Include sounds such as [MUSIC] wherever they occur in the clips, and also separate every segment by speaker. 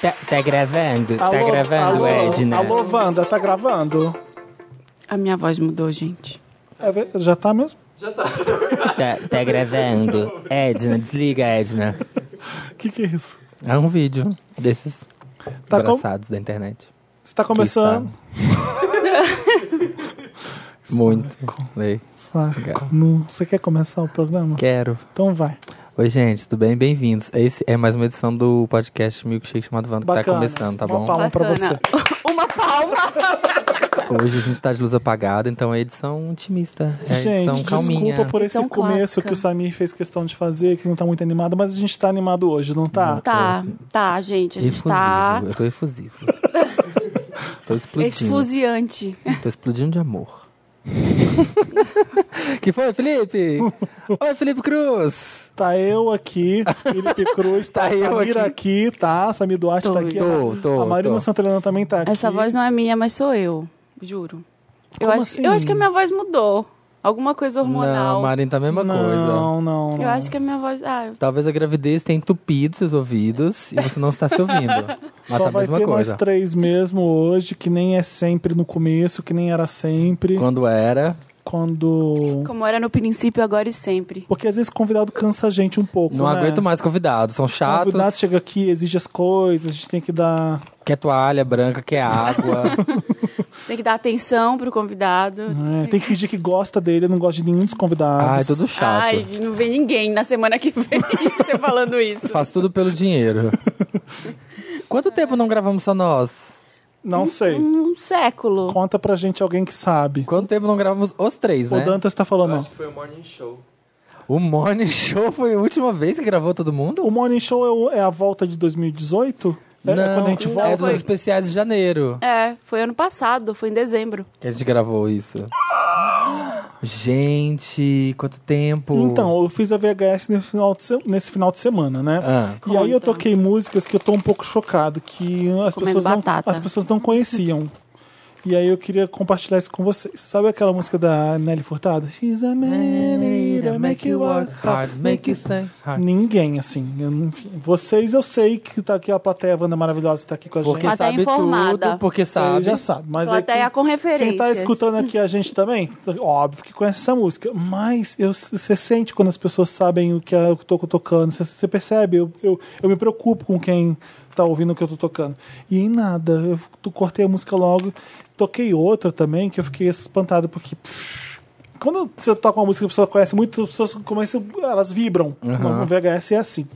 Speaker 1: Tá, tá gravando? tá
Speaker 2: Alô,
Speaker 1: gravando,
Speaker 2: alô,
Speaker 1: Edna?
Speaker 2: Alô, Wanda, tá gravando?
Speaker 3: A minha voz mudou, gente.
Speaker 2: É ver- já tá mesmo?
Speaker 1: Tá, tá gravando? Edna, desliga, Edna.
Speaker 2: O que, que é isso?
Speaker 1: É um vídeo desses
Speaker 2: Tá com-
Speaker 1: engraçados da internet.
Speaker 2: Você tá começando.
Speaker 1: [LAUGHS] Muito. Lei.
Speaker 2: Saco. Não- Você quer começar o programa?
Speaker 1: Quero.
Speaker 2: Então vai.
Speaker 1: Oi, gente, tudo bem? Bem-vindos. Esse é mais uma edição do podcast Milkshake chamado Vanda que tá
Speaker 2: Bacana.
Speaker 1: começando, tá
Speaker 2: Uma
Speaker 1: bom?
Speaker 2: palma. Palma pra
Speaker 3: Uma palma!
Speaker 1: Hoje a gente tá de luz apagada, então é edição intimista. É
Speaker 2: gente,
Speaker 1: edição calminha.
Speaker 2: desculpa por esse
Speaker 3: Edição
Speaker 2: começo
Speaker 3: clássica.
Speaker 2: que o Samir fez questão de fazer, que não tá muito animado, mas a gente tá animado hoje, não tá?
Speaker 3: Tá, tá, gente. A gente
Speaker 1: Efusivo,
Speaker 3: tá
Speaker 2: é
Speaker 1: eu tô efusivo. [LAUGHS] tô explodindo.
Speaker 3: esfuziante.
Speaker 1: Tô explodindo de amor. [LAUGHS] que foi, Felipe? Oi, Felipe Cruz!
Speaker 2: Tá eu aqui, Felipe Cruz, tá,
Speaker 1: [LAUGHS] Tá eu
Speaker 2: Samir aqui. tá? Samir Duarte
Speaker 3: Tô,
Speaker 2: tá aqui.
Speaker 1: tô,
Speaker 2: a-
Speaker 1: tô,
Speaker 2: a Marina
Speaker 1: tô.
Speaker 2: Santelena também tá aqui.
Speaker 3: Essa voz não é minha, mas sou eu. Juro. Eu
Speaker 2: Como
Speaker 3: acho, eu
Speaker 2: assim?
Speaker 3: acho que a minha voz mudou. Alguma coisa hormonal.
Speaker 1: Não, Marinho, tá a mesma coisa.
Speaker 2: um Não, não, não.
Speaker 3: Eu acho que a minha voz. Ah, eu-
Speaker 1: Talvez a gravidez tenha entupido seus ouvidos e você não está se
Speaker 2: [LAUGHS]
Speaker 1: ouvindo. Mas
Speaker 2: Só
Speaker 1: tá a
Speaker 2: vai
Speaker 1: mesma
Speaker 2: ter
Speaker 1: coisa.
Speaker 2: nós três mesmo hoje, que nem é sempre no começo, que nem era sempre.
Speaker 1: Quando era,
Speaker 2: Quando.
Speaker 3: como era no princípio, agora e sempre.
Speaker 2: Porque às vezes o convidado cansa a gente um pouco.
Speaker 1: não
Speaker 2: né?
Speaker 1: aguento mais convidados. São
Speaker 2: O
Speaker 1: chatos.
Speaker 2: convidado chega aqui, exige as coisas, a gente tem que dar.
Speaker 1: Quer toalha branca, quer
Speaker 2: [LAUGHS]
Speaker 1: água.
Speaker 3: Tem que dar atenção pro convidado.
Speaker 2: né? Tem que fingir que gosta dele, não gosta de nenhum dos convidados.
Speaker 1: Ai, Ah, é tudo chato.
Speaker 3: Ai, não vem ninguém na semana
Speaker 2: [LAUGHS]
Speaker 3: que vem [LAUGHS] você falando isso.
Speaker 1: Faz tudo pelo dinheiro. Quanto tempo não gravamos só nós?
Speaker 2: Não sei.
Speaker 3: Um século.
Speaker 2: Conta pra gente alguém que sabe.
Speaker 1: Quanto tempo não gravamos os três,
Speaker 2: O
Speaker 1: né?
Speaker 2: Dantas tá
Speaker 4: Eu
Speaker 2: falando.
Speaker 4: acho que foi o Morning Show.
Speaker 1: O Morning [LAUGHS] Show foi a última vez que gravou todo mundo?
Speaker 2: O Morning Show é o- é, a volta de 2018? É, é quando a gente
Speaker 1: não,
Speaker 2: volta.
Speaker 1: é dos especiais de janeiro
Speaker 3: É, foi ano passado, foi em dezembro.
Speaker 1: que a gente gravou isso. Gente, quanto tempo.
Speaker 2: Então, eu fiz a VHS nesse final de, se- nesse final de semana, né?
Speaker 1: Ah,
Speaker 2: E aí eu
Speaker 3: Conta.
Speaker 2: toquei músicas que eu tô um pouco chocado, que as
Speaker 3: Comendo
Speaker 2: pessoas, não,
Speaker 3: batata.
Speaker 2: as pessoas não conheciam. E aí eu queria compartilhar isso com vocês. Sabe aquela música da Nelly Furtado? She's a
Speaker 1: É,
Speaker 2: man, it'll make you work hard, make you
Speaker 1: stay hard.
Speaker 2: Ninguém, assim. Eu não- vocês eu sei que tá aqui a plateia Wanda Maravilhosa tá aqui com a
Speaker 1: Porque
Speaker 2: gente.
Speaker 3: Mas tá
Speaker 1: sabe
Speaker 3: informada.
Speaker 1: tudo, porque
Speaker 2: Vocês
Speaker 1: sabe.
Speaker 2: já sabem. Mas é
Speaker 3: Plateia
Speaker 2: quem-
Speaker 3: com referências.
Speaker 2: quem tá escutando aqui a gente também, óbvio que conhece essa música, mas eu- você sente quando as pessoas sabem o que eu tô tocando, você, você percebe, eu, eu, eu me preocupo com quem tá ouvindo o que eu tô tocando. E em nada, eu tu- cortei a música logo, toquei outra também, que eu fiquei espantado, porque pff, quando você toca uma música que a pessoa conhece muito, as pessoas começam, elas vibram, no VHS é assim.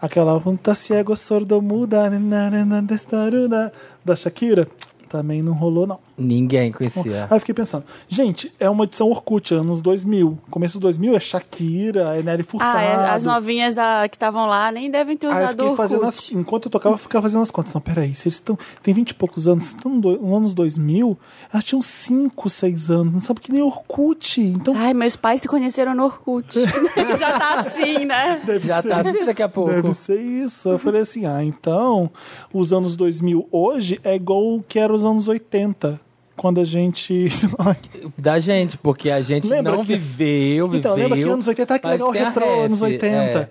Speaker 2: Aquela Junta Ciego Sordo Muda né, na, na, na, destaruda", né, da Shakira, também não rolou não.
Speaker 1: Ninguém
Speaker 3: É.
Speaker 1: conhecia.
Speaker 2: Aí eu fiquei pensando, gente, é uma edição Orkut, anos 2000. Começo dos 2000 é Shakira, é Nelly Furtado.
Speaker 3: Ah, é, as novinhas da- que estavam lá nem devem ter
Speaker 2: Aí Ah, eu
Speaker 3: usado
Speaker 2: fiquei
Speaker 3: o
Speaker 2: fazendo as,
Speaker 3: Orkut.
Speaker 2: enquanto eu tocava, eu ficava fazendo as contas. Não, peraí, se eles estão. Tem 20 e poucos anos, estão do- no anos 2000, elas tinham 5, 6 anos, não sabe que nem Orkut. Então,
Speaker 3: Ai, meus pais se conheceram
Speaker 2: [LAUGHS]
Speaker 3: no Orkut. [LAUGHS] Já tá assim, né?
Speaker 2: deve
Speaker 1: Já
Speaker 2: ser.
Speaker 1: tá assim daqui a pouco.
Speaker 2: Deve ser isso. Eu falei assim: ah, então, os anos 2000 hoje é igual o que era os anos 80. Quando a gente. [LAUGHS] é Ai,
Speaker 1: Da gente, porque a gente
Speaker 2: Lembra
Speaker 1: não
Speaker 2: que-
Speaker 1: viveu, viveu.
Speaker 2: Então, lembra que anos 80 ah, que
Speaker 1: mas
Speaker 2: legal
Speaker 1: tem a
Speaker 2: retrô,
Speaker 1: ref,
Speaker 2: anos 80.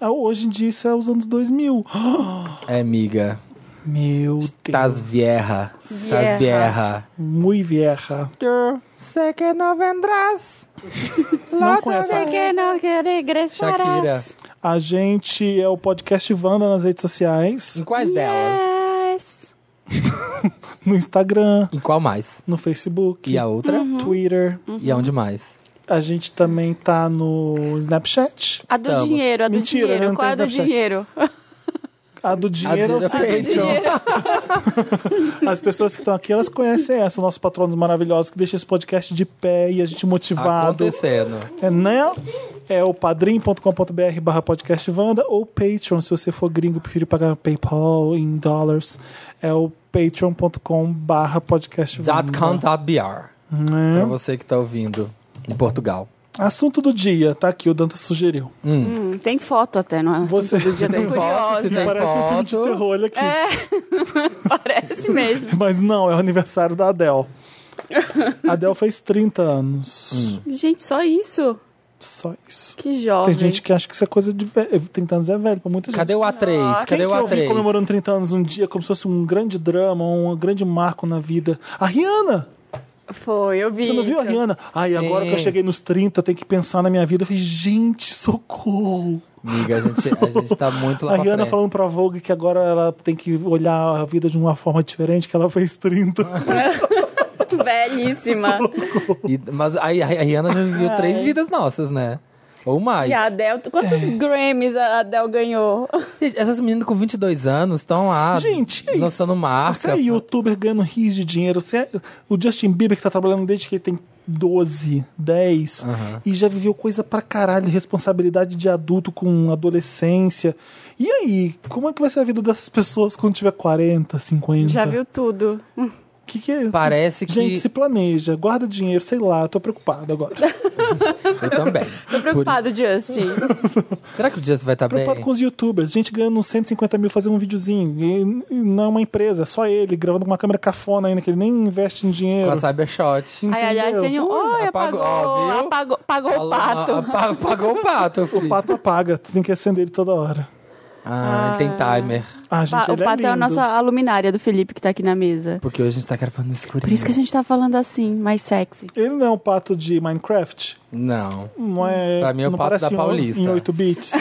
Speaker 2: Ah, hoje em dia isso é os anos 2000.
Speaker 1: É, é amiga.
Speaker 2: [GASPS] Meu Deus.
Speaker 1: Tás vierra. Tás vierra.
Speaker 2: Muito vieja.
Speaker 1: Sei que não vendrás.
Speaker 2: Não conhece.
Speaker 3: Sei é que não quer regressarás.
Speaker 2: A gente é o podcast Wanda nas redes sociais,
Speaker 1: Em quais delas?
Speaker 3: Yes.
Speaker 2: no Instagram,
Speaker 1: Em qual mais?
Speaker 2: no Facebook,
Speaker 1: E a outra?
Speaker 2: Uhum. Twitter.
Speaker 1: E aonde mais?
Speaker 2: A gente também tá no Snapchat.
Speaker 3: A do
Speaker 1: Estamos.
Speaker 3: dinheiro, a do
Speaker 2: Mentira,
Speaker 3: dinheiro.
Speaker 2: não
Speaker 3: Qual é a
Speaker 2: tem
Speaker 3: do
Speaker 2: Snapchat. [LAUGHS]
Speaker 3: dinheiro?
Speaker 2: A do dinheiro eu
Speaker 1: Dinheiro
Speaker 2: sei. As pessoas que estão aqui, elas conhecem essa, nossos patronos maravilhosos que deixam esse podcast de pé e a gente motivado.
Speaker 1: Acontecendo.
Speaker 2: É, né? É o padrim.com.br barra podcast Wanda ou Patreon, se você for gringo, prefiro pagar PayPal em dólares. É o patreon.com barra podcast Wanda.
Speaker 1: .com.br Pra
Speaker 2: Né?
Speaker 1: você que tá ouvindo em Portugal.
Speaker 2: Assunto do dia, tá aqui, o Danta sugeriu.
Speaker 3: Hum, tem foto até, não é?
Speaker 2: Você-
Speaker 3: Assunto do dia, tô
Speaker 1: Tem foto, se
Speaker 3: [LAUGHS] curiosa.
Speaker 1: tem-
Speaker 2: [LAUGHS] Parece um filme de
Speaker 1: foto.
Speaker 2: terror olha aqui.
Speaker 3: Parece mesmo.
Speaker 2: Mas não, é o aniversário da Adele. A Adele fez 30 anos.
Speaker 3: Hum. Gente, só isso?
Speaker 2: Só isso.
Speaker 3: Que jovem.
Speaker 2: Tem gente que acha que isso é coisa de velho. 30 anos é velho pra muita gente.
Speaker 1: Cadê o A3?
Speaker 3: Nossa.
Speaker 1: Cadê
Speaker 2: Quem
Speaker 1: o
Speaker 2: que eu vi
Speaker 1: A3?
Speaker 2: comemorando 30 anos um dia como se fosse um grande drama, um grande marco na vida? A Rihanna!
Speaker 3: Foi, eu vi.
Speaker 2: Você não viu a
Speaker 3: isso.
Speaker 2: Rihanna? Ai, agora que eu
Speaker 1: Sim.
Speaker 2: cheguei nos 30, eu tenho que pensar na minha vida. Eu falei, gente, socorro!
Speaker 1: Amiga, a gente, a gente tá muito lá
Speaker 2: a
Speaker 1: pra
Speaker 2: Rihanna
Speaker 1: frente.
Speaker 2: falando pra Vogue que agora ela tem que olhar a vida de uma forma diferente, que ela fez 30.
Speaker 1: [LAUGHS]
Speaker 2: [LAUGHS]
Speaker 3: Velhíssima.
Speaker 1: E- mas a, a- a Rihanna já viveu três vidas nossas, né? Ou mais.
Speaker 3: E a Adele, quantos
Speaker 2: É.
Speaker 3: Grammys a Adele ganhou?
Speaker 1: Gente, Essas meninas com 22 anos estão lá
Speaker 2: Gente, é isso.
Speaker 1: lançando
Speaker 2: Se
Speaker 1: marca.
Speaker 2: Você é youtuber ganhando rios de dinheiro. Você é- O Justin Bieber que tá trabalhando desde que ele tem 12, 10 e já viveu coisa pra caralho, responsabilidade de adulto com adolescência. E aí, como é que vai ser a vida dessas pessoas quando tiver 40, 50?
Speaker 3: Já viu tudo.
Speaker 2: Que que é?
Speaker 1: Parece que
Speaker 2: Gente, se planeja, guarda dinheiro, sei lá, eu tô preocupado agora.
Speaker 3: Tá
Speaker 1: eu também.
Speaker 3: Tô preocupado, Justin.
Speaker 1: Será que o Justin vai estar bem?
Speaker 2: preocupado com os youtubers, gente ganhando uns 150 mil fazendo um videozinho. E, e não é uma empresa, é só ele, gravando com uma câmera cafona ainda, que ele nem investe em
Speaker 1: Com
Speaker 2: dinheiro.
Speaker 1: a Cybershot.
Speaker 3: Ai, aliás, tem um.
Speaker 1: Ui,
Speaker 3: Oi,
Speaker 1: apagou,
Speaker 3: apagou.
Speaker 1: viu?
Speaker 3: Apagou, apagou o É pato.
Speaker 1: Pagou o pato.
Speaker 2: O pato apaga, tem que acender ele toda hora.
Speaker 1: Ah, ele tem timer.
Speaker 2: Ah,
Speaker 3: Pa-
Speaker 2: gente,
Speaker 3: o
Speaker 2: ele
Speaker 3: pato é,
Speaker 2: é
Speaker 3: a
Speaker 2: lindo.
Speaker 3: nossa a luminária do Felipe que tá aqui na mesa.
Speaker 1: Porque hoje a gente tá gravando no escurinho.
Speaker 3: Por isso que a gente tá falando assim, mais sexy.
Speaker 2: Ele não é um pato de Minecraft?
Speaker 1: Não.
Speaker 2: Não é.
Speaker 1: Pra mim é o
Speaker 2: não
Speaker 1: pato
Speaker 2: parece
Speaker 1: da
Speaker 2: em-
Speaker 1: Paulista.
Speaker 2: Em 8
Speaker 3: [LAUGHS]
Speaker 2: bits.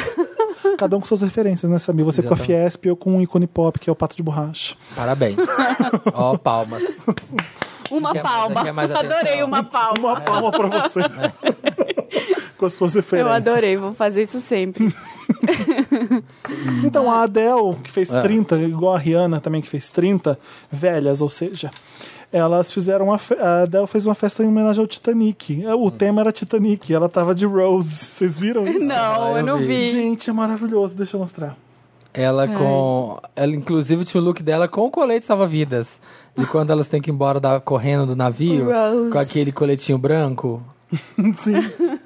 Speaker 2: Cada um com suas referências, né, Samir? Você com a
Speaker 1: Exatamente.
Speaker 2: Fiesp, eu com o ícone pop, que é o pato de borracha.
Speaker 1: [LAUGHS] Parabéns. Ó, palmas.
Speaker 3: Uma
Speaker 1: Quer mais-
Speaker 3: palma.
Speaker 1: quer mais atenção?
Speaker 3: adorei uma palma.
Speaker 2: Uma palma pra você. [LAUGHS] com as suas
Speaker 3: Eu
Speaker 2: referências.
Speaker 3: adorei, vou fazer isso sempre.
Speaker 2: Então, a Adele, que fez
Speaker 1: É.
Speaker 2: 30, igual a Rihanna também, que fez 30, velhas, ou seja, elas fizeram uma. fe- A Adele fez uma festa em homenagem ao Titanic. É,
Speaker 1: Hum.
Speaker 2: O tema era Titanic, ela tava de Rose. Vocês
Speaker 3: [LAUGHS]
Speaker 2: viram isso?
Speaker 3: Não,
Speaker 1: Ah, eu
Speaker 3: eu não
Speaker 1: vi.
Speaker 3: vi.
Speaker 2: Gente, é maravilhoso, deixa eu mostrar. [LAUGHS]
Speaker 1: Ela com. Ela, inclusive, tinha o look dela com o colete salva-vidas. De quando elas têm que ir embora da, correndo do navio.
Speaker 3: Gross.
Speaker 1: Com aquele coletinho branco.
Speaker 2: Sim,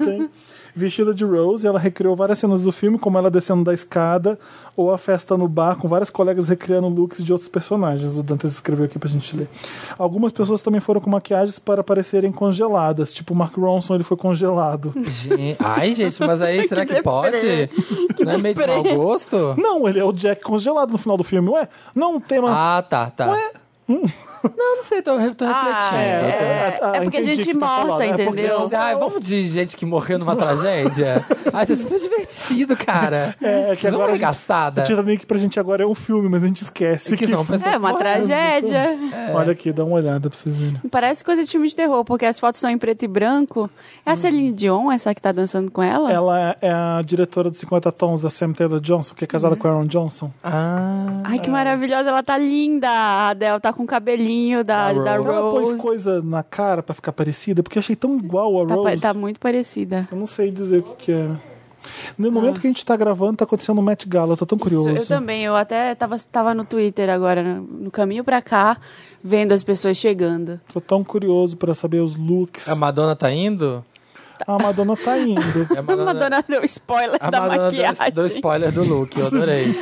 Speaker 2: tem. Vestida de Rose, ela recriou várias cenas do filme, como ela descendo da escada, ou a festa no bar, com várias colegas recriando looks de outros personagens. O Dantes escreveu aqui pra gente ler. Algumas pessoas também foram com maquiagens para parecerem congeladas, tipo o Mark Ronson, ele foi congelado.
Speaker 1: Gente- Ai, gente, mas aí será que,
Speaker 3: deprê.
Speaker 1: pode? Não é meio de mau gosto?
Speaker 2: Não, ele é o Jack congelado no final do filme, ué? Não, o tema.
Speaker 1: Ah, tá, tá. Não, não sei, tô, re- tô tá refletindo.
Speaker 2: é.
Speaker 3: Ah, é porque a
Speaker 2: entendi
Speaker 3: gente
Speaker 2: o que você tá
Speaker 3: morta,
Speaker 2: falando, é porque
Speaker 1: Eu
Speaker 3: entendeu?
Speaker 1: pensei, ai, vamos de gente que morreu numa
Speaker 2: [LAUGHS]
Speaker 1: tragédia. Ai, isso é super divertido, cara.
Speaker 2: É, que
Speaker 1: Vocês vão
Speaker 2: agora a gente-
Speaker 1: arregaçada.
Speaker 2: O Titanic pra gente agora é um filme, mas a gente esquece que.
Speaker 1: Que são pessoas
Speaker 3: É uma
Speaker 1: morrendo.
Speaker 3: tragédia.
Speaker 2: Olha aqui, dá uma olhada pra vocês verem.
Speaker 3: Parece coisa de filme de terror, porque as fotos estão em preto e branco. É a Celine Dion, essa que tá dançando com ela?
Speaker 2: Ela é a diretora dos 50 Tons da Sam Taylor Johnson, que é casada
Speaker 3: Uhum.
Speaker 2: com o Aaron Johnson.
Speaker 1: Ah,
Speaker 3: Ai, que maravilhosa, ela tá linda. A Adele tá com o cabelinho da,
Speaker 1: Da
Speaker 3: da Rose.
Speaker 2: Ela pôs coisa na cara pra ficar parecida, porque eu achei tão igual a
Speaker 3: Tá, pa-
Speaker 2: Rose.
Speaker 3: tá muito parecida.
Speaker 2: Eu não sei dizer o que, que era. No momento que a gente tá gravando, tá acontecendo o Met Gala, eu tô tão curioso.
Speaker 3: Ah. Isso, eu também, eu até tava, tava no Twitter agora, no, no caminho pra cá, vendo as pessoas chegando.
Speaker 2: Tô tão curioso pra saber os looks.
Speaker 1: a Madonna tá indo?
Speaker 2: A Madonna tá indo.
Speaker 1: É, A
Speaker 3: A Madonna deu spoiler
Speaker 1: A
Speaker 3: da
Speaker 1: Madonna
Speaker 3: maquiagem.
Speaker 1: deu, deu spoiler do look, eu adorei.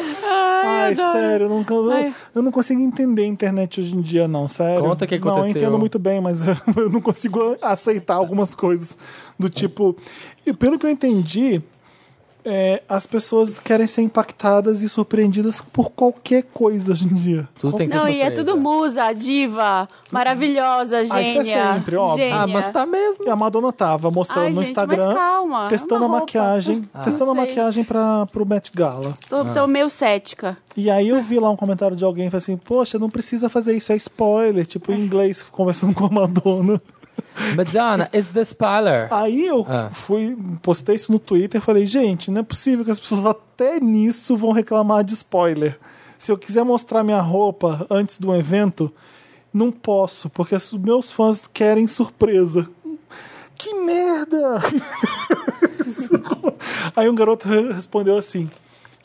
Speaker 2: Ai, sério, eu, nunca, eu-
Speaker 3: Ai.
Speaker 2: eu não consigo entender a internet hoje em dia, não, sério.
Speaker 1: Conta o que
Speaker 2: Não, eu
Speaker 1: aconteceu.
Speaker 2: entendo muito bem, mas [LAUGHS] eu não consigo aceitar algumas coisas do tipo... E pelo que eu entendi, é, as pessoas querem ser impactadas e surpreendidas por qualquer coisa hoje em dia.
Speaker 1: Tudo tem que ser
Speaker 3: Não, e é
Speaker 1: surpresa.
Speaker 3: tudo musa, diva, maravilhosa,
Speaker 2: Ah, isso é
Speaker 3: gênia.
Speaker 2: sempre, óbvio.
Speaker 3: gênia.
Speaker 1: Ah, mas tá mesmo.
Speaker 2: E a Madonna tava mostrando
Speaker 3: Ai,
Speaker 2: no
Speaker 3: gente,
Speaker 2: Instagram,
Speaker 3: mas calma, é
Speaker 2: testando
Speaker 3: uma
Speaker 2: a
Speaker 3: roupa.
Speaker 2: maquiagem,
Speaker 1: Ah.
Speaker 2: testando a
Speaker 3: Não sei.
Speaker 2: maquiagem para pro Met Gala.
Speaker 3: Tô, tô meio cética.
Speaker 2: E aí eu vi lá um comentário de alguém e falei assim: "Poxa, não precisa fazer isso, é spoiler", tipo em inglês conversando com a Madonna.
Speaker 1: Madonna, it's the spoiler.
Speaker 2: Aí eu
Speaker 1: Ah.
Speaker 2: fui, postei isso no Twitter e falei: "Gente, não é possível que as pessoas até nisso vão reclamar de spoiler. Se eu quiser mostrar minha roupa antes de um evento, não posso, porque os meus fãs querem surpresa." Que merda! [LAUGHS] Aí um garoto re- respondeu assim.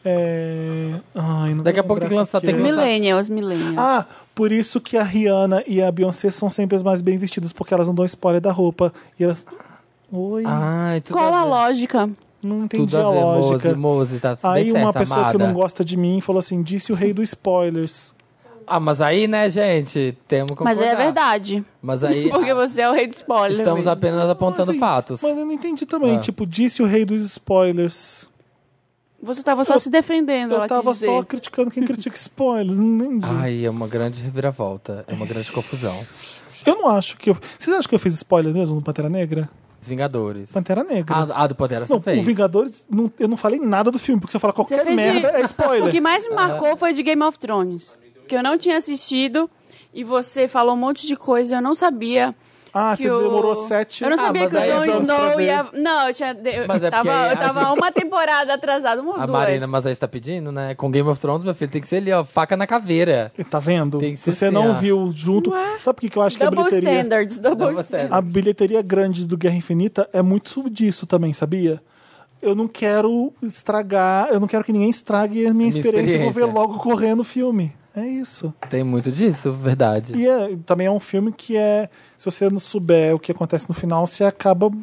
Speaker 2: É... Ai, não vou
Speaker 1: Daqui a pouco tem
Speaker 2: lembrar
Speaker 1: que lançar-
Speaker 2: o
Speaker 1: tem que
Speaker 2: é.
Speaker 1: lançar-
Speaker 3: Millennials, millennials.
Speaker 2: Ah, por isso que a Rihanna e a Beyoncé são sempre as mais bem vestidas, porque elas não dão spoiler da roupa. E elas. Oi,
Speaker 1: Ai, tudo
Speaker 3: Qual
Speaker 1: a
Speaker 3: a
Speaker 1: ver.
Speaker 3: lógica?
Speaker 2: não entendi
Speaker 1: Tudo a
Speaker 2: a
Speaker 1: ver, Mose,
Speaker 2: lógica.
Speaker 1: Mose, tá
Speaker 2: Aí
Speaker 1: bem
Speaker 2: uma
Speaker 1: certa,
Speaker 2: pessoa
Speaker 1: amada.
Speaker 2: que não gosta de mim falou assim: disse o rei dos spoilers.
Speaker 1: Ah, mas aí, né, gente, temos que
Speaker 3: Mas é
Speaker 1: concordar.
Speaker 3: verdade.
Speaker 1: Mas aí
Speaker 3: [LAUGHS] Porque
Speaker 1: ah,
Speaker 3: você é o rei do spoiler.
Speaker 1: estamos
Speaker 3: amigo.
Speaker 1: apenas apontando
Speaker 2: Assim,
Speaker 1: fatos.
Speaker 2: Mas eu não entendi também.
Speaker 1: Ah.
Speaker 2: Tipo, disse o rei dos spoilers.
Speaker 3: Você tava só
Speaker 2: Eu-
Speaker 3: se defendendo,
Speaker 2: Eu
Speaker 3: ela quis
Speaker 2: tava
Speaker 3: dizer.
Speaker 2: só criticando quem critica spoilers. Não entendi.
Speaker 1: Ai, é uma grande reviravolta. É uma grande confusão.
Speaker 2: Eu não acho que eu. Vocês acham que eu fiz spoiler mesmo no Pantera Negra?
Speaker 1: Os Vingadores.
Speaker 2: Pantera Negra.
Speaker 1: Ah, ah, do Pantera
Speaker 2: não,
Speaker 1: você fez.
Speaker 2: o Vingadores, não- eu não falei nada do filme, porque se eu falar
Speaker 3: Você
Speaker 2: qualquer
Speaker 3: fez de-
Speaker 2: merda, é spoiler.
Speaker 3: [LAUGHS] O que mais me marcou foi de Game of Thrones. Que eu não tinha assistido e você falou um monte de coisa, eu não sabia.
Speaker 2: Ah,
Speaker 3: que
Speaker 2: você
Speaker 3: o-
Speaker 2: demorou sete
Speaker 3: Eu não
Speaker 1: Ah,
Speaker 3: sabia
Speaker 1: mas
Speaker 3: que o
Speaker 1: aí é
Speaker 3: Jon
Speaker 1: anos
Speaker 2: pra
Speaker 3: Snow
Speaker 2: ver.
Speaker 3: ia. Não, eu tinha. eu
Speaker 1: Mas é porque
Speaker 3: tava,
Speaker 1: aí
Speaker 3: eu
Speaker 1: a
Speaker 3: tava
Speaker 1: gente-
Speaker 3: uma temporada atrasada, é uma ou
Speaker 1: A
Speaker 3: duas.
Speaker 1: Marina, mas aí você tá pedindo, né? Com Game of Thrones, meu filho, tem que ser ali, ó, faca na caveira.
Speaker 2: Tá vendo?
Speaker 1: Tem que
Speaker 2: Se
Speaker 1: ser
Speaker 2: você
Speaker 1: assim, ah.
Speaker 2: não viu junto. Sabe por que que eu acho que a
Speaker 3: double
Speaker 2: bilheteria.
Speaker 3: standards, double,
Speaker 1: Double
Speaker 3: standards.
Speaker 1: standards.
Speaker 2: A bilheteria grande do Guerra Infinita é muito disso também, sabia? Eu não quero estragar, eu não quero que ninguém estrague a minha, experiência. Eu vou
Speaker 1: experiência.
Speaker 2: ver logo correndo o filme. É isso.
Speaker 1: Tem muito disso, verdade.
Speaker 2: E é- também é um filme que é. Se você não souber o que acontece no final, você acaba. Com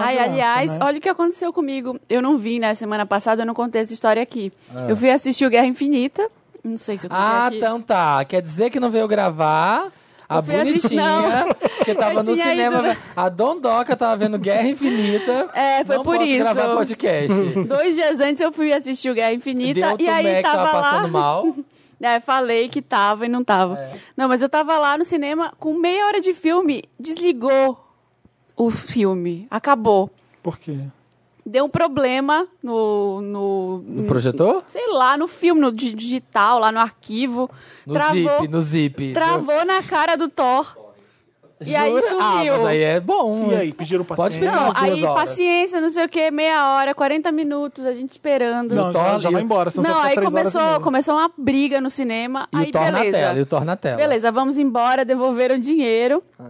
Speaker 2: a
Speaker 3: Ai,
Speaker 2: graça,
Speaker 3: aliás,
Speaker 2: né?
Speaker 3: olha o que aconteceu comigo. Eu não vi, né? Semana passada eu não contei essa história aqui. Eu fui assistir o Guerra Infinita. Não sei se eu contei
Speaker 1: Ah,
Speaker 3: aqui.
Speaker 1: então tá. Quer dizer que não veio gravar a
Speaker 3: Eu fui assistir,
Speaker 1: bonitinha [LAUGHS] que tava
Speaker 3: Eu
Speaker 1: no
Speaker 3: tinha
Speaker 1: cinema.
Speaker 3: ido
Speaker 1: A Dondoca tava vendo Guerra Infinita.
Speaker 3: [LAUGHS] É, foi
Speaker 1: não
Speaker 3: por
Speaker 1: posso
Speaker 3: isso.
Speaker 1: gravar podcast.
Speaker 3: Dois dias antes eu fui assistir o Guerra
Speaker 1: Deu
Speaker 3: Infinita [LAUGHS] e
Speaker 1: o Tomé
Speaker 3: aí
Speaker 1: que
Speaker 3: tava,
Speaker 1: tava
Speaker 3: lá.
Speaker 1: passando mal.
Speaker 3: É, falei que tava e não tava.
Speaker 1: É.
Speaker 3: Não, mas eu tava lá no cinema com meia hora de filme, desligou o filme, acabou.
Speaker 2: Por quê?
Speaker 3: Deu um problema no, no,
Speaker 1: No projetor?
Speaker 3: sei lá, no filme, no di- digital, lá no arquivo.
Speaker 1: No
Speaker 3: travou,
Speaker 1: zip, no zip.
Speaker 3: travou na cara do Thor. E aí
Speaker 1: Jura? Ah,
Speaker 3: sumiu.
Speaker 1: mas aí é bom.
Speaker 2: E aí, pediram paciência?
Speaker 1: Pode ficar
Speaker 3: Não,
Speaker 1: umas duas
Speaker 3: aí
Speaker 1: horas.
Speaker 3: paciência, não sei o que, meia hora, 40 minutos, a gente esperando.
Speaker 2: Não, já,
Speaker 1: Thor-
Speaker 2: já vai embora, senão você
Speaker 3: Não,
Speaker 2: vai
Speaker 3: aí
Speaker 2: ficar três horas e
Speaker 3: começou,
Speaker 2: meia.
Speaker 3: começou uma briga no cinema.
Speaker 1: E
Speaker 3: aí
Speaker 1: o Thor na
Speaker 3: beleza.
Speaker 1: tela, e o Thor na tela.
Speaker 3: Beleza, vamos embora, devolveram o dinheiro.
Speaker 1: Ah.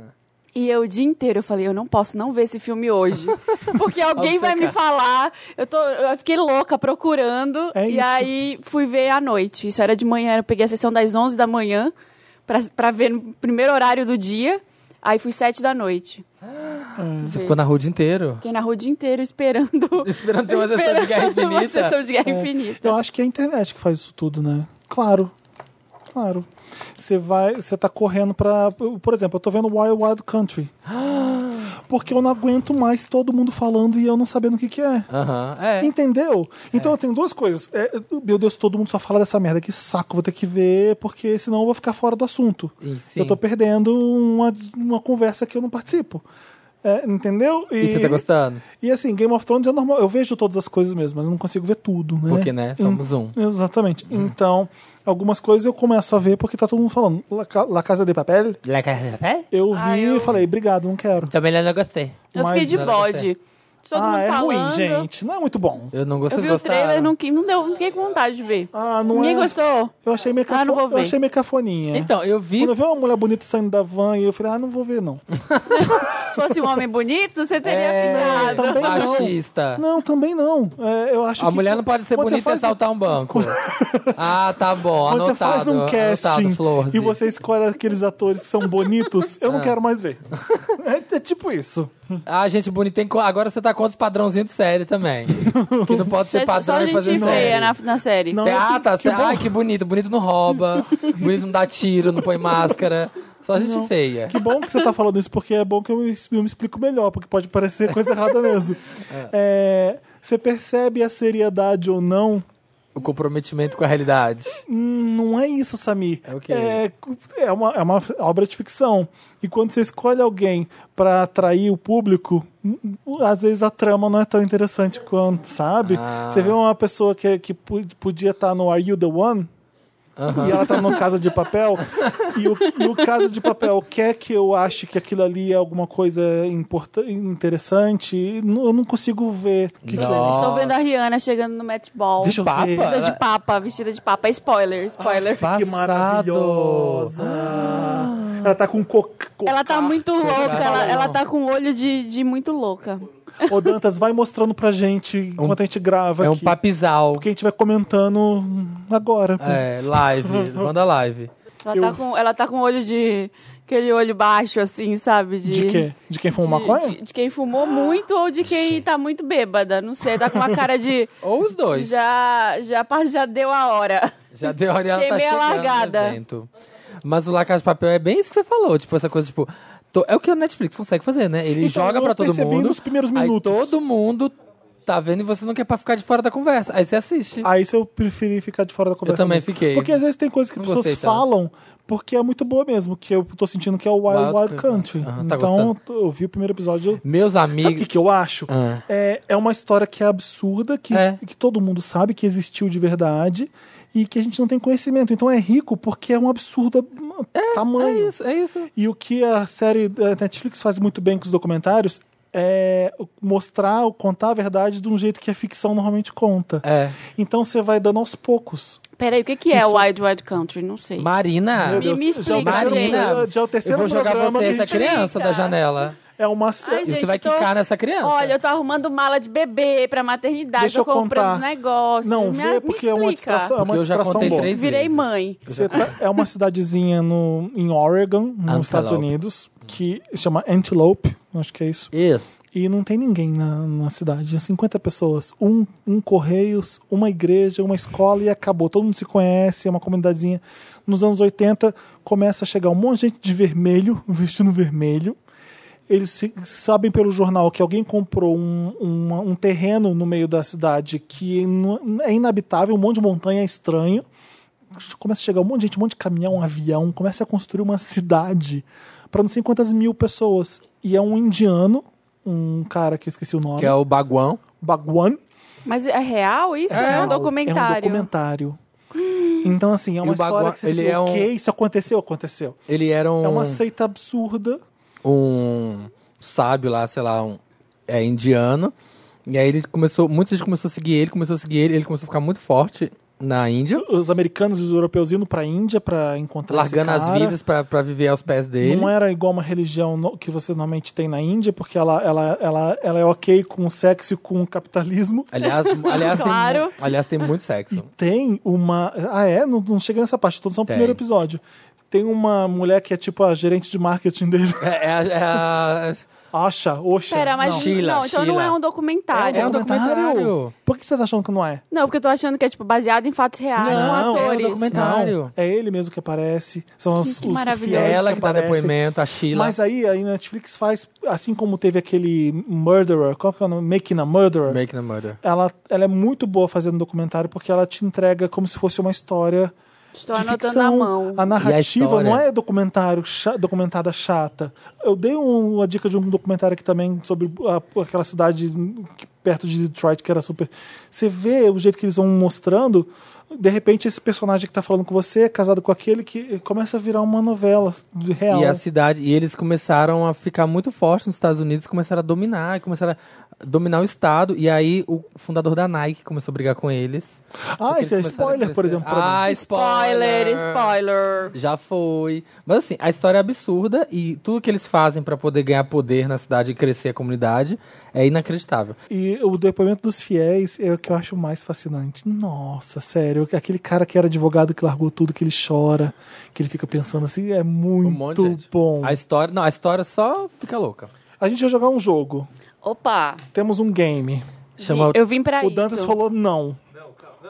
Speaker 3: E eu o dia inteiro eu falei, eu não posso não ver esse filme
Speaker 1: [LAUGHS]
Speaker 3: hoje. Porque alguém vai me
Speaker 1: Obcecar.
Speaker 3: falar. Eu, tô, eu fiquei louca procurando.
Speaker 2: É
Speaker 3: e
Speaker 2: isso.
Speaker 3: aí fui ver à noite. Isso era de manhã. Eu peguei a sessão das 11 da manhã pra, pra ver no primeiro horário do dia. Aí fui 7 da noite.
Speaker 1: Ah. Você ficou na rua o dia inteiro.
Speaker 3: Fiquei na rua o dia inteiro esperando.
Speaker 1: Esperando ter uma sessão de Guerra
Speaker 3: esperando uma
Speaker 1: Infinita. Então,
Speaker 3: sessão de Guerra Infinita.
Speaker 2: Eu acho que é a internet que faz isso tudo, né? Claro. Claro. Você vai, você tá correndo pra. Por exemplo, eu tô vendo Wild
Speaker 1: [GASPS]
Speaker 2: Wild Country. Porque eu não aguento mais todo mundo falando e eu não sabendo o que que é.
Speaker 1: Aham, é.
Speaker 2: Entendeu? Então eu tenho duas coisas. É, meu Deus, todo mundo só fala dessa merda. Que saco, vou ter que ver, porque senão eu vou ficar fora do assunto.
Speaker 1: E sim.
Speaker 2: Eu tô perdendo uma, uma conversa que eu não participo. É, entendeu?
Speaker 1: E você tá gostando?
Speaker 2: E assim, Game of Thrones é normal. Eu vejo todas as coisas mesmo, mas eu não consigo ver tudo, né?
Speaker 1: Porque, né, somos
Speaker 2: Hum,
Speaker 1: um.
Speaker 2: Exatamente. Então, algumas coisas eu começo a ver porque tá todo mundo falando. La, Ca- La Casa de Papel, eu vi
Speaker 3: Ah, eu-
Speaker 2: e falei, obrigado, não quero.
Speaker 1: Também não é gostei.
Speaker 3: Eu
Speaker 2: Mas-
Speaker 3: fiquei de bode. Todo
Speaker 2: ah,
Speaker 3: mundo
Speaker 2: é
Speaker 3: falando.
Speaker 2: ruim, gente. Não é muito bom.
Speaker 1: Eu não gostei.
Speaker 3: Eu vi o trailer, não, qui- não, deu, não fiquei com vontade de ver.
Speaker 2: Ah, não
Speaker 3: Ninguém
Speaker 2: é.
Speaker 3: gostou?
Speaker 2: Eu achei meio,
Speaker 3: Ah, não
Speaker 2: cafo-
Speaker 3: vou
Speaker 2: eu
Speaker 3: ver.
Speaker 2: achei meio cafoninha.
Speaker 1: Então, eu vi
Speaker 2: Quando eu vi uma mulher bonita saindo da van, eu falei, ah, não vou ver, não.
Speaker 1: Tá.
Speaker 3: Se fosse um homem bonito, você teria
Speaker 1: É,
Speaker 3: ficado.
Speaker 2: também não.
Speaker 1: machista.
Speaker 2: Não, também não. É, eu acho
Speaker 1: A
Speaker 2: que-
Speaker 1: mulher não pode ser
Speaker 2: quando você
Speaker 1: bonita e
Speaker 2: faz-
Speaker 1: assaltar um banco. ah, tá bom.
Speaker 2: Quando você
Speaker 1: anotado.
Speaker 2: faz um casting
Speaker 1: anotado, Florzi.
Speaker 2: e você escolhe aqueles atores que são bonitos, eu não quero
Speaker 1: [LAUGHS]
Speaker 2: mais ver. É, é tipo isso.
Speaker 1: Ah, gente bonita. tem co- Agora você tá contra os padrãozinhos de série também. que não pode ser
Speaker 3: Só- Só
Speaker 1: padrão
Speaker 3: a
Speaker 1: e fazer
Speaker 3: gente
Speaker 1: série.
Speaker 3: feia né? na, na série.
Speaker 2: Não.
Speaker 1: Tem- ah, tá.
Speaker 2: Que
Speaker 1: cê-
Speaker 2: bom.
Speaker 1: ai, que bonito. Bonito não
Speaker 2: [LAUGHS]
Speaker 1: rouba. bonito não dá tiro, não põe máscara. Só gente feia.
Speaker 2: Que bom que você tá falando isso, porque é bom que eu me, eu me explico melhor, porque pode parecer coisa
Speaker 1: [LAUGHS]
Speaker 2: errada mesmo. É, você percebe a seriedade ou não?
Speaker 1: O comprometimento com a realidade.
Speaker 2: Hum, não é isso, Samir.
Speaker 1: É o quê?
Speaker 2: É, é uma, é uma obra de ficção. E quando você escolhe alguém pra atrair o público, hum, às vezes a trama não é tão interessante quanto, sabe?
Speaker 1: Ah.
Speaker 2: Você vê uma pessoa que, que pu- podia estar no Are You the One? E ela tá no Casa de Papel. e, o, e o Casa de Papel quer que eu ache que aquilo ali é alguma coisa importante, interessante. e não- Eu não consigo ver. Que é que-
Speaker 1: Nossa.
Speaker 3: Estou vendo a Rihanna chegando no Met Ball.
Speaker 2: Deixa eu
Speaker 1: Papa?
Speaker 2: ver.
Speaker 3: Vestida de papa, vestida de papa. É Spoiler, spoiler.
Speaker 1: Passado.
Speaker 2: Que maravilhosa!
Speaker 1: Ah.
Speaker 2: Ela tá com coca.
Speaker 3: ela tá muito louca, ela,
Speaker 1: não.
Speaker 3: ela tá com um olho de, de muito louca.
Speaker 2: Ô, Dantas, vai mostrando pra gente enquanto a gente grava
Speaker 1: É um
Speaker 2: aqui.
Speaker 1: papizal.
Speaker 2: Porque a gente vai comentando agora.
Speaker 1: É, live.
Speaker 2: [LAUGHS]
Speaker 1: Manda live.
Speaker 3: Ela,
Speaker 2: Eu-
Speaker 3: tá com, ela tá com um olho de. aquele olho baixo, assim, sabe? De,
Speaker 2: De quê? De quem fuma
Speaker 3: de-
Speaker 2: maconha?
Speaker 3: De, de quem fumou muito ou de quem tá muito bêbada. Não sei, tá com uma cara de.
Speaker 1: Ou os dois.
Speaker 3: já, já, pa- já deu a hora.
Speaker 1: Já deu a hora e ela
Speaker 3: Fiquei
Speaker 1: tá
Speaker 3: meio
Speaker 1: chegando
Speaker 3: largada.
Speaker 1: no evento. Mas o La Casa de Papel é bem isso que você falou. Tipo, essa coisa, tipo... to- É o que o Netflix consegue fazer, né? Ele
Speaker 2: Então,
Speaker 1: joga
Speaker 2: eu
Speaker 1: pra todo
Speaker 2: percebi
Speaker 1: mundo.
Speaker 2: nos primeiros
Speaker 1: Aí
Speaker 2: minutos.
Speaker 1: todo mundo tá vendo e você não quer pra ficar de fora da conversa. Aí você assiste.
Speaker 2: Aí se eu preferi ficar de fora da conversa.
Speaker 1: também
Speaker 2: mesmo.
Speaker 1: fiquei.
Speaker 2: Porque às vezes tem coisas que
Speaker 1: Não
Speaker 2: as pessoas
Speaker 1: gostei tá? tanto.
Speaker 2: falam porque é muito boa mesmo, que eu tô sentindo que é o Wild,
Speaker 1: Wild
Speaker 2: Wild,
Speaker 1: Country.
Speaker 2: Country.
Speaker 1: Aham, tá
Speaker 2: então eu vi o primeiro episódio.
Speaker 1: Meus
Speaker 2: Sabe o que,
Speaker 1: amigos...
Speaker 2: que eu acho?
Speaker 1: Ah.
Speaker 2: É, é uma história que é absurda, que,
Speaker 1: É.
Speaker 2: que todo mundo sabe que existiu de verdade e que a gente não tem conhecimento. Então é rico porque é um absurdo
Speaker 1: É
Speaker 2: tamanho.
Speaker 1: isso, é isso.
Speaker 2: E o que a série da Netflix faz muito bem com os documentários é mostrar, contar a verdade de um jeito que a ficção normalmente conta.
Speaker 1: É.
Speaker 2: Então você vai dando aos poucos.
Speaker 3: Peraí, o que, que é
Speaker 2: Isso-
Speaker 3: Wild Wild Country? Não sei.
Speaker 1: Marina...
Speaker 2: Meu
Speaker 3: Me- me
Speaker 2: já é o
Speaker 3: explica,
Speaker 2: terceiro,
Speaker 3: gente.
Speaker 1: Marina,
Speaker 2: programa- já é o
Speaker 1: Ah. eu
Speaker 2: terceiro
Speaker 1: vou jogar
Speaker 2: programa
Speaker 1: você,
Speaker 2: que a
Speaker 1: essa
Speaker 2: gente-
Speaker 1: criança da
Speaker 3: Explica.
Speaker 1: janela.
Speaker 2: É uma...
Speaker 3: Ai,
Speaker 1: E você
Speaker 3: gente,
Speaker 1: vai
Speaker 3: tô-
Speaker 1: quicar nessa criança.
Speaker 3: Olha, eu tô arrumando mala de bebê pra maternidade,
Speaker 2: Deixa
Speaker 3: tô
Speaker 2: eu contar.
Speaker 3: comprando os negócios.
Speaker 2: Não,
Speaker 3: me,
Speaker 2: vê,
Speaker 3: me
Speaker 2: porque é uma
Speaker 3: explica.
Speaker 2: distração, é uma
Speaker 1: Porque eu já
Speaker 2: distração
Speaker 1: contei
Speaker 2: boa.
Speaker 1: três
Speaker 3: Virei
Speaker 1: vezes.
Speaker 3: mãe.
Speaker 2: Você tá- é uma cidadezinha no, em Oregon, nos
Speaker 1: Antelope.
Speaker 2: Estados Unidos, que chama Antelope, acho que é isso.
Speaker 1: Isso.
Speaker 2: E não tem ninguém na, na cidade, 50 pessoas. Um, um Correios, uma igreja, uma escola e acabou. Todo mundo se conhece, é uma comunidadezinha. Nos anos 80, começa a chegar um monte de gente de vermelho, [LAUGHS] vestindo vermelho. Eles se- sabem pelo jornal que alguém comprou um, uma- um terreno no meio da cidade que não- é inabitável, um monte de montanha estranha começa a chegar um monte de gente, um monte de caminhão, um avião, começa a construir uma cidade para não sei quantas mil pessoas. E é um indiano, um cara que eu esqueci o nome,
Speaker 1: Que é o baguão.
Speaker 2: Bhagwan.
Speaker 3: Mas é real isso? É, um
Speaker 2: É um
Speaker 3: documentário.
Speaker 2: documentário. Então, assim, é uma
Speaker 1: o Bhagwan,
Speaker 2: história que você
Speaker 1: ele
Speaker 2: fica,
Speaker 1: é um-
Speaker 2: ok, isso aconteceu, aconteceu.
Speaker 1: Ele era um,
Speaker 2: É uma seita absurda.
Speaker 1: um sábio lá, sei lá, um, é indiano. E aí ele começou, muita gente começou a seguir ele, começou a seguir ele, ele começou a ficar muito forte na Índia,
Speaker 2: Os americanos e os europeus indo pra Índia pra encontrar esse
Speaker 1: largando as
Speaker 2: cara.
Speaker 1: vidas pra, pra viver aos pés dele.
Speaker 2: Não é- era igual uma religião no- que você normalmente tem na Índia, porque ela, ela, ela, ela é ok com o sexo e com o capitalismo.
Speaker 1: Aliás, aliás,
Speaker 3: Claro.
Speaker 1: tem, mu- aliás, tem muito
Speaker 2: E [LAUGHS]
Speaker 1: sexo.
Speaker 2: tem uma. Ah, é? Não, não chega nessa parte, tô só no
Speaker 1: Tem.
Speaker 2: primeiro episódio. Tem uma mulher que é tipo a gerente de
Speaker 1: [LAUGHS]
Speaker 2: marketing dele.
Speaker 1: É, é, a- é a-
Speaker 2: Acha, oxa.
Speaker 3: Pera, mas
Speaker 2: não.
Speaker 1: Sheila,
Speaker 3: não, então não
Speaker 1: Sheila.
Speaker 3: é um documentário.
Speaker 1: É um documentário.
Speaker 2: Por que você tá achando que não é?
Speaker 3: Não, porque eu tô achando que é, tipo, baseado em fatos reais,
Speaker 1: Não,
Speaker 3: com
Speaker 1: é um
Speaker 3: atores.
Speaker 1: documentário.
Speaker 2: Não, é ele mesmo que aparece. São os,
Speaker 3: que
Speaker 2: os
Speaker 3: maravilhoso.
Speaker 2: fiéis
Speaker 1: é ela que, dá
Speaker 2: aparecem.
Speaker 1: depoimento, a Sheila.
Speaker 2: Mas aí a Netflix faz, assim como teve aquele Murderer, qual que é o nome? Making a Murderer.
Speaker 1: Making a Murder.
Speaker 2: Ela, ela é muito boa fazendo documentário porque ela te entrega como se fosse uma história
Speaker 3: Estou
Speaker 2: de
Speaker 3: anotando
Speaker 2: ficção.
Speaker 3: na mão.
Speaker 2: A narrativa
Speaker 1: história?
Speaker 2: não é documentário cha- documentada chata. Eu dei um- uma dica de um documentário aqui também sobre a- aquela cidade que- perto de Detroit que era super. Você vê o jeito que eles vão mostrando. De repente, esse personagem que tá falando com você é casado com aquele que começa a virar uma novela de real.
Speaker 3: É.
Speaker 1: E a cidade, e eles começaram a ficar muito fortes nos Estados Unidos, começaram a dominar, começaram a dominar o estado. E aí o fundador da Nike começou a brigar com eles. Porque
Speaker 2: ah, isso é
Speaker 1: eles começaram a
Speaker 2: spoiler, por
Speaker 1: crescer.
Speaker 2: exemplo. pra mim.
Speaker 1: Ah, spoiler,
Speaker 3: Spoiler, spoiler.
Speaker 1: Já foi. Mas assim, a história é absurda e tudo que eles fazem pra poder ganhar poder na cidade e crescer a comunidade é inacreditável.
Speaker 2: E o depoimento dos fiéis é o que eu acho mais fascinante. Nossa, sério, aquele cara que era advogado que largou tudo, que ele chora, que ele fica pensando assim, é muito
Speaker 1: Um monte de gente.
Speaker 2: bom.
Speaker 1: A história, não, a história só fica louca.
Speaker 2: A gente vai jogar um jogo.
Speaker 3: Opa,
Speaker 2: Temos um game.
Speaker 1: Chama
Speaker 3: eu vim pra
Speaker 2: o
Speaker 3: É isso.
Speaker 2: Dantas falou não.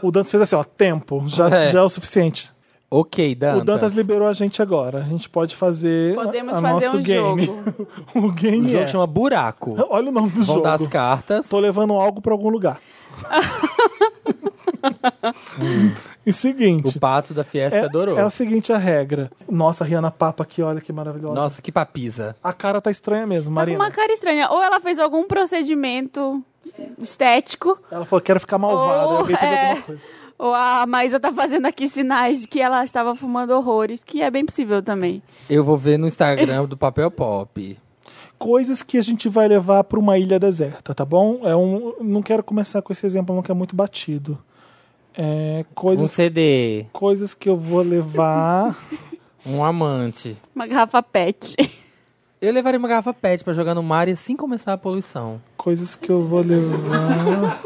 Speaker 2: O Dantas fez assim, ó, tempo, já
Speaker 1: É.
Speaker 2: é, já é o suficiente.
Speaker 1: OK, Dantas.
Speaker 2: O Dantas liberou a gente agora. A gente pode fazer
Speaker 3: Podemos
Speaker 2: a, a
Speaker 3: fazer
Speaker 2: nosso
Speaker 3: um
Speaker 2: game.
Speaker 3: jogo.
Speaker 2: [LAUGHS] o
Speaker 1: O
Speaker 2: game
Speaker 1: jogo
Speaker 2: é...
Speaker 1: chama Buraco.
Speaker 2: Olha o nome do
Speaker 1: Vão
Speaker 2: jogo.
Speaker 1: dar as cartas.
Speaker 2: Tô levando algo pra
Speaker 1: [LAUGHS]
Speaker 2: algum lugar. e seguinte...
Speaker 1: O pato da Fiesta adorou.
Speaker 2: é o seguinte a regra. Nossa, Rihanna Papa aqui, olha que maravilhosa.
Speaker 1: Nossa, que papisa.
Speaker 2: A cara tá estranha mesmo,
Speaker 3: Tá com
Speaker 2: Marina.
Speaker 3: uma cara estranha. Ou ela fez algum procedimento estético,
Speaker 2: Ela falou, quero ficar malvada.
Speaker 3: Ou,
Speaker 2: Alguém fez
Speaker 3: é,
Speaker 2: alguma coisa.
Speaker 3: ou a Maísa tá fazendo aqui sinais de que ela estava fumando horrores, que é bem possível também.
Speaker 1: Eu vou ver no Instagram do Papel Pop.
Speaker 2: coisas que a gente vai levar para uma ilha deserta, tá bom? É um, não quero começar com esse exemplo, não, que é muito batido. É,
Speaker 1: Um
Speaker 2: coisas,
Speaker 1: CD,
Speaker 2: coisas que eu vou
Speaker 3: [LAUGHS]
Speaker 2: levar.
Speaker 1: um amante.
Speaker 3: Uma garrafa pet.
Speaker 1: Eu levaria uma garrafa PET pra jogar no mar e assim começar a poluição.
Speaker 2: coisas que eu vou levar.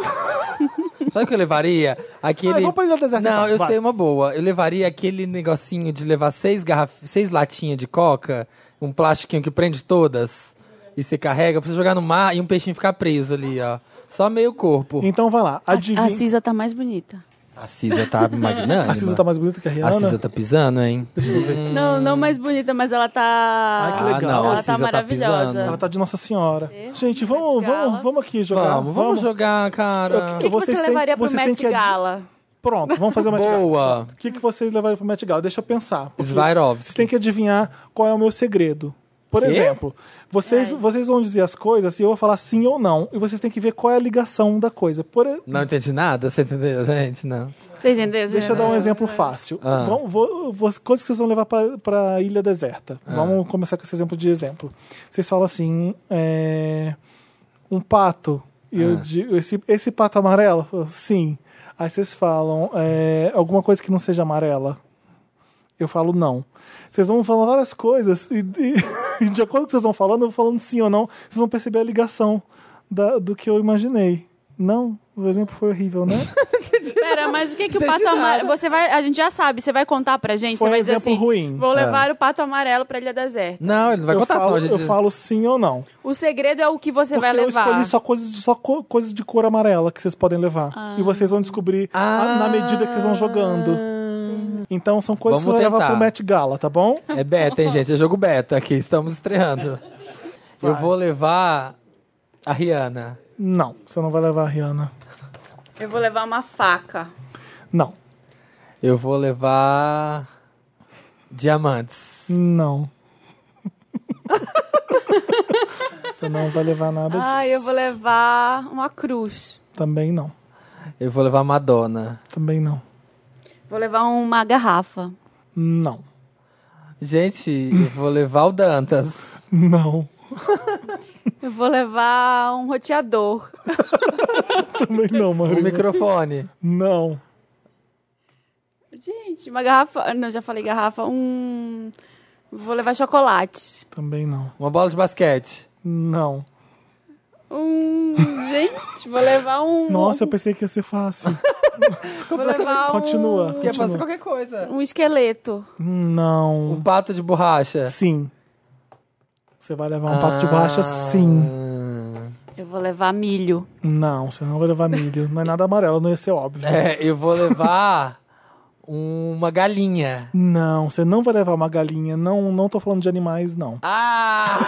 Speaker 1: Sabe o que eu levaria?
Speaker 2: [LAUGHS] Ah,
Speaker 1: Aquele.
Speaker 2: vamos pra Ilha Deserta,
Speaker 1: Não,
Speaker 2: então,
Speaker 1: eu
Speaker 2: vai.
Speaker 1: sei é uma boa. Eu levaria aquele negocinho de levar seis garraf... seis latinhas de coca, um plastiquinho que prende todas e você carrega pra você jogar no mar e um peixinho ficar preso ali, ó. Só meio corpo.
Speaker 2: Então vai lá,
Speaker 3: A
Speaker 2: adivinha.
Speaker 3: Cisa tá mais bonita.
Speaker 1: A Cisa
Speaker 2: [LAUGHS]
Speaker 1: tá magnânima.
Speaker 2: A Cisa tá mais bonita que a
Speaker 1: A
Speaker 2: Rihanna.
Speaker 1: Cisa tá pisando, hein?
Speaker 3: Não, não mais bonita, mas ela tá.
Speaker 2: Hum. Ai, que legal.
Speaker 1: Ah, não,
Speaker 3: Ela
Speaker 1: a
Speaker 3: tá
Speaker 1: Cisa tá
Speaker 3: maravilhosa.
Speaker 1: pisando.
Speaker 2: Ela tá de Nossa Senhora. Gente, vamos,
Speaker 3: Met Gala.
Speaker 2: vamos, vamos aqui jogar.
Speaker 1: Vamos, vamos jogar,
Speaker 3: O
Speaker 1: cara.
Speaker 3: que, que você
Speaker 2: Vocês têm-
Speaker 3: levaria pro
Speaker 2: vocês têm
Speaker 3: Met
Speaker 2: que adi-
Speaker 3: Gala?
Speaker 2: Pronto, vamos fazer o Met
Speaker 1: [LAUGHS]
Speaker 2: Gala.
Speaker 1: Boa.
Speaker 2: O que, que vocês levaram pro Met Gala? Deixa eu pensar. porque
Speaker 1: Swarovski.
Speaker 2: Vocês têm que adivinhar qual é o meu segredo. Por
Speaker 1: Quê?
Speaker 2: exemplo, vocês, vocês vão dizer as coisas e eu vou falar sim ou não. E vocês têm que ver qual é a ligação da coisa. Por, e-
Speaker 1: Não entendi nada, você entendeu, gente? Não.
Speaker 3: Você entendeu?
Speaker 2: Deixa eu dar um exemplo fácil.
Speaker 1: Ah.
Speaker 2: Vão- vou- vou- coisas que vocês vão levar para a ilha deserta. Vamos começar com esse exemplo de exemplo. Vocês falam assim: é, um pato. E eu digo, esse, esse pato é amarelo? Eu, Sim. Aí vocês falam é, alguma coisa que não seja amarela. Eu falo não. Vocês vão falar várias coisas e, e- [LAUGHS] e de acordo com o que vocês vão falando, eu vou falando sim ou não, vocês vão perceber a ligação da- do que eu imaginei. Não? O exemplo foi horrível, né?
Speaker 3: Pera, mas o que, que o
Speaker 1: Entendi
Speaker 3: pato
Speaker 1: nada.
Speaker 3: amarelo. Você vai, a gente já sabe, você vai contar pra gente.
Speaker 2: é Foi
Speaker 3: você vai
Speaker 2: um
Speaker 3: dizer
Speaker 2: exemplo
Speaker 3: assim:
Speaker 2: ruim.
Speaker 3: Vou levar o pato amarelo pra Ilha Deserta.
Speaker 1: Não, ele não vai
Speaker 2: eu
Speaker 1: contar,
Speaker 2: falo,
Speaker 1: senão a gente.
Speaker 2: eu falo sim ou não.
Speaker 3: O segredo é o que você
Speaker 2: Porque
Speaker 3: vai levar.
Speaker 2: eu escolhi só coisas de, só co- coisas de cor amarela que vocês podem levar.
Speaker 3: Ah.
Speaker 2: E vocês vão descobrir
Speaker 1: Ah.
Speaker 2: a- na medida que vocês vão jogando. Então são coisas
Speaker 1: Vamos
Speaker 2: que você vai levar
Speaker 1: tentar.
Speaker 2: pro Met Gala, tá bom?
Speaker 1: É beta, hein, gente? É jogo beta aqui, estamos estreando. Eu vou levar a Rihanna.
Speaker 2: Não, você não vai levar a Rihanna.
Speaker 3: Eu vou levar uma faca.
Speaker 2: Não,
Speaker 1: Eu vou levar. Diamantes.
Speaker 2: não. [LAUGHS] você não vai levar nada disso.
Speaker 3: Ah, eu vou levar uma cruz.
Speaker 2: Também não,
Speaker 1: Eu vou levar Madonna.
Speaker 2: também não.
Speaker 3: Vou levar uma garrafa.
Speaker 2: Não,
Speaker 1: Gente, eu vou levar o
Speaker 2: [LAUGHS]
Speaker 1: Dantas.
Speaker 2: não,
Speaker 3: Eu vou levar um roteador.
Speaker 2: também não,
Speaker 1: O
Speaker 2: Marina.
Speaker 1: microfone.
Speaker 2: Não,
Speaker 3: Gente, uma garrafa. Não, já falei garrafa. Um. Vou levar chocolate.
Speaker 2: também não,
Speaker 1: Uma bola de basquete.
Speaker 2: não.
Speaker 3: Um. Gente, vou levar um.
Speaker 2: Nossa, eu pensei que ia ser fácil.
Speaker 3: vou
Speaker 2: [LAUGHS]
Speaker 3: levar um.
Speaker 2: Continua,
Speaker 1: Quer fazer
Speaker 2: continua.
Speaker 1: qualquer coisa.
Speaker 3: Um esqueleto.
Speaker 2: Não.
Speaker 1: Um pato de borracha.
Speaker 2: Sim. Você vai levar um
Speaker 1: Ah.
Speaker 2: pato de borracha? Sim.
Speaker 3: Eu vou levar milho.
Speaker 2: Não, você não vai levar milho. Não é nada amarelo, não ia ser óbvio.
Speaker 1: É, eu vou levar uma galinha.
Speaker 2: Não, você não vai levar uma galinha. Não, não tô falando de animais, não.
Speaker 1: Ah!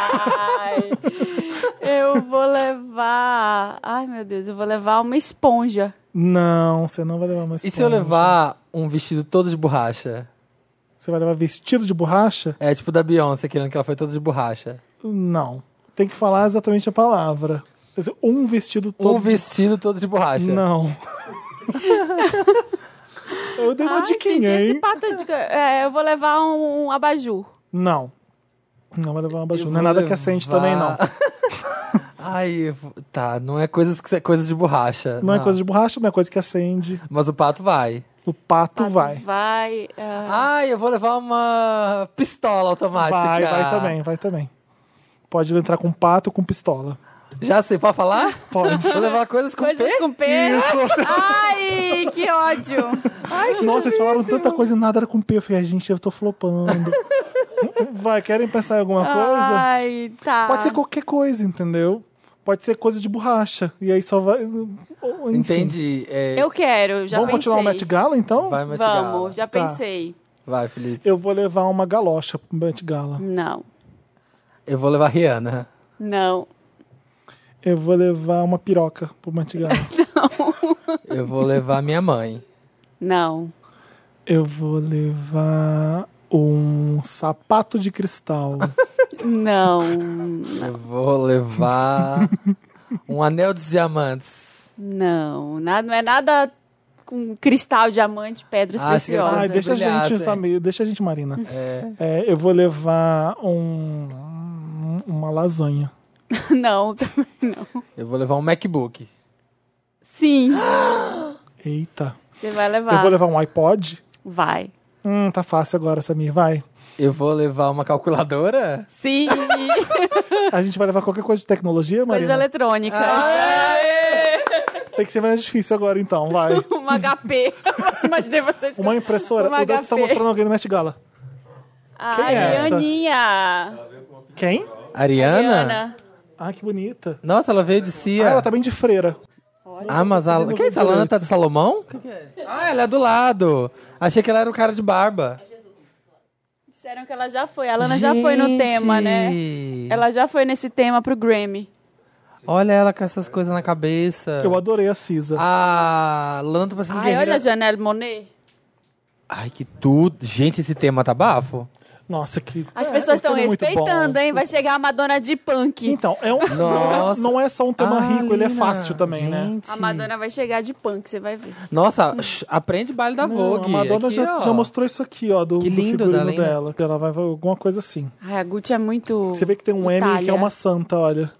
Speaker 3: Ai. [LAUGHS] eu vou levar. Ai, meu Deus, eu vou levar uma esponja.
Speaker 2: Não, você não vai levar uma
Speaker 1: E
Speaker 2: esponja.
Speaker 1: se eu levar um vestido todo de borracha?
Speaker 2: Você vai levar vestido de borracha?
Speaker 1: É tipo da Beyoncé, querendo que ela foi toda de borracha.
Speaker 2: Não. Tem que falar exatamente a palavra. Quer dizer, Um vestido todo.
Speaker 1: Um vestido todo de borracha. [LAUGHS]
Speaker 2: Não. eu dei uma
Speaker 3: Ai,
Speaker 2: diquinha,
Speaker 3: gente, esse
Speaker 2: hein?
Speaker 3: pato de... é, eu vou levar um, um abajur.
Speaker 2: Não. Não vai levar uma abajur.
Speaker 1: Eu
Speaker 2: Não é
Speaker 1: vou
Speaker 2: nada que acende
Speaker 1: levar-
Speaker 2: também, não.
Speaker 1: [LAUGHS] Ai, eu vou- tá, não é coisas, que- coisas de borracha.
Speaker 2: Não é coisa de borracha, não é coisa que acende.
Speaker 1: Mas o pato vai.
Speaker 2: O pato,
Speaker 3: Pato
Speaker 2: vai.
Speaker 3: Vai. é,
Speaker 1: Ai, eu vou levar uma pistola automática.
Speaker 2: Vai, vai também, vai também. Pode entrar com pato ou com pistola.
Speaker 1: Já sei, pode falar?
Speaker 2: Pode.
Speaker 1: Vou levar coisas com
Speaker 3: Coisas
Speaker 1: P?
Speaker 3: com P. [LAUGHS] Ai, que ódio.
Speaker 2: Nossa, vocês falaram tanta coisa e nada era com P. Eu falei, "Ai, gente, eu tô flopando. vai, querem pensar em alguma coisa?
Speaker 3: Ai, tá.
Speaker 2: Pode ser qualquer coisa, entendeu? Pode ser coisa de borracha. E aí só vai. ou, enfim.
Speaker 1: Entendi. é,
Speaker 3: Eu quero, já
Speaker 2: Vamos
Speaker 3: pensei.
Speaker 2: continuar o Met Gala, então?
Speaker 1: Vai, Met Gala.
Speaker 3: Vamos, já
Speaker 2: Tá.
Speaker 3: pensei.
Speaker 1: Vai, Felipe.
Speaker 2: Eu vou levar uma galocha pro Met Gala.
Speaker 3: Não,
Speaker 1: Eu vou levar Rihanna.
Speaker 3: não.
Speaker 2: Eu vou levar uma piroca pro Met Gala.
Speaker 1: Eu vou levar minha mãe.
Speaker 3: Não.
Speaker 2: eu vou levar um sapato de
Speaker 3: [LAUGHS]
Speaker 2: cristal.
Speaker 3: Não.
Speaker 1: Eu vou levar um anel de diamantes.
Speaker 3: Não. Nada, não é nada com cristal, diamante, pedras
Speaker 1: Ah, sim,
Speaker 3: preciosas.
Speaker 2: Ai,
Speaker 1: Nossa,
Speaker 2: deixa a
Speaker 1: brilhaço,
Speaker 2: gente,
Speaker 1: hein?
Speaker 2: Samir, deixa a gente, Marina.
Speaker 3: Uhum.
Speaker 1: É.
Speaker 2: É, eu vou levar um, uma lasanha.
Speaker 3: [LAUGHS] Não, também não.
Speaker 1: Eu vou levar um MacBook.
Speaker 3: Sim.
Speaker 2: Eita.
Speaker 3: Você vai levar.
Speaker 2: Eu vou levar um iPod?
Speaker 3: Vai.
Speaker 2: Hum, tá fácil agora, Samir, vai.
Speaker 1: Eu vou levar uma calculadora?
Speaker 3: Sim.
Speaker 2: A gente vai levar qualquer coisa de tecnologia,
Speaker 3: Coisa
Speaker 2: Marina?
Speaker 3: eletrônica.
Speaker 2: Tem que ser mais difícil agora, então, vai.
Speaker 3: [LAUGHS] Uma HP. [LAUGHS] Imaginei vocês. com
Speaker 2: Uma impressora.
Speaker 3: Uma
Speaker 2: o Dantas tá
Speaker 3: HP.
Speaker 2: mostrando alguém no Met Gala.
Speaker 3: Ai,
Speaker 2: é essa?
Speaker 3: Aninha.
Speaker 2: Quem?
Speaker 1: Ariana?
Speaker 3: Ana.
Speaker 2: Ah, que bonita.
Speaker 1: Nossa, ela veio de
Speaker 2: Ah,
Speaker 1: Cia.
Speaker 2: ela tá bem de freira.
Speaker 1: Ah, mas a... Quem é essa Lana? Tá de Salomão? Ah, ela é do lado. Achei que ela era o cara de barba.
Speaker 3: Disseram que ela já foi. A Lana já foi no
Speaker 1: Gente!
Speaker 3: tema, né? Ela já foi nesse tema pro Grammy.
Speaker 1: Olha ela com essas coisas na cabeça.
Speaker 2: Eu adorei a Cisa.
Speaker 1: Ah, Lana tá parecendo
Speaker 3: Ai,
Speaker 1: guerreira.
Speaker 3: olha a Janelle Monet.
Speaker 1: Ai, que tudo. Gente, esse tema tá bafo.
Speaker 2: Nossa, que.
Speaker 3: As
Speaker 2: é,
Speaker 3: pessoas
Speaker 2: é um
Speaker 3: estão
Speaker 2: tema muito
Speaker 3: respeitando,
Speaker 2: bom.
Speaker 3: hein? Vai chegar a Madonna de punk.
Speaker 2: Então, é um, não, é,
Speaker 1: [LAUGHS] Nossa.
Speaker 2: não é só um tema
Speaker 1: Ah,
Speaker 2: rico, ele é
Speaker 1: Lina,
Speaker 2: fácil também, né?
Speaker 1: gente.
Speaker 3: A Madonna vai chegar de punk, você vai ver.
Speaker 1: Nossa, shh, aprende baile da
Speaker 2: Não,
Speaker 1: Vogue.
Speaker 2: a Madonna
Speaker 1: Aqui,
Speaker 2: já,
Speaker 1: ó.
Speaker 2: já mostrou isso aqui, ó, do,
Speaker 1: Que
Speaker 2: do
Speaker 1: lindo, da
Speaker 2: figurino
Speaker 1: Lina.
Speaker 2: dela. Que ela vai, vai alguma coisa assim.
Speaker 3: Ai, a Gucci é muito.
Speaker 2: Você vê que tem um M que é
Speaker 3: Itália.
Speaker 2: uma santa, olha.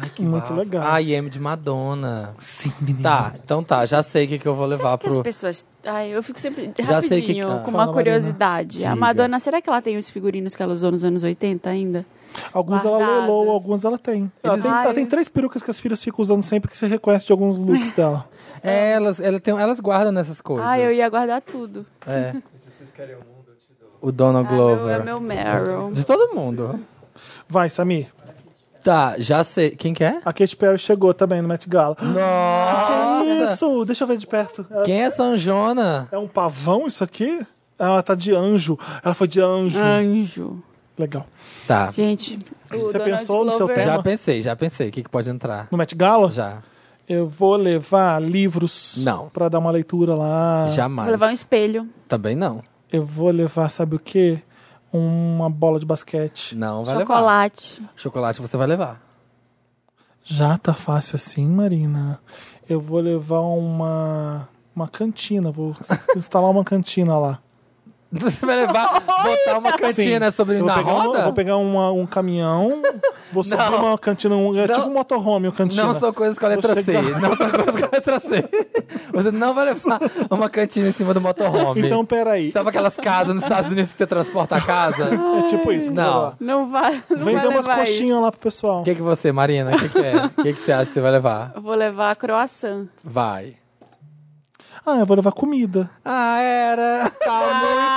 Speaker 1: Ai, que
Speaker 2: Muito
Speaker 1: bafo.
Speaker 2: legal.
Speaker 1: Ai, M de Madonna.
Speaker 2: Sim, menina.
Speaker 1: Tá, então tá, já sei o que, que eu vou levar
Speaker 3: Será que as
Speaker 1: pro.
Speaker 3: pessoas. Ai, eu fico sempre
Speaker 1: Já sei que-
Speaker 3: rapidinho,
Speaker 1: Ah.
Speaker 2: Fala,
Speaker 3: com uma
Speaker 2: Marina.
Speaker 3: curiosidade.
Speaker 1: Diga.
Speaker 3: A Madonna, será que ela tem os figurinos que ela usou nos anos 80 ainda?
Speaker 2: Alguns ela
Speaker 3: Guardados.
Speaker 2: leilou, alguns ela tem. Ela,
Speaker 1: Eles-
Speaker 2: tem. ela
Speaker 3: Ai,
Speaker 2: tem
Speaker 3: eu-
Speaker 2: três perucas que as filhas ficam usando sempre que você reconhece de alguns
Speaker 3: [LAUGHS]
Speaker 2: looks dela.
Speaker 1: É, elas, ela tem- elas guardam nessas coisas.
Speaker 3: Ai, Ah, eu ia guardar tudo.
Speaker 1: É.
Speaker 3: [LAUGHS]
Speaker 1: O Donald
Speaker 3: Ah, meu,
Speaker 1: Glover.
Speaker 3: é meu Meryl.
Speaker 1: De todo mundo.
Speaker 2: Vai, Samir.
Speaker 1: Tá, já sei. Quem que é?
Speaker 2: A Katy Perry chegou também no Met Gala.
Speaker 1: Nossa!
Speaker 2: Isso! Deixa eu ver de perto. Ela-
Speaker 1: Quem é Sanjona?
Speaker 2: É um pavão isso aqui? Ela tá de anjo. Ela foi de anjo.
Speaker 3: Anjo.
Speaker 2: Legal.
Speaker 1: Tá.
Speaker 3: Gente, o
Speaker 2: Você
Speaker 3: Donald
Speaker 2: pensou no seu
Speaker 3: Glover-
Speaker 2: tema?
Speaker 1: Já pensei, já pensei. O que, que pode entrar?
Speaker 2: No Met Gala?
Speaker 1: Já.
Speaker 2: Eu vou levar livros
Speaker 1: Não.
Speaker 2: pra dar uma leitura lá.
Speaker 1: Jamais.
Speaker 3: Vou levar um espelho.
Speaker 1: Também não.
Speaker 2: Eu vou levar, sabe o quê? Uma bola de basquete.
Speaker 1: Não vai levar.
Speaker 3: chocolate.
Speaker 1: Chocolate você vai levar. [LAUGHS]
Speaker 2: Já tá fácil assim, Marina? Eu vou levar uma uma cantina, vou [LAUGHS] instalar uma cantina lá.
Speaker 1: Você vai levar, botar uma cantina sobre
Speaker 2: eu vou
Speaker 1: na
Speaker 2: pegar um-
Speaker 1: Tá roda?
Speaker 2: eu vou pegar uma- um caminhão,
Speaker 1: [LAUGHS]
Speaker 2: vou subir
Speaker 1: Não.
Speaker 2: uma cantina, um, é
Speaker 1: Não.
Speaker 2: tipo um motorhome, uma cantina.
Speaker 1: Não são coisas com a
Speaker 2: Vou
Speaker 1: letra C.
Speaker 2: chegar-
Speaker 1: Não são coisas com a letra C. Você não vai levar uma cantina em cima do motorhome.
Speaker 2: Então, peraí.
Speaker 1: Sabe aquelas casas nos Estados Unidos que você transporta a casa?
Speaker 2: É tipo isso. que eu vou
Speaker 1: Não.
Speaker 2: lá.
Speaker 3: Não vai. [LAUGHS] Não vai
Speaker 2: Vender umas
Speaker 3: levar isso.
Speaker 2: coxinhas lá pro pessoal.
Speaker 1: O que, que você, Marina? O que, que é? O que, que você acha que você vai levar?
Speaker 3: Eu Vou levar croissant.
Speaker 1: Vai.
Speaker 2: Ah, eu vou levar comida.
Speaker 1: Ah, era.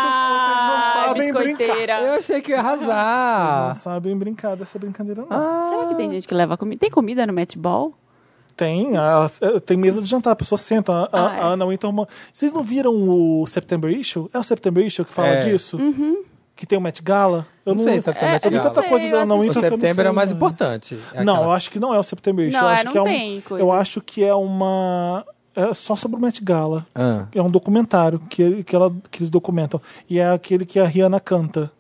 Speaker 3: Ah,
Speaker 2: sabem
Speaker 3: biscoiteira.
Speaker 1: Eu achei que ia arrasar.
Speaker 2: Não sabem brincar dessa brincadeira, não.
Speaker 3: Será que tem gente que leva comida? Tem comida no matchball?
Speaker 2: Tem, a- a- tem mesa de jantar, a pessoa senta. A, a-
Speaker 3: Ah, é.
Speaker 2: a Ana Winterman. Vocês não viram o September Issue? É o September Issue que fala
Speaker 1: É.
Speaker 2: disso? Que tem o Met Gala? Eu
Speaker 1: Não sei se é o que é o Met
Speaker 2: Eu vi
Speaker 1: Gala.
Speaker 2: tanta coisa
Speaker 3: Sei,
Speaker 2: da
Speaker 3: eu
Speaker 2: Ana
Speaker 3: assisti.
Speaker 1: O
Speaker 2: Winter que eu não
Speaker 1: setembro é
Speaker 2: sei
Speaker 1: o mais
Speaker 2: mais.
Speaker 1: importante. É
Speaker 2: não, eu
Speaker 1: aquela-
Speaker 2: acho que não é o September Issue.
Speaker 3: Não,
Speaker 2: eu
Speaker 3: é,
Speaker 2: acho
Speaker 3: não
Speaker 2: que é um,
Speaker 3: tem coisa.
Speaker 2: Eu acho que é uma. É só sobre o Met Gala.
Speaker 1: Ah.
Speaker 2: É um documentário que, ele- que, ela, que eles documentam. E é aquele que a Rihanna canta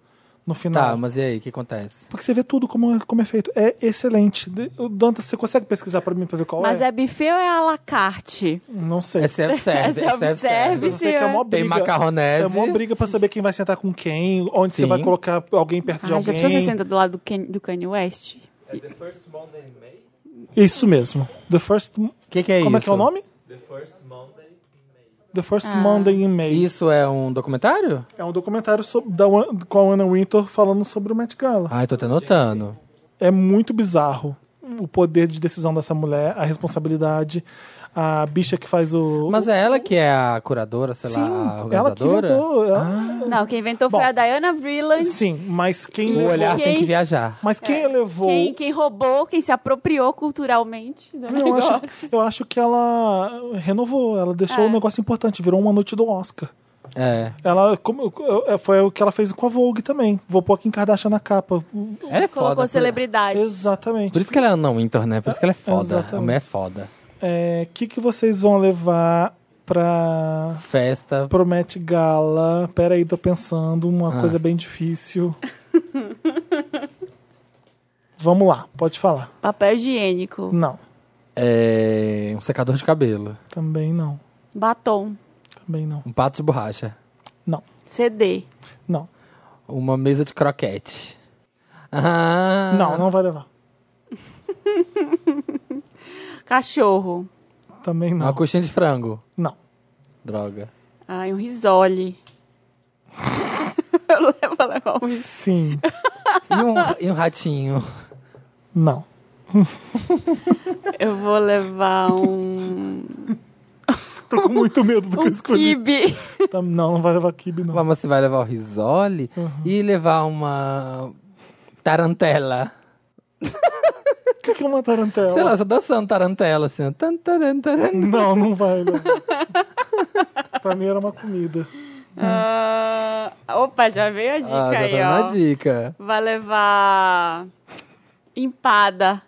Speaker 2: no final.
Speaker 1: Tá, mas e aí, o que
Speaker 3: [LAUGHS]
Speaker 1: acontece?
Speaker 2: Porque você vê tudo como, é- como é feito. É excelente. De- o Dantas, você consegue pesquisar pra mim pra ver qual
Speaker 3: Mas
Speaker 2: é?
Speaker 3: é buffet ou é à la carte?
Speaker 2: Não sei.
Speaker 1: É self-service.
Speaker 3: É self-service.
Speaker 2: Eu sei que é mó
Speaker 1: Tem
Speaker 2: briga.
Speaker 1: macarronese.
Speaker 2: É mó briga pra saber quem vai sentar com quem, onde você
Speaker 1: Sim.
Speaker 2: vai colocar alguém perto de
Speaker 3: Ai, já
Speaker 2: alguém.
Speaker 3: pensou você senta do lado do, Ken, do Kanye West?
Speaker 2: Isso mesmo. The First. Como
Speaker 1: O que, que é isso?
Speaker 2: é que é o nome? The First
Speaker 3: Ah.
Speaker 2: Monday in May.
Speaker 1: Isso é um documentário?
Speaker 2: É um documentário sobre, da, Wan- com a Anna Wintour falando sobre o Met Gala.
Speaker 1: Ai, tô até notando.
Speaker 2: É muito bizarro o poder de decisão dessa mulher, a responsabilidade, a bicha que faz o.
Speaker 1: Mas
Speaker 2: o-
Speaker 1: é ela que é a curadora, sei
Speaker 2: Sim,
Speaker 1: lá, a
Speaker 2: ela que
Speaker 1: organizadora? Ah.
Speaker 2: inventou. ela-
Speaker 3: Não, quem inventou
Speaker 2: Bom.
Speaker 3: foi a Diana Vreeland.
Speaker 2: Sim, mas quem
Speaker 1: O
Speaker 2: levou.
Speaker 1: olhar
Speaker 3: Quem-
Speaker 1: tem que viajar.
Speaker 2: Mas quem levou.
Speaker 3: Quem, quem roubou, quem se apropriou culturalmente do
Speaker 2: Eu
Speaker 3: negócio.
Speaker 2: acho, eu acho que ela renovou, ela deixou um negócio importante, virou uma noite do Oscar.
Speaker 1: É.
Speaker 2: Ela como- eh, foi o que ela fez com a Vogue também. Vou pôr Kim Kardashian na capa.
Speaker 1: Ela é
Speaker 3: Colocou
Speaker 1: foda. por-
Speaker 3: celebridade.
Speaker 1: Por
Speaker 2: Exatamente.
Speaker 1: isso que ela é não inter, né? Por isso que ela é foda.
Speaker 2: Exatamente.
Speaker 1: A mulher é foda.
Speaker 2: O É, que, que vocês vão levar pra
Speaker 1: Festa.
Speaker 2: Promete Gala? Pera aí, tô pensando, uma
Speaker 1: Ah.
Speaker 2: coisa bem difícil. Vamos lá, pode falar.
Speaker 3: Papel higiênico.
Speaker 2: Não,
Speaker 1: é, um secador de cabelo.
Speaker 2: também não.
Speaker 3: Batom.
Speaker 2: Também não.
Speaker 1: Um pato de borracha.
Speaker 2: Não,
Speaker 3: CD.
Speaker 2: não.
Speaker 1: Uma mesa de croquete. Ah,
Speaker 2: Não, não vai levar.
Speaker 3: Cachorro.
Speaker 2: Também
Speaker 1: Uma
Speaker 2: não.
Speaker 1: coxinha de frango.
Speaker 2: Não.
Speaker 1: Droga.
Speaker 3: Ai, um risole. [LAUGHS] eu levo, vou levar um risole.
Speaker 2: Sim.
Speaker 1: E um, e um ratinho.
Speaker 2: Não.
Speaker 3: Eu vou levar um.
Speaker 2: Tô com muito medo do que eu
Speaker 3: um
Speaker 2: escolhi.
Speaker 3: kibe.
Speaker 2: Tá, Não, não vai levar kibe, não.
Speaker 1: Mas você vai levar o risole
Speaker 2: Uhum.
Speaker 1: e levar uma tarantela.
Speaker 2: que que é uma tarantela?
Speaker 1: Sei lá, só dançando tarantela, assim. ó. Tan, taran, taran.
Speaker 2: Não, não vai, não. [LAUGHS] pra mim era uma comida.
Speaker 3: Ah, opa, já veio a dica
Speaker 1: Ah, já
Speaker 3: aí,
Speaker 1: tá
Speaker 3: ó.
Speaker 1: na dica.
Speaker 3: Vai levar empada.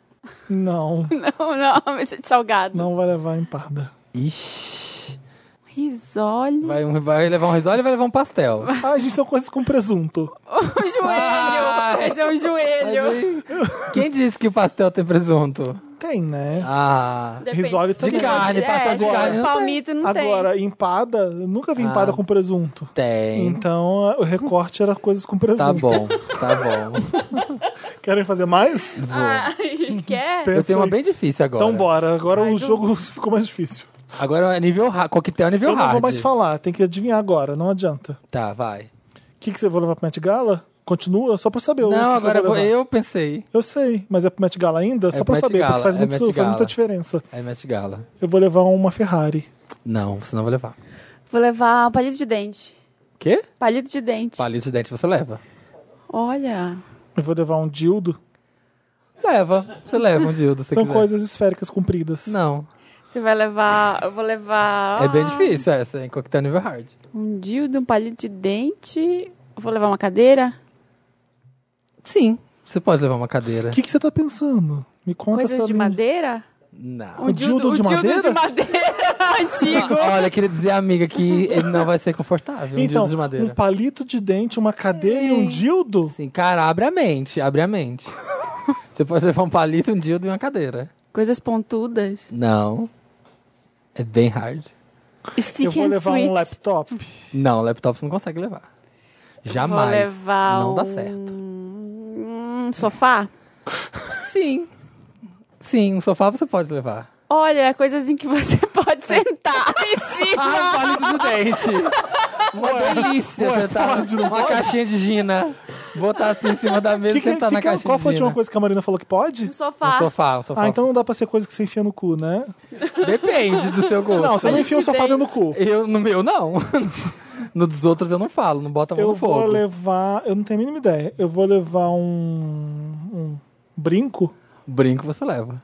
Speaker 2: Não,
Speaker 3: Não, [LAUGHS] não, mesa de salgado.
Speaker 2: não vai levar empada.
Speaker 1: Ixi.
Speaker 3: Risole.
Speaker 1: Vai, um- vai levar um risole e vai levar um
Speaker 2: [LAUGHS]
Speaker 1: pastel.
Speaker 2: Ai, gente, são coisas com presunto.
Speaker 1: [LAUGHS]
Speaker 3: O joelho. Esse é
Speaker 1: Ah.
Speaker 3: um
Speaker 1: Mas
Speaker 3: joelho.
Speaker 1: aí, Quem disse que o pastel tem presunto?
Speaker 2: Tem, né?
Speaker 1: Ah.
Speaker 3: Depende.
Speaker 2: Risole também.
Speaker 1: De carne, pastel de
Speaker 3: se for
Speaker 1: carne não tem.
Speaker 3: palmito não tem.
Speaker 2: Agora, empada, eu nunca vi empada
Speaker 1: Ah.
Speaker 2: com presunto.
Speaker 1: Tem.
Speaker 2: Então, a- o recorte era coisas com presunto.
Speaker 1: Tá bom, tá bom.
Speaker 2: [LAUGHS] Querem fazer mais?
Speaker 3: Ai, quer?
Speaker 2: Pensa
Speaker 1: Eu tenho uma
Speaker 2: aí.
Speaker 1: bem difícil agora.
Speaker 2: Então bora, agora
Speaker 3: Vai,
Speaker 2: o
Speaker 3: Du.
Speaker 2: jogo ficou mais difícil.
Speaker 1: Agora é nível hard. Coquetel é nível
Speaker 2: Eu não
Speaker 1: hard.
Speaker 2: vou mais falar, tem que adivinhar agora, não adianta.
Speaker 1: Tá, vai.
Speaker 2: O que, que você vai levar pro Met Gala? Continua, só pra eu saber. o que que
Speaker 1: não, agora
Speaker 2: eu, vou
Speaker 1: eu,
Speaker 2: levar.
Speaker 1: eu pensei.
Speaker 2: Eu sei, mas é pro Met Gala ainda? só pra eu
Speaker 1: Met
Speaker 2: saber,
Speaker 1: Gala,
Speaker 2: porque faz,
Speaker 1: é
Speaker 2: muito-
Speaker 1: Met
Speaker 2: faz
Speaker 1: Gala.
Speaker 2: muita diferença.
Speaker 1: É Met Gala.
Speaker 2: Eu vou levar uma Ferrari.
Speaker 1: Não, você não vai levar.
Speaker 3: Vou levar palito de dente.
Speaker 1: Quê?
Speaker 3: Palito de dente.
Speaker 1: Palito de dente você leva.
Speaker 3: Olha.
Speaker 2: Eu vou levar um dildo.
Speaker 1: Leva. Você leva um dildo, se
Speaker 2: São
Speaker 1: quiser.
Speaker 2: coisas esféricas compridas.
Speaker 1: Não.
Speaker 3: Você vai levar. Eu vou levar.
Speaker 1: É bem difícil essa, em coquetel é nível hard.
Speaker 3: Um dildo, um palito de dente. Eu vou levar uma cadeira.
Speaker 1: Sim. Você pode levar uma cadeira.
Speaker 2: O que, que você tá pensando? Me conta
Speaker 3: Coisas
Speaker 2: essa
Speaker 3: de
Speaker 2: linha.
Speaker 3: madeira?
Speaker 1: Não.
Speaker 2: Um dildo de
Speaker 3: um dildo
Speaker 2: madeira?
Speaker 3: de madeira [LAUGHS] antigo.
Speaker 1: Olha, eu queria dizer, amiga, que ele não vai ser confortável. Um
Speaker 2: Então,
Speaker 1: dildo de madeira.
Speaker 2: um palito de dente, uma cadeira e um dildo?
Speaker 1: Sim, cara, abre a mente, abre a
Speaker 2: [LAUGHS]
Speaker 1: mente. Você pode levar um palito, um dildo e uma cadeira.
Speaker 3: Coisas pontudas.
Speaker 1: Não. É bem hard.
Speaker 3: Stick
Speaker 2: eu vou
Speaker 1: é
Speaker 3: and
Speaker 2: levar
Speaker 3: switch.
Speaker 2: um laptop.
Speaker 1: Não, laptop você não consegue levar. Jamais.
Speaker 3: Vou levar
Speaker 1: não dá
Speaker 3: um-
Speaker 1: certo.
Speaker 3: Um sofá?
Speaker 1: Sim. Sim, um sofá você pode levar.
Speaker 3: Olha, coisas em que você [LAUGHS] pode sentar em cima.
Speaker 1: Ah, um palito de dente. [LAUGHS] Uma delícia. Você tá uma caixinha de gina. Botar assim em cima da mesa
Speaker 2: Que
Speaker 1: e
Speaker 2: que-
Speaker 1: sentar
Speaker 2: que
Speaker 1: na
Speaker 2: que é-
Speaker 1: caixinha
Speaker 2: qual
Speaker 1: de
Speaker 2: foi a
Speaker 1: gina.
Speaker 2: última coisa que a Marina falou que pode?
Speaker 3: [LAUGHS] Um sofá.
Speaker 1: Um sofá, um sofá.
Speaker 2: Ah, então não dá pra ser coisa que você enfia no cu, né?
Speaker 1: Depende do seu gosto.
Speaker 2: [LAUGHS]
Speaker 1: né?
Speaker 2: Não, você não enfia o
Speaker 3: de
Speaker 2: sofá
Speaker 3: dente.
Speaker 2: dentro do cu.
Speaker 1: Eu, no meu, não. [LAUGHS] no dos outros eu não falo, não bota a mão
Speaker 2: Eu
Speaker 1: no fogo.
Speaker 2: vou levar. Eu não tenho a mínima ideia. Eu vou levar um. um brinco?
Speaker 1: Brinco você
Speaker 2: [LAUGHS]
Speaker 1: leva.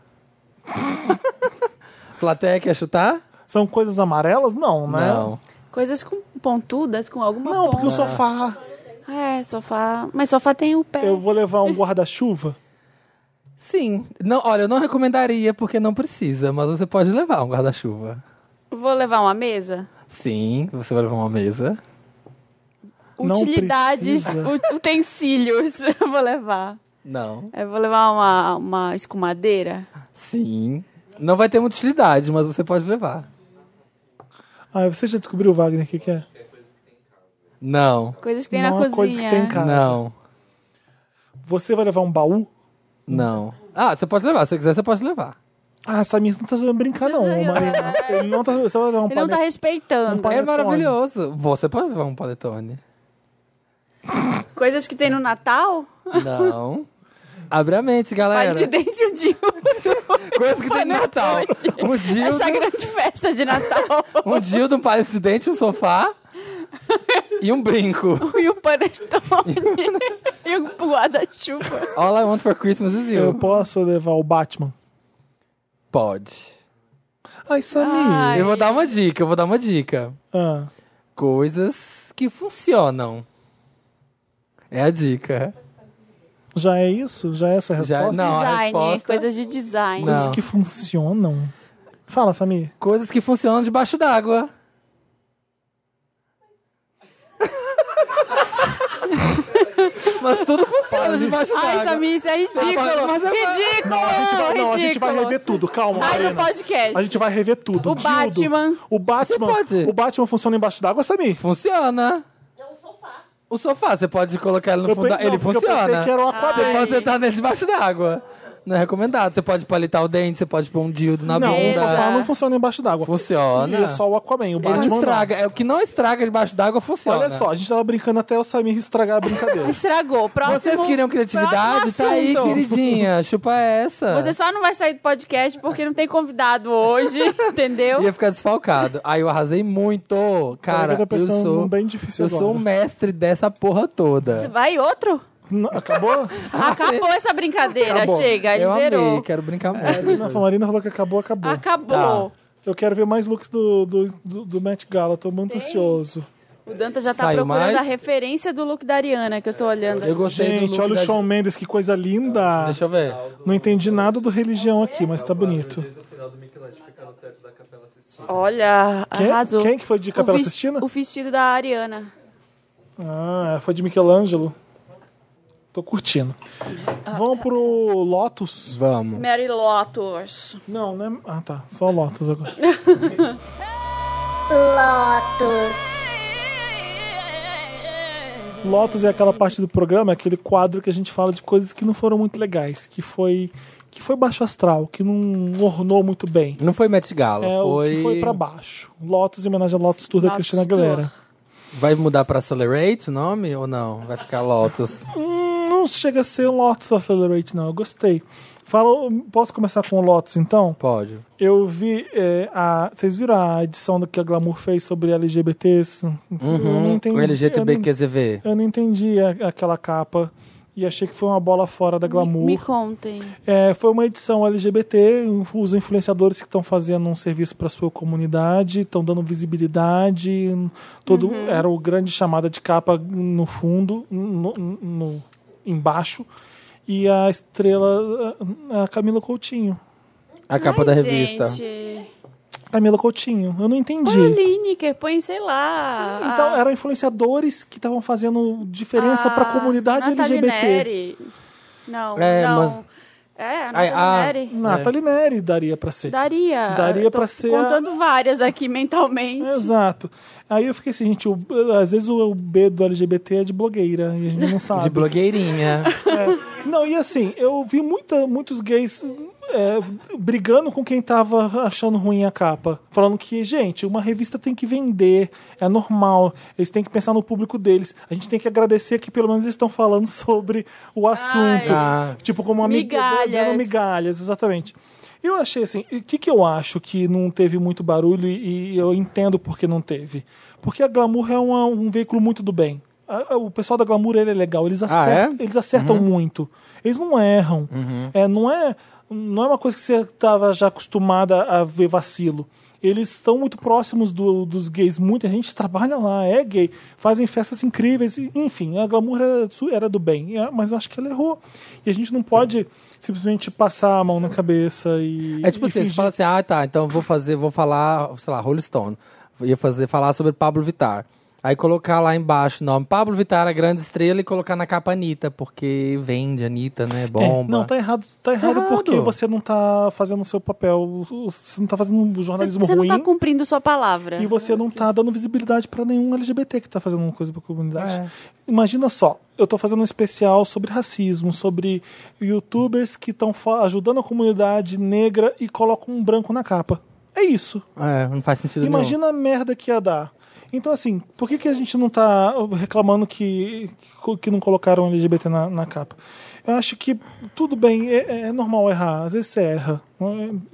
Speaker 1: Plateia quer chutar?
Speaker 2: São coisas amarelas? Não, né?
Speaker 1: Não.
Speaker 3: Coisas com pontudas, com alguma
Speaker 2: Não, porque
Speaker 3: ponta.
Speaker 2: o sofá.
Speaker 3: É, sofá. Mas sofá tem o pé.
Speaker 2: Eu vou levar um guarda-chuva?
Speaker 1: Sim. Não, olha, eu não recomendaria porque não precisa, mas você pode levar um guarda-chuva.
Speaker 3: Vou levar uma mesa?
Speaker 1: Sim, você vai levar uma mesa.
Speaker 2: Não
Speaker 3: Utilidades,
Speaker 2: precisa.
Speaker 3: [LAUGHS] ut- utensílios. [LAUGHS] Eu vou levar.
Speaker 1: Não.
Speaker 3: Eu vou levar uma, uma escumadeira.
Speaker 1: Sim. Não vai ter muita utilidade, mas você pode levar.
Speaker 2: Ah, você já descobriu, Wagner, o que, que é?
Speaker 1: Não.
Speaker 3: Coisas que tem
Speaker 2: Não
Speaker 3: na
Speaker 2: é
Speaker 3: cozinha.
Speaker 2: coisa que tem em casa.
Speaker 1: Não.
Speaker 2: Você vai levar um baú?
Speaker 1: Não. Ah, você pode levar. Se você quiser, você pode levar.
Speaker 2: Ah, Samir não tá sabendo brincar, não,
Speaker 3: Mas eu-
Speaker 2: Marina. Ele não tá sabendo. Você vai levar um
Speaker 3: Ele não tá
Speaker 2: palito-
Speaker 3: respeitando.
Speaker 2: Um palito-
Speaker 1: É
Speaker 2: Paletone.
Speaker 1: maravilhoso. Você pode levar um paletone.
Speaker 2: tá.
Speaker 3: Coisas que tem no Natal? [LAUGHS]
Speaker 1: Não. Abre a mente, galera.
Speaker 3: Mas de dente e
Speaker 2: [LAUGHS]
Speaker 3: o Dildo.
Speaker 1: Coisa que tem no Natal. Um dildo,
Speaker 3: Essa grande festa de
Speaker 2: [LAUGHS]
Speaker 3: Natal. [LAUGHS]
Speaker 1: um dildo, um palito de dente, um sofá e um brinco.
Speaker 3: e o panetone. [LAUGHS] e o guarda-chuva.
Speaker 1: All I want for Christmas is you.
Speaker 2: Eu posso levar o Batman?
Speaker 1: Pode.
Speaker 2: Ai, Samir.
Speaker 3: Ai.
Speaker 1: Eu vou dar uma dica, eu vou dar uma dica.
Speaker 2: Ah,
Speaker 1: Coisas que funcionam. É a dica.
Speaker 2: já é isso? Já é essa a
Speaker 1: Já-
Speaker 2: resposta?
Speaker 1: Não, a
Speaker 3: design,
Speaker 1: resposta-
Speaker 3: coisas de design.
Speaker 1: Não.
Speaker 2: Coisas que funcionam. Fala, Samir.
Speaker 1: Coisas que funcionam debaixo d'água. Mas tudo funciona debaixo
Speaker 2: Ah,
Speaker 3: Ai,
Speaker 1: d'água.
Speaker 3: Samir, isso é ridículo.
Speaker 1: Mas é-
Speaker 3: ridículo!
Speaker 2: Não, a gente vai,
Speaker 3: ridículo.
Speaker 2: não, a gente vai rever tudo, calma.
Speaker 3: Sai do
Speaker 2: Marina.
Speaker 3: podcast.
Speaker 2: A gente vai rever tudo.
Speaker 3: O
Speaker 2: Dildo.
Speaker 3: Batman.
Speaker 2: O Batman.
Speaker 1: Você pode.
Speaker 2: O Batman funciona embaixo d'água, Samir?
Speaker 1: Funciona. É um sofá. O sofá, você pode colocar ele no
Speaker 2: Eu
Speaker 1: fundo da...
Speaker 2: pe- não,
Speaker 1: Ele
Speaker 2: porque eu
Speaker 1: funciona.
Speaker 2: pensei que era um
Speaker 1: Você
Speaker 2: aquabem.
Speaker 1: pode sentar nele debaixo d'água. Não é recomendado. Você pode palitar o dente, você pode pôr um dildo na
Speaker 2: Não, é o
Speaker 3: Beleza.
Speaker 1: bunda.
Speaker 2: sofá não funciona embaixo d'água.
Speaker 1: Funciona.
Speaker 2: E é só o Aquaman, o
Speaker 1: Ele
Speaker 2: Batman
Speaker 1: não
Speaker 2: não.
Speaker 1: estraga. É o que não estraga debaixo d'água funciona.
Speaker 2: Olha só, a gente tava brincando até o Samir estragar a brincadeira.
Speaker 3: Estragou. Próximo,
Speaker 1: Vocês queriam criatividade?
Speaker 3: próximo
Speaker 1: Tá aí,
Speaker 3: assunto.
Speaker 1: queridinha. Chupa essa.
Speaker 3: Você só não vai sair do podcast porque não tem convidado
Speaker 2: [LAUGHS]
Speaker 3: hoje, entendeu?
Speaker 2: é-
Speaker 1: Ia ficar desfalcado. Aí eu arrasei muito. [LAUGHS] Cara,
Speaker 2: eu tô
Speaker 1: eu
Speaker 2: pensando
Speaker 1: sou. um
Speaker 2: num bem difícil
Speaker 1: eu
Speaker 2: agora.
Speaker 1: sou o mestre dessa porra
Speaker 3: Você
Speaker 1: toda.
Speaker 3: vai outro?
Speaker 2: [LAUGHS] Não, acabou?
Speaker 3: Acabou essa brincadeira,
Speaker 2: Acabou.
Speaker 3: chega, ele
Speaker 1: eu
Speaker 3: zerou.
Speaker 1: amei, quero brincar
Speaker 2: É.
Speaker 1: muito.
Speaker 2: Não, a Marina falou que acabou, acabou. Tá.
Speaker 3: Acabou.
Speaker 2: Eu quero ver mais looks do, do, do, do Met Gala, tô muito ansioso.
Speaker 3: O Danta já tá
Speaker 1: Saiu
Speaker 3: procurando
Speaker 1: mais?
Speaker 3: a referência do look da Ariana que eu tô olhando.
Speaker 1: Eu gostei do
Speaker 2: Gente,
Speaker 1: look
Speaker 2: olha o
Speaker 1: da-
Speaker 2: Shawn Mendes, que coisa linda.
Speaker 1: Deixa eu ver.
Speaker 2: Não entendi nada do religião aqui, mas tá bonito.
Speaker 4: Desde o final do Michelangelo ficar no teto da capela assistindo.
Speaker 3: Olha,
Speaker 2: Quem,
Speaker 3: arrasou.
Speaker 2: quem que tá foi de Capela
Speaker 3: o vis-
Speaker 2: Sistina?
Speaker 3: O vestido da Ariana.
Speaker 2: Ah, foi de Michelangelo. Tô curtindo.
Speaker 3: Ah,
Speaker 2: Vamos pro Lotus?
Speaker 1: Vamos.
Speaker 3: Mary Lotus.
Speaker 2: Não, né? Ah, tá. Só Lotus agora.
Speaker 5: Lotus,
Speaker 2: Lotus é aquela parte do programa, aquele quadro que a gente fala de coisas que não foram muito legais, que foi que foi baixo astral, que não ornou muito bem.
Speaker 1: Não foi Met Gala,
Speaker 2: É o
Speaker 1: foi...
Speaker 2: que foi pra baixo. Lotus em homenagem a Lotus Tour da
Speaker 3: Lotus
Speaker 2: Cristina Aguilera.
Speaker 1: Vai mudar pra Accelerate o nome ou não? Vai ficar Lotus.
Speaker 2: Hum, não chega a ser um Lotus Accelerate, não. Eu gostei. Fala, posso começar com o Lotus, então?
Speaker 1: Pode.
Speaker 2: Eu vi é, a. Vocês viram a edição do que a Glamour fez sobre LGBTs? eu não
Speaker 1: Uhum.
Speaker 2: entendi. Eu
Speaker 1: LGTBQZV.
Speaker 2: não, eu não entendi a- aquela capa. E achei que foi uma bola fora da Glamour.
Speaker 3: Me contem.
Speaker 2: É, foi uma edição LGBT, um, os influenciadores que estão fazendo um serviço para sua comunidade, estão dando visibilidade. Todo
Speaker 3: Uhum.
Speaker 2: era o grande chamada de capa no fundo, no, no- embaixo. E a estrela, a a Camila Coutinho.
Speaker 1: A capa da revista.
Speaker 3: Gente.
Speaker 2: Camila Coutinho, eu não entendi.
Speaker 3: Põe o Lineker, põe, sei lá.
Speaker 2: Então,
Speaker 3: a-
Speaker 2: eram influenciadores que estavam fazendo diferença para a comunidade
Speaker 3: Ah, Nathalie
Speaker 2: LGBT.
Speaker 3: Neri. Não,
Speaker 1: É,
Speaker 3: não. É,
Speaker 1: Ai,
Speaker 3: a Nathalie
Speaker 1: ah,
Speaker 3: Neri.
Speaker 2: Nathalie Neri daria para ser.
Speaker 3: Daria.
Speaker 2: Daria
Speaker 3: Eu tô
Speaker 2: pra ser a-
Speaker 3: contando várias aqui mentalmente.
Speaker 2: Exato. Aí eu fiquei assim, gente, o- às vezes o B do LGBT é de blogueira e a gente não sabe.
Speaker 1: De blogueirinha.
Speaker 2: É. Não, e assim, eu vi muita, muitos gays é, brigando com quem tava achando ruim a capa. Falando que, gente, uma revista tem que vender, é normal, eles têm que pensar no público deles. A gente tem que agradecer que pelo menos eles estão falando [LAUGHS] sobre o assunto.
Speaker 1: Ah.
Speaker 2: Tipo, como uma miga-
Speaker 3: Migalhas.
Speaker 2: dando migalhas, exatamente. Eu achei assim, e o que, que eu acho que não teve muito barulho e, e eu entendo por que não teve? Porque a Glamour é uma- um veículo muito do bem. A- a- o pessoal da Glamour ele é legal, eles
Speaker 1: Ah,
Speaker 2: acertam,
Speaker 1: é?
Speaker 2: eles acertam muito. Eles não erram.
Speaker 1: Uhum.
Speaker 2: É, não é não é uma coisa que você estava já acostumada a ver vacilo. Eles estão muito próximos do- dos gays. Muita gente trabalha lá, é gay, fazem festas incríveis. e, Enfim, a glamour era, su- era do bem. É, mas eu acho que ela errou. E a gente não pode simplesmente passar a mão na cabeça e.
Speaker 1: É tipo
Speaker 2: e
Speaker 1: assim, você
Speaker 2: fingir.
Speaker 1: fala assim, ah, tá, então vou fazer, vou falar, sei lá, Rolling Stone. Ia fazer, falar sobre Pablo Vittar. Aí colocar lá embaixo o nome Pablo Vittar, a grande estrela, e colocar na capa Anitta, porque vende Anitta, né?
Speaker 2: É,
Speaker 1: Bomba.
Speaker 2: não, tá errado. Tá errado porque
Speaker 1: errado.
Speaker 2: você não tá fazendo o seu papel. Você não tá fazendo um
Speaker 3: Você
Speaker 2: jornalismo
Speaker 3: você não
Speaker 2: ruim.
Speaker 3: tá cumprindo sua palavra.
Speaker 1: É.
Speaker 2: E você não tá dando visibilidade para nenhum LGBT que tá fazendo uma coisa pra comunidade. Imagina só, eu tô fazendo um especial sobre racismo, sobre youtubers que estão ajudando a comunidade negra e colocam um branco na capa. É isso.
Speaker 1: É, não faz sentido nenhum.
Speaker 2: Imagina a merda que ia dar. Então, assim, por que, que a gente não tá reclamando que, que não colocaram LGBT na, na capa? Eu acho que tudo bem, é, é normal errar, às vezes você erra.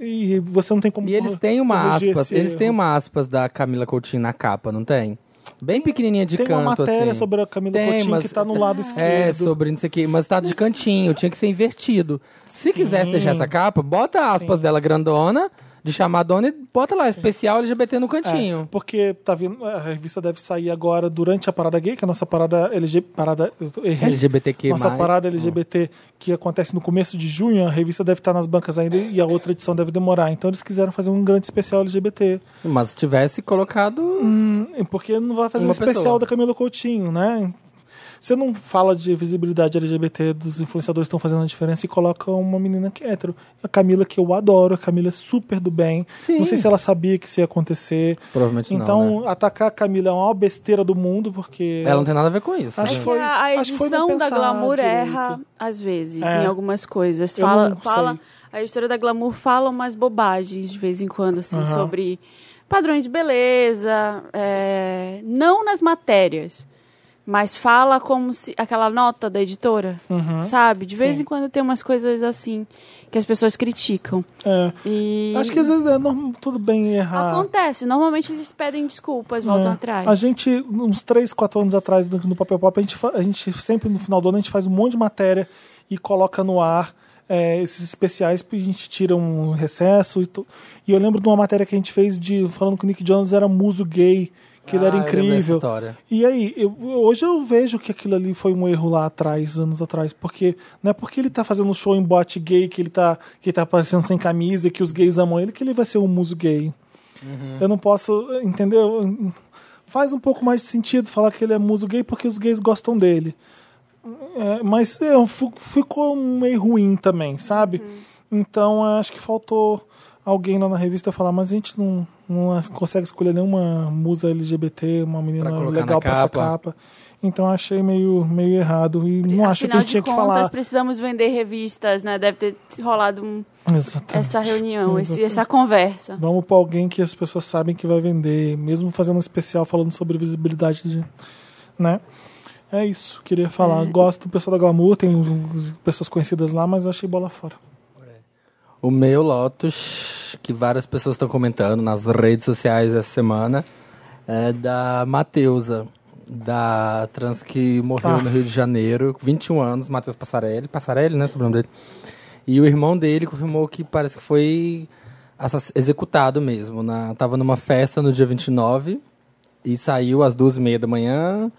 Speaker 2: E você não tem como.
Speaker 1: E eles têm uma
Speaker 2: corrigir
Speaker 1: aspas,
Speaker 2: esse
Speaker 1: eles têm
Speaker 2: erro.
Speaker 1: uma aspas da Camila Coutinho na capa, não tem? Bem pequenininha de
Speaker 2: tem
Speaker 1: canto,
Speaker 2: uma matéria
Speaker 1: assim.
Speaker 2: sobre a Camila
Speaker 1: Tem,
Speaker 2: Coutinho
Speaker 1: mas-
Speaker 2: que tá no lado
Speaker 1: É,
Speaker 2: esquerdo.
Speaker 1: sobre não sei o que, mas tá de cantinho, tinha que ser invertido. Se quisesse deixar essa capa, bota aspas dela grandona, de chamadona, e bota lá, especial LGBT no cantinho.
Speaker 2: Porque tá vindo, a revista deve sair agora durante a parada gay, que é a nossa parada LG, parada eu tô- errei.
Speaker 1: LGBTQ+.
Speaker 2: Nossa parada LGBT que acontece no começo de junho, a revista deve estar nas bancas ainda e a outra edição deve demorar. Então eles quiseram fazer um grande especial LGBT.
Speaker 1: Mas se tivesse
Speaker 2: Hum.
Speaker 1: colocado.
Speaker 2: Porque não vai fazer
Speaker 1: Uma
Speaker 2: um especial
Speaker 1: pessoa.
Speaker 2: da Camila Coutinho, né? Você não fala de visibilidade LGBT dos influenciadores que estão fazendo a diferença e coloca uma menina que é hétero. A Camila, que eu adoro, a Camila é super do bem.
Speaker 1: Sim.
Speaker 2: Não sei se ela sabia que isso ia acontecer.
Speaker 1: Provavelmente não, né?
Speaker 2: então, atacar a Camila é a maior besteira do mundo, porque.
Speaker 1: Ela não tem nada a ver com isso.
Speaker 2: Acho
Speaker 1: né?
Speaker 3: Que
Speaker 2: Foi-
Speaker 3: É. a, a
Speaker 2: acho que foi não
Speaker 3: edição da
Speaker 2: pensar
Speaker 3: Glamour
Speaker 2: direito.
Speaker 3: erra às vezes
Speaker 2: É.
Speaker 3: em algumas coisas.
Speaker 2: Eu
Speaker 3: Fala,
Speaker 2: não
Speaker 3: fala,
Speaker 2: sei.
Speaker 3: a história da Glamour fala umas bobagens de vez em quando assim
Speaker 2: Aham.
Speaker 3: sobre padrões de beleza, é, não nas matérias. Mas fala como se. aquela nota da editora,
Speaker 2: Uhum.
Speaker 3: sabe? De vez em quando tem umas coisas assim que as pessoas criticam.
Speaker 2: É.
Speaker 3: E.
Speaker 2: Acho que às vezes é norm- tudo bem errar.
Speaker 3: Acontece, normalmente eles pedem desculpas, voltam
Speaker 2: É.
Speaker 3: atrás.
Speaker 2: A gente, uns 3, 4 anos atrás, no, no Papel Pop, a gente, fa- a gente sempre, no final do ano, a gente faz um monte de matéria e coloca no ar é, esses especiais, porque a gente tira um recesso. E, tu- e eu lembro de uma matéria que a gente fez de falando que o Nick Jonas era muso gay, que ele
Speaker 1: Ah,
Speaker 2: era
Speaker 1: eu lembro dessa
Speaker 2: incrível.
Speaker 1: história.
Speaker 2: E aí, eu- hoje eu vejo que aquilo ali foi um erro lá atrás, anos atrás, porque não é porque ele tá fazendo um show em boate gay, que ele tá, que ele tá aparecendo sem camisa, que os gays amam ele, que ele vai ser um muso gay. Eu não posso, entendeu? Faz um pouco mais de sentido falar que ele é muso gay porque os gays gostam dele. É, mas é, fi- ficou meio ruim também, sabe?
Speaker 3: Uhum.
Speaker 2: Então é, acho que faltou alguém lá na revista falar, mas a gente não, não as- consegue escolher nenhuma musa LGBT, uma menina
Speaker 1: Pra colocar
Speaker 2: legal
Speaker 1: na
Speaker 2: pra essa
Speaker 1: capa."
Speaker 2: capa. Então eu achei meio, meio errado e não acho que a
Speaker 3: Afinal
Speaker 2: gente tinha
Speaker 3: de
Speaker 2: que
Speaker 3: contas,
Speaker 2: falar.
Speaker 3: precisamos vender revistas, né? Deve ter rolado um-
Speaker 2: Exatamente.
Speaker 3: essa reunião, esse,
Speaker 2: Tá. Exatamente.
Speaker 3: essa conversa.
Speaker 2: Vamos pra alguém que as pessoas sabem que vai vender, mesmo fazendo um especial falando sobre visibilidade de. né? É isso, queria falar. Gosto do pessoal da Glamour, tem uns- uns- pessoas conhecidas lá, mas eu achei bola fora.
Speaker 1: O meu Lotus, que várias pessoas estão comentando nas redes sociais essa semana, é da Mateusa, da trans que morreu no Rio de Janeiro, com 21 anos, Matheus Passarelli. Passarelli, né? Sobrenome dele. E o irmão dele confirmou que parece que foi assass- executado mesmo. Na, tava numa festa no dia 29 e saiu às duas e meia da manhã.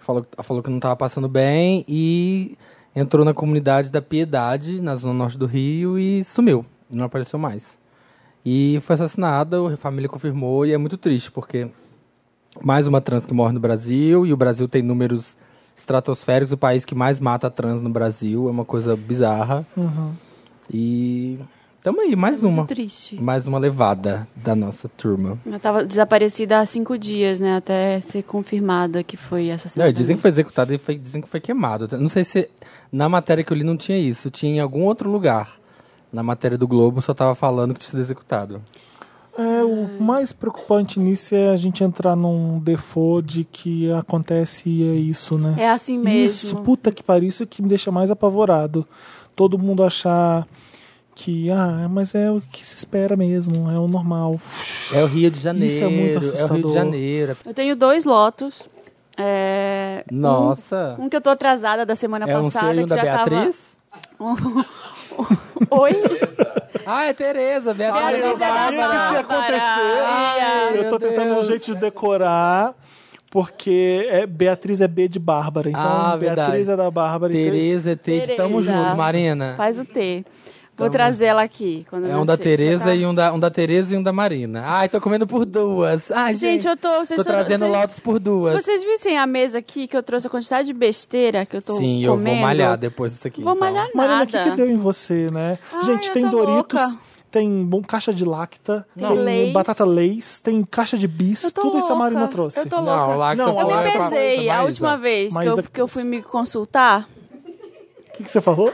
Speaker 1: Falou, falou que não estava passando bem e entrou na comunidade da Piedade, na zona norte do Rio, e sumiu. Não apareceu mais. E foi assassinada, a família confirmou, e é muito triste, porque mais uma trans que morre no Brasil, e o Brasil tem números estratosféricos, o país que mais mata trans no Brasil, é uma coisa bizarra. E tamo aí, mais uma.
Speaker 3: Uhum. É Muito triste.
Speaker 1: Mais uma levada da nossa turma.
Speaker 3: Eu tava desaparecida há cinco dias, né? Até ser confirmada que foi
Speaker 1: Não,
Speaker 3: assassinada.
Speaker 1: e dizem que foi executado e foi- dizem que foi queimado. Eu Não sei se na matéria que eu li não tinha isso, tinha em algum outro lugar. Na matéria do Globo só tava falando que tinha sido executado.
Speaker 2: É, o mais preocupante nisso é a gente entrar num default de que acontece e é isso, né?
Speaker 3: É assim mesmo.
Speaker 2: Isso, puta que pariu, isso é que me deixa mais apavorado. Todo mundo achar que, ah, mas é o que se espera mesmo, é o normal.
Speaker 1: É o Rio de Janeiro.
Speaker 2: Isso é muito
Speaker 1: o Rio
Speaker 2: assustador.
Speaker 1: de Janeiro.
Speaker 3: Eu tenho dois lotos. É, um-
Speaker 1: Nossa.
Speaker 3: Um, que eu tô atrasada da semana
Speaker 1: é um
Speaker 3: passada,
Speaker 1: seu e um
Speaker 3: que
Speaker 1: da
Speaker 3: já
Speaker 1: Beatriz?
Speaker 3: [LAUGHS] tava.
Speaker 2: [LAUGHS]
Speaker 3: Oi?
Speaker 1: Ah, é Tereza. Beatriz
Speaker 3: Tereza
Speaker 1: da
Speaker 2: sabia
Speaker 1: Bárbara.
Speaker 2: que isso ia acontecer.
Speaker 3: Ai,
Speaker 2: eu
Speaker 1: meu
Speaker 2: tô tentando um
Speaker 1: Deus.
Speaker 2: jeito de decorar, porque é, Beatriz é B de Bárbara. Então,
Speaker 1: Ah, verdade.
Speaker 2: Beatriz é da Bárbara. então-
Speaker 1: Tereza e Tete. Tamo
Speaker 3: Tereza.
Speaker 1: junto, Marina.
Speaker 3: Faz o T. Vou trazer ela aqui. Quando
Speaker 1: É um da
Speaker 3: tá?
Speaker 1: Tereza e um da, um da Tereza e um da Marina. Ai, tô comendo por duas. Ai, gente,
Speaker 3: Gente, eu tô. Vocês
Speaker 1: tô
Speaker 3: são-
Speaker 1: trazendo
Speaker 3: vocês-
Speaker 1: lotos por duas.
Speaker 3: Se vocês vissem a mesa aqui que eu trouxe a quantidade de besteira que eu tô
Speaker 1: Sim,
Speaker 3: comendo.
Speaker 1: eu vou malhar depois disso aqui.
Speaker 3: Vou
Speaker 1: então.
Speaker 3: malhar
Speaker 2: Marina, o
Speaker 3: nada.
Speaker 2: que, que deu em você, né?
Speaker 3: Ai,
Speaker 2: Gente,
Speaker 3: eu
Speaker 2: tem
Speaker 3: tô
Speaker 2: Doritos,
Speaker 3: louca.
Speaker 2: tem bom, caixa de lacta,
Speaker 3: Não.
Speaker 2: tem
Speaker 3: Lays.
Speaker 2: batata leis, tem caixa de
Speaker 3: Eu
Speaker 2: bis,
Speaker 3: tô
Speaker 2: tudo isso a
Speaker 3: louca.
Speaker 2: Marina trouxe.
Speaker 3: Eu tô louca.
Speaker 1: Não, lá que
Speaker 2: Não,
Speaker 1: tá
Speaker 3: Eu
Speaker 1: falando
Speaker 3: me
Speaker 1: é pra- pra
Speaker 3: pesei. A
Speaker 1: Maísa.
Speaker 3: última vez que
Speaker 2: Maísa
Speaker 3: eu,
Speaker 2: que
Speaker 3: que eu fui me consultar,
Speaker 2: O que, que você
Speaker 1: [LAUGHS]
Speaker 2: falou?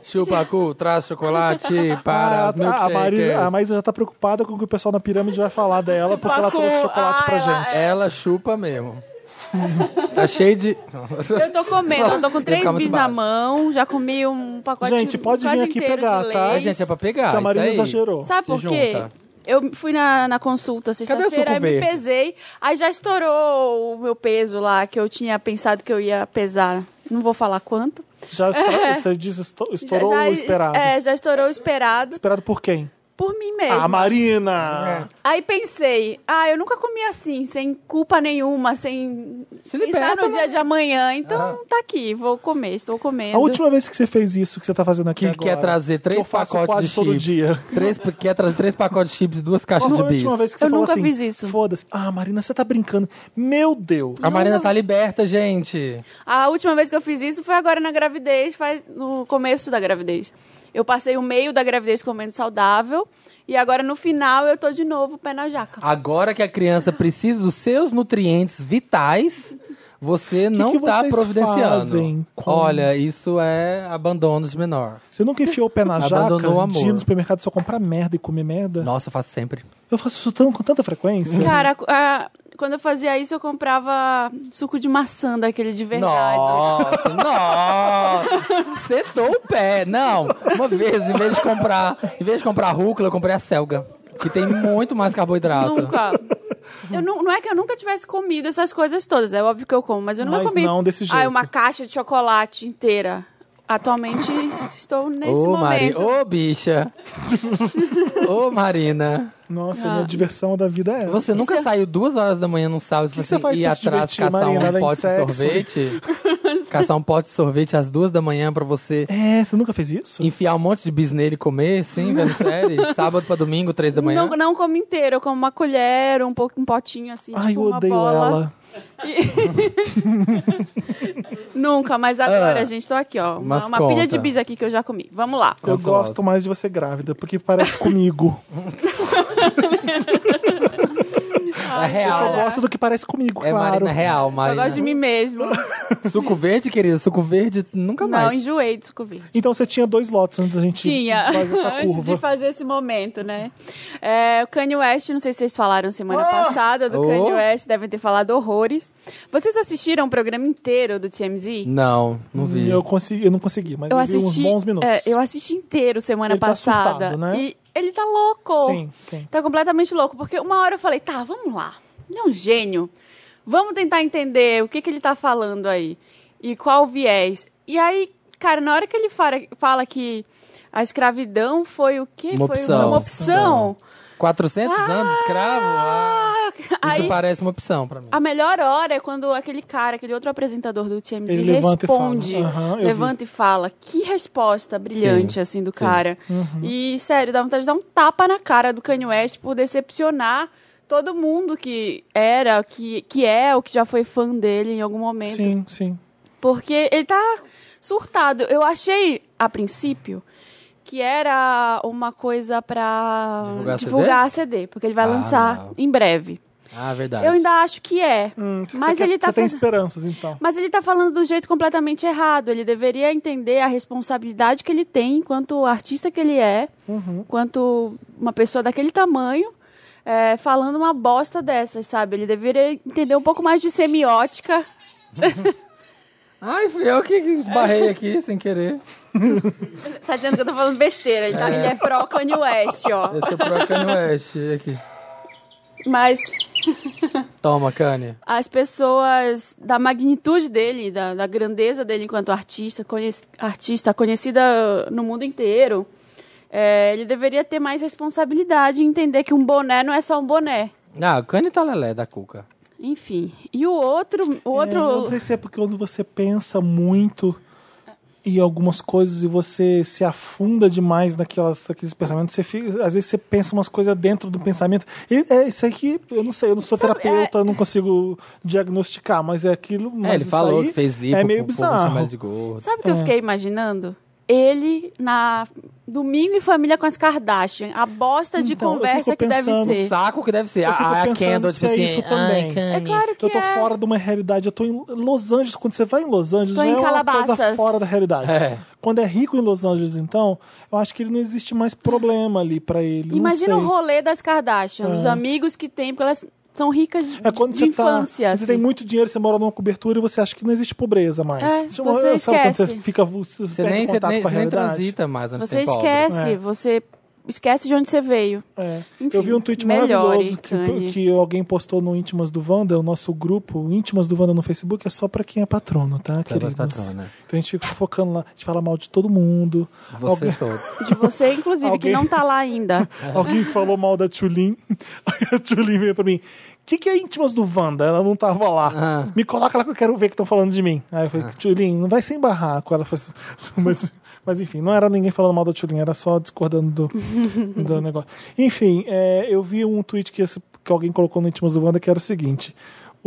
Speaker 1: Chupa cu, traz chocolate para
Speaker 2: Ah,
Speaker 1: os milkshakers.
Speaker 2: a, a, Marina, a Maísa já tá preocupada com o que o pessoal na pirâmide vai
Speaker 3: [LAUGHS]
Speaker 2: falar dela, porque ela
Speaker 3: Pacu.
Speaker 2: trouxe chocolate
Speaker 3: Ah,
Speaker 2: pra
Speaker 3: ela-
Speaker 2: gente.
Speaker 1: Ela chupa mesmo. tá cheio de...
Speaker 3: eu tô comendo. Eu tô com
Speaker 1: Ia
Speaker 3: três
Speaker 1: ficar muito
Speaker 3: bis na
Speaker 1: baixo.
Speaker 3: mão, já comi um pacote
Speaker 2: Gente, pode vir
Speaker 3: quase
Speaker 2: aqui
Speaker 3: inteiro
Speaker 2: pegar,
Speaker 3: de
Speaker 2: tá?
Speaker 1: Ai,
Speaker 3: leite.
Speaker 1: gente, é pra pegar.
Speaker 2: Que a Marina
Speaker 1: isso aí.
Speaker 2: exagerou.
Speaker 3: Sabe
Speaker 1: Se
Speaker 3: por quê?
Speaker 1: junta.
Speaker 3: Eu fui na, na consulta sexta-feira,
Speaker 1: suco
Speaker 3: aí me
Speaker 1: verde?
Speaker 3: pesei, aí já estourou o meu peso lá, que eu tinha pensado que eu ia pesar. Não vou falar quanto.
Speaker 2: Já
Speaker 3: [LAUGHS]
Speaker 2: estra- você diz esto- estourou
Speaker 3: já, já-
Speaker 2: o esperado. Ah,
Speaker 3: É, já estourou o esperado
Speaker 2: Esperado por quem?
Speaker 3: por mim mesma.
Speaker 2: A Marina!
Speaker 3: Aí pensei, ah, eu nunca comi assim, sem culpa nenhuma, sem
Speaker 1: Se
Speaker 3: pensar
Speaker 1: liberta,
Speaker 3: no
Speaker 1: né?
Speaker 3: dia de amanhã. Então tá aqui, vou comer, estou comendo.
Speaker 2: Ah. A última vez que você fez isso que você tá fazendo aqui
Speaker 1: Que
Speaker 2: agora,
Speaker 1: quer trazer três
Speaker 2: que eu faço
Speaker 1: pacotes
Speaker 2: quase
Speaker 1: de
Speaker 2: todo
Speaker 1: chips.
Speaker 2: dia.
Speaker 1: Três, quer trazer três pacotes de chips, duas caixas
Speaker 2: Qual foi
Speaker 1: de
Speaker 2: a
Speaker 1: bis.
Speaker 2: última vez que você
Speaker 3: Eu
Speaker 2: falou
Speaker 3: nunca
Speaker 2: assim?
Speaker 3: fiz isso.
Speaker 2: Foda-se. Ah, Marina, você tá brincando. Meu Deus.
Speaker 1: A Marina tá liberta, gente.
Speaker 3: A última vez que eu fiz isso foi agora na gravidez, faz no começo da gravidez. Eu passei o meio da gravidez comendo saudável e agora no final eu tô de novo pé na jaca.
Speaker 1: Agora que a criança precisa dos seus nutrientes vitais, Você não
Speaker 2: que
Speaker 1: tá
Speaker 2: vocês
Speaker 1: providenciando.
Speaker 2: fazem quando-
Speaker 1: Olha, isso é abandono de menor.
Speaker 2: Você nunca enfiou o pé na jaca
Speaker 1: Abandonou o amor.
Speaker 2: de ir no supermercado só comprar merda e comer merda?
Speaker 1: Nossa, eu faço sempre.
Speaker 2: Eu faço isso tão, com tanta frequência.
Speaker 3: Cara, a- quando eu fazia isso, eu comprava suco de maçã daquele de verdade.
Speaker 1: Nossa,
Speaker 3: [LAUGHS]
Speaker 1: nossa! Setou o pé. Não, uma vez, em vez de comprar, em vez de comprar rúcula, eu comprei a selga. Que tem muito mais carboidrato.
Speaker 2: [LAUGHS]
Speaker 3: Nunca. Eu não, não é que eu nunca tivesse comido essas coisas todas, é óbvio que eu como, mas eu nunca
Speaker 2: Mas
Speaker 3: comi.
Speaker 2: não desse
Speaker 3: Ah,
Speaker 2: jeito.
Speaker 3: uma caixa de chocolate inteira.
Speaker 2: [GASPS]
Speaker 3: Atualmente estou nesse
Speaker 1: Ô, Mari,
Speaker 3: momento.
Speaker 1: ô,
Speaker 3: [LAUGHS]
Speaker 1: bicha. Ô, Marina.
Speaker 3: ah.
Speaker 2: Nossa, a minha diversão da vida é essa.
Speaker 1: Você nunca
Speaker 3: Isso é-
Speaker 1: saiu duas horas da manhã num sábado
Speaker 2: que
Speaker 1: e
Speaker 2: você faz
Speaker 1: ir
Speaker 2: pra se
Speaker 1: atrás
Speaker 2: divertir,
Speaker 1: caçar
Speaker 2: Marina,
Speaker 1: um
Speaker 2: além de
Speaker 1: pote de
Speaker 2: sexo?
Speaker 1: sorvete?
Speaker 3: [LAUGHS]
Speaker 1: caçar um pote de sorvete às duas da manhã pra você
Speaker 2: É, você nunca fez isso?
Speaker 1: enfiar um monte de bis nele e comer, sim, vendo
Speaker 3: [LAUGHS]
Speaker 1: série? Sábado pra domingo, três da manhã?
Speaker 3: Não, não como inteiro, eu como uma colher, um, pouco, um potinho assim,
Speaker 2: Ai,
Speaker 3: tipo
Speaker 2: eu
Speaker 3: uma
Speaker 2: odeio
Speaker 3: bola.
Speaker 2: ela.
Speaker 3: Nunca, mas agora,
Speaker 1: Ah,
Speaker 3: gente, tô aqui, ó. Uma,
Speaker 1: mas
Speaker 3: uma pilha de
Speaker 1: conta.
Speaker 3: bis aqui que eu já comi. Vamos lá.
Speaker 2: Eu
Speaker 1: Conta
Speaker 2: gosto
Speaker 1: logo.
Speaker 2: mais de você grávida, porque parece
Speaker 1: [LAUGHS]
Speaker 2: comigo.
Speaker 1: é
Speaker 2: Eu
Speaker 1: real.
Speaker 2: só gosto do que parece comigo,
Speaker 1: É
Speaker 2: claro.
Speaker 1: Marina real,
Speaker 3: Só
Speaker 1: Marina.
Speaker 3: gosto de mim mesmo.
Speaker 1: Suco verde, querido, suco verde nunca
Speaker 3: Não,
Speaker 1: mais.
Speaker 3: enjoei de suco verde.
Speaker 2: Então você tinha dois lotes antes da gente
Speaker 3: Tinha,
Speaker 2: fazer
Speaker 3: [LAUGHS]
Speaker 2: essa
Speaker 3: antes de
Speaker 2: curva.
Speaker 3: fazer esse momento, né? É, o Kanye West, não sei se vocês falaram semana passada do
Speaker 1: Oh.
Speaker 3: Kanye West, devem ter falado horrores. Vocês assistiram o programa inteiro do TMZ?
Speaker 1: Não, não vi.
Speaker 2: Eu, consegui, eu não consegui, mas eu,
Speaker 3: Eu
Speaker 2: vi uns
Speaker 3: assisti.
Speaker 2: bons minutos.
Speaker 3: é, eu assisti inteiro semana
Speaker 2: Ele tá
Speaker 3: passada.
Speaker 2: surtado, né?
Speaker 3: E ele tá louco.
Speaker 2: Sim, sim.
Speaker 3: Tá completamente louco, porque uma hora eu falei, tá, vamos lá. Ele é um gênio. Vamos tentar entender o que, que ele tá falando aí. E qual o viés. E aí, cara, na hora que ele fala, fala que a escravidão foi o quê?
Speaker 1: Uma
Speaker 3: foi
Speaker 1: opção.
Speaker 3: uma opção.
Speaker 1: 400 anos escravo? Ah,
Speaker 3: Ah,
Speaker 1: isso
Speaker 3: aí,
Speaker 1: parece uma opção pra mim.
Speaker 3: a melhor hora é quando aquele cara, aquele outro apresentador do TMZ
Speaker 2: Ele levanta e fala.
Speaker 3: responde.
Speaker 2: Aham, eu vi.
Speaker 3: levanta e fala. Que resposta brilhante,
Speaker 1: Sim,
Speaker 3: assim, do
Speaker 1: sim.
Speaker 3: cara.
Speaker 2: Uhum.
Speaker 3: E, sério, dá vontade de dar um tapa na cara do Kanye West por decepcionar todo mundo que era, que, que é, ou que já foi fã dele em algum momento.
Speaker 2: Sim, sim.
Speaker 3: Porque ele tá surtado. Eu achei, a princípio, que era uma coisa pra
Speaker 1: Divulgar CD?
Speaker 3: divulgar CD? porque ele vai
Speaker 1: Ah,
Speaker 3: lançar
Speaker 1: não.
Speaker 3: em breve.
Speaker 1: Ah, verdade.
Speaker 3: Eu ainda acho que é.
Speaker 2: Hum, então
Speaker 3: Mas
Speaker 2: você quer-
Speaker 3: ele tá
Speaker 2: Você tem
Speaker 3: fazendo-
Speaker 2: esperanças, então.
Speaker 3: Mas ele tá falando do jeito completamente errado. Ele deveria entender a responsabilidade que ele tem enquanto artista que ele é,
Speaker 2: Uhum.
Speaker 3: enquanto uma pessoa daquele tamanho, é, falando uma bosta dessas, sabe? Ele deveria entender um pouco mais de semiótica.
Speaker 1: Ai, fui eu que que
Speaker 3: É.
Speaker 1: esbarrei aqui sem querer.
Speaker 3: Tá dizendo que eu tô falando besteira. Ele, tá, ele é pró Kanye West, ó.
Speaker 1: Eu sou pro Kanye West [LAUGHS] aqui.
Speaker 3: Mas
Speaker 1: Toma, Kanye.
Speaker 3: as pessoas da magnitude dele, da, da grandeza dele enquanto artista, conhec- artista conhecida uh, no mundo inteiro, é, ele deveria ter mais responsabilidade e entender que um boné não é só um boné.
Speaker 1: Ah, o Kanye tá lelé da cuca.
Speaker 3: Enfim. E o outro. O
Speaker 2: É, eu não
Speaker 3: outro...
Speaker 2: sei se é porque quando você pensa muito em algumas coisas e você se afunda demais naquelas, naqueles pensamentos, você fica- às vezes você pensa umas coisas dentro do pensamento. E, é isso aqui, eu não sei, eu não sou
Speaker 3: é-
Speaker 2: terapeuta, eu não consigo diagnosticar, mas é aquilo. mas
Speaker 1: É, ele
Speaker 2: isso
Speaker 1: falou
Speaker 2: aí
Speaker 1: que fez lipo,
Speaker 2: É meio
Speaker 1: o povo chama
Speaker 2: bizarro.
Speaker 1: ele de gordo.
Speaker 3: Sabe o
Speaker 2: É.
Speaker 3: que eu fiquei imaginando? Ele na. Domingo em família com as Kardashian. A bosta de
Speaker 2: Então, eu
Speaker 3: conversa
Speaker 2: fico
Speaker 3: que deve
Speaker 2: pensando,
Speaker 1: O
Speaker 3: ser.
Speaker 1: É um saco que deve ser.
Speaker 2: Eu fico
Speaker 1: Ah, a
Speaker 2: pensando
Speaker 1: Kendall,
Speaker 2: se
Speaker 1: tipo
Speaker 2: é
Speaker 1: assim,
Speaker 2: isso
Speaker 1: "Ai,
Speaker 2: também."
Speaker 3: É
Speaker 1: Kanye.
Speaker 3: claro que
Speaker 2: Eu tô
Speaker 3: é.
Speaker 2: fora de uma realidade, eu tô em Los Angeles. Quando você vai em Los Angeles,
Speaker 3: Tô
Speaker 2: já
Speaker 3: em
Speaker 2: é uma coisa
Speaker 3: Calabasas.
Speaker 2: fora da realidade.
Speaker 1: É.
Speaker 2: Quando é rico em Los Angeles, então, eu acho que ele não existe mais problema ali pra ele.
Speaker 3: Imagina
Speaker 2: não
Speaker 3: o
Speaker 2: sei.
Speaker 3: rolê das Kardashian, os amigos que tem, porque elas são ricas de,
Speaker 2: É quando
Speaker 3: de
Speaker 2: você
Speaker 3: infância.
Speaker 2: tá.
Speaker 3: assim.
Speaker 2: Você tem muito dinheiro, você mora numa cobertura e você acha que não existe pobreza mais.
Speaker 3: É,
Speaker 2: Isso-
Speaker 3: você
Speaker 2: sabe quando você
Speaker 3: esquece.
Speaker 2: fica você
Speaker 1: Você
Speaker 2: perde
Speaker 1: assim, nem, você,
Speaker 2: contato
Speaker 1: nem,
Speaker 2: com a
Speaker 1: você nem
Speaker 2: realidade.
Speaker 1: transita mais onde
Speaker 3: você
Speaker 1: tem pobre.
Speaker 3: esquece,
Speaker 2: É.
Speaker 3: você esquece de onde você veio.
Speaker 2: É.
Speaker 3: Enfim,
Speaker 2: eu vi um tweet
Speaker 3: melhore,
Speaker 2: maravilhoso que,
Speaker 3: Kanye.
Speaker 2: que alguém postou no Íntimas do Wanda, o nosso grupo, o Íntimas do Wanda no Facebook, é só pra quem é patrono, tá,
Speaker 1: Só pras
Speaker 2: queridos?
Speaker 1: patronas.
Speaker 2: Então a gente fica focando lá, a gente fala mal de todo mundo.
Speaker 1: Vocês todos.
Speaker 3: De você, inclusive, que
Speaker 2: Alguém-
Speaker 3: não tá lá
Speaker 2: [LAUGHS]
Speaker 3: ainda.
Speaker 2: Alguém falou mal da Tulin. Aí a Tulin veio pra mim. O que, que é íntimas do Wanda? Ela não tava lá.
Speaker 1: Ah.
Speaker 2: Me coloca lá que eu quero ver o que estão falando de mim. Aí eu
Speaker 3: Ah.
Speaker 2: falei, Tulin, não vai sem barraco. Ela falou assim, [LAUGHS] mas, mas enfim, não era ninguém falando mal da Tulin, era só discordando
Speaker 3: [LAUGHS]
Speaker 2: do, do negócio. Enfim, é, eu vi um tweet que, esse- que alguém colocou no íntimas do Wanda que era o seguinte.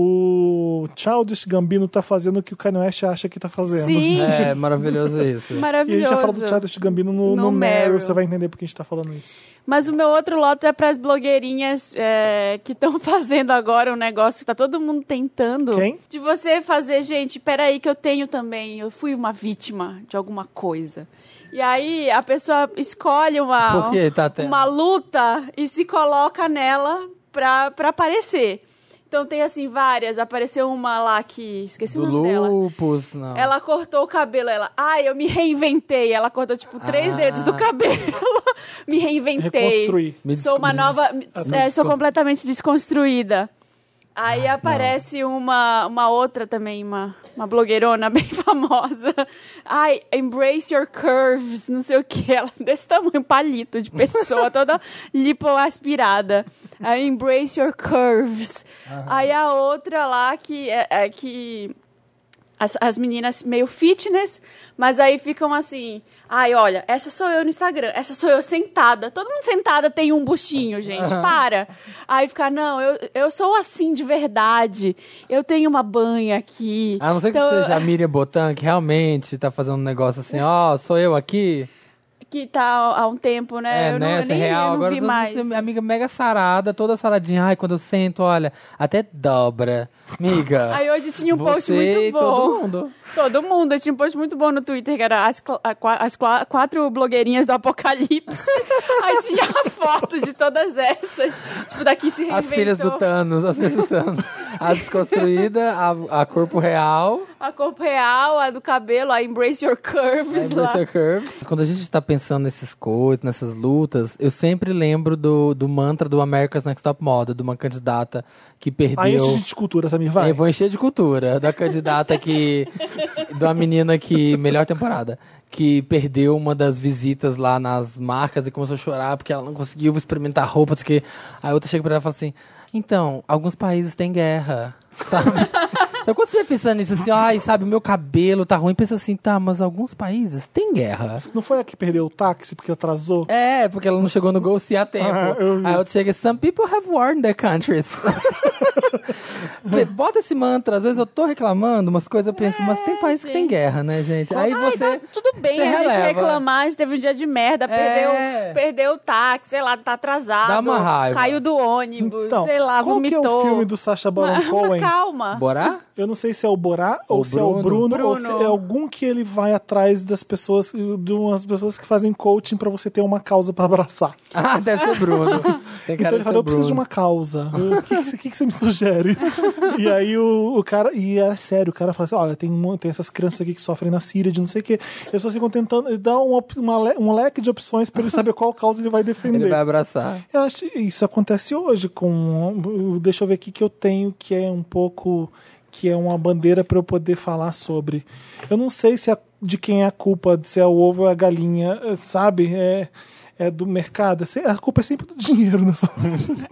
Speaker 2: O Childish Gambino tá fazendo o que o Kanye West acha que tá fazendo.
Speaker 3: Sim,
Speaker 1: É, maravilhoso isso.
Speaker 2: E a gente
Speaker 3: maravilhoso.
Speaker 2: já fala do Childish Gambino no,
Speaker 3: No
Speaker 2: no, Meryl,
Speaker 3: Meryl.
Speaker 2: você vai entender porque a gente tá falando isso.
Speaker 3: Mas o meu outro lote é para as blogueirinhas é, que estão [LAUGHS] fazendo agora um negócio que tá todo mundo tentando.
Speaker 2: Quem?
Speaker 3: De você fazer, gente, peraí que eu tenho também, eu fui uma vítima de alguma coisa. E aí a pessoa escolhe uma,
Speaker 1: Por que tá tendo?
Speaker 3: uma luta e se coloca nela pra, pra aparecer. Então tem assim várias, apareceu uma lá que esqueci
Speaker 1: Do
Speaker 3: o nome dela.
Speaker 1: lupus, não.
Speaker 3: Ela cortou o cabelo, ela, ai, eu me reinventei. Ela cortou, tipo, três
Speaker 1: Ah.
Speaker 3: dedos do cabelo. [LAUGHS] me reinventei.
Speaker 2: Reconstruir.
Speaker 1: Me Ah, tá.
Speaker 3: Sou uma
Speaker 1: desculpe.
Speaker 3: nova. é, sou
Speaker 1: desculpe.
Speaker 3: completamente desconstruída. Aí
Speaker 1: Ah,
Speaker 3: aparece uma, uma outra também, uma, uma blogueirona [LAUGHS] bem famosa. Ai, embrace your curves, não sei o que. Ela desse tamanho, um palito
Speaker 1: [LAUGHS]
Speaker 3: de pessoa, toda lipoaspirada. Aí, embrace your curves. Aí a outra lá que, é, é que as, as meninas meio fitness, mas aí ficam assim. Ai, olha, essa sou eu no Instagram, essa sou eu sentada. Todo mundo sentada tem um buchinho, gente, para. Aí fica, não, eu, eu sou assim de verdade. Eu tenho uma banha aqui.
Speaker 1: A não ser que
Speaker 3: Então,
Speaker 1: seja a Miriam Botan, que realmente tá fazendo um negócio assim, ó, sou eu aqui.
Speaker 3: [LAUGHS] Que tá há um tempo,
Speaker 1: É,
Speaker 3: né?
Speaker 1: né?
Speaker 3: eu não, eu
Speaker 1: Essa
Speaker 3: nem,
Speaker 1: real.
Speaker 3: eu não
Speaker 1: Agora
Speaker 3: vi
Speaker 1: você-
Speaker 3: mais.
Speaker 1: você, minha amiga mega sarada, toda saradinha. Ai, quando eu sento, olha, até dobra.
Speaker 3: [LAUGHS]
Speaker 1: Amiga.
Speaker 3: Aí hoje tinha um post
Speaker 1: você e
Speaker 3: muito bom.
Speaker 1: todo
Speaker 3: [LAUGHS]
Speaker 1: mundo.
Speaker 3: Todo mundo. Eu tinha um post muito bom no Twitter, que era as, cla- a qua- as qua- quatro blogueirinhas do apocalipse.
Speaker 1: [LAUGHS]
Speaker 3: Aí tinha a foto de todas essas. Tipo, daqui se reinventou.
Speaker 1: As filhas do Thanos, as filhas do
Speaker 3: [LAUGHS]
Speaker 1: Thanos. a desconstruída, a, a corpo real,
Speaker 3: A corpo real, a do cabelo, a Embrace Your
Speaker 1: a
Speaker 3: é Curves lá.
Speaker 1: Mr. Curves. Quando a gente tá pensando nessas coisas, nessas lutas, eu sempre lembro do, do mantra do America's Next Top Model, de uma candidata que perdeu...
Speaker 2: Aí enche de cultura, Samir, vai.
Speaker 1: Eu vou encher de cultura da candidata que. da menina que. Melhor temporada. Que perdeu uma das visitas lá nas marcas e começou a chorar porque ela não conseguiu experimentar roupa, não sei o quê. Aí a outra chega pra ela e fala assim: Então, alguns países têm guerra, [LAUGHS] sabe? Então, quando você vai pensando nisso assim, ai, sabe, o meu cabelo tá ruim, pensa assim, tá, mas alguns países têm guerra.
Speaker 2: Não foi a que perdeu o táxi porque atrasou?
Speaker 1: É, porque ela não chegou no Gol se a tempo.
Speaker 2: Ah, eu vi.
Speaker 1: Aí outro chega, some people have warned their
Speaker 2: [LAUGHS]
Speaker 1: countries. Vê, Bota esse mantra, às vezes eu tô reclamando umas coisas, eu penso, mas tem país que tem guerra, né, gente? Aí
Speaker 3: É, Ai,
Speaker 1: você.
Speaker 3: tá tudo bem
Speaker 1: você
Speaker 3: a gente
Speaker 1: releva.
Speaker 3: reclamar, a gente teve um dia de merda,
Speaker 1: É.
Speaker 3: perdeu, perdeu o táxi, sei lá, tá atrasado.
Speaker 1: Dá uma raiva.
Speaker 3: Caiu do ônibus,
Speaker 2: Então,
Speaker 3: sei lá,
Speaker 2: qual
Speaker 3: vomitou.
Speaker 2: que é o filme do Sacha Baron
Speaker 3: Mas- [LAUGHS] mas
Speaker 2: Cohen?
Speaker 3: Calma.
Speaker 1: Bora?
Speaker 2: Eu não sei se é o Borá,
Speaker 1: O
Speaker 2: ou se é o
Speaker 1: Bruno.
Speaker 2: Bruno, ou se
Speaker 3: Bruno.
Speaker 2: é algum que ele vai atrás das pessoas, de umas pessoas que fazem coaching pra você ter uma causa pra abraçar.
Speaker 1: Ah, deve ser o
Speaker 2: [LAUGHS]
Speaker 1: Bruno. Tem cara
Speaker 2: então
Speaker 1: de
Speaker 2: ele
Speaker 1: ser
Speaker 2: fala,
Speaker 1: o
Speaker 2: eu preciso de
Speaker 1: Bruno.
Speaker 2: uma causa.
Speaker 1: [LAUGHS]
Speaker 2: O que, que você- o que que você me sugere? e aí o, o cara, e é sério, o cara fala assim, olha, tem, mu- tem essas crianças aqui que sofrem na Síria de não sei o quê. E as pessoas ficam tentando, ele dá uma op- uma le- um leque de opções pra ele saber qual causa ele vai defender.
Speaker 1: Ele vai abraçar.
Speaker 2: Eu acho que isso acontece hoje com. Deixa eu ver aqui que eu tenho que é um pouco. que é uma bandeira para eu poder falar sobre. Eu não sei se é de quem é a culpa, se é o ovo ou a galinha, eh, sabe? É, é do mercado. Se- A culpa é sempre do [LAUGHS] dinheiro. Nessa...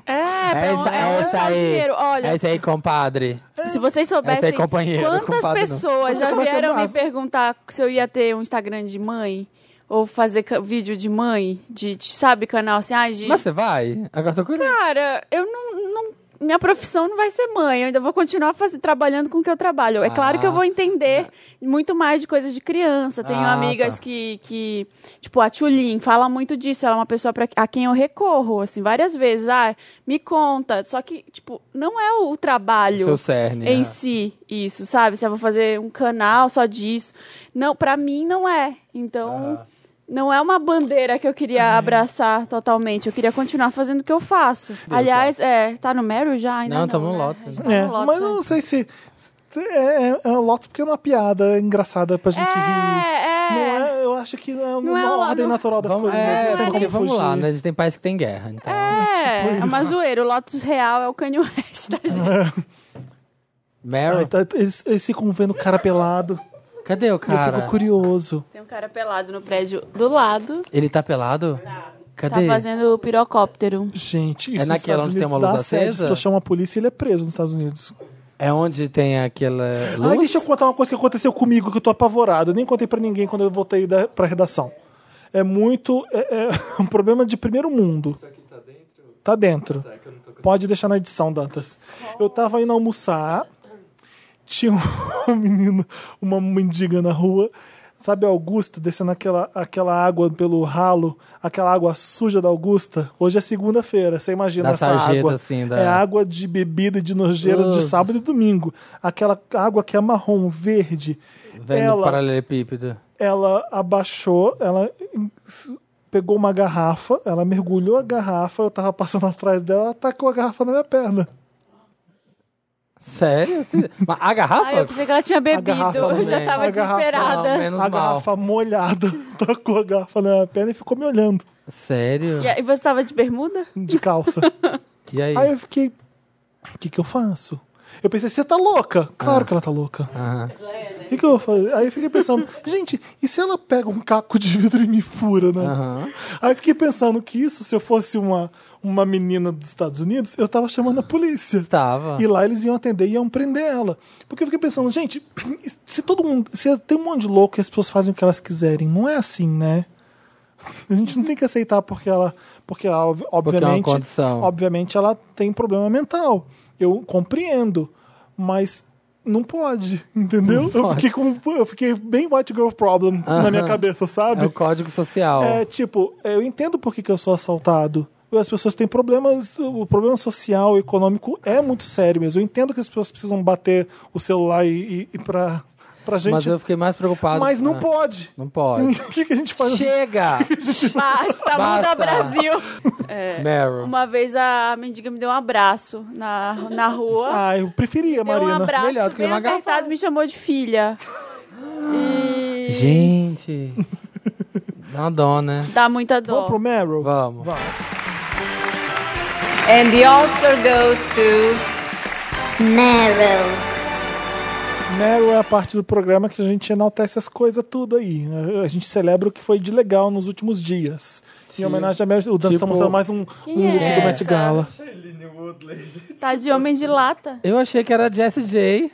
Speaker 3: É, pra um- é onde tá o dinheiro. Olha,
Speaker 1: É isso aí, compadre.
Speaker 3: se vocês soubessem
Speaker 1: aí, companheiro,
Speaker 3: quantas
Speaker 1: compadre, não.
Speaker 3: pessoas já
Speaker 2: Compadre,
Speaker 3: vieram me
Speaker 2: mas-
Speaker 3: perguntar se eu ia ter um Instagram de mãe, ou fazer ca- vídeo de mãe, de, de- sabe, canal assim, ah, de...
Speaker 1: Mas você vai? Agora eu tô curioso.
Speaker 3: Cara, eu não, não- Minha profissão não vai ser mãe, eu ainda vou continuar faz- trabalhando com o que eu trabalho. É claro que eu vou entender muito mais de coisas de criança. Tenho
Speaker 1: tá. Ah,
Speaker 3: amigas
Speaker 1: tá.
Speaker 3: que, que. Tipo, a Tulin fala muito disso. Ela é uma pessoa pra, a quem eu recorro, assim, várias vezes. Ah, me conta. Só que, tipo, não é o trabalho
Speaker 1: Seu cerne.
Speaker 3: em
Speaker 1: é.
Speaker 3: si isso, sabe? Se eu vou fazer um canal só disso. Não, para mim não é. Então,
Speaker 1: Aham.
Speaker 3: não é uma bandeira que eu queria
Speaker 1: [LAUGHS]
Speaker 3: abraçar totalmente. Eu queria continuar fazendo o que eu faço. Aliás, é, tá no Meryl já? Ainda
Speaker 1: Não,
Speaker 3: não,
Speaker 1: tamo no
Speaker 3: né?
Speaker 1: Lotus
Speaker 3: A gente
Speaker 1: ainda.
Speaker 3: tá no
Speaker 2: É,
Speaker 3: Lotus
Speaker 2: mas eu
Speaker 3: ainda.
Speaker 2: não sei se. se É, é, é um lote porque é uma piada engraçada pra gente rir.
Speaker 3: É,
Speaker 2: Não
Speaker 3: é.
Speaker 2: é, eu acho que é uma,
Speaker 3: Não é uma-
Speaker 2: ordem
Speaker 3: não-
Speaker 2: natural das
Speaker 1: Vamos,
Speaker 2: coisas. né?
Speaker 1: é,
Speaker 2: Não tem
Speaker 1: porque
Speaker 2: como
Speaker 1: vamos lá,
Speaker 2: fugir.
Speaker 1: né? A gente tem país que tem guerra, então.
Speaker 3: É,
Speaker 2: tipo
Speaker 3: é uma
Speaker 2: isso.
Speaker 3: zoeira. O Lotus real é o Kanye West, tá, gente?
Speaker 1: Meryl,
Speaker 2: Ai, tá, eles, eles ficam vendo o cara pelado.
Speaker 1: cadê o
Speaker 2: E eu
Speaker 1: cara?
Speaker 2: fico curioso.
Speaker 3: Tem um cara pelado no prédio do lado.
Speaker 1: Ele tá pelado? Cadê?
Speaker 3: Tá fazendo o pirocóptero.
Speaker 2: Gente, isso
Speaker 1: É naquela
Speaker 2: nos Estados
Speaker 1: onde tem
Speaker 2: Unidos
Speaker 1: uma luz
Speaker 2: dá assédio,
Speaker 1: acesa?
Speaker 2: Se tu chama a polícia, ele é preso nos Estados Unidos.
Speaker 1: É onde tem aquela luz?
Speaker 2: Ai, deixa eu contar uma coisa que aconteceu comigo, que eu tô apavorado. Eu nem contei pra ninguém quando eu voltei da, pra redação. É muito... É, [LAUGHS] é um problema de primeiro mundo.
Speaker 4: Isso aqui tá dentro?
Speaker 2: Tá dentro.
Speaker 4: Tá, é que eu não tô conseguindo.
Speaker 2: Pode deixar na edição, Dantas. Eu tava indo almoçar tinha [LAUGHS] uma menina, uma mendiga na rua, sabe a Augusta descendo aquela, aquela água pelo ralo, aquela água suja da Augusta? Hoje é segunda-feira, você imagina
Speaker 1: Da
Speaker 2: essa
Speaker 1: sarjeta,
Speaker 2: água.
Speaker 1: assim, da-
Speaker 2: É água de bebida e de nojeira de
Speaker 1: Nossa.
Speaker 2: sábado e domingo. Aquela água que é marrom, verde.
Speaker 1: Vendo
Speaker 2: ela,
Speaker 1: paralelepípedo.
Speaker 2: ela abaixou, ela pegou uma garrafa, ela mergulhou a garrafa, eu tava passando atrás dela, ela tacou a garrafa na minha perna.
Speaker 1: Sério? Assim? Mas a garrafa?
Speaker 3: Ai, eu pensei que ela tinha bebido.
Speaker 2: garrafa
Speaker 3: Eu já
Speaker 1: também.
Speaker 3: tava
Speaker 2: A garrafa
Speaker 1: Não,
Speaker 3: desesperada.
Speaker 1: menos
Speaker 2: a
Speaker 1: mal.
Speaker 2: garrafa molhada, [LAUGHS] tacou a garrafa na minha perna e ficou me olhando
Speaker 1: Sério?
Speaker 3: E aí, você tava de bermuda?
Speaker 1: [LAUGHS]
Speaker 2: de calça.
Speaker 1: E aí?
Speaker 2: Aí eu fiquei, o que que eu faço? Eu pensei, você tá louca?
Speaker 1: Ah.
Speaker 2: Claro que ela tá louca.
Speaker 1: Aham.
Speaker 2: O que, que eu vou fazer? Aí eu fiquei pensando, gente, e se ela pega um caco de vidro e me fura, né?
Speaker 1: Aham.
Speaker 2: Aí eu fiquei pensando que isso, se eu fosse uma, uma menina dos Estados Unidos, eu tava chamando a polícia.
Speaker 1: Tava. É
Speaker 2: E lá eles iam atender e iam prender ela. Porque eu fiquei pensando, gente, [CLEARS THROAT] se todo mundo. Se tem um monte de louco e as pessoas fazem o que elas quiserem, não é assim, né? [LAUGHS] A gente não tem que aceitar porque ela. Porque ela, ob- obviamente.
Speaker 1: é condição.
Speaker 2: Obviamente ela tem problema mental. Eu compreendo. Mas não pode, [LAUGHS] entendeu? Eu, fiquei com, eu fiquei bem white girl problem na minha
Speaker 1: Aham.
Speaker 2: cabeça, sabe?
Speaker 1: É o código social.
Speaker 2: É, tipo, eu entendo por que, que eu sou assaltado. As pessoas têm problemas, o problema social e econômico é muito sério mesmo. Eu entendo que as pessoas precisam bater o celular e, e, e pra, pra gente.
Speaker 1: Mas eu fiquei mais preocupado.
Speaker 2: mas não
Speaker 1: Ah,
Speaker 2: pode.
Speaker 1: Não pode.
Speaker 2: [LAUGHS] O que, que a gente faz? [LAUGHS]
Speaker 1: Chega!
Speaker 3: Basta, muda
Speaker 1: Basta.
Speaker 3: Brasil.
Speaker 1: Meryl.
Speaker 3: Uma vez a mendiga me deu um abraço na, na rua.
Speaker 2: Ah, eu preferia,
Speaker 3: deu um
Speaker 2: Marina.
Speaker 3: abraço
Speaker 1: Melhor do que
Speaker 3: bem
Speaker 1: uma
Speaker 3: apertado, me chamou de filha. E
Speaker 2: [LAUGHS]
Speaker 1: Gente. Dá uma dó, né?
Speaker 3: dá muita
Speaker 2: Vamos
Speaker 3: dó.
Speaker 2: pro Meryl?
Speaker 1: Vamos.
Speaker 5: And the Oscar goes to
Speaker 6: Meryl.
Speaker 2: Meryl é a parte do programa que a gente enaltece as coisas tudo aí. né? A gente celebra o que foi de legal nos últimos dias. Em homenagem a Meryl. O Dan
Speaker 1: Tipo-
Speaker 2: tá mostrando mais um, um
Speaker 3: é
Speaker 2: look do Met
Speaker 3: essa?
Speaker 2: Gala.
Speaker 4: Shailene Woodley, gente.
Speaker 3: Tá de homem de lata.
Speaker 1: Eu achei que era Jessie J.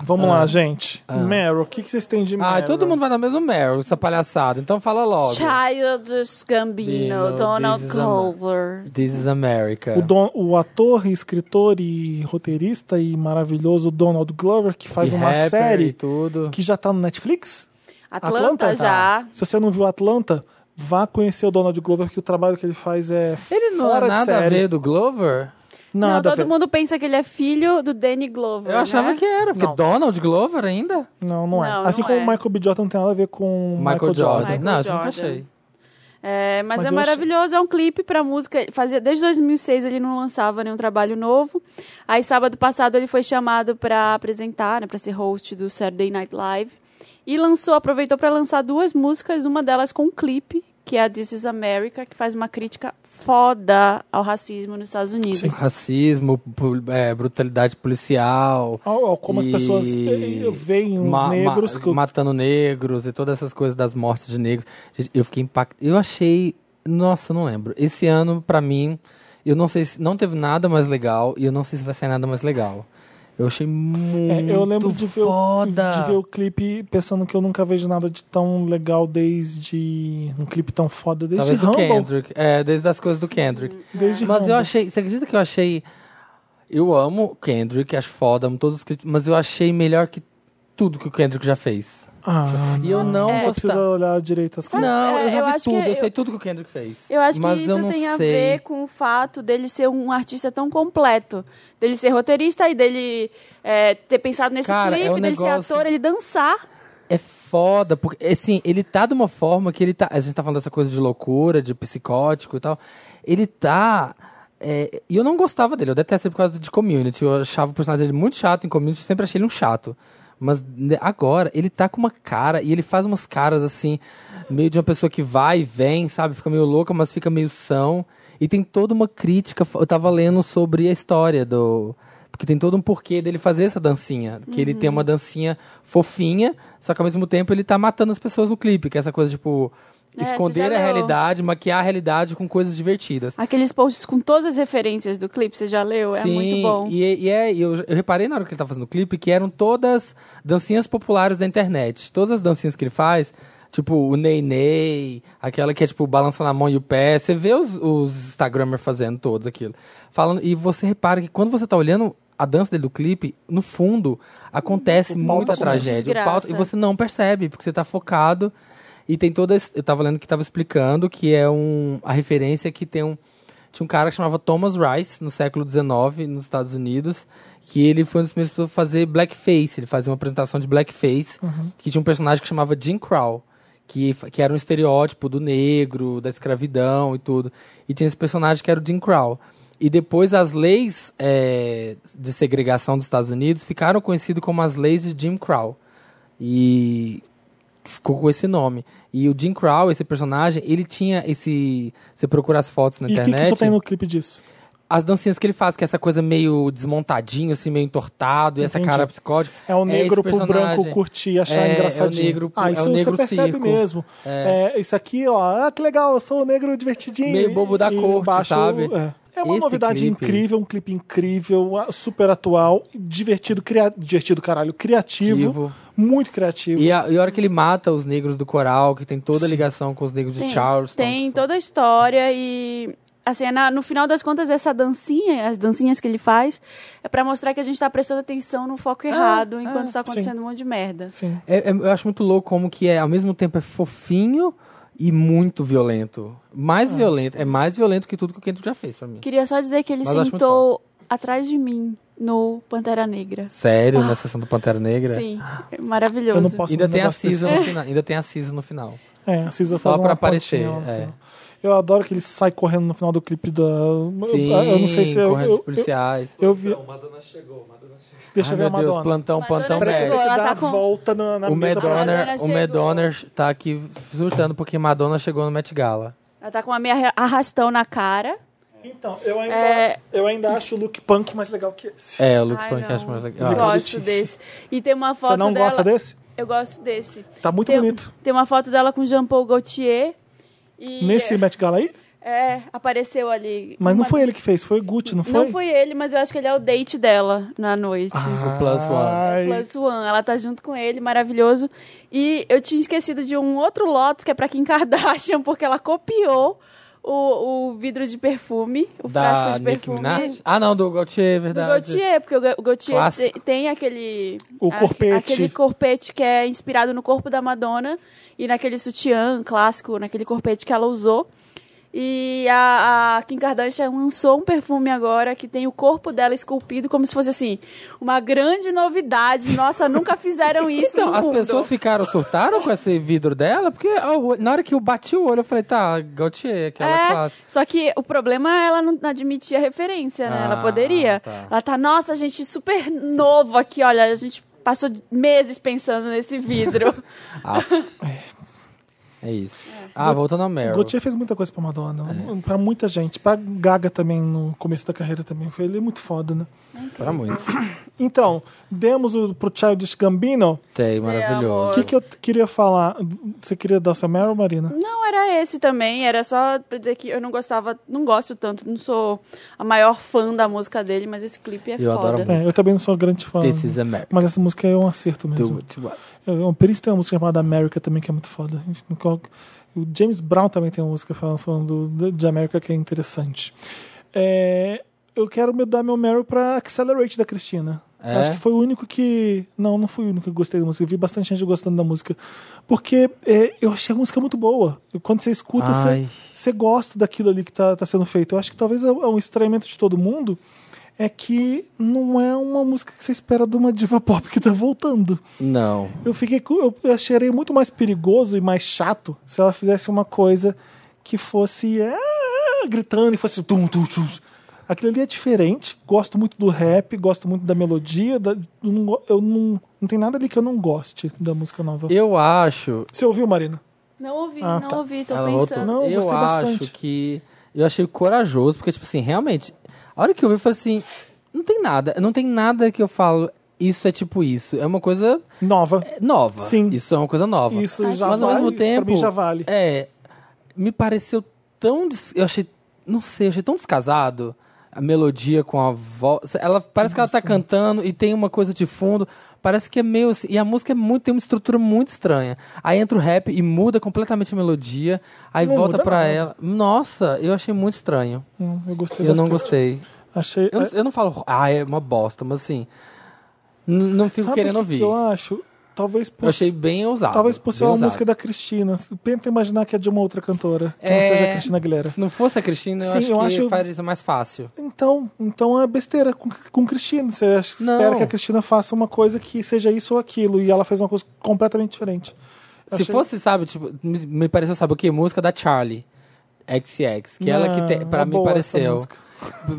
Speaker 2: Vamos lá, gente. Meryl, o que, que vocês têm de Meryl?
Speaker 1: Ai, Ah. todo mundo vai dar mesmo Meryl, essa palhaçada. Então fala logo.
Speaker 3: Childish Gambino,
Speaker 1: Gambino,
Speaker 3: Donald
Speaker 1: this is a-
Speaker 3: Glover.
Speaker 1: This is America.
Speaker 2: O, don- o ator, escritor e roteirista e maravilhoso Donald Glover, que faz
Speaker 1: E
Speaker 2: uma
Speaker 1: rapper E
Speaker 2: série
Speaker 1: tudo.
Speaker 2: que já tá no Netflix?
Speaker 3: Atlanta,
Speaker 1: tá.
Speaker 3: já.
Speaker 2: Se você não viu Atlanta, vá conhecer o Donald Glover, que o trabalho que ele faz é
Speaker 1: Ele não
Speaker 2: fora
Speaker 1: é
Speaker 2: de
Speaker 1: nada a
Speaker 2: série.
Speaker 1: ver do Glover?
Speaker 3: Não,
Speaker 2: Nada a ver.
Speaker 3: todo mundo pensa que ele é filho do Danny Glover.
Speaker 1: tá. Eu achava
Speaker 3: né?
Speaker 1: que era, porque
Speaker 2: Não.
Speaker 1: Donald Glover ainda?
Speaker 2: Não, não é.
Speaker 3: Não,
Speaker 2: assim
Speaker 3: não
Speaker 2: como
Speaker 3: é.
Speaker 2: o Michael B. Jordan não tem nada a ver com o Um Michael, Jordan.
Speaker 3: Michael
Speaker 1: não, isso eu
Speaker 3: Jordan.
Speaker 1: nunca achei.
Speaker 3: É, mas,
Speaker 2: Mas
Speaker 3: é
Speaker 2: eu achei-
Speaker 3: maravilhoso, é um clipe pra música. Ele Fazia, desde 2006 ele não lançava nenhum trabalho novo. Aí sábado passado ele foi chamado pra apresentar, né, para ser host do Saturday Night Live e lançou, aproveitou pra lançar duas músicas, uma delas com um clipe, que é a This Is America, que faz uma crítica foda ao racismo nos Estados Unidos.
Speaker 2: Sim.
Speaker 1: Racismo, pu- é, brutalidade policial.
Speaker 2: Ao- ao como as pessoas, eh, veem os negros que-
Speaker 1: matando negros e todas essas coisas das mortes de negros. Gente, eu fiquei impactado. Eu achei. Nossa, eu não lembro. Esse ano, pra mim, eu não sei se. Não teve nada mais legal e eu não sei se vai sair nada mais legal. Eu achei
Speaker 2: É,
Speaker 1: muito.
Speaker 2: eu lembro de ver, o,
Speaker 1: foda.
Speaker 2: de ver o clipe pensando que eu nunca vejo nada de tão legal desde. Um clipe tão foda desde
Speaker 1: Talvez do
Speaker 2: Rumble.
Speaker 1: Kendrick. É, desde as coisas do Kendrick.
Speaker 2: Desde
Speaker 1: Mas
Speaker 2: Rumble.
Speaker 1: eu achei. Você acredita que eu achei. Eu amo Kendrick, acho foda, amo todos os clipes, mas eu achei melhor que tudo que o Kendrick já fez.
Speaker 2: Ah,
Speaker 1: E eu não
Speaker 2: Só
Speaker 1: gostava.
Speaker 2: precisa olhar direito as coisas.
Speaker 1: Não,
Speaker 3: é,
Speaker 1: eu já
Speaker 3: eu
Speaker 1: vi
Speaker 3: acho
Speaker 1: tudo,
Speaker 3: que
Speaker 1: eu sei
Speaker 3: eu-
Speaker 1: tudo que o Kendrick fez.
Speaker 3: Eu acho
Speaker 1: mas
Speaker 3: que
Speaker 1: eu
Speaker 3: isso
Speaker 1: não
Speaker 3: tem a
Speaker 1: sei.
Speaker 3: ver com o fato dele ser um artista tão completo. Dele ser roteirista e dele é, ter pensado nesse
Speaker 1: Cara,
Speaker 3: clipe,
Speaker 1: é um
Speaker 3: dele ser
Speaker 1: negócio-
Speaker 3: ator, ele dançar.
Speaker 1: É foda, porque, assim, ele tá de uma forma que ele tá. A gente tá falando dessa coisa de loucura, de psicótico e tal. Ele tá. é, e eu não gostava dele, eu detesto ele por causa de community. Eu achava o personagem dele muito chato em community, sempre achei ele um chato. Mas né, agora, ele tá com uma cara, e ele faz umas caras assim, meio de uma pessoa que vai e vem, sabe? Fica meio louca, mas fica meio são. E tem toda uma crítica. Eu tava lendo sobre a história do. Porque tem todo um porquê dele fazer essa dancinha. Que ele
Speaker 3: Uhum.
Speaker 1: tem uma dancinha fofinha, só que ao mesmo tempo ele tá matando as pessoas no clipe, que é essa coisa, tipo,
Speaker 3: É, você já
Speaker 1: esconder a
Speaker 3: leu.
Speaker 1: realidade, maquiar a realidade com coisas divertidas.
Speaker 3: Aqueles posts com todas as referências do clipe, você já leu? é muito bom.
Speaker 1: E, e é, e eu, eu reparei na hora que ele tava fazendo o clipe que eram todas dancinhas populares da internet. Todas as dancinhas que ele faz, tipo o Ney Ney, aquela que é tipo balançando a mão e o pé. Você vê os, os Instagramers fazendo todos aquilo. Falando, e você repara que quando você tá olhando a dança dele do clipe, no fundo, acontece muita
Speaker 2: acontece.
Speaker 1: tragédia. O
Speaker 3: Desgraça.
Speaker 1: pauta- e você não percebe, porque você tá focado. E tem toda. esse- Eu tava lendo que tava explicando que é um. A referência que tem um. Tinha um cara que chamava Thomas Rice, no século XIX, nos Estados Unidos, que ele foi um dos primeiros pessoas a fazer blackface. Ele fazia uma apresentação de blackface, que tinha um personagem que chamava Jim Crow, que, fa- que era um estereótipo do negro, da escravidão e tudo. E tinha esse personagem que era o Jim Crow. E depois as leis eh, de segregação dos Estados Unidos ficaram conhecidas como as leis de Jim Crow. E ficou com esse nome. E o Jim Crow, esse personagem, ele tinha esse... Você procura as fotos na
Speaker 2: E o que,
Speaker 1: internet
Speaker 2: que só tem no clipe disso?
Speaker 1: as dancinhas que ele faz, que é essa coisa meio desmontadinho, assim, meio entortado, e essa
Speaker 2: Entendi.
Speaker 1: cara psicótica.
Speaker 2: É o
Speaker 1: esse
Speaker 2: negro pro
Speaker 1: personagem.
Speaker 2: branco curtir, achar
Speaker 1: É,
Speaker 2: engraçadinho.
Speaker 1: É o negro, pro-
Speaker 2: ah,
Speaker 1: é
Speaker 2: isso
Speaker 1: o negro
Speaker 2: você percebe
Speaker 1: circo.
Speaker 2: mesmo. É, isso aqui, ó, ah, que legal, eu sou o negro divertidinho.
Speaker 1: Meio bobo da corte, sabe?
Speaker 2: É, É uma
Speaker 1: Esse
Speaker 2: novidade
Speaker 1: clipe-
Speaker 2: incrível, um clipe incrível, ah, super atual, divertido, cria... divertido, caralho, criativo,
Speaker 1: Criativo.
Speaker 2: muito criativo.
Speaker 1: E a, e a hora que ele mata os negros do coral, que tem toda a ligação com os negros de
Speaker 3: Tem,
Speaker 1: Charles.
Speaker 3: tem então toda a história e assim, é na- no final das contas essa dancinha, as dancinhas que ele faz é pra mostrar que a gente tá prestando atenção no foco errado enquanto tá acontecendo um monte de merda.
Speaker 2: Sim.
Speaker 1: É- é- eu acho muito louco como que é, ao mesmo tempo é fofinho e muito violento. Mais violento, é mais violento que tudo que o Kento já fez pra mim.
Speaker 3: Queria só dizer que ele
Speaker 1: Mas eu acho muito
Speaker 3: sentou atrás de mim no Pantera Negra.
Speaker 1: Sério, na sessão do Pantera Negra?
Speaker 3: Ah.
Speaker 1: [GASPS]
Speaker 3: Sim, é
Speaker 2: Eu não
Speaker 3: maravilhoso.
Speaker 2: posso
Speaker 1: Ainda
Speaker 2: um
Speaker 1: tem, a
Speaker 2: negócio desse.
Speaker 1: Cisa no final, ainda tem a Cisa no final.
Speaker 2: É, a Cisa
Speaker 1: Só
Speaker 2: faz
Speaker 1: pra
Speaker 2: uma
Speaker 1: aparecer,
Speaker 2: pontinha lá no
Speaker 1: é.
Speaker 2: final. Eu adoro que ele sai correndo no final do clipe da.
Speaker 1: Sim,
Speaker 2: eu, eu não sei se eu.
Speaker 1: correndo
Speaker 2: Eu,
Speaker 1: dos policiais.
Speaker 2: eu, eu vi.
Speaker 4: Não, Madonna chegou, Madonna chegou.
Speaker 2: Deixa
Speaker 1: Ai,
Speaker 2: eu ver a
Speaker 1: meu Deus,
Speaker 2: Madonna.
Speaker 1: plantão, plantão,
Speaker 3: Madonna
Speaker 2: Peraí,
Speaker 1: velho.
Speaker 3: chegou.
Speaker 2: tem que
Speaker 3: Ela
Speaker 2: dar
Speaker 3: tá
Speaker 2: a
Speaker 3: com-
Speaker 2: volta na, na
Speaker 1: O
Speaker 2: mesa pra-
Speaker 3: Madonna
Speaker 1: Madonna, o
Speaker 3: chegou.
Speaker 1: Madonna tá aqui surtando porque Madonna chegou no Met Gala.
Speaker 3: Ela tá com uma meia arrastão na cara.
Speaker 2: Então, eu ainda,
Speaker 3: É.
Speaker 2: eu ainda acho o look punk mais legal que esse.
Speaker 1: É, o Luke
Speaker 3: Ai,
Speaker 1: Punk
Speaker 3: não.
Speaker 1: acho mais
Speaker 3: Eu
Speaker 1: legal.
Speaker 3: gosto desse. E tem uma foto
Speaker 2: Você não
Speaker 3: dela...
Speaker 2: gosta desse?
Speaker 3: Eu gosto desse.
Speaker 2: Tá muito
Speaker 3: tem, um
Speaker 2: bonito.
Speaker 3: Tem uma foto dela com Jean Paul Gaultier. E
Speaker 2: Nesse Met Gala aí?
Speaker 3: É, apareceu ali.
Speaker 2: Mas não
Speaker 3: Uma-
Speaker 2: foi ele que fez, foi o Gucci, não foi? Ah,
Speaker 3: Não foi ele, mas eu acho que ele é o date dela na noite.
Speaker 1: O Ah, Plus One.
Speaker 2: Ai,
Speaker 3: Plus One, ela tá junto com ele, maravilhoso. E eu tinha esquecido de um outro Lotus que é pra Kim Kardashian, [LAUGHS] porque ela copiou o, o vidro de perfume, o
Speaker 1: Da
Speaker 3: frasco
Speaker 1: Nicki
Speaker 3: de perfume.
Speaker 1: Minaj? Ah, não, do Gaultier, é
Speaker 3: Do
Speaker 1: verdade.
Speaker 3: Gaultier, porque o Ga- o Gaultier te-
Speaker 1: Clássico.
Speaker 3: tem, aquele.
Speaker 2: O
Speaker 3: aque-
Speaker 2: corpete.
Speaker 3: Aquele corpete que é inspirado no corpo da Madonna e naquele sutiã clássico, naquele corpete que ela usou. E a, a Kim Kardashian lançou um perfume agora que tem o corpo dela esculpido como se fosse assim, uma grande novidade. Nossa, nunca fizeram isso.
Speaker 1: [LAUGHS] Então,
Speaker 3: no
Speaker 1: as
Speaker 3: mundo.
Speaker 1: pessoas ficaram, surtaram com esse vidro dela, porque ó, na hora que eu bati o olho, eu falei, tá, Gaultier, aquela
Speaker 3: É,
Speaker 1: clássica.
Speaker 3: só que o problema é ela não admitia referência, né?
Speaker 1: Ah,
Speaker 3: ela poderia.
Speaker 1: tá.
Speaker 3: Ela tá, nossa, gente, super novo aqui, olha, a gente passou meses pensando
Speaker 1: [LAUGHS]
Speaker 3: nesse vidro.
Speaker 1: Ah, é isso. Ah, voltando ao Meryl.
Speaker 2: Gaultier fez muita coisa pra Madonna,
Speaker 1: É.
Speaker 2: um, pra muita gente, pra Gaga também no começo da carreira também. Foi ele é muito foda, né?
Speaker 1: Pra muitos.
Speaker 2: Então, demos o, pro Childish Gambino.
Speaker 1: Tem,
Speaker 2: O
Speaker 1: maravilhoso.
Speaker 2: que, que eu queria falar? Você queria dar o seu Meryl, Marina?
Speaker 3: não era esse também, era só pra dizer que eu não gostava, não gosto tanto, não sou a maior fã da música dele, mas esse clipe é
Speaker 1: Eu
Speaker 3: foda.
Speaker 1: adoro muito.
Speaker 2: É, eu também não sou grande fã.
Speaker 1: This is America.
Speaker 2: Mas essa música é um acerto
Speaker 1: Do
Speaker 2: mesmo.
Speaker 1: what you want.
Speaker 2: É, é um- Por isso tem uma música chamada America também, que é muito foda. No qual- O James Brown também tem uma música falando, falando do- de América que é interessante. É, eu quero me dar meu Meryl pra Accelerate da Cristina.
Speaker 1: É?
Speaker 2: Acho que foi o único que. Não, não foi o único que gostei da música. Eu vi bastante gente gostando da música. Porque é, eu achei a música muito boa. Quando você escuta, você,
Speaker 1: Ai.
Speaker 2: você gosta daquilo ali que tá, tá sendo feito. Eu acho que talvez é um estranhamento de todo mundo. É que não é uma música que você espera de uma diva pop que tá voltando.
Speaker 1: Não.
Speaker 2: Eu fiquei cu- eu eu acharia muito mais perigoso e mais chato se ela fizesse uma coisa que fosse ah, gritando e fosse tum, tum, tum. Aquilo ali é diferente. Gosto muito do rap, gosto muito da melodia. da- eu não, go- eu não, não tem nada ali que eu não goste da música nova.
Speaker 1: Eu acho
Speaker 2: Você ouviu, Marina?
Speaker 3: Não ouvi,
Speaker 2: Ah,
Speaker 3: não
Speaker 2: tá.
Speaker 3: ouvi, tô
Speaker 1: Ela
Speaker 3: pensando.
Speaker 1: voltou.
Speaker 2: Não, eu
Speaker 1: eu
Speaker 2: gostei
Speaker 1: acho
Speaker 2: bastante.
Speaker 1: que. Eu achei corajoso, porque, tipo assim, realmente, a hora que eu vi, eu falei assim: não tem nada, não tem nada que eu falo, isso é tipo isso. É uma coisa
Speaker 2: Nova.
Speaker 1: nova.
Speaker 2: Sim.
Speaker 1: Isso é uma coisa nova.
Speaker 2: Isso
Speaker 1: Mas
Speaker 2: já
Speaker 1: ao
Speaker 2: vale,
Speaker 1: mesmo
Speaker 2: isso pra
Speaker 1: tempo.
Speaker 2: mim já vale.
Speaker 1: É. Me pareceu tão. des- Eu achei. Não sei, eu achei tão descasado. A melodia com a voz. Ela parece que ela tá cantando e tem uma coisa de fundo. Parece que é meio assim. E a música é muito, tem uma estrutura muito estranha. Aí entra o rap e muda completamente a melodia. Aí
Speaker 2: Não
Speaker 1: volta
Speaker 2: muda
Speaker 1: pra
Speaker 2: nada.
Speaker 1: ela. Nossa, eu achei muito estranho.
Speaker 2: Hum, Eu gostei
Speaker 1: Eu não
Speaker 2: bastante.
Speaker 1: gostei.
Speaker 2: Achei.
Speaker 1: Eu, não- eu não falo, ah, é uma bosta, mas assim. n- Não fico
Speaker 2: Sabe
Speaker 1: querendo
Speaker 2: o que
Speaker 1: ouvir.
Speaker 2: que eu
Speaker 1: Eu
Speaker 2: acho? Talvez por,
Speaker 1: achei bem ousado.
Speaker 2: talvez por ser
Speaker 1: bem
Speaker 2: uma
Speaker 1: ousado.
Speaker 2: música da Cristina. Tenta imaginar que é de uma outra cantora, que não
Speaker 1: É.
Speaker 2: seja a Cristina Aguilera.
Speaker 1: Se não fosse a Cristina, eu
Speaker 2: Sim,
Speaker 1: acho
Speaker 2: eu
Speaker 1: que
Speaker 2: acho-
Speaker 1: faria isso mais fácil.
Speaker 2: Então, então é besteira com, com Cristina. Você acha-
Speaker 1: Não.
Speaker 2: espera que a Cristina faça uma coisa que seja isso ou aquilo. E ela fez uma coisa completamente diferente. Eu
Speaker 1: Se
Speaker 2: achei-
Speaker 1: fosse, sabe, tipo, me, me pareceu, sabe o que? Música da Charlie. XX, que ela que
Speaker 2: Não,
Speaker 1: tem, pra
Speaker 2: é
Speaker 1: mim
Speaker 2: boa essa
Speaker 1: pareceu.
Speaker 2: música.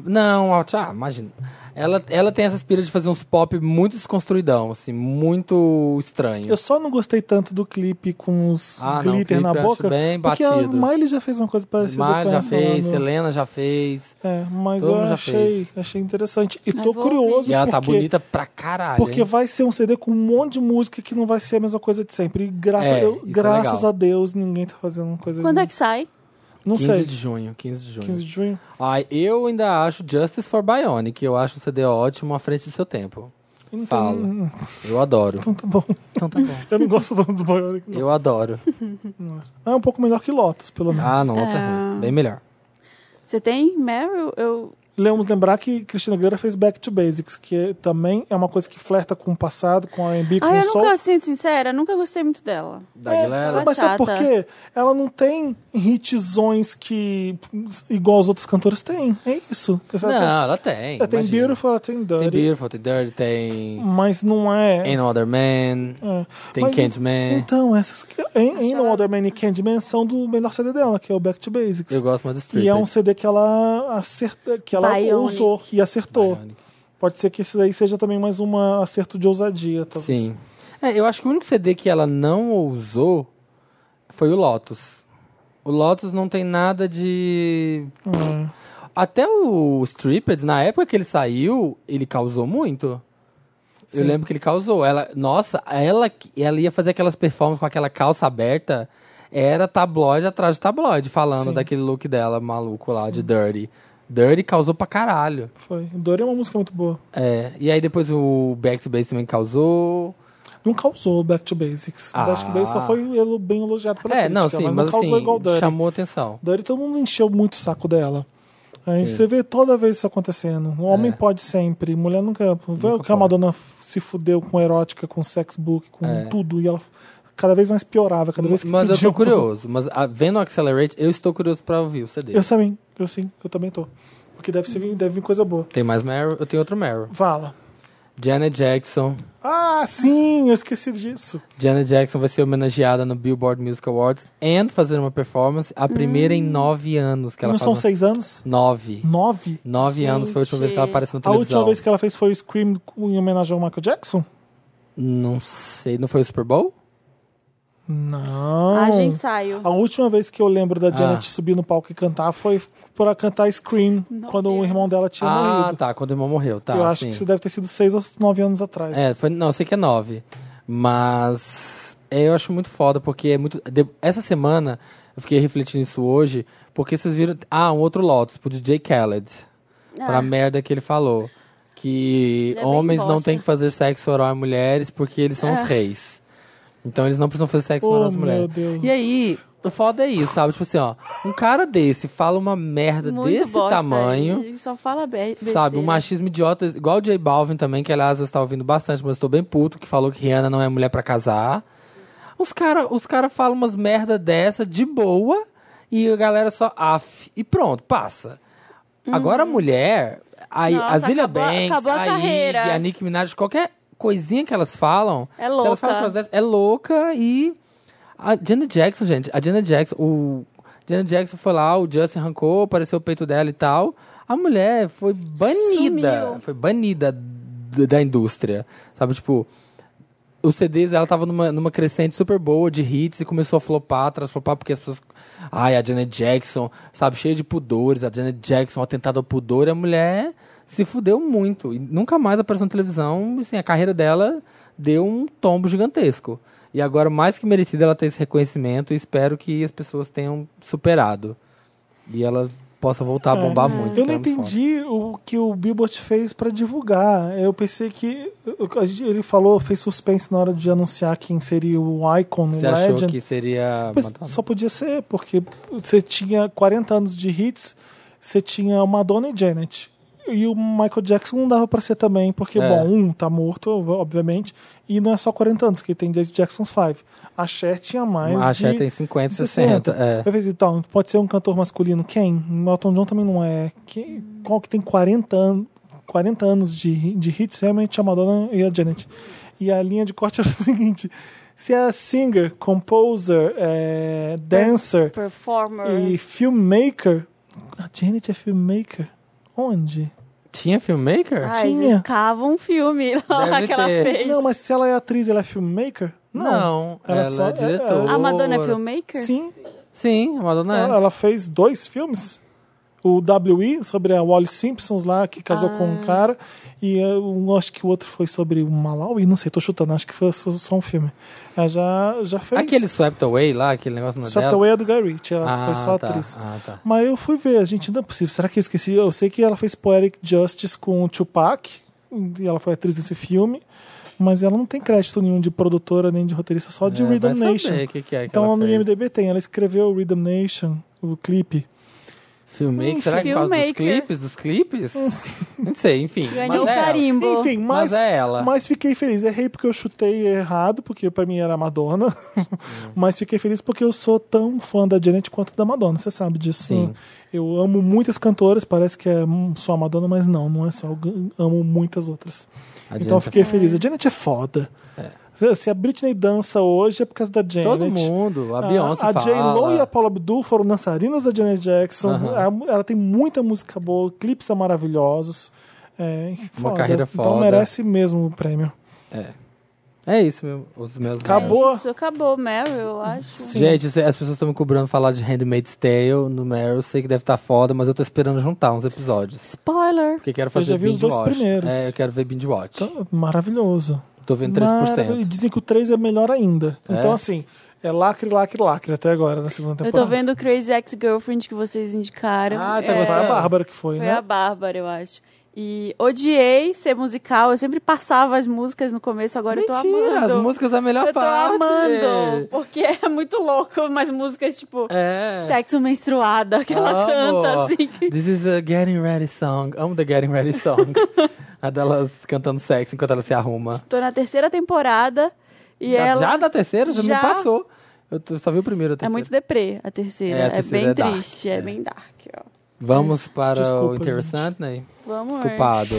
Speaker 1: Não, a- ah, imagina. Ela, ela tem essa aspira de fazer uns pop muito desconstruidão, assim, muito estranho.
Speaker 2: Eu só não gostei tanto do clipe com os
Speaker 1: Ah, não, o
Speaker 2: glitter
Speaker 1: clipe
Speaker 2: na
Speaker 1: eu acho
Speaker 2: boca.
Speaker 1: bem
Speaker 2: porque a
Speaker 1: batido.
Speaker 2: Miley já fez uma coisa parecida
Speaker 1: Mar
Speaker 2: com
Speaker 1: já
Speaker 2: essa
Speaker 1: fez,
Speaker 2: lá no-
Speaker 1: Selena já fez.
Speaker 2: É, mas
Speaker 1: Todo
Speaker 2: eu
Speaker 1: mundo já
Speaker 2: achei, achei interessante. E tô
Speaker 3: vou
Speaker 2: curioso
Speaker 1: E ela
Speaker 2: porque,
Speaker 1: tá bonita pra caralho.
Speaker 2: porque
Speaker 1: hein?
Speaker 2: vai ser um CD com um monte de música que não vai ser a mesma coisa de sempre. E graça,
Speaker 1: É,
Speaker 2: eu-
Speaker 1: isso é
Speaker 2: graças
Speaker 1: legal.
Speaker 2: a Deus ninguém tá fazendo coisa
Speaker 3: Quando é que sai?
Speaker 2: Não
Speaker 1: 15
Speaker 2: sei.
Speaker 1: de junho, 15 de junho.
Speaker 2: 15 de junho.
Speaker 1: Ai, eu ainda acho Justice for Bionic, eu acho um CD ótimo à frente do seu tempo.
Speaker 2: Então,
Speaker 1: Fala. Eu adoro.
Speaker 2: Então tá bom.
Speaker 1: Então tá bom.
Speaker 2: [LAUGHS] Eu não gosto tanto do Bionic. não.
Speaker 1: Eu adoro.
Speaker 2: É um pouco melhor que Lotus, pelo menos.
Speaker 1: Ah, não, outra
Speaker 3: Ah.
Speaker 1: ruim. Bem melhor.
Speaker 3: Você tem Meryl? Eu...
Speaker 2: Lemos lembrar que Cristina Aguilera fez Back to Basics, que também é uma coisa que flerta com o passado, com R&B, com
Speaker 3: Ah, eu
Speaker 2: soul.
Speaker 3: nunca, assim, sincera, nunca gostei muito dela.
Speaker 1: Da
Speaker 2: É,
Speaker 1: Aguilera.
Speaker 2: sabe- mas sabe por
Speaker 3: Chata.
Speaker 2: quê? Ela não tem hitzões que igual as outras cantoras têm. É isso. Ela tem-
Speaker 1: Não, ela tem.
Speaker 2: ela tem
Speaker 1: imagina.
Speaker 2: Beautiful, ela tem
Speaker 1: Tem
Speaker 2: Dirty,
Speaker 1: Beautiful, tem Dirty, tem
Speaker 2: mas não é...
Speaker 1: Ain't No Other Man,
Speaker 2: é.
Speaker 1: tem
Speaker 2: Mas-
Speaker 1: Candyman.
Speaker 2: Então, essas... que- Ain't No Other Man e Candyman são do melhor CD dela, que é o Back to Basics.
Speaker 1: Eu gosto mais do Strip.
Speaker 2: E é um CD que ela acerta, que ela
Speaker 3: Bionic.
Speaker 2: usou e acertou. Pode ser que esse daí seja também mais um acerto de ousadia, talvez.
Speaker 1: Sim. É, eu acho que o único CD que ela não usou foi o Lotus. O Lotus não tem nada de. Até o Stripped, na época que ele saiu, ele causou muito.
Speaker 2: Sim.
Speaker 1: Eu lembro que ele causou. Ela, nossa, ela, ela ia fazer aquelas performances com aquela calça aberta. Era tabloide atrás de tabloide, falando
Speaker 2: Sim.
Speaker 1: daquele look dela maluco lá, de Dirty. Dirty causou pra caralho.
Speaker 2: Foi. Dori é uma música muito boa.
Speaker 1: É, e aí depois o Back to Base também causou.
Speaker 2: Não causou Back to Basics.
Speaker 1: Ah.
Speaker 2: Back to Basics só foi elo- bem elogiado pela
Speaker 1: É,
Speaker 2: crítica,
Speaker 1: não, sim,
Speaker 2: mas,
Speaker 1: mas,
Speaker 2: não causou
Speaker 1: assim,
Speaker 2: igual Dori.
Speaker 1: chamou atenção.
Speaker 2: Dori todo mundo encheu muito o saco dela. Aí
Speaker 1: Sim.
Speaker 2: você vê toda vez isso acontecendo. O homem
Speaker 1: É.
Speaker 2: pode sempre, mulher nunca. Vê o que a
Speaker 1: pode.
Speaker 2: Madonna f- se fudeu com erótica, com sex book, com
Speaker 1: É.
Speaker 2: tudo. E ela cada vez mais piorava, cada vez que
Speaker 1: Mas eu
Speaker 2: pedia um
Speaker 1: tô curioso. Mas ah, vendo o Accelerate, eu estou curioso pra ouvir o CD.
Speaker 2: Eu também, eu sim, eu também tô. Porque deve, ser, deve vir coisa boa.
Speaker 1: Tem mais Meryl? Eu tenho outro Meryl.
Speaker 2: Fala.
Speaker 1: Janet Jackson.
Speaker 2: Ah, sim, eu esqueci disso.
Speaker 1: Janet Jackson vai ser homenageada no Billboard Music Awards and fazer uma performance, a primeira em nove anos que ela
Speaker 2: Hum. Não
Speaker 1: faz
Speaker 2: são
Speaker 1: uma-
Speaker 2: seis anos?
Speaker 1: Nove.
Speaker 2: Nove?
Speaker 1: Nove
Speaker 3: Gente.
Speaker 1: anos foi a última vez que ela apareceu na
Speaker 2: A última
Speaker 1: televisão.
Speaker 2: vez que ela fez foi o Scream em homenagem ao Michael Jackson?
Speaker 1: Não sei, não foi o Super Bowl?
Speaker 2: Não.
Speaker 3: Ah, gente, saio.
Speaker 2: A última vez que eu lembro da Janet
Speaker 1: Ah.
Speaker 2: subir no palco e cantar foi para cantar Scream,
Speaker 3: Nove
Speaker 2: quando o
Speaker 3: anos.
Speaker 2: irmão dela tinha
Speaker 1: ah,
Speaker 2: morrido.
Speaker 1: tá, quando o irmão morreu, tá.
Speaker 2: eu acho
Speaker 1: sim.
Speaker 2: que isso deve ter sido seis ou nove anos atrás.
Speaker 1: É, foi, não, eu sei que é nove. Mas é, eu acho muito foda, porque é muito. de- essa semana, eu fiquei refletindo isso hoje, porque vocês viram. Ah, um outro Lotus pro DJ Khaled. Pra
Speaker 3: Ah.
Speaker 1: merda que ele falou. Que
Speaker 3: Ele é bem
Speaker 1: homens não
Speaker 3: bosta. Ah.
Speaker 1: têm que fazer sexo oral a mulheres porque eles são os reis. Então eles não precisam fazer sexo
Speaker 2: Oh,
Speaker 1: oral às
Speaker 2: meu
Speaker 1: mulheres.
Speaker 2: Deus.
Speaker 1: E aí, o foda é isso, sabe? Tipo assim, ó, um cara desse fala uma merda
Speaker 3: Muito
Speaker 1: desse
Speaker 3: bosta,
Speaker 1: tamanho.
Speaker 3: ele só fala be besteira.
Speaker 1: Sabe, um machismo idiota, igual o J Balvin também, que aliás eu estava ouvindo bastante, mas eu estou bem puto, que falou que Rihanna não é mulher pra casar. Os caras os cara falam umas merda dessa de boa e a galera só af e pronto, passa. Agora a mulher, aí
Speaker 3: Uhum. Nossa,
Speaker 1: a Zilia
Speaker 3: acabou-
Speaker 1: Banks,
Speaker 3: acabou a
Speaker 1: a
Speaker 3: carreira.
Speaker 1: Iggy, a Nicki Minaj, qualquer coisinha que elas falam,
Speaker 3: É
Speaker 1: se
Speaker 3: louca.
Speaker 1: elas falam coisas dessas, é louca e a Janet Jackson, gente, a Janet Jackson, o Janet Jackson foi lá, o Justin arrancou, apareceu o peito dela e tal. A mulher foi banida,
Speaker 3: Sumiu.
Speaker 1: foi banida d- da indústria. Sabe, tipo, os CDs, ela tava numa, numa crescente super boa de hits e começou a flopar, transflopar, porque as pessoas. Ai, a Janet Jackson, sabe, cheia de pudores, a Janet Jackson, um atentado ao pudor, e a mulher se fudeu muito. E nunca mais apareceu na televisão, e, assim, a carreira dela deu um tombo gigantesco. E agora, mais que merecida, ela tem esse reconhecimento e espero que as pessoas tenham superado. E ela possa voltar a bombar muito.
Speaker 2: Eu não
Speaker 1: que é muito
Speaker 2: entendi o que o Billboard fez pra divulgar. Eu pensei que ele falou, fez suspense na hora de anunciar quem seria o Icon,
Speaker 1: foda.
Speaker 2: o
Speaker 1: Você achou
Speaker 2: Legend.
Speaker 1: que seria.
Speaker 2: Mas
Speaker 1: Madonna?
Speaker 2: só podia ser, porque você tinha 40 anos de hits, você tinha Madonna e Janet. E o Michael Jackson não dava pra ser também, porque,
Speaker 1: É.
Speaker 2: bom, um tá morto, obviamente, e não é só 40 anos que ele tem desde Jackson 5. A Cher tinha mais.
Speaker 1: A Cher
Speaker 2: de
Speaker 1: tem 50, 60, é.
Speaker 2: Eu falei, então, pode ser um cantor masculino. Quem? Elton John também não é. Quem, qual que tem 40 anos? 40 anos de, de hits, realmente a Madonna e a Janet. E a linha de corte [LAUGHS] era o seguinte: se a singer, composer, é, dancer
Speaker 3: Performer.
Speaker 2: e filmmaker. A Janet é filmmaker? Onde?
Speaker 1: Tinha filmmaker?
Speaker 3: Ah,
Speaker 2: tinha.
Speaker 3: eles cavam um filme [LAUGHS] lá
Speaker 1: Deve
Speaker 3: que ela
Speaker 1: ter.
Speaker 3: fez.
Speaker 2: Não, mas se ela é atriz, ela é filmmaker?
Speaker 1: Não,
Speaker 2: Ela
Speaker 1: ela,
Speaker 2: só-
Speaker 1: é diretora.
Speaker 2: ela-
Speaker 3: A Madonna é filmmaker?
Speaker 2: Sim,
Speaker 1: Sim, a Madonna é.
Speaker 2: Ela, ela fez dois filmes. O WE, sobre a Wally Simpsons lá, que casou com
Speaker 1: Ah.
Speaker 2: um cara. E eu um- acho que o outro foi sobre o Malawi, não sei, tô chutando, acho que foi só, só um filme. Ela já, já fez.
Speaker 1: Aquele Swept Away lá, aquele negócio não é
Speaker 2: Só
Speaker 1: dela?
Speaker 2: Away é do Guy Ritchie, ela
Speaker 1: Ah,
Speaker 2: foi só
Speaker 1: tá.
Speaker 2: atriz.
Speaker 1: Ah, tá.
Speaker 2: Mas eu fui ver, gente, não é possível. Será que eu esqueci? Eu sei que ela fez Poetic Justice com o Tupac, e ela foi atriz desse filme. Mas ela não tem crédito nenhum de produtora nem de roteirista, só de
Speaker 1: É, vai
Speaker 2: Rhythm
Speaker 1: saber
Speaker 2: Nation.
Speaker 1: o que que é que
Speaker 2: então
Speaker 1: ela
Speaker 2: no
Speaker 1: fez.
Speaker 2: IMDB tem, ela escreveu Rhythm Nation, o clipe.
Speaker 1: Filmmaker,
Speaker 2: Enfim.
Speaker 1: será que é por causa dos
Speaker 3: Filmmaker.
Speaker 1: clipes? Dos clipes? Não sei, enfim.
Speaker 3: Ganhou um
Speaker 1: mas é ela.
Speaker 3: carimbo.
Speaker 2: Enfim, mas,
Speaker 1: Mas é ela.
Speaker 2: mas fiquei feliz. Errei porque eu chutei errado, porque pra mim era a Madonna. mas fiquei feliz porque eu sou tão fã da Janet quanto da Madonna, você sabe disso.
Speaker 1: Sim.
Speaker 2: né? Eu amo muitas cantoras, parece que é hum, só a Madonna, mas não, não é só. Eu amo muitas outras.
Speaker 1: A
Speaker 2: então eu
Speaker 1: Janet é
Speaker 2: fiquei feliz. A Janet é foda. Se- Se a Britney dança hoje é por causa da Janet.
Speaker 1: Todo mundo, a Beyoncé
Speaker 2: Ah, A
Speaker 1: fala.
Speaker 2: J-Lo e a Paula Abdul foram dançarinas da Janet Jackson. É A- Ela tem muita música boa, clipes são maravilhosos. É, foda.
Speaker 1: carreira
Speaker 2: Então
Speaker 1: foda.
Speaker 2: merece mesmo o prêmio.
Speaker 1: É isso, meu, os meus...
Speaker 2: Acabou. assim.
Speaker 3: É
Speaker 2: Boa.
Speaker 3: Isso, acabou, Meryl, eu acho.
Speaker 1: Gente, as pessoas estão me cobrando falar de Handmaid's Tale no Meryl. Eu sei que deve estar foda, mas eu tô esperando juntar uns episódios.
Speaker 3: Spoiler.
Speaker 1: Porque eu quero fazer
Speaker 2: já vi os
Speaker 1: binge
Speaker 2: dois
Speaker 1: watch.
Speaker 2: primeiros.
Speaker 1: É, eu quero ver binge watch.
Speaker 2: Então, maravilhoso.
Speaker 1: Tô vendo 3%.
Speaker 2: Maravilhoso. E dizem que o 3 é melhor ainda. Então, assim, é lacre, lacre, lacre até agora, na segunda
Speaker 3: Eu
Speaker 2: temporada.
Speaker 3: tô vendo o Crazy Ex-Girlfriend que vocês indicaram.
Speaker 1: Tá Ah, tá
Speaker 3: É,
Speaker 2: Foi
Speaker 1: gostando?
Speaker 2: a Bárbara que foi,
Speaker 3: Foi
Speaker 2: né?
Speaker 3: a Bárbara, eu acho. E odiei ser musical. Eu sempre passava as músicas no começo, agora eu tô
Speaker 1: Mentira, as
Speaker 3: amando.
Speaker 1: músicas é a melhor
Speaker 3: eu tô
Speaker 1: parte.
Speaker 3: amando. Porque [LAUGHS] é muito louco, mas músicas tipo
Speaker 1: É.
Speaker 3: sexo menstruada, [LAUGHS] que ela
Speaker 1: Amo.
Speaker 3: canta assim. que-
Speaker 1: This is a Getting Ready song. Amo the Getting Ready
Speaker 3: [LAUGHS]
Speaker 1: song. a dela cantando sexo enquanto ela se arruma.
Speaker 3: Tô na terceira temporada e
Speaker 1: já,
Speaker 3: ela
Speaker 1: já da terceira? Já,
Speaker 3: já-
Speaker 1: me passou. Eu t- só vi o primeiro e o
Speaker 3: é
Speaker 1: terceiro.
Speaker 3: muito deprê a terceira.
Speaker 1: É, a
Speaker 3: É,
Speaker 1: terceira
Speaker 3: bem
Speaker 1: é dark,
Speaker 3: triste, é.
Speaker 1: é.
Speaker 3: bem dark, ó.
Speaker 1: Vamos para
Speaker 2: Desculpa,
Speaker 1: o interessante, né?
Speaker 3: Vamos ver.
Speaker 1: Culpado.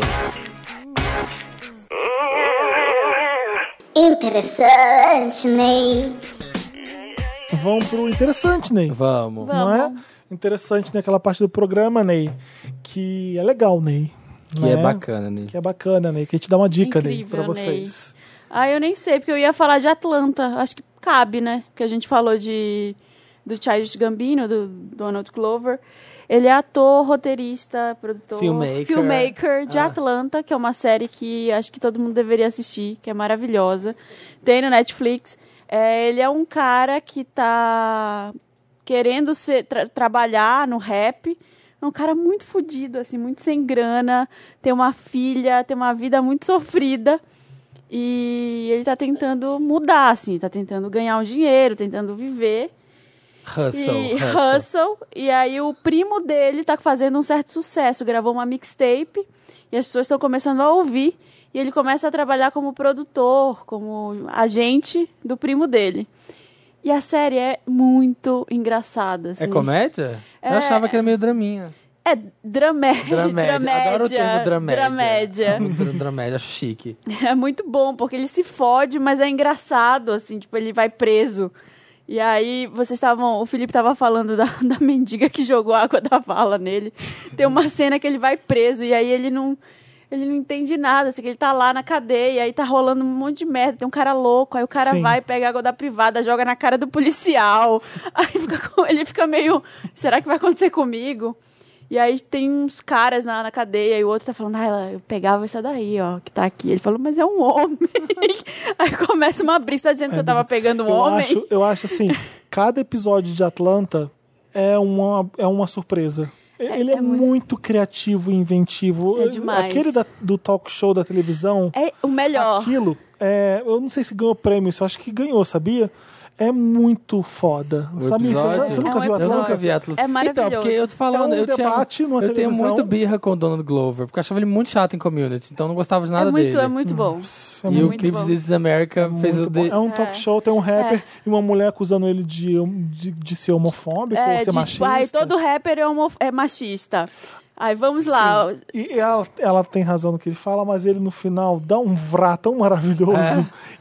Speaker 6: Interessante, Ney.
Speaker 2: Vão pro interessante, Ney.
Speaker 1: Vamos.
Speaker 2: Não é? Interessante naquela parte do programa, Ney. Que é legal, Ney.
Speaker 1: Que
Speaker 2: né?
Speaker 1: é bacana, né?
Speaker 2: Que é bacana, Ney. Que a gente dá uma dica, Ney,
Speaker 3: Incrível,
Speaker 2: pra vocês.
Speaker 3: Ah, eu nem sei, porque eu ia falar de Atlanta. Acho que cabe, né? Porque a gente falou de do Childish Gambino, do Donald Glover. Ele é ator, roteirista, produtor,
Speaker 1: Filmmaker. Ah.
Speaker 3: filmmaker de Atlanta, que é uma série que acho que todo mundo deveria assistir, que é maravilhosa. Tem no Netflix. É, ele é um cara que tá querendo ser, tra- trabalhar no rap. É um cara muito fodido, assim, muito sem grana. Tem uma filha, tem uma vida muito sofrida. E ele tá tentando mudar, assim, tá tentando ganhar um dinheiro, tentando viver.
Speaker 1: Hustle.
Speaker 3: e
Speaker 1: hustle.
Speaker 3: hustle. E aí o primo dele tá fazendo um certo sucesso, gravou uma mixtape e as pessoas estão começando a ouvir. E ele começa a trabalhar como produtor, como agente do primo dele. E a série é muito engraçada, assim.
Speaker 1: É comédia? Eu
Speaker 3: É.
Speaker 1: achava que era meio draminha.
Speaker 3: É dramé-
Speaker 1: [LAUGHS] Dramédia. Adoro o termo dramédia.
Speaker 3: dramédia.
Speaker 1: Amo [LAUGHS] dra- dramédia, acho chique.
Speaker 3: [LAUGHS] É muito bom, porque ele se fode, mas é engraçado, assim, tipo, ele vai preso. E aí, vocês estavam. O Felipe tava falando da, [LAUGHS] da mendiga que jogou água da vala nele. Tem uma cena que ele vai preso, e aí ele não. Ele não entende nada, assim, que ele tá lá na cadeia, aí tá rolando um monte de merda, tem um cara louco, aí o cara
Speaker 2: Sim.
Speaker 3: vai, pega água da privada, joga na cara do policial. [LAUGHS] Aí fica com- ele fica meio, será que vai acontecer comigo? E aí tem uns caras na, na cadeia e o outro tá falando, ah, ela- eu pegava essa daí, ó, que tá aqui. Ele falou, mas é um homem. [LAUGHS] aí começa uma brisa, tá dizendo que eu tava pegando um
Speaker 2: eu
Speaker 3: homem.
Speaker 2: Acho, eu acho
Speaker 3: [LAUGHS]
Speaker 2: assim, cada episódio de Atlanta é uma, é uma surpresa. Ele é,
Speaker 3: é
Speaker 2: muito...
Speaker 3: muito-
Speaker 2: criativo e inventivo.
Speaker 3: É demais.
Speaker 2: Aquele da- do talk show da televisão,
Speaker 3: É o melhor.
Speaker 2: aquilo, é, eu não sei se ganhou prêmio, isso eu acho que ganhou, sabia? é muito foda.
Speaker 1: O
Speaker 2: Sabe, você,
Speaker 1: episódio?
Speaker 2: você nunca
Speaker 3: É um
Speaker 2: viu
Speaker 1: Eu
Speaker 3: episódio.
Speaker 1: nunca
Speaker 2: Atlanta?
Speaker 1: vi Atlas.
Speaker 3: É maravilhoso.
Speaker 1: Então, porque eu tô falando,
Speaker 2: É um
Speaker 1: eu, tinha,
Speaker 2: debate numa
Speaker 1: eu tenho
Speaker 2: televisão.
Speaker 1: muito birra com o Donald Glover, porque eu achava ele muito chato em Community, então eu não gostava de nada
Speaker 3: é muito,
Speaker 1: dele.
Speaker 3: é muito bom.
Speaker 2: Isso é
Speaker 1: e o
Speaker 3: muito
Speaker 1: clipe
Speaker 3: bom.
Speaker 1: de This is America fez
Speaker 2: Muito
Speaker 1: o
Speaker 2: bom.
Speaker 1: de...
Speaker 2: É um talk
Speaker 3: É.
Speaker 2: show, tem um rapper e uma mulher acusando ele de, de, de ser homofóbico ou
Speaker 3: É,
Speaker 2: ser
Speaker 3: de, tipo,
Speaker 2: machista.
Speaker 3: ai, todo rapper é, homo- é machista. Aí vamos lá.
Speaker 2: Sim. E ela, ela tem razão no que ele fala, mas ele no final dá um vrá tão maravilhoso.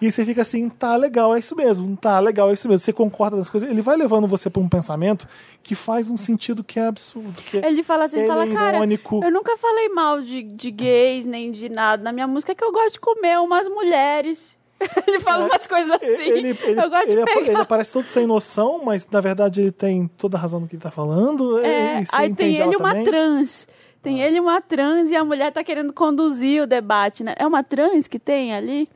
Speaker 3: É.
Speaker 2: E você fica assim, tá legal, é isso mesmo, tá legal, é isso mesmo. Você concorda das coisas, ele vai levando você pra um pensamento que faz um sentido que é absurdo. que é-
Speaker 3: Ele fala assim,
Speaker 2: Ele
Speaker 3: fala,
Speaker 2: é
Speaker 3: cara,
Speaker 2: irônico."
Speaker 3: eu nunca falei mal de, de gays, nem de nada. Na minha música é que eu gosto de comer umas mulheres. [LAUGHS] Ele fala umas coisas assim.
Speaker 2: É, Ele, ele,
Speaker 3: eu gosto
Speaker 2: ele é
Speaker 3: de
Speaker 2: apa-
Speaker 3: pegar.
Speaker 2: ele aparece todo sem noção, mas na verdade ele tem toda a razão no que ele tá falando.
Speaker 3: É,
Speaker 2: e você
Speaker 3: aí tem
Speaker 2: entende ela
Speaker 3: ele uma
Speaker 2: também. Ah.
Speaker 3: trans. Tem ele uma trans e a mulher tá querendo conduzir o debate, né? É uma trans que tem ali?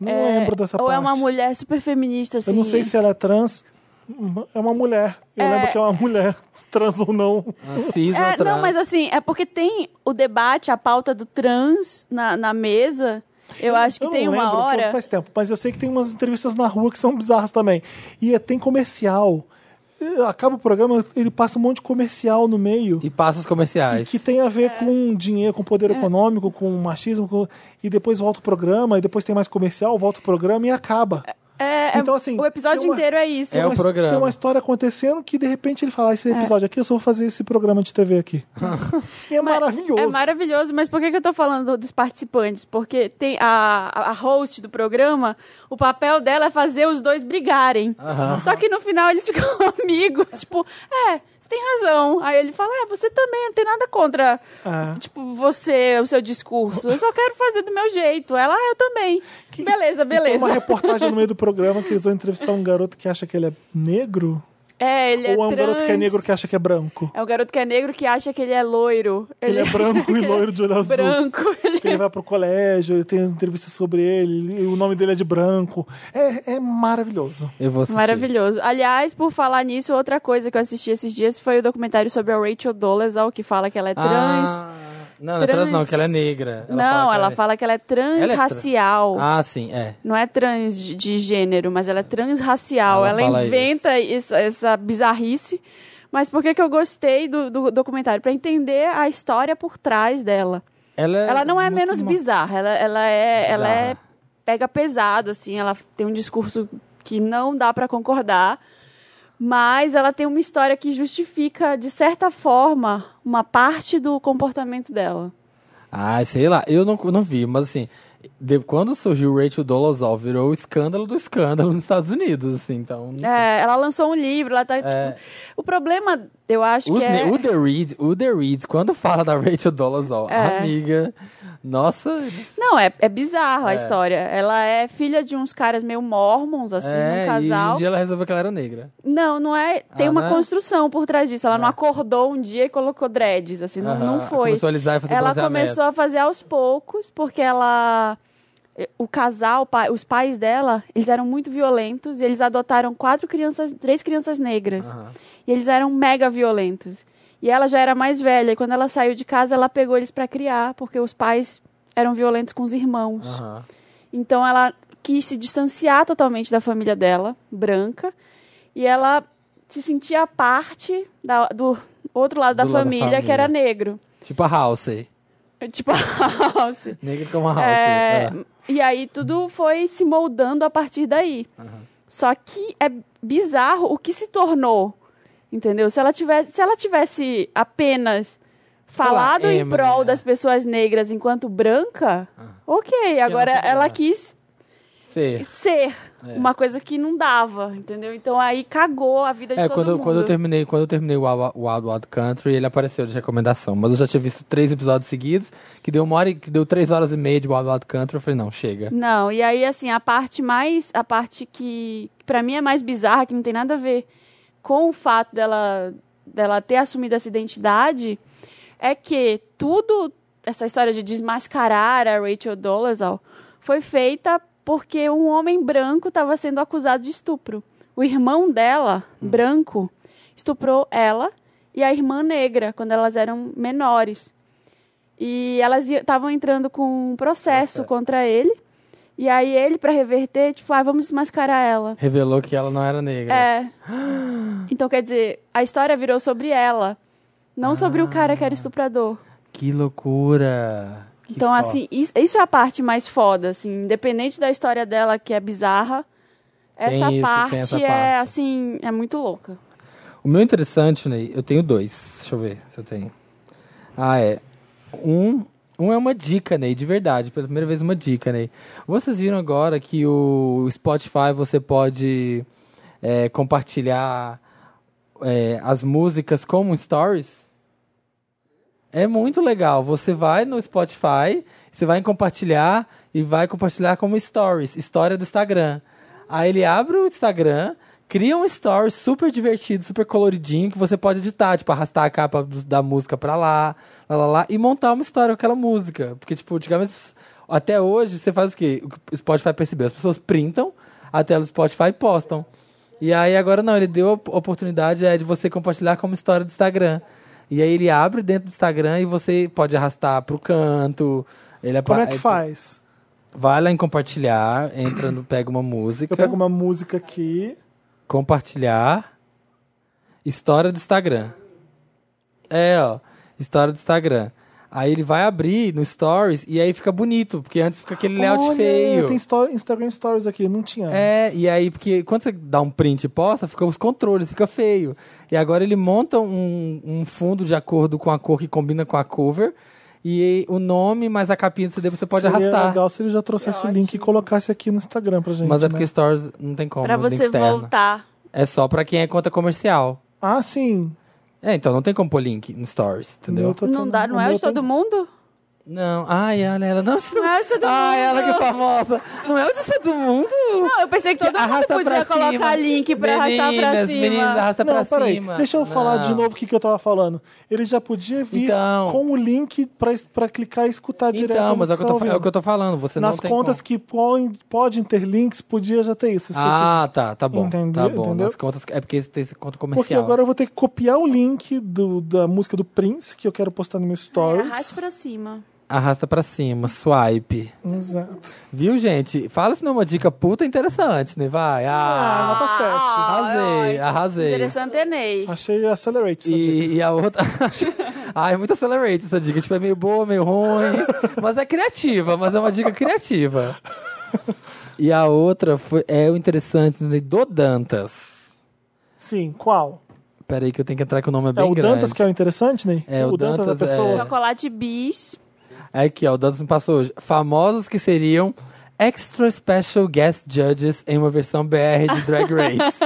Speaker 2: Não
Speaker 3: É,
Speaker 2: lembro dessa
Speaker 3: ou
Speaker 2: parte.
Speaker 3: é uma mulher super feminista, assim.
Speaker 2: Eu não sei se ela é trans, é uma mulher. Eu
Speaker 3: É.
Speaker 2: lembro que é uma mulher, [LAUGHS] trans ou não.
Speaker 1: [LAUGHS] Cis ou
Speaker 3: É, não,
Speaker 1: trans.
Speaker 3: mas assim, é porque tem o debate, a pauta do trans na, na mesa. Eu acho que
Speaker 2: eu
Speaker 3: tem
Speaker 2: não
Speaker 3: uma
Speaker 2: lembro, porque
Speaker 3: hora.
Speaker 2: Faz tempo, mas eu sei que tem umas entrevistas na rua que são bizarras também. E é- tem comercial. Eh, Acaba o programa, ele passa um monte de comercial no meio.
Speaker 1: E passa os comerciais.
Speaker 2: Que tem a
Speaker 3: É.
Speaker 2: ver com dinheiro, com poder econômico, com machismo, com- e depois volta o programa, e depois tem mais comercial, volta o programa e acaba.
Speaker 3: É, é-
Speaker 2: Então, assim,
Speaker 3: o episódio
Speaker 2: tem uma-
Speaker 3: inteiro é isso.
Speaker 1: É o
Speaker 2: Mas
Speaker 1: programa.
Speaker 2: Tem uma história acontecendo que de repente ele fala: "Ah,
Speaker 3: É.
Speaker 2: esse episódio aqui, eu só vou fazer esse programa de TV
Speaker 3: [LAUGHS]
Speaker 2: aqui. e é
Speaker 3: Ma-
Speaker 2: maravilhoso.
Speaker 3: É maravilhoso, mas por que, que eu tô falando dos participantes? Porque tem a, a- a host do programa, o papel dela é fazer os dois brigarem. Só que no final eles [LAUGHS] ficam amigos, tipo, é, você tem razão. Aí ele fala, é, você também, não tem nada contra,
Speaker 2: Ah.
Speaker 3: tipo, você, o seu discurso. Eu só quero fazer do meu jeito. Ela, ah, eu também.
Speaker 2: Que-
Speaker 3: Beleza,
Speaker 2: Tem uma
Speaker 3: beleza.
Speaker 2: reportagem no meio do programa que eles vão entrevistar um garoto que acha que ele é negro.
Speaker 3: É, ele é
Speaker 2: ou é um garoto que é
Speaker 3: trans.
Speaker 2: negro que acha que é branco.
Speaker 3: É um garoto que é negro que acha que ele é loiro.
Speaker 2: Ele é
Speaker 3: [LAUGHS]
Speaker 2: branco e loiro de olho azul.
Speaker 3: branco. [LAUGHS] Ele
Speaker 2: Que Ele vai pro colégio, ele tem entrevistas sobre ele, e o nome dele é de branco. É, é maravilhoso.
Speaker 1: Eu vou assistir.
Speaker 3: Maravilhoso. Aliás, por falar nisso, outra coisa que eu assisti esses dias foi o documentário sobre a Rachel Dolezal, que fala que ela é trans.
Speaker 1: Ah, não, não é trans
Speaker 3: trans-
Speaker 1: não, que ela é negra.
Speaker 3: não,
Speaker 1: Ah, que
Speaker 3: ela
Speaker 1: é-
Speaker 3: fala que ela é transracial.
Speaker 1: Ah, sim, é.
Speaker 3: Não é trans de- de gênero, mas ela é transracial.
Speaker 1: Ela
Speaker 3: Ela,
Speaker 1: fala
Speaker 3: inventa essa, essa bizarrice. Mas por que, que eu gostei do, do documentário? Pra entender a história por trás dela.
Speaker 1: Ela,
Speaker 3: Ela não é
Speaker 1: muito
Speaker 3: menos
Speaker 1: ma-
Speaker 3: bizarra, ela, ela é. Ela é-
Speaker 1: Bizarra.
Speaker 3: pega pesado, assim, ela tem um discurso que não dá pra concordar, mas ela tem uma história que justifica, de certa forma, uma parte do comportamento dela.
Speaker 1: Ah, sei lá, eu não, não vi, mas assim, de- quando surgiu Rachel Dolezal, virou o escândalo do escândalo nos Estados Unidos, assim, então... não sei.
Speaker 3: É, ela lançou um livro, ela tá.
Speaker 1: É.
Speaker 3: tipo, o problema, eu acho
Speaker 1: Os
Speaker 3: que é.
Speaker 1: ne- O The Reed, o The Reed, quando fala da Rachel Dolezal,
Speaker 3: É.
Speaker 1: amiga, nossa, eles-
Speaker 3: Não, é, é bizarro a
Speaker 1: É.
Speaker 3: história. Ela é filha de uns caras meio mormons, assim,
Speaker 1: é,
Speaker 3: num
Speaker 1: e
Speaker 3: casal.
Speaker 1: um dia ela resolveu que ela era negra.
Speaker 3: Não, não é. Tem
Speaker 1: Ah,
Speaker 3: uma
Speaker 1: não é?
Speaker 3: construção por trás disso. Ela não acordou um dia e colocou dreads, assim, não,
Speaker 1: Aham,
Speaker 3: não foi.
Speaker 1: Começou a alisar e fazer
Speaker 3: ela
Speaker 1: bronzeamento.
Speaker 3: começou a fazer aos poucos, porque ela. eh, O casal, o pai- os pais dela, eles eram muito violentos e eles adotaram quatro crianças, três crianças negras.
Speaker 1: Aham.
Speaker 3: E eles eram mega violentos. E ela já era mais velha, e quando ela saiu de casa, ela pegou eles pra criar, porque os pais eram violentos com os irmãos.
Speaker 1: Aham.
Speaker 3: Então ela quis se distanciar totalmente da família dela, branca, e ela se sentia parte da- do outro lado da
Speaker 1: Do lado da
Speaker 3: família, que
Speaker 1: família.
Speaker 3: era negro. [LAUGHS]
Speaker 1: Tipo a Halsey.
Speaker 3: Tipo a House.
Speaker 1: Negra como a Halsey.
Speaker 3: É,
Speaker 1: é.
Speaker 3: E aí tudo foi se moldando a partir daí. Só que é bizarro o que se tornou. Entendeu? Se ela tivesse, se ela tivesse apenas
Speaker 1: Falar
Speaker 3: falado em
Speaker 1: Emma,
Speaker 3: prol
Speaker 1: né?
Speaker 3: das pessoas negras enquanto branca,
Speaker 1: Ah.
Speaker 3: ok. Agora
Speaker 1: tem
Speaker 3: ela
Speaker 1: nada.
Speaker 3: quis
Speaker 1: Ser.
Speaker 3: ser
Speaker 1: É.
Speaker 3: uma coisa que não dava, entendeu? Então aí cagou a vida de
Speaker 1: É,
Speaker 3: todo
Speaker 1: quando,
Speaker 3: mundo.
Speaker 1: quando eu terminei, quando eu terminei o Wild, Wild Wild Country, ele apareceu de recomendação. Mas eu já tinha visto três episódios seguidos, que deu uma hora e- que deu três horas e meia de Wild Wild Country. Eu falei, não, chega.
Speaker 3: Não, e aí assim, a parte mais a parte que pra mim é mais bizarra, que não tem nada a ver com o fato dela dela ter assumido essa identidade, é que tudo essa história de desmascarar a Rachel Dolezal foi feita porque um homem branco estava sendo acusado de estupro. O irmão dela, branco, estuprou ela e a irmã negra quando elas eram menores. E elas estavam entrando com um processo contra ele. E aí ele, pra reverter, tipo, ah, vamos desmascarar ela.
Speaker 1: Revelou que ela não era negra.
Speaker 3: É. Então, quer dizer, a história virou sobre ela, não sobre o cara que era estuprador.
Speaker 1: Que loucura. Ah, Que
Speaker 3: então,
Speaker 1: foda.
Speaker 3: assim, is- isso é a parte mais foda, assim, independente da história dela, que é bizarra,
Speaker 1: Tem
Speaker 3: essa,
Speaker 1: isso, tem
Speaker 3: parte
Speaker 1: essa
Speaker 3: é,
Speaker 1: parte.
Speaker 3: assim, é muito louca.
Speaker 1: O meu interessante, Ney, eu tenho dois. Deixa eu ver se eu tenho. Ah, é. Um, um é uma dica, Ney, de verdade. Pela primeira vez, uma dica, Ney. Vocês viram agora que o Spotify você pode é, compartilhar é, as músicas como stories? É muito legal. Você vai no Spotify, você vai em compartilhar e vai compartilhar como stories, história do Instagram. Aí ele abre o Instagram, cria um story super divertido, super coloridinho, que você pode editar, tipo, arrastar a capa do- da música pra lá, lá, lá, lá, e montar uma história com aquela música. Porque, tipo, digamos, até hoje você faz o quê? O que o Spotify percebeu, as pessoas printam a tela do Spotify e postam. E aí agora não, ele deu a op- oportunidade é, de você compartilhar como história do Instagram. E aí ele abre dentro do Instagram e você pode arrastar pro canto. Ele
Speaker 2: Como é
Speaker 1: apa-
Speaker 2: que faz?
Speaker 1: Vai lá em compartilhar, entra no, pega uma música,
Speaker 2: Eu pego uma música aqui.
Speaker 1: compartilhar, história do Instagram. É, ó, história do Instagram. Aí ele vai abrir no Stories e aí fica bonito, porque antes fica aquele layout
Speaker 2: Olha,
Speaker 1: é feio.
Speaker 2: Tem story- Instagram Stories aqui, não tinha.
Speaker 1: É,
Speaker 2: antes.
Speaker 1: e aí, porque quando você dá um print e posta, fica os controles, fica feio. E agora ele monta um, um fundo de acordo com a cor que combina com a cover. E o nome mais a capinha do CD você pode
Speaker 2: Seria
Speaker 1: arrastar.
Speaker 2: legal se ele já trouxesse
Speaker 3: É
Speaker 2: o link e colocasse aqui no Instagram pra gente.
Speaker 1: Mas é
Speaker 2: né?
Speaker 1: porque Stories não tem como,
Speaker 3: Pra
Speaker 1: link
Speaker 3: você
Speaker 1: externo.
Speaker 3: voltar.
Speaker 1: É só pra quem é conta comercial.
Speaker 2: Ah, sim.
Speaker 1: É, então não tem como pôr link no Stories, entendeu?
Speaker 2: Meu tá
Speaker 3: Não
Speaker 2: tendo-
Speaker 3: dá, não é o
Speaker 2: meu
Speaker 3: de
Speaker 2: tá-
Speaker 3: todo mundo?
Speaker 1: Não. Ai, olha ela. Não, isso
Speaker 3: Não é o de todo
Speaker 1: Ai,
Speaker 3: mundo.
Speaker 1: ela que é famosa. Não é o de todo mundo.
Speaker 3: Não, eu pensei que todo mundo
Speaker 1: Arrasta
Speaker 3: podia
Speaker 1: pra cima.
Speaker 3: colocar link pra arrastar pra
Speaker 1: Meninas,
Speaker 3: cima.
Speaker 1: Meninas, arrasta
Speaker 2: Não,
Speaker 1: Tá pra
Speaker 2: peraí.
Speaker 1: cima.
Speaker 2: Deixa eu falar
Speaker 1: Não.
Speaker 2: de novo o que, que eu tava falando. Ele já podia vir
Speaker 1: Então.
Speaker 2: com o link pra, pra clicar e escutar direto.
Speaker 1: Então, mas é o, que eu tô,
Speaker 2: tá
Speaker 1: fa- é o que eu tô falando. Você
Speaker 2: Nas
Speaker 1: não tem
Speaker 2: contas
Speaker 1: como.
Speaker 2: que podem podem ter links, podia já ter isso. isso que eu quis
Speaker 1: Ah, tá, tá bom.
Speaker 2: Entendi,
Speaker 1: tá bom.
Speaker 2: entendeu?
Speaker 1: Nas contas. É porque tem esse conto comercial.
Speaker 2: Porque agora eu vou ter que copiar o link do- da música do Prince, que eu quero postar no meu
Speaker 3: É,
Speaker 2: Stories.
Speaker 3: arrasta pra cima.
Speaker 1: Arrasta pra cima, swipe.
Speaker 2: Exato.
Speaker 1: Viu, gente? Fala se não é uma dica puta interessante, né? Vai.
Speaker 2: Ah,
Speaker 1: Ah,
Speaker 2: nota 7.
Speaker 1: arrasei, arrasei.
Speaker 3: Interessante é Ney.
Speaker 2: Achei Accelerate essa dica.
Speaker 1: E, e a outra. [LAUGHS] Ai, é muito accelerate essa dica. Tipo, é meio boa, meio ruim. mas é criativa, mas é uma dica criativa. E a outra foi, é o interessante né, do Dantas.
Speaker 2: Sim, qual?
Speaker 1: Peraí, que eu tenho que entrar que o nome é
Speaker 2: É
Speaker 1: bem
Speaker 2: o
Speaker 1: grande.
Speaker 2: Dantas que é o interessante, Ney?
Speaker 1: É, o
Speaker 2: Dantas, da
Speaker 1: Dantas é-
Speaker 2: pessoa.
Speaker 3: Chocolate bis.
Speaker 1: É aqui, ó, o Dantas me passou hoje. Famosos que seriam extra special guest judges em uma versão BR de Drag Race.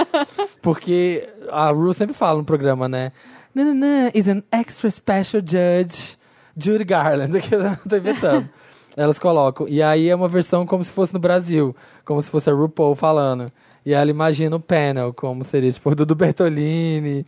Speaker 1: Porque a Ru sempre fala no programa, né? Nananã is an extra special judge Judy Garland. [LAUGHS] Que eu tô inventando. Elas colocam. E aí é uma versão como se fosse no Brasil. Como se fosse a RuPaul falando. E ela imagina o panel, como seria, tipo, o Dudu Bertolini,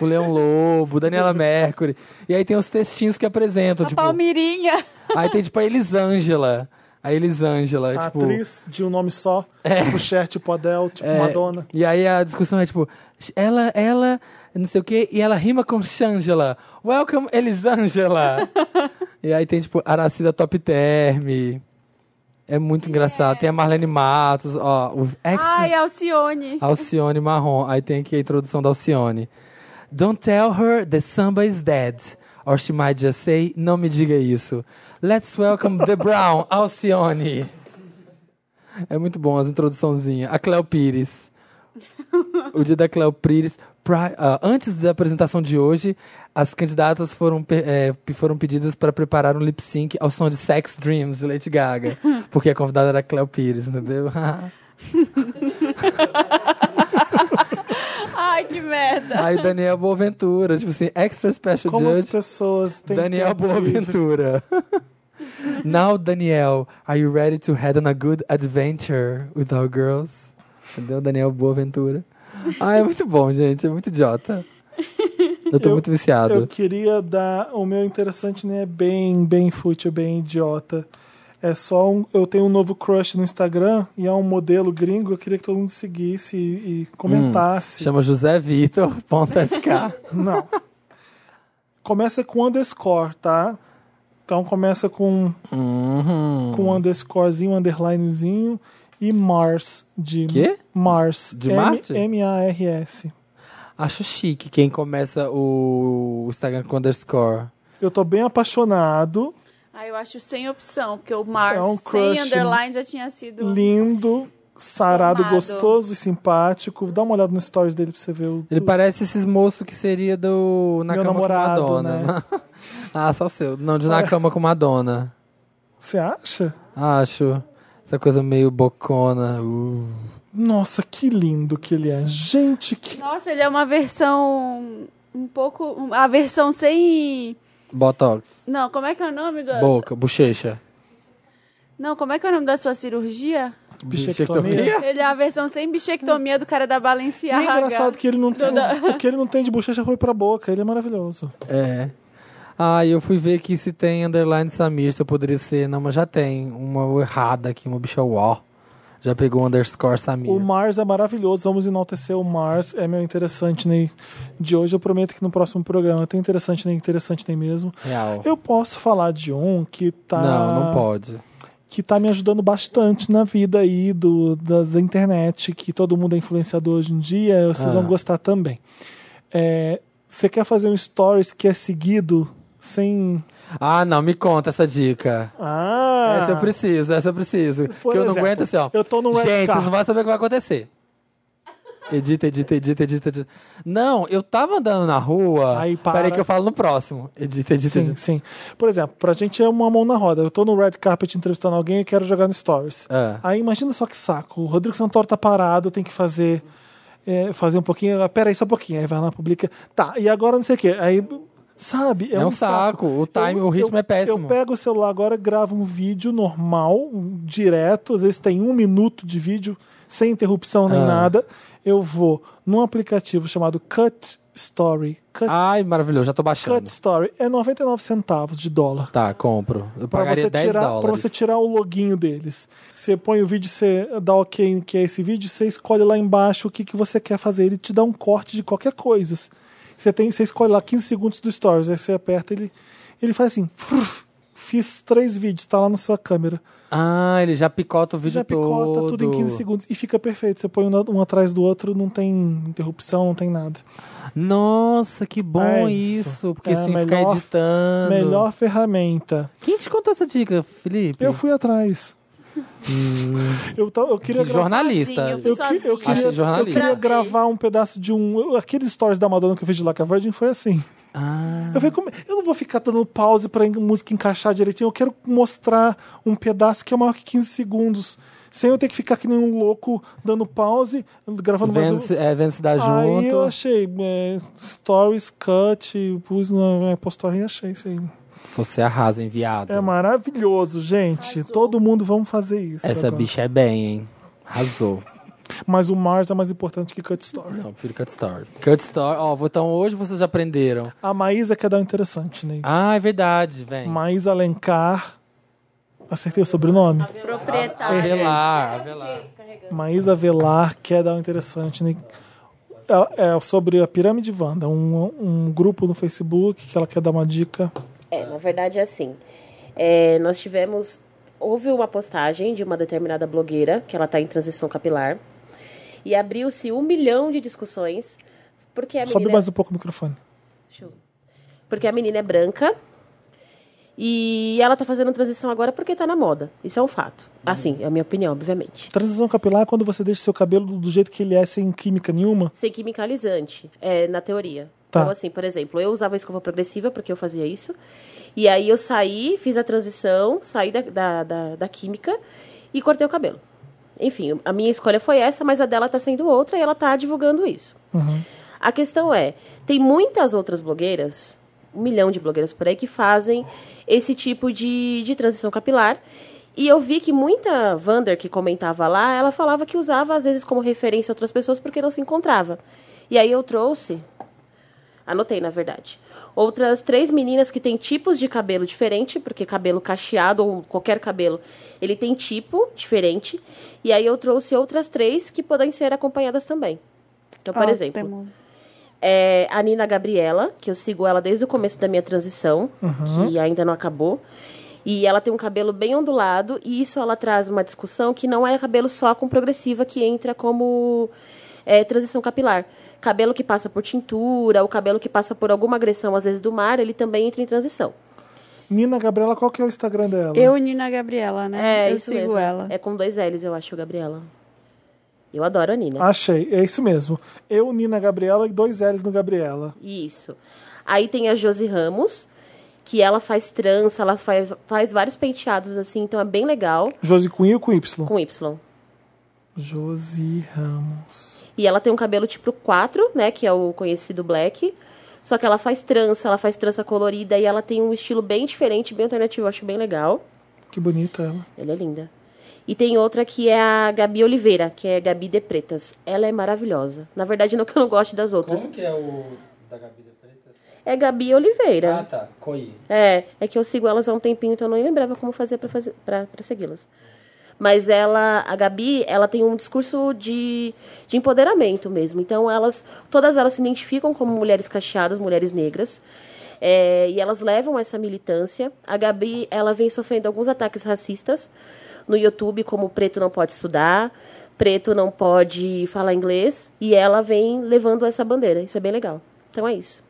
Speaker 1: o Leão Lobo, Daniela Mercury. E aí tem os textinhos que apresentam, tipo...
Speaker 3: Palmirinha.
Speaker 1: Aí tem, tipo, a Elisângela. A Elisângela,
Speaker 2: A
Speaker 1: tipo...
Speaker 2: atriz de um nome só, tipo Cher, tipo Adele, tipo
Speaker 1: é,
Speaker 2: Madonna.
Speaker 1: E aí a discussão é, tipo... Ela, ela, não sei o quê, e ela rima com Shangela. Welcome, Elisângela! e aí tem, tipo, Aracida Top Term. É muito engraçado. Tem a Marlene Matos, ó. O extra...
Speaker 3: Ai, Alcione.
Speaker 1: [LAUGHS] Alcione Marrom. Aí tem aqui a introdução da Alcione. Don't tell her that samba is dead. Or she might just say, não me diga isso. Let's welcome the Brown, [LAUGHS] Alcione. É muito bom as introduçãozinhas. A Cleo Pires. O dia da Cleo Pires. Pri- ah, antes da apresentação de hoje, as candidatas foram, pe- eh, pe- foram pedidas para preparar um lip sync ao som de Sex Dreams de Lady Gaga. Porque a convidada era a Cleo Pires, entendeu? [LAUGHS]
Speaker 2: Ah.
Speaker 3: [LAUGHS] Ai, que merda.
Speaker 1: [LAUGHS] Aí Daniel Boaventura, tipo assim, extra special
Speaker 2: Como as
Speaker 1: judge,
Speaker 2: pessoas têm
Speaker 1: Daniel
Speaker 2: tempo livre.
Speaker 1: Boaventura. [LAUGHS] Now, Daniel, are you ready to head on a good adventure with our girls? Entendeu? Daniel Boaventura. Ah, é muito bom, gente. É muito idiota. Eu tô
Speaker 2: Eu-
Speaker 1: muito viciado.
Speaker 2: Eu queria dar. O meu interessante né, é bem, bem fútil, bem idiota. É só um. Eu tenho um novo crush no Instagram e é um modelo gringo. Eu queria que todo mundo seguisse e, e comentasse.
Speaker 1: Hum, Chama José Vitor.sk.
Speaker 2: [LAUGHS] Não. Começa com underscore, tá? Então começa com,
Speaker 1: Uhum.
Speaker 2: com um underscorezinho, um underlinezinho e Mars de
Speaker 1: Quê?
Speaker 2: Mars.
Speaker 1: De
Speaker 2: M-
Speaker 1: Marte?
Speaker 2: M-A-R-S.
Speaker 1: Acho chique quem começa o Instagram com underscore.
Speaker 2: Eu tô bem apaixonado,
Speaker 3: Ah, eu acho sem opção, porque o Mars
Speaker 2: É um
Speaker 3: sem
Speaker 2: crush,
Speaker 3: underline já tinha sido.
Speaker 2: lindo, sarado,
Speaker 3: Amado.
Speaker 2: gostoso e simpático. Dá uma olhada no stories dele pra você ver o.
Speaker 1: Ele parece esses moços que seria do Na
Speaker 2: Meu
Speaker 1: Cama
Speaker 2: namorado,
Speaker 1: com Madonna.
Speaker 2: né?
Speaker 1: [LAUGHS] ah, só o seu. Não, de Na Cama com Madonna.
Speaker 2: Você acha?
Speaker 1: Acho. Essa coisa meio bocona. Uh.
Speaker 2: Nossa, que lindo que ele é. Gente, que.
Speaker 3: Nossa, ele é uma versão um pouco. um- A versão sem.
Speaker 1: Botox.
Speaker 3: Não, como é que é o nome da.
Speaker 1: Boca, bochecha. Não,
Speaker 3: Não, como é que é o nome da sua cirurgia?
Speaker 2: Bichectomia.
Speaker 3: Ele é a versão sem bichectomia do cara da
Speaker 2: E é
Speaker 3: Balenciaga.
Speaker 2: engraçado [LAUGHS] que ele não tem. O que ele não tem de bochecha foi pra boca. Ele é maravilhoso.
Speaker 1: É. Ah, e eu fui ver que se tem underline Samir, se eu poderia ser. Não, mas já tem. Uma errada aqui, uma bicha uó. Já pegou o underscore Samir.
Speaker 2: O Mars é maravilhoso, vamos enaltecer o Mars. É meu interessante Ney de hoje. Eu prometo que no próximo programa tem interessante Ney, interessante Ney mesmo.
Speaker 1: Real.
Speaker 2: Eu posso falar de um que tá
Speaker 1: Não, não pode.
Speaker 2: que tá me ajudando bastante na vida aí do das internet, que todo mundo é influenciador hoje em dia. Vocês
Speaker 1: Ah.
Speaker 2: vão gostar também. É, Você quer fazer um stories que é seguido sem
Speaker 1: Ah, não, me conta essa dica.
Speaker 2: ah
Speaker 1: Essa é eu preciso, essa eu preciso.
Speaker 2: Por
Speaker 1: que eu não
Speaker 2: exemplo,
Speaker 1: aguento assim, ó.
Speaker 2: eu tô no red
Speaker 1: Gente,
Speaker 2: car.
Speaker 1: vocês não vão saber o que vai acontecer. Edita, edita, edita, edita, edita. Não, eu tava andando na rua.
Speaker 2: Aí para.
Speaker 1: Peraí que eu falo no próximo. Edita, edita,
Speaker 2: Sim,
Speaker 1: edita.
Speaker 2: sim. Por exemplo, pra gente é uma mão na roda. Eu tô no red carpet entrevistando alguém e quero jogar no stories.
Speaker 1: É.
Speaker 2: Aí imagina só que saco. O Rodrigo Santoro tá parado, tem que fazer é, fazer um pouquinho. Ah, Pera aí só um pouquinho. Aí vai lá, publica. Tá, e agora não sei o quê. Aí, sabe? É,
Speaker 1: É um saco. O time- o ritmo é péssimo.
Speaker 2: Eu pego o celular agora, gravo um vídeo normal, um direto. Às vezes tem um minuto de vídeo, sem interrupção nem
Speaker 1: Ah.
Speaker 2: nada. Eu vou num aplicativo chamado Cut Story. Cut
Speaker 1: Ai, maravilhoso, já tô baixando.
Speaker 2: Cut Story é 99 centavos de dólar.
Speaker 1: Tá, compro. Eu
Speaker 2: Pra
Speaker 1: pagaria
Speaker 2: você,
Speaker 1: 10
Speaker 2: tirar, pra
Speaker 1: dólares.
Speaker 2: você tirar o loginho deles. Você põe o vídeo, você dá ok em que é esse vídeo, você escolhe lá embaixo o que, que você quer fazer. Ele te dá um corte de qualquer coisa. Você, tem, você escolhe lá 15 segundos do Stories, aí você aperta ele. Ele faz assim. fruf, fiz três vídeos, tá lá na sua câmera.
Speaker 1: Ah, ele já picota o vídeo
Speaker 2: Já picota
Speaker 1: todo.
Speaker 2: tudo em 15 segundos e fica perfeito. Você põe um, na- um atrás do outro, não tem interrupção, não tem nada.
Speaker 1: Nossa, que bom
Speaker 2: É
Speaker 1: isso.
Speaker 2: isso.
Speaker 1: Porque
Speaker 2: É,
Speaker 1: assim, ficar
Speaker 2: melhor-
Speaker 1: editando.
Speaker 2: Melhor ferramenta.
Speaker 1: Quem te contou essa dica, Felipe?
Speaker 2: Eu fui atrás.
Speaker 1: Hum.
Speaker 2: eu, ta- eu queria
Speaker 1: Que
Speaker 2: gravar.
Speaker 1: jornalista.
Speaker 2: Eu,
Speaker 3: Sozinho, fui
Speaker 2: que- eu
Speaker 3: sozinha.
Speaker 1: Achei
Speaker 2: queria, eu
Speaker 1: jornalista.
Speaker 2: queria
Speaker 3: Gravei.
Speaker 2: gravar um pedaço de um. eu- Aquele stories da Madonna que eu fiz de Like a Virgin foi assim.
Speaker 1: Ah.
Speaker 2: Eu falei, como- é? eu não vou ficar dando pause pra en- música encaixar direitinho. Eu quero mostrar um pedaço que é maior que 15 segundos. Sem eu ter que ficar que nem um louco dando pause, gravando mais um.
Speaker 1: Vendo, é, vendo se dá junto.
Speaker 2: Aí eu achei é, stories, cut, pus na é, postou aí e achei isso aí.
Speaker 1: Você arrasa, enviado.
Speaker 2: É maravilhoso, gente. Todo mundo vamos fazer isso.
Speaker 1: Essa
Speaker 2: agora.
Speaker 1: bicha é bem, hein? Arrasou.
Speaker 2: Mas o Mars é mais importante que cut story.
Speaker 1: Não, prefiro Cut Story. Cut Story, ó, vou- então hoje vocês já aprenderam.
Speaker 2: A Maísa quer dar um interessante, né?
Speaker 1: Ah, é verdade, vem.
Speaker 2: Maísa Alencar. Acertei o sobrenome?
Speaker 3: Proprietário.
Speaker 1: Avelar, avelar.
Speaker 2: Maísa Velar quer dar um interessante, né? É, é sobre a Pirâmide Wanda, um, um grupo no Facebook que ela quer dar uma dica.
Speaker 7: É, na verdade é assim. É, nós tivemos. Houve uma postagem de uma determinada blogueira, que ela está em transição capilar, e abriu-se um milhão de discussões, porque a É, menina.
Speaker 2: Sobe mais um pouco o microfone.
Speaker 7: Deixa eu- Porque a menina é branca e ela tá fazendo transição agora porque tá na moda. Isso é um fato. Assim, é a minha opinião, obviamente.
Speaker 2: Transição capilar é quando você deixa seu cabelo do jeito que ele é, sem química nenhuma.
Speaker 7: Sem quimicalizante, é, na teoria.
Speaker 2: Tá.
Speaker 7: Então, assim, por exemplo, eu usava escova progressiva porque eu fazia isso. E aí eu saí, fiz a transição, saí da, da, da, da química e cortei o cabelo. Enfim, a minha escolha foi essa, mas a dela tá sendo outra e ela tá divulgando isso. A questão é, tem muitas outras blogueiras, um milhão de blogueiras por aí, que fazem esse tipo de, de transição capilar. E eu vi que muita Wander que comentava lá, ela falava que usava, às vezes, como referência outras pessoas porque não se encontrava. E aí eu trouxe, anotei na verdade, outras três meninas que têm tipos de cabelo diferente, porque cabelo cacheado ou qualquer cabelo, ele tem tipo diferente. E
Speaker 2: Ah,
Speaker 7: aí eu trouxe outras três que podem ser acompanhadas também. Então, por exemplo,
Speaker 3: Ótimo.
Speaker 7: é a Nina Gabriela, que eu sigo ela desde o começo da minha transição, que ainda não acabou. E ela tem um cabelo bem ondulado, e isso ela traz uma discussão que não é cabelo só com progressiva que entra como é, transição capilar. Cabelo que passa por tintura, o cabelo que passa por alguma agressão, às vezes do mar, ele também entra em transição.
Speaker 2: Nina Gabriela, qual que é o Instagram dela?
Speaker 3: Eu, Nina Gabriela, né?
Speaker 7: É,
Speaker 3: eu
Speaker 7: isso
Speaker 3: sigo
Speaker 7: mesmo.
Speaker 3: ela.
Speaker 7: É com dois L's, eu acho, Gabriela. Eu adoro a Nina.
Speaker 2: Achei, é isso mesmo. Eu, Nina Gabriela e dois L's no Gabriela.
Speaker 7: Isso. Aí tem a Josi Ramos, que ela faz trança, ela faz, faz vários penteados assim, então é bem legal,
Speaker 2: Josi com I ou com Y?
Speaker 7: com Y.
Speaker 2: Josi Ramos.
Speaker 7: E ela tem um cabelo tipo 4, né, que é o conhecido black. Só que ela faz trança, ela faz trança colorida e ela tem um estilo bem diferente, bem alternativo, eu acho bem legal.
Speaker 2: Que bonita ela.
Speaker 7: Ela é linda. E tem outra que é a Gabi Oliveira, que é Gabi de Pretas. Ela é maravilhosa. Na verdade, não que eu não goste das outras.
Speaker 4: Como que é o da Gabi da Preta?
Speaker 7: É Gabi Oliveira.
Speaker 4: Ah, tá. Coi.
Speaker 7: É, é que eu sigo elas há um tempinho, então eu não lembrava como fazer pra fazer para segui-las. Mas ela, a Gabi, ela tem um discurso de, de empoderamento mesmo. Então elas, todas elas se identificam como mulheres cacheadas, mulheres negras. É, e elas levam essa militância. A Gabi, ela vem sofrendo alguns ataques racistas no YouTube, como preto não pode estudar, preto não pode falar inglês, e ela vem levando essa bandeira. Isso é bem legal. Então é isso.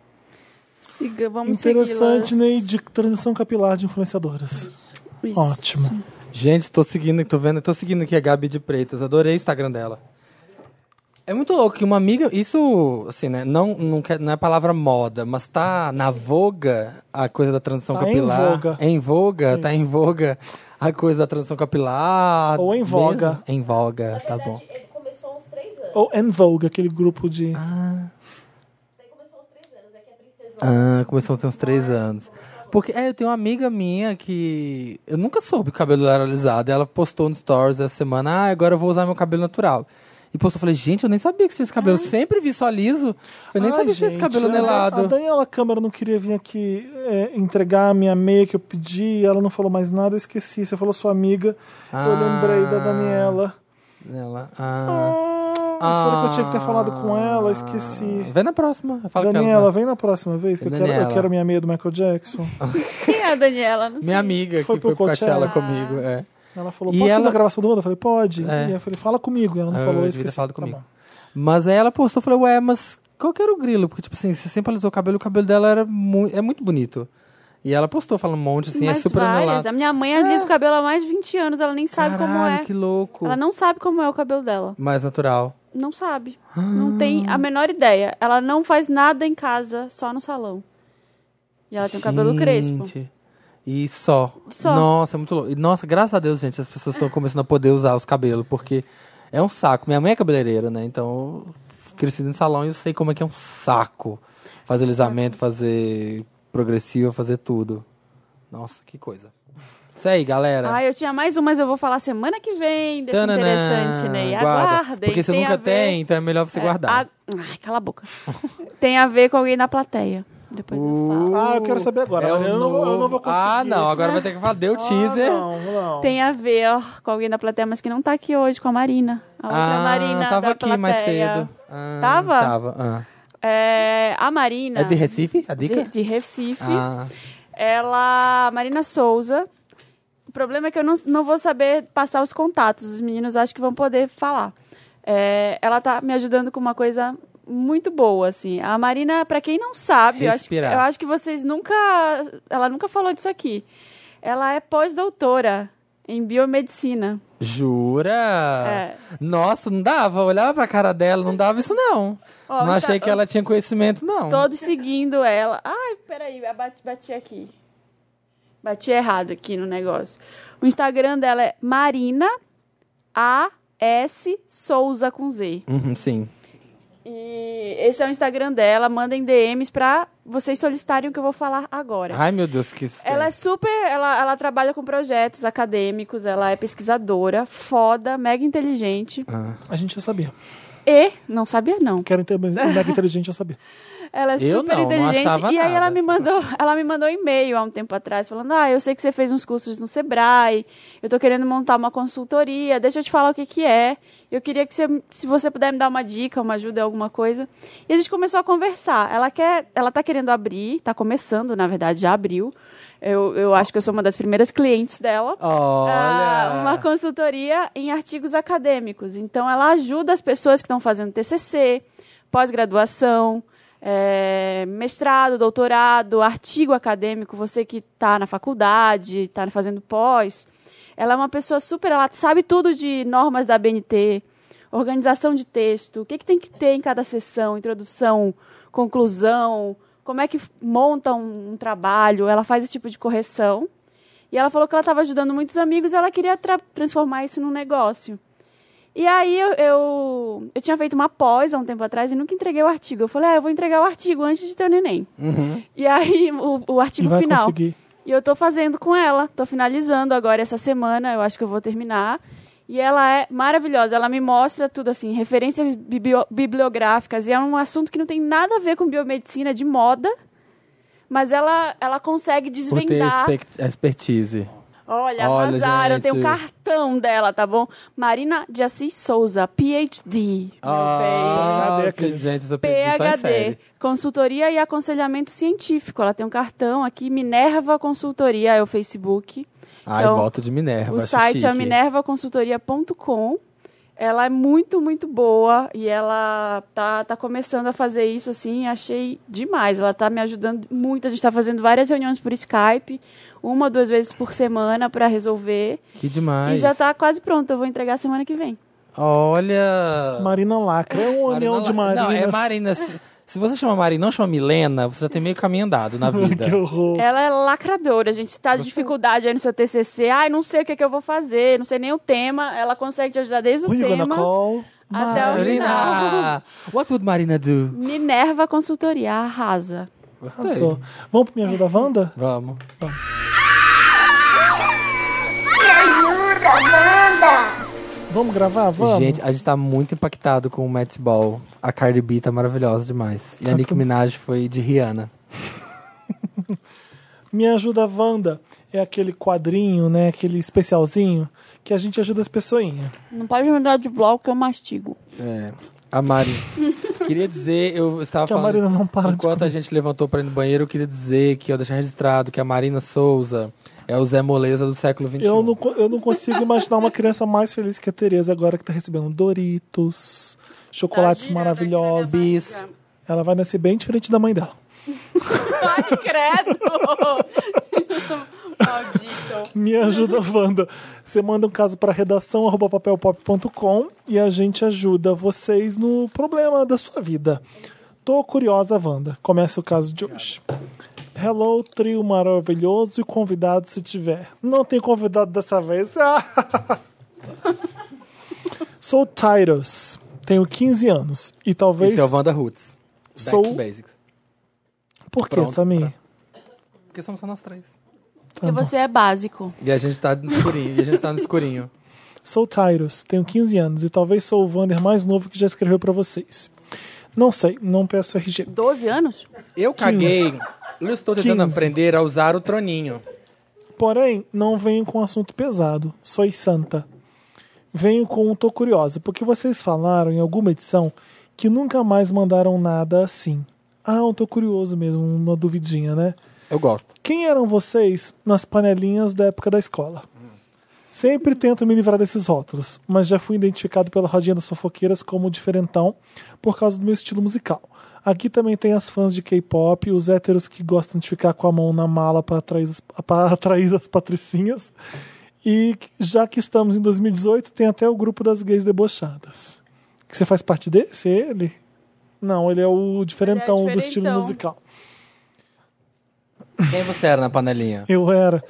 Speaker 3: Siga, vamos
Speaker 2: Interessante, né?
Speaker 3: segui-las.
Speaker 2: Ney, de transição capilar de influenciadoras.
Speaker 3: Isso.
Speaker 2: Ótimo.
Speaker 1: Gente, tô seguindo, tô vendo, tô seguindo aqui a Gabi de Pretas. Adorei o Instagram dela. É muito louco que uma amiga, isso, assim, né? Não, não, quer, não é palavra moda, mas tá na voga a coisa da transição
Speaker 2: Tá em
Speaker 1: capilar.
Speaker 2: voga.
Speaker 1: Em voga, tá em voga a coisa da transição capilar.
Speaker 2: Ou em
Speaker 1: mesmo.
Speaker 2: voga.
Speaker 1: Em voga, tá bom.
Speaker 7: começou há uns três anos.
Speaker 2: Ou En Vogue, aquele grupo de.
Speaker 1: Ah, começou a ter uns três anos. Porque, é, eu tenho uma amiga minha que. Eu nunca soube que o cabelo era alisado. e Ela postou no Stories essa semana, ah, agora eu vou usar meu cabelo natural. E postou, eu falei, gente, eu nem sabia que tinha esse cabelo. Eu sempre vi só liso. Eu nem
Speaker 2: Ai,
Speaker 1: sabia que tinha esse
Speaker 2: gente,
Speaker 1: cabelo
Speaker 2: a- A
Speaker 1: anelado.
Speaker 2: Daniela Câmara não queria vir aqui é, entregar a minha meia que eu pedi, ela não falou mais nada, eu esqueci. Você falou sua amiga, eu
Speaker 1: Ah.
Speaker 2: lembrei da Daniela.
Speaker 1: Ela, ah,
Speaker 2: Ah, será que eu tinha que ter falado com ela? Esqueci.
Speaker 1: Vem na próxima. Eu falo com Ah. ela.
Speaker 2: Daniela, vem na próxima vez, que eu quero, eu
Speaker 1: Daniela.
Speaker 2: quero minha meia do Michael Jackson.
Speaker 3: Quem é a Daniela? Não sei.
Speaker 1: Minha amiga
Speaker 2: Foi
Speaker 1: que
Speaker 2: pro
Speaker 1: foi pro Coachella
Speaker 2: Coachella.
Speaker 1: comigo. É.
Speaker 2: Ela falou,
Speaker 1: E
Speaker 2: posso ir
Speaker 1: ela-
Speaker 2: na gravação do ano? Eu falei, pode.
Speaker 1: É.
Speaker 2: E eu falei, fala comigo. E ela não
Speaker 1: Ah,
Speaker 2: falou, eu
Speaker 1: devia ter
Speaker 2: esqueci.
Speaker 1: falado
Speaker 2: Tá
Speaker 1: comigo.
Speaker 2: bom.
Speaker 1: Mas aí ela postou, eu falei, ué, mas qual que era o grilo? Porque, tipo assim, você sempre alisou o cabelo, o cabelo dela era mu é muito bonito. E ela postou, falando um monte, assim, é
Speaker 3: Mas
Speaker 1: super
Speaker 3: várias.
Speaker 1: anulado.
Speaker 3: A minha mãe alisa o cabelo há mais de 20 anos, ela nem sabe como
Speaker 1: É. Caralho,
Speaker 3: é.
Speaker 1: que louco.
Speaker 3: Ela não sabe como é o cabelo dela.
Speaker 1: Mais natural.
Speaker 3: Não sabe.
Speaker 1: Ah.
Speaker 3: Não tem a menor ideia. Ela não faz nada em casa, só no salão. E ela tem o cabelo crespo.
Speaker 1: Gente. E só.
Speaker 3: Só.
Speaker 1: Nossa, é muito louco. E, nossa, graças a Deus, gente, as pessoas estão começando a poder usar os cabelos, porque é um saco. Minha mãe é cabeleireira, né? Então, eu cresci no salão e eu sei como é que é um saco. Fazer alisamento, fazer progressivo, fazer tudo. Nossa, que coisa. Isso aí, galera.
Speaker 3: Ah, eu tinha mais um, mas eu vou falar semana que vem desse
Speaker 1: Tananã.
Speaker 3: é interessante, Ney. Aguardem.
Speaker 1: Porque você
Speaker 3: tem a
Speaker 1: nunca
Speaker 3: ver-
Speaker 1: tem, então é melhor você
Speaker 3: É,
Speaker 1: guardar.
Speaker 3: a- Ai, cala a boca. [LAUGHS] tem a ver com alguém na plateia. Depois
Speaker 1: Uh.
Speaker 3: eu falo.
Speaker 2: Ah, eu quero saber agora.
Speaker 1: É
Speaker 2: Mariana,
Speaker 1: o
Speaker 2: eu, não, vou- eu não
Speaker 1: novo-
Speaker 2: vou conseguir.
Speaker 1: Ah, não, agora vai ter que falar. Deu
Speaker 3: Ah,
Speaker 1: o teaser.
Speaker 2: Não, não.
Speaker 3: Tem a ver ó, com alguém da plateia, mas que não tá aqui hoje, com a Marina. A outra
Speaker 1: Ah,
Speaker 3: Marina
Speaker 1: tava
Speaker 3: da
Speaker 1: aqui
Speaker 3: plateia.
Speaker 1: mais cedo. Ah,
Speaker 3: Tava?
Speaker 1: Tava. ah.
Speaker 3: É, a Marina...
Speaker 1: É de Recife? A dica?
Speaker 3: de- de Recife.
Speaker 1: Ah,
Speaker 3: Ela... Marina Souza. O problema é que eu não, não vou saber passar os contatos. Os meninos acho que vão poder falar. É, ela tá me ajudando com uma coisa muito boa, assim. A Marina, pra quem não sabe, eu acho, que-
Speaker 1: Respirar.
Speaker 3: eu acho que vocês nunca... Ela nunca falou disso aqui. Ela é pós-doutora em biomedicina.
Speaker 1: jura?
Speaker 3: É.
Speaker 1: Nossa, não dava. Eu Olhava pra cara dela, não dava isso, não.
Speaker 3: Ó,
Speaker 1: não
Speaker 3: está-
Speaker 1: achei que ela tinha conhecimento, não.
Speaker 3: todos seguindo ela. Ai, peraí, eu bati, bati aqui. Bati errado aqui no negócio. O Instagram dela é Marina A S Souza com Z.
Speaker 1: Uhum, sim.
Speaker 3: E esse é o Instagram dela. Mandem DMs pra vocês solicitarem o que eu vou falar agora.
Speaker 1: Ai, meu Deus, que
Speaker 3: Ela é super. Ela, ela trabalha com projetos acadêmicos, ela é pesquisadora, foda, mega inteligente.
Speaker 1: Ah.
Speaker 2: A gente já sabia.
Speaker 3: E, não sabia
Speaker 1: [LAUGHS]
Speaker 3: não,
Speaker 2: Quero ter mega inteligente, já sabia.
Speaker 3: Ela é
Speaker 1: Eu
Speaker 3: super
Speaker 1: não, não
Speaker 3: inteligente.
Speaker 1: achava
Speaker 3: e aí
Speaker 1: nada.
Speaker 3: ela me mandou, [LAUGHS] ela me mandou um e-mail há um tempo atrás, falando: Ah, eu sei que você fez uns cursos no Sebrae, eu tô querendo montar uma consultoria, deixa eu te falar o que, que é. Eu queria que você, se você puder me dar uma dica, uma ajuda, alguma coisa. E a gente começou a conversar. Ela quer, ela tá querendo abrir, tá começando, na verdade, já abriu. Eu, eu acho que eu sou uma das primeiras clientes dela.
Speaker 1: Olha.
Speaker 3: Ah, uma consultoria em artigos acadêmicos. Então, ela ajuda as pessoas que estão fazendo TCC, pós-graduação, eh, mestrado, doutorado, artigo acadêmico. Você que está na faculdade, está fazendo pós. Ela é uma pessoa super. Ela sabe tudo de normas da BNT, organização de texto, o que, que tem que ter em cada sessão, introdução, conclusão, como é que monta um, um trabalho. Ela faz esse tipo de correção. E ela falou que ela estava ajudando muitos amigos e ela queria tra- transformar isso num negócio. E aí eu, eu, eu tinha feito uma pós há um tempo atrás e nunca entreguei o artigo. Eu falei, ah, eu vou entregar o artigo antes de ter o neném. E aí o, o
Speaker 2: Uhum. E
Speaker 3: artigo
Speaker 2: vai
Speaker 3: Tipo final.
Speaker 2: conseguir.
Speaker 3: E eu tô fazendo com ela. Tô finalizando agora essa semana. Eu acho que eu vou terminar. E ela é maravilhosa. Ela me mostra tudo assim, referências bibio- bibliográficas. E é um assunto que não tem nada a ver com biomedicina é de moda. Mas ela, ela consegue
Speaker 1: Por ter
Speaker 3: desvendar.
Speaker 1: expec- expertise.
Speaker 3: Olha,
Speaker 1: Olha,
Speaker 3: arrasaram. Eu tenho o
Speaker 1: gente.
Speaker 3: cartão dela, tá bom? Marina de Assis Souza, PhD. Meu bem.
Speaker 1: Ah,
Speaker 2: PhD,
Speaker 1: que
Speaker 2: querido.
Speaker 1: gente, essa PhD só é em
Speaker 3: PHD,
Speaker 1: série.
Speaker 3: consultoria e aconselhamento científico. Ela tem um cartão aqui, Minerva Consultoria, é o Facebook.
Speaker 1: Ai,
Speaker 3: Então,
Speaker 1: volta de Minerva.
Speaker 3: O
Speaker 1: acho
Speaker 3: site é
Speaker 1: chique.
Speaker 3: minervaconsultoria.com. Ela é muito, muito boa e ela tá, tá começando a fazer isso assim, achei demais. Ela tá me ajudando muito. A gente tá fazendo várias reuniões por Skype, uma, duas vezes por semana para resolver.
Speaker 1: Que demais.
Speaker 3: E já tá quase pronto, eu vou entregar semana que vem.
Speaker 1: Olha.
Speaker 2: Marina Lacra é um anel de
Speaker 1: Marina.
Speaker 2: Marina.
Speaker 1: Não, é Marina. Se, se você chama Marina não chama Milena, você já tem meio caminho andado na vida.
Speaker 2: [LAUGHS] Que horror.
Speaker 3: Ela é lacradora, a gente tá de dificuldade aí no seu TCC. Ai, não sei o que, é que eu vou fazer, não sei nem o tema. Ela consegue te ajudar desde o
Speaker 2: Who you gonna
Speaker 3: tema.
Speaker 2: call?
Speaker 3: até o
Speaker 2: Marina. [LAUGHS]
Speaker 1: Marina! What would Marina do?
Speaker 3: Minerva Consultoria, arrasa.
Speaker 2: Arrasou. Vamos pro Me Ajuda Wanda?
Speaker 1: Vamos.
Speaker 6: Me ajuda, Wanda!
Speaker 2: Vamos gravar? Vamos.
Speaker 1: Gente, a gente tá muito impactado com o Matt Ball. A Cardi B tá maravilhosa demais.
Speaker 2: Tá
Speaker 1: E a Nicki Minaj foi de Rihanna.
Speaker 2: Me Ajuda Wanda é aquele quadrinho, né? Aquele especialzinho que a gente ajuda as pessoinhas.
Speaker 3: Não pode me dar de bloco que eu mastigo.
Speaker 1: É. A Mari. queria dizer, eu estava
Speaker 2: Que a
Speaker 1: falando.
Speaker 2: Marina não para de
Speaker 1: Enquanto a gente levantou pra ir no banheiro, eu queria dizer que eu deixar registrado que a Marina Souza é o Zé Moleza do século um. XXI.
Speaker 2: Eu não, co- eu não consigo imaginar uma criança mais feliz que a Tereza agora que tá recebendo Doritos, chocolates maravilhosos.
Speaker 1: Bis.
Speaker 2: Ela vai nascer bem diferente da mãe dela.
Speaker 3: Ai, [LAUGHS] credo! Maldito.
Speaker 2: Me ajuda, Wanda. Você manda um caso para redação arroba papelpop.com e a gente ajuda vocês no problema da sua vida. Tô curiosa, Wanda. Começa o caso de hoje. Hello, trio maravilhoso e convidado se tiver. Não tem convidado dessa vez. Ah! [LAUGHS] Sou Tyros. Tenho 15 anos e talvez
Speaker 1: Esse é o Wanda Roots. Back
Speaker 2: Sou-
Speaker 1: to Basics.
Speaker 2: Por quê,
Speaker 1: Pronto,
Speaker 2: Samir?
Speaker 1: Porque somos só nós três.
Speaker 3: Porque você é básico.
Speaker 1: E a gente tá no escurinho. e a gente tá no escurinho.
Speaker 2: Sou Tyros, tenho 15 anos e talvez sou o Vander mais novo que já escreveu pra vocês. Não sei, não peço RG.
Speaker 3: 12 anos?
Speaker 1: Eu caguei. Eu estou tentando
Speaker 2: 15.
Speaker 1: aprender a usar o troninho.
Speaker 2: Porém, não venho com um assunto pesado. Sois santa. Venho com um tô curiosa, porque vocês falaram em alguma edição que nunca mais mandaram nada assim. Ah, um tô curioso mesmo, uma duvidinha, né?
Speaker 1: Eu gosto.
Speaker 2: Quem eram vocês nas panelinhas da época da escola? Sempre tento me livrar desses rótulos, mas já fui identificado pela rodinha das fofoqueiras como diferentão por causa do meu estilo musical. Aqui também tem as fãs de K-pop, os héteros que gostam de ficar com a mão na mala para atrair, as- pra [LAUGHS] atrair as patricinhas. E já que estamos em 2018, tem até o grupo das gays debochadas. Que você faz parte desse? Ele? Não, ele é o diferentão, do estilo
Speaker 3: diferentão.
Speaker 2: musical.
Speaker 1: Quem você era na panelinha?
Speaker 2: Eu era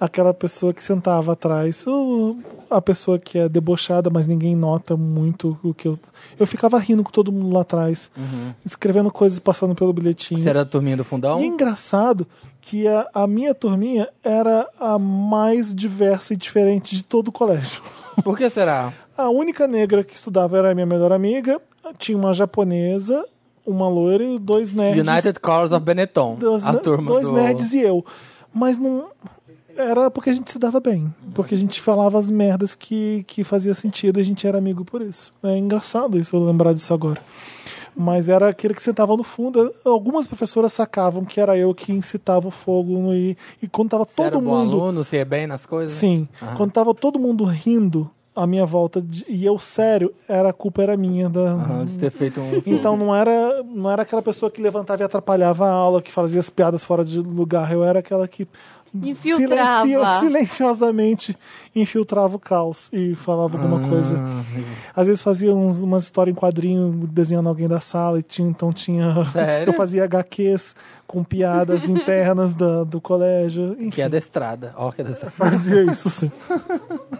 Speaker 2: aquela pessoa que sentava atrás, ou a pessoa que é debochada, mas ninguém nota muito o que eu. Eu ficava rindo com todo mundo lá atrás, escrevendo coisas, passando pelo bilhetinho.
Speaker 1: Uhum. Você era um? da turminha do fundão?
Speaker 2: E é engraçado que a, a minha turminha era a mais diversa e diferente de todo o colégio.
Speaker 1: Por que será?
Speaker 2: A única negra que estudava era a minha melhor amiga, tinha uma japonesa, uma loira e dois nerds.
Speaker 1: United Colors of Benetton.
Speaker 2: dois,
Speaker 1: a
Speaker 2: ne-
Speaker 1: turma
Speaker 2: dois
Speaker 1: do...
Speaker 2: nerds e eu. Mas não. Era porque a gente se dava bem. Porque a gente falava as merdas que, que fazia sentido e a gente era amigo por isso. É engraçado isso eu lembrar disso agora. Mas era aquele que sentava no fundo. Algumas professoras sacavam que era eu que incitava o fogo no e, e quando tava
Speaker 1: Você
Speaker 2: todo
Speaker 1: era bom
Speaker 2: mundo.
Speaker 1: aluno, se é bem nas coisas?
Speaker 2: Sim. Quando tava todo mundo rindo à minha volta de- e eu sério, era a culpa era minha da,
Speaker 1: Aham, de ter feito um...
Speaker 2: então não era, não era aquela pessoa que levantava e atrapalhava a aula, que fazia as piadas fora de lugar. Eu era aquela que
Speaker 3: Infiltrava.
Speaker 2: silencio- silenciosamente infiltrava o caos e falava alguma coisa. Às vezes fazia uns, umas histórias em quadrinho, desenhando alguém da sala, e tinha, então tinha. [LAUGHS]
Speaker 1: Sério?
Speaker 2: Eu fazia HQs com piadas [LAUGHS] internas da- do colégio. Enfim,
Speaker 1: Que é adestrada. Ó, que adestrada.
Speaker 2: fazia é isso, sim.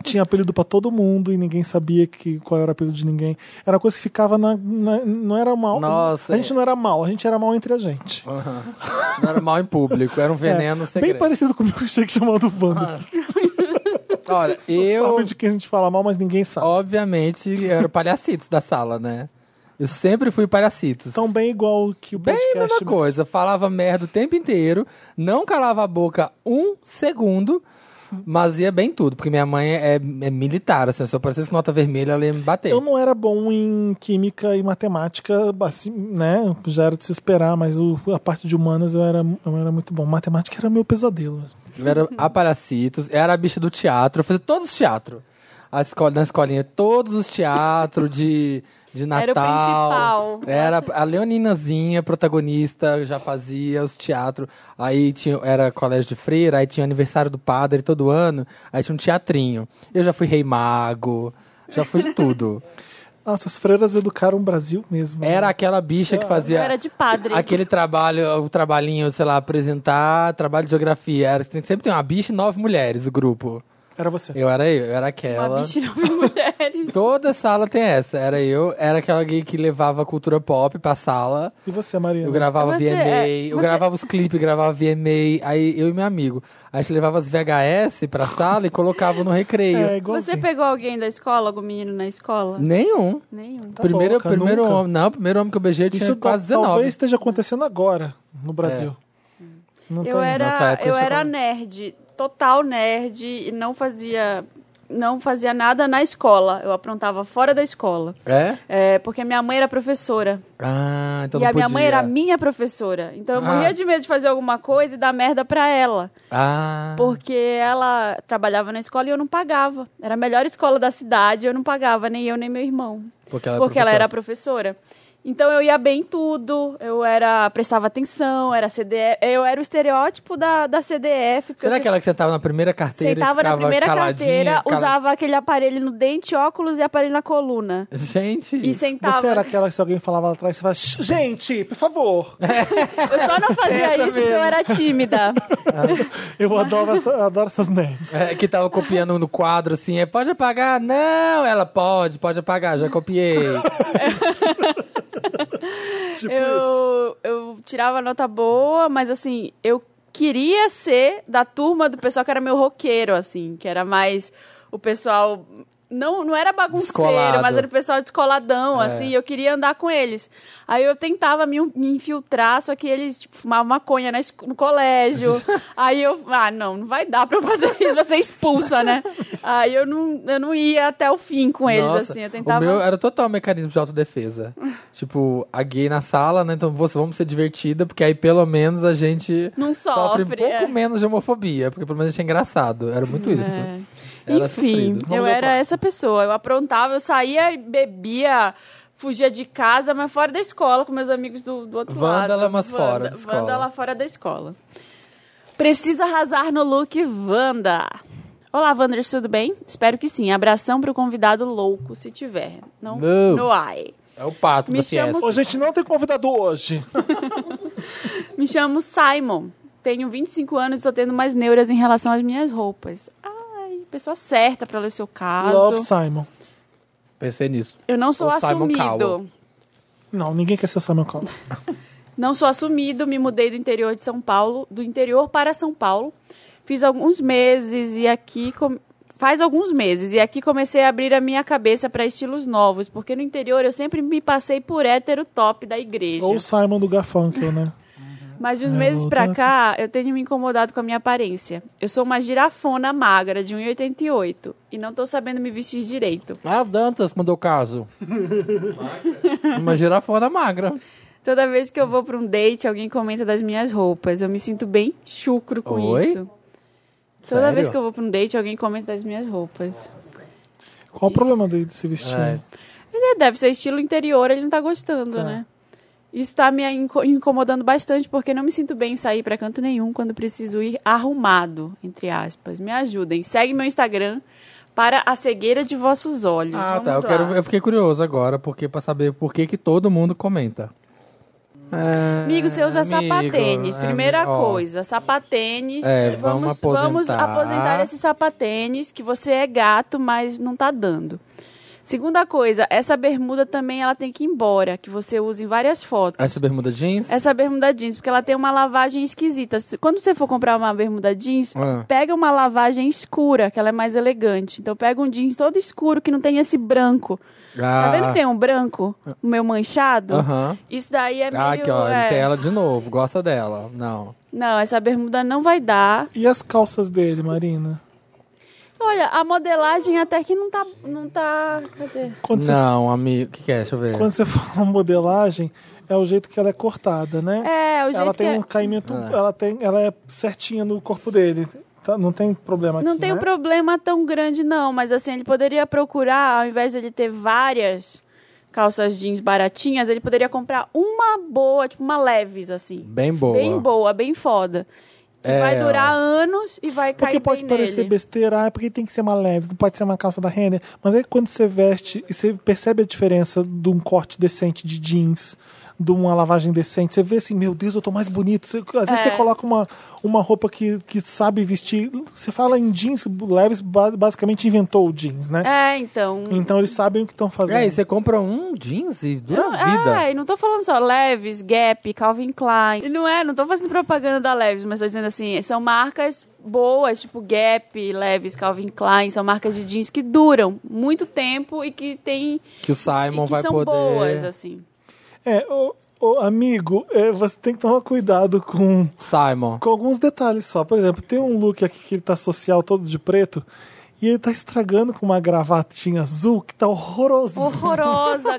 Speaker 2: tinha apelido pra todo mundo e ninguém sabia que, qual era o apelido de ninguém. Era uma coisa que ficava na. na- não era mal.
Speaker 1: Nossa,
Speaker 2: a
Speaker 1: é.
Speaker 2: gente não era mal, a gente era mal entre a gente.
Speaker 1: Não era mal em público, era um
Speaker 2: É,
Speaker 1: veneno
Speaker 2: bem
Speaker 1: secreto.
Speaker 2: parecido com o milkshake chamado Wanda.
Speaker 1: Olha,
Speaker 2: Eu...
Speaker 1: eu
Speaker 2: Sabe de quem a gente fala mal, mas ninguém sabe.
Speaker 1: obviamente eu era o palhacitos da sala, né? Eu sempre fui palhacitos.
Speaker 2: Tão Então, bem igual que o
Speaker 1: Bem
Speaker 2: podcast.
Speaker 1: a mesma
Speaker 2: mesmo.
Speaker 1: coisa, falava merda o tempo inteiro, não calava a boca um segundo, mas ia bem tudo, porque minha mãe é, é militar, assim, se eu aparecesse com nota vermelha, ela ia me bater.
Speaker 2: Eu não era bom em química e matemática, assim, né? Já era de se esperar, mas o- a parte de humanas eu era, eu era muito bom. Matemática era meu pesadelo. mesmo.
Speaker 1: Eu
Speaker 3: [LAUGHS]
Speaker 1: era a Palacitos, era a bicha do teatro, eu fazia todos os teatros. A escola, na escolinha, todos os teatros de, de
Speaker 3: Era o
Speaker 1: Natal.
Speaker 3: principal.
Speaker 1: Era a Leoninazinha, protagonista, já fazia os teatros. Aí tinha, era colégio de freira, aí tinha aniversário do padre todo ano, aí tinha um teatrinho. Eu já fui rei mago, já fui de
Speaker 3: [LAUGHS]
Speaker 1: tudo.
Speaker 2: Nossa, as freiras educaram o Brasil mesmo. né?
Speaker 1: Era aquela bicha que fazia.
Speaker 3: Eu era de padre.
Speaker 1: Aquele trabalho, o trabalhinho, sei lá, apresentar, trabalho de geografia. Era, sempre tem uma bicha e nove mulheres, o grupo.
Speaker 2: Era você.
Speaker 1: Eu era eu, eu era
Speaker 3: Uma
Speaker 1: aquela.
Speaker 3: bicha de nove [LAUGHS] mulheres.
Speaker 1: Toda sala tem essa. Era eu, era aquela gay que levava a cultura pop pra sala.
Speaker 2: E você, Mariana?
Speaker 1: Eu gravava
Speaker 3: Você
Speaker 1: VMA,
Speaker 3: é-
Speaker 1: eu
Speaker 3: você-
Speaker 1: gravava os clipes, gravava VMA. Aí eu e meu amigo, a gente levava as VHS pra sala e colocava no recreio.
Speaker 2: É
Speaker 3: Você
Speaker 2: igualzinho.
Speaker 3: pegou alguém da escola, algum menino na escola?
Speaker 1: Nenhum.
Speaker 3: Nenhum.
Speaker 2: Tá
Speaker 1: primeiro
Speaker 2: louca,
Speaker 1: primeiro
Speaker 2: nunca.
Speaker 1: homem, não, primeiro homem que eu beijei eu tinha
Speaker 2: Isso
Speaker 1: quase
Speaker 2: tal-
Speaker 1: 19.
Speaker 2: talvez esteja acontecendo agora no Brasil. Não
Speaker 3: É. Eu
Speaker 1: Nessa
Speaker 3: era,
Speaker 1: época eu
Speaker 3: eu
Speaker 1: já
Speaker 3: era
Speaker 1: tava-
Speaker 3: nerd, total nerd, e não fazia, não fazia nada na escola. Eu aprontava fora da escola.
Speaker 1: É?
Speaker 3: É, porque minha mãe era professora.
Speaker 1: Ah, então
Speaker 3: e
Speaker 1: não
Speaker 3: a minha
Speaker 1: podia.
Speaker 3: mãe era minha professora. Então eu
Speaker 1: Ah.
Speaker 3: morria de medo de fazer alguma coisa e dar merda pra ela.
Speaker 1: Ah.
Speaker 3: Porque ela trabalhava na escola e eu não pagava. Era a melhor escola da cidade, eu não pagava, nem eu, nem meu irmão.
Speaker 1: Porque ela é
Speaker 3: porque ela
Speaker 1: professora.
Speaker 3: era professora. Então eu ia bem em tudo, eu era prestava atenção, era CDF, eu era o estereótipo da, da CDF. porque eu
Speaker 1: Será
Speaker 3: se-
Speaker 1: que ela que sentava na primeira carteira? e
Speaker 3: sentava na
Speaker 1: ficava
Speaker 3: primeira
Speaker 1: caladinha,
Speaker 3: carteira,
Speaker 1: cala-
Speaker 3: usava aquele aparelho no dente, óculos e aparelho na coluna.
Speaker 1: Gente.
Speaker 3: E sentava.
Speaker 2: Você era aquela que se alguém falava lá atrás, você fala, "Shh, gente, por favor. [LAUGHS]
Speaker 3: Eu só não fazia
Speaker 1: [LAUGHS] Essa
Speaker 3: isso porque eu
Speaker 1: mesmo. [LAUGHS]
Speaker 3: era tímida.
Speaker 2: Eu adoro, essa- adoro essas nerds.
Speaker 1: É, que tava copiando no quadro assim, é, pode apagar? Não, ela pode, pode apagar, já copiei.
Speaker 2: Tipo isso.
Speaker 3: eu, eu tirava nota boa, mas assim, eu queria ser da turma do pessoal que era meu roqueiro, assim, que era mais o pessoal. Não, não era bagunceiro,
Speaker 1: Descolado.
Speaker 3: mas era o pessoal descoladão,
Speaker 1: É.
Speaker 3: assim, eu queria andar com eles. Aí eu tentava me, me infiltrar, só que eles tipo, fumavam maconha na esco-
Speaker 1: [LAUGHS]
Speaker 3: no colégio. Aí eu, ah, não, não vai dar pra eu fazer isso, você expulsa, né? Aí eu não, eu não ia até o fim [LAUGHS] com eles,
Speaker 1: Nossa,
Speaker 3: assim, eu tentava.
Speaker 1: O meu era total mecanismo de autodefesa. tipo, a gay na sala, né? Então você, vamos ser divertida, porque aí pelo menos a gente
Speaker 3: Não
Speaker 1: sofre um
Speaker 3: sofre,
Speaker 1: pouco
Speaker 3: é.
Speaker 1: menos de homofobia, porque pelo menos a gente é engraçado. Era muito isso.
Speaker 3: É.
Speaker 1: Era
Speaker 3: Enfim,
Speaker 1: sofrido.
Speaker 3: eu
Speaker 1: Vamos ao
Speaker 3: era
Speaker 1: próximo.
Speaker 3: essa pessoa. Eu aprontava, eu saía e bebia, fugia de casa, mas fora da escola com meus amigos do, do outro
Speaker 1: Vândala,
Speaker 3: lado.
Speaker 1: mas é fora da escola.
Speaker 3: Vândala fora da escola. Precisa arrasar no look Wanda. Olá, Wanders, tudo bem? Espero que sim. Abração pro convidado louco, se tiver. Não,
Speaker 1: Não.
Speaker 3: no ai.
Speaker 1: É o pato
Speaker 3: Me
Speaker 1: da
Speaker 3: chama
Speaker 1: Fiesta.
Speaker 2: Ô, gente, não tem convidado hoje.
Speaker 3: Me chamo Simon. Tenho 25 anos e estou tendo mais neuras em relação às minhas roupas. Ai, pessoa certa pra ler o seu caso.
Speaker 2: Love Simon.
Speaker 1: Pensei nisso.
Speaker 3: Eu não sou
Speaker 1: Ou Simon
Speaker 3: assumido.
Speaker 1: Cowell.
Speaker 2: Não, ninguém quer ser o Simon Cowell.
Speaker 3: Não sou assumido, me mudei do interior de São Paulo, do interior para São Paulo. Fiz alguns meses e aqui com- faz alguns meses. E aqui comecei a abrir a minha cabeça para estilos novos, porque no interior eu sempre me passei por hétero top da igreja.
Speaker 2: Ou o Simon do Garfunkel,
Speaker 3: [LAUGHS]
Speaker 2: né?
Speaker 3: Mas de uns
Speaker 2: É,
Speaker 3: meses pra
Speaker 2: outra-
Speaker 3: cá, eu tenho me incomodado com a minha aparência. Eu sou uma girafona magra de 1,88 e não tô sabendo me vestir direito.
Speaker 1: Ah, Dantas mandou o
Speaker 3: [LAUGHS]
Speaker 1: caso. Uma girafona magra.
Speaker 3: Toda vez que eu vou pra um date, alguém comenta das minhas roupas. Eu me sinto bem chucro com
Speaker 1: Oi?
Speaker 3: isso. Toda
Speaker 1: Sério?
Speaker 3: vez que eu vou pra um date, alguém comenta das minhas roupas.
Speaker 2: Qual o problema dele de se vestir?
Speaker 1: É.
Speaker 3: É, deve ser estilo interior, ele não tá gostando,
Speaker 2: Tá.
Speaker 3: né? Isso tá me inco- incomodando bastante, porque não me sinto bem em sair pra canto nenhum quando preciso ir arrumado, entre aspas. Me ajudem. Segue meu Instagram para a cegueira de vossos olhos.
Speaker 1: Ah,
Speaker 3: Vamos
Speaker 1: tá. Eu,
Speaker 3: lá.
Speaker 1: quero, eu fiquei curioso agora, porque pra saber por que, que todo mundo comenta. É,
Speaker 3: Amigo, você usa
Speaker 1: amigo,
Speaker 3: sapatênis.
Speaker 1: ami-
Speaker 3: Primeira
Speaker 1: ó,
Speaker 3: coisa, sapatênis.
Speaker 1: É,
Speaker 3: vamos,
Speaker 1: vamos aposentar.
Speaker 3: vamos aposentar esse sapatênis que você é gato, mas não tá dando. Segunda coisa, essa bermuda também ela tem que ir embora, que você usa em várias fotos.
Speaker 1: Essa bermuda jeans?
Speaker 3: Essa bermuda jeans, porque ela tem uma lavagem esquisita. Se- Quando você for comprar uma bermuda jeans,
Speaker 1: Ah.
Speaker 3: pega uma lavagem escura, que ela é mais elegante. Então pega um jeans todo escuro que não tem esse branco. Tá
Speaker 1: Ah,
Speaker 3: vendo que tem um branco? O meu manchado?
Speaker 1: Aham.
Speaker 3: Isso daí é meio...
Speaker 1: Ah, aqui, ó.
Speaker 3: é.
Speaker 1: Ele tem ela de novo. Gosta dela. Não.
Speaker 3: Não, essa bermuda não vai dar.
Speaker 2: E as calças dele, Marina?
Speaker 3: Olha, a modelagem até que não tá. Não tá. Cadê?
Speaker 2: Quando, você,
Speaker 1: não, amigo. O que, que é? Deixa eu ver.
Speaker 2: quando você [LAUGHS] fala modelagem, é o jeito que ela é cortada, né?
Speaker 3: É, o jeito
Speaker 2: ela
Speaker 3: que.
Speaker 2: tem
Speaker 3: é-
Speaker 2: um caimento,
Speaker 1: Ah.
Speaker 2: ela, tem, ela é certinha no corpo dele. Tá? Não tem problema
Speaker 3: Não
Speaker 2: aqui,
Speaker 3: tem
Speaker 2: né?
Speaker 3: um problema tão grande, não, mas assim, ele poderia procurar, ao invés de ele ter várias calças jeans baratinhas, ele poderia comprar uma boa, tipo uma leves, assim.
Speaker 1: Bem boa.
Speaker 3: Bem boa, bem foda. Que
Speaker 1: É,
Speaker 3: vai
Speaker 1: ó.
Speaker 3: durar anos e vai cair
Speaker 2: Porque pode
Speaker 3: bem
Speaker 2: parecer
Speaker 3: nele.
Speaker 2: besteira, ah, porque tem que ser uma leve, não pode ser uma calça da Renner. Mas aí quando você veste e você percebe a diferença de um corte decente de jeans, de uma lavagem decente, você vê assim, meu Deus, eu tô mais bonito. Você- às
Speaker 3: É.
Speaker 2: vezes você coloca uma, uma roupa que, que sabe vestir. Você fala em jeans, leves ba- basicamente inventou o jeans, né?
Speaker 3: É, então.
Speaker 2: Então eles sabem o que estão fazendo.
Speaker 1: É, e você compra um jeans e dura
Speaker 3: Não,
Speaker 1: a vida.
Speaker 3: É, e não tô falando só Levis, Gap, Calvin Klein. E Não é, não tô fazendo propaganda da Levis, mas tô dizendo assim, são marcas boas, tipo Gap, Levis, Calvin Klein, são marcas de jeans que duram muito tempo e que tem
Speaker 1: Que o Simon
Speaker 3: e que
Speaker 1: vai
Speaker 3: são
Speaker 1: poder.
Speaker 3: boas assim.
Speaker 2: É, ô, ô, amigo, é, você tem que tomar cuidado com
Speaker 1: Simon.
Speaker 2: com alguns detalhes só. Por exemplo, tem um look aqui que ele tá social todo de preto e ele tá estragando com uma gravatinha azul que tá horroroso.
Speaker 3: Horrorosa,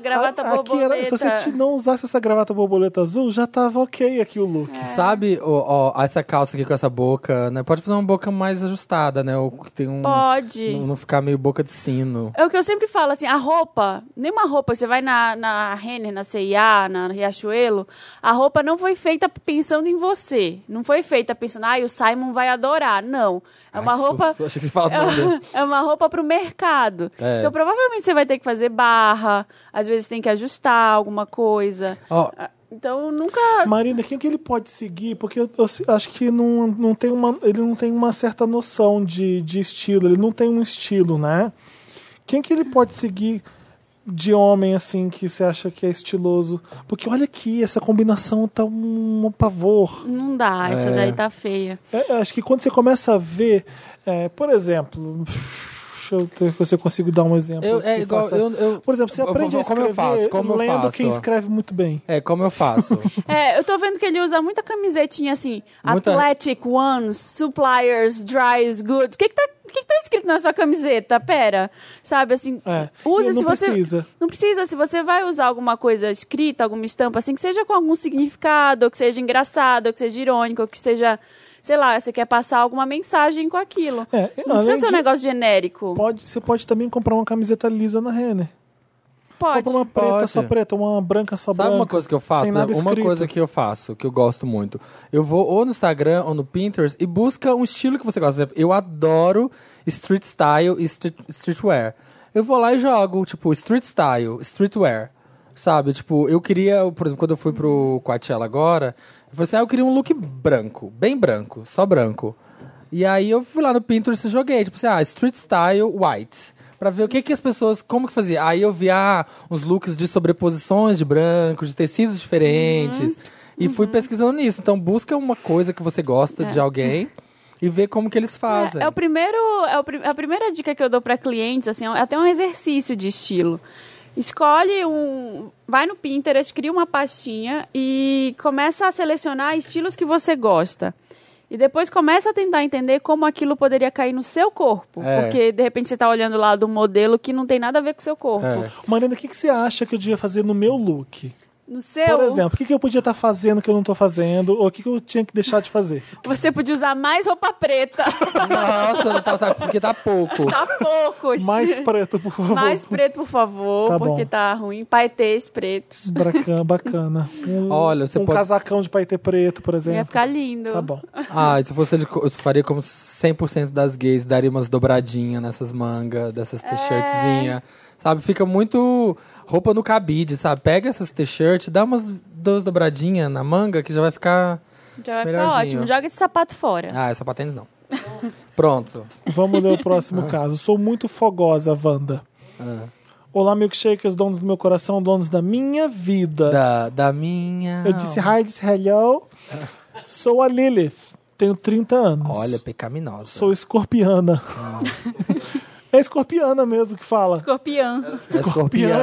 Speaker 1: [LAUGHS]
Speaker 3: gravata
Speaker 2: A- aqui era- se
Speaker 3: borboleta.
Speaker 2: você te- não usasse essa gravata borboleta azul, já tava ok aqui o look.
Speaker 3: É.
Speaker 1: Sabe, ó, ó, essa calça aqui com essa boca, né? Pode fazer uma boca mais ajustada, né? Ou que tem um.
Speaker 3: Pode.
Speaker 1: Não, não ficar meio boca de sino.
Speaker 3: É o que eu sempre falo, assim, a roupa, nenhuma roupa, você vai na, na Renner, na CIA, na Riachuelo, a roupa não foi feita pensando em você. Não foi feita pensando, ai, o Simon vai adorar. Não. É uma
Speaker 1: Ai,
Speaker 3: roupa.
Speaker 1: susto, achei que você falava
Speaker 3: [LAUGHS] é,
Speaker 1: o nome dele.
Speaker 3: é uma roupa pro mercado.
Speaker 1: É.
Speaker 3: Então provavelmente você vai ter que fazer barra, às vezes tem que ajustar alguma coisa.
Speaker 1: Ó,
Speaker 3: Ah, Então nunca.
Speaker 2: Marina, quem que ele pode seguir? Porque eu, eu se- acho que não, não tem uma, ele não tem uma certa noção de, de estilo, ele não tem um estilo, né? Quem que ele pode seguir de homem, assim, que você acha que é estiloso? Porque olha aqui, essa combinação tá um, um pavor.
Speaker 3: Não dá, essa daí tá feia.
Speaker 2: É, acho que quando você começa a ver, é, por exemplo, deixa eu ver se eu consigo dar um exemplo.
Speaker 1: Eu- é
Speaker 2: que
Speaker 1: igual-
Speaker 2: faça-
Speaker 1: eu- eu-
Speaker 2: por exemplo, você
Speaker 1: eu vou-
Speaker 2: aprende a
Speaker 1: como
Speaker 2: escrever
Speaker 1: eu faço, como eu
Speaker 2: lendo
Speaker 1: faço,
Speaker 2: quem
Speaker 1: ó.
Speaker 2: escreve muito bem.
Speaker 1: é como eu
Speaker 3: [LAUGHS]
Speaker 1: faço.
Speaker 3: É, eu tô vendo que ele usa muita camisetinha assim.
Speaker 1: Muita-
Speaker 3: Athletic One, Suppliers, Dries, Good. O que que, tá, o que que tá escrito na sua camiseta? Pera. Sabe, assim,
Speaker 2: É,
Speaker 3: use
Speaker 2: e não
Speaker 3: se você...
Speaker 2: precisa.
Speaker 3: Não precisa. Se você vai usar alguma coisa escrita, alguma estampa, assim, que seja com algum significado, ou que seja engraçado, ou que seja irônico, ou que seja... Sei lá, você quer passar alguma mensagem com aquilo.
Speaker 2: É,
Speaker 3: não precisa
Speaker 2: além
Speaker 3: ser um
Speaker 2: de-
Speaker 3: negócio genérico.
Speaker 2: Pode, você pode também comprar uma camiseta lisa na Renner.
Speaker 3: Pode.
Speaker 2: Compra uma preta
Speaker 1: Pode.
Speaker 2: só preta, uma branca só branca.
Speaker 1: Sabe uma coisa que eu faço? né?
Speaker 2: Sem nada
Speaker 1: uma
Speaker 2: escrito.
Speaker 1: coisa que eu faço, que eu gosto muito. Eu vou ou no Instagram ou no Pinterest e busca um estilo que você gosta. Por exemplo, Eu adoro street style e street, streetwear. Eu vou lá e jogo, tipo, street style, streetwear. Sabe? Tipo, eu queria, por exemplo, quando eu fui pro Coachella agora, eu falei assim, ah, eu queria um look branco, bem branco, só branco. E aí eu fui lá no Pinterest e joguei, tipo assim, ah, street style white. Pra ver o que que as pessoas, como que fazia. Aí eu vi, ah, uns looks de sobreposições de branco, de tecidos
Speaker 3: Uhum.
Speaker 1: diferentes. E fui pesquisando nisso. Então busca uma coisa que você gosta de alguém e ver como que eles fazem.
Speaker 3: É, é o primeiro, é o pri- a primeira dica que eu dou para clientes, assim, é até um exercício de estilo. Escolhe um, vai no Pinterest, cria uma pastinha e começa a selecionar estilos que você gosta. E depois começa a tentar entender como aquilo poderia cair no seu corpo,
Speaker 1: É.
Speaker 3: porque de repente você está olhando lá do modelo que não tem nada a ver com o seu corpo.
Speaker 1: É.
Speaker 2: Marina, o que, que você acha que eu devia fazer no meu look?
Speaker 3: No seu,
Speaker 2: Por exemplo, o que, que eu podia estar fazendo que eu não tô fazendo? Ou o que, que eu tinha que deixar de fazer?
Speaker 3: você podia usar mais roupa
Speaker 1: [LAUGHS]
Speaker 3: preta.
Speaker 1: Nossa, não tá, tá- porque tá pouco.
Speaker 3: tá pouco.
Speaker 2: Mais
Speaker 3: Chico.
Speaker 2: preto, por favor.
Speaker 3: Mais preto, por favor,
Speaker 2: Tá
Speaker 3: porque
Speaker 2: bom.
Speaker 3: tá ruim. Paetês pretos.
Speaker 2: Bacana, bacana. Um,
Speaker 1: Olha, você
Speaker 2: um
Speaker 1: pode-
Speaker 2: casacão de paetê preto, por exemplo.
Speaker 3: Ia ficar lindo.
Speaker 2: Tá bom.
Speaker 1: Ah, e se fosse ele, co- eu faria como 100% das gays, daria umas dobradinhas nessas mangas, dessas t-shirtzinhas.
Speaker 2: É.
Speaker 1: Sabe, fica muito roupa no cabide, sabe? Pega essas t-shirts, dá umas duas dobradinhas na manga que já vai ficar.
Speaker 3: Já vai ficar
Speaker 1: Melhorzinho.
Speaker 3: ótimo. Joga esse sapato fora.
Speaker 1: Ah, é sapatênis não. Pronto.
Speaker 2: Vamos ler o
Speaker 1: [LAUGHS] Ah.
Speaker 2: próximo caso. Sou muito fogosa, Wanda.
Speaker 1: É.
Speaker 2: Olá, milkshakers, donos do meu coração, donos da minha vida.
Speaker 1: Da, da minha.
Speaker 2: Eu disse hi, disse hello. Sou a Lilith, tenho 30 anos.
Speaker 1: Olha, Ah. pecaminosa.
Speaker 2: Sou escorpiana. [LAUGHS] é escorpiana mesmo que fala.
Speaker 3: Escorpião.
Speaker 2: Escorpiana é o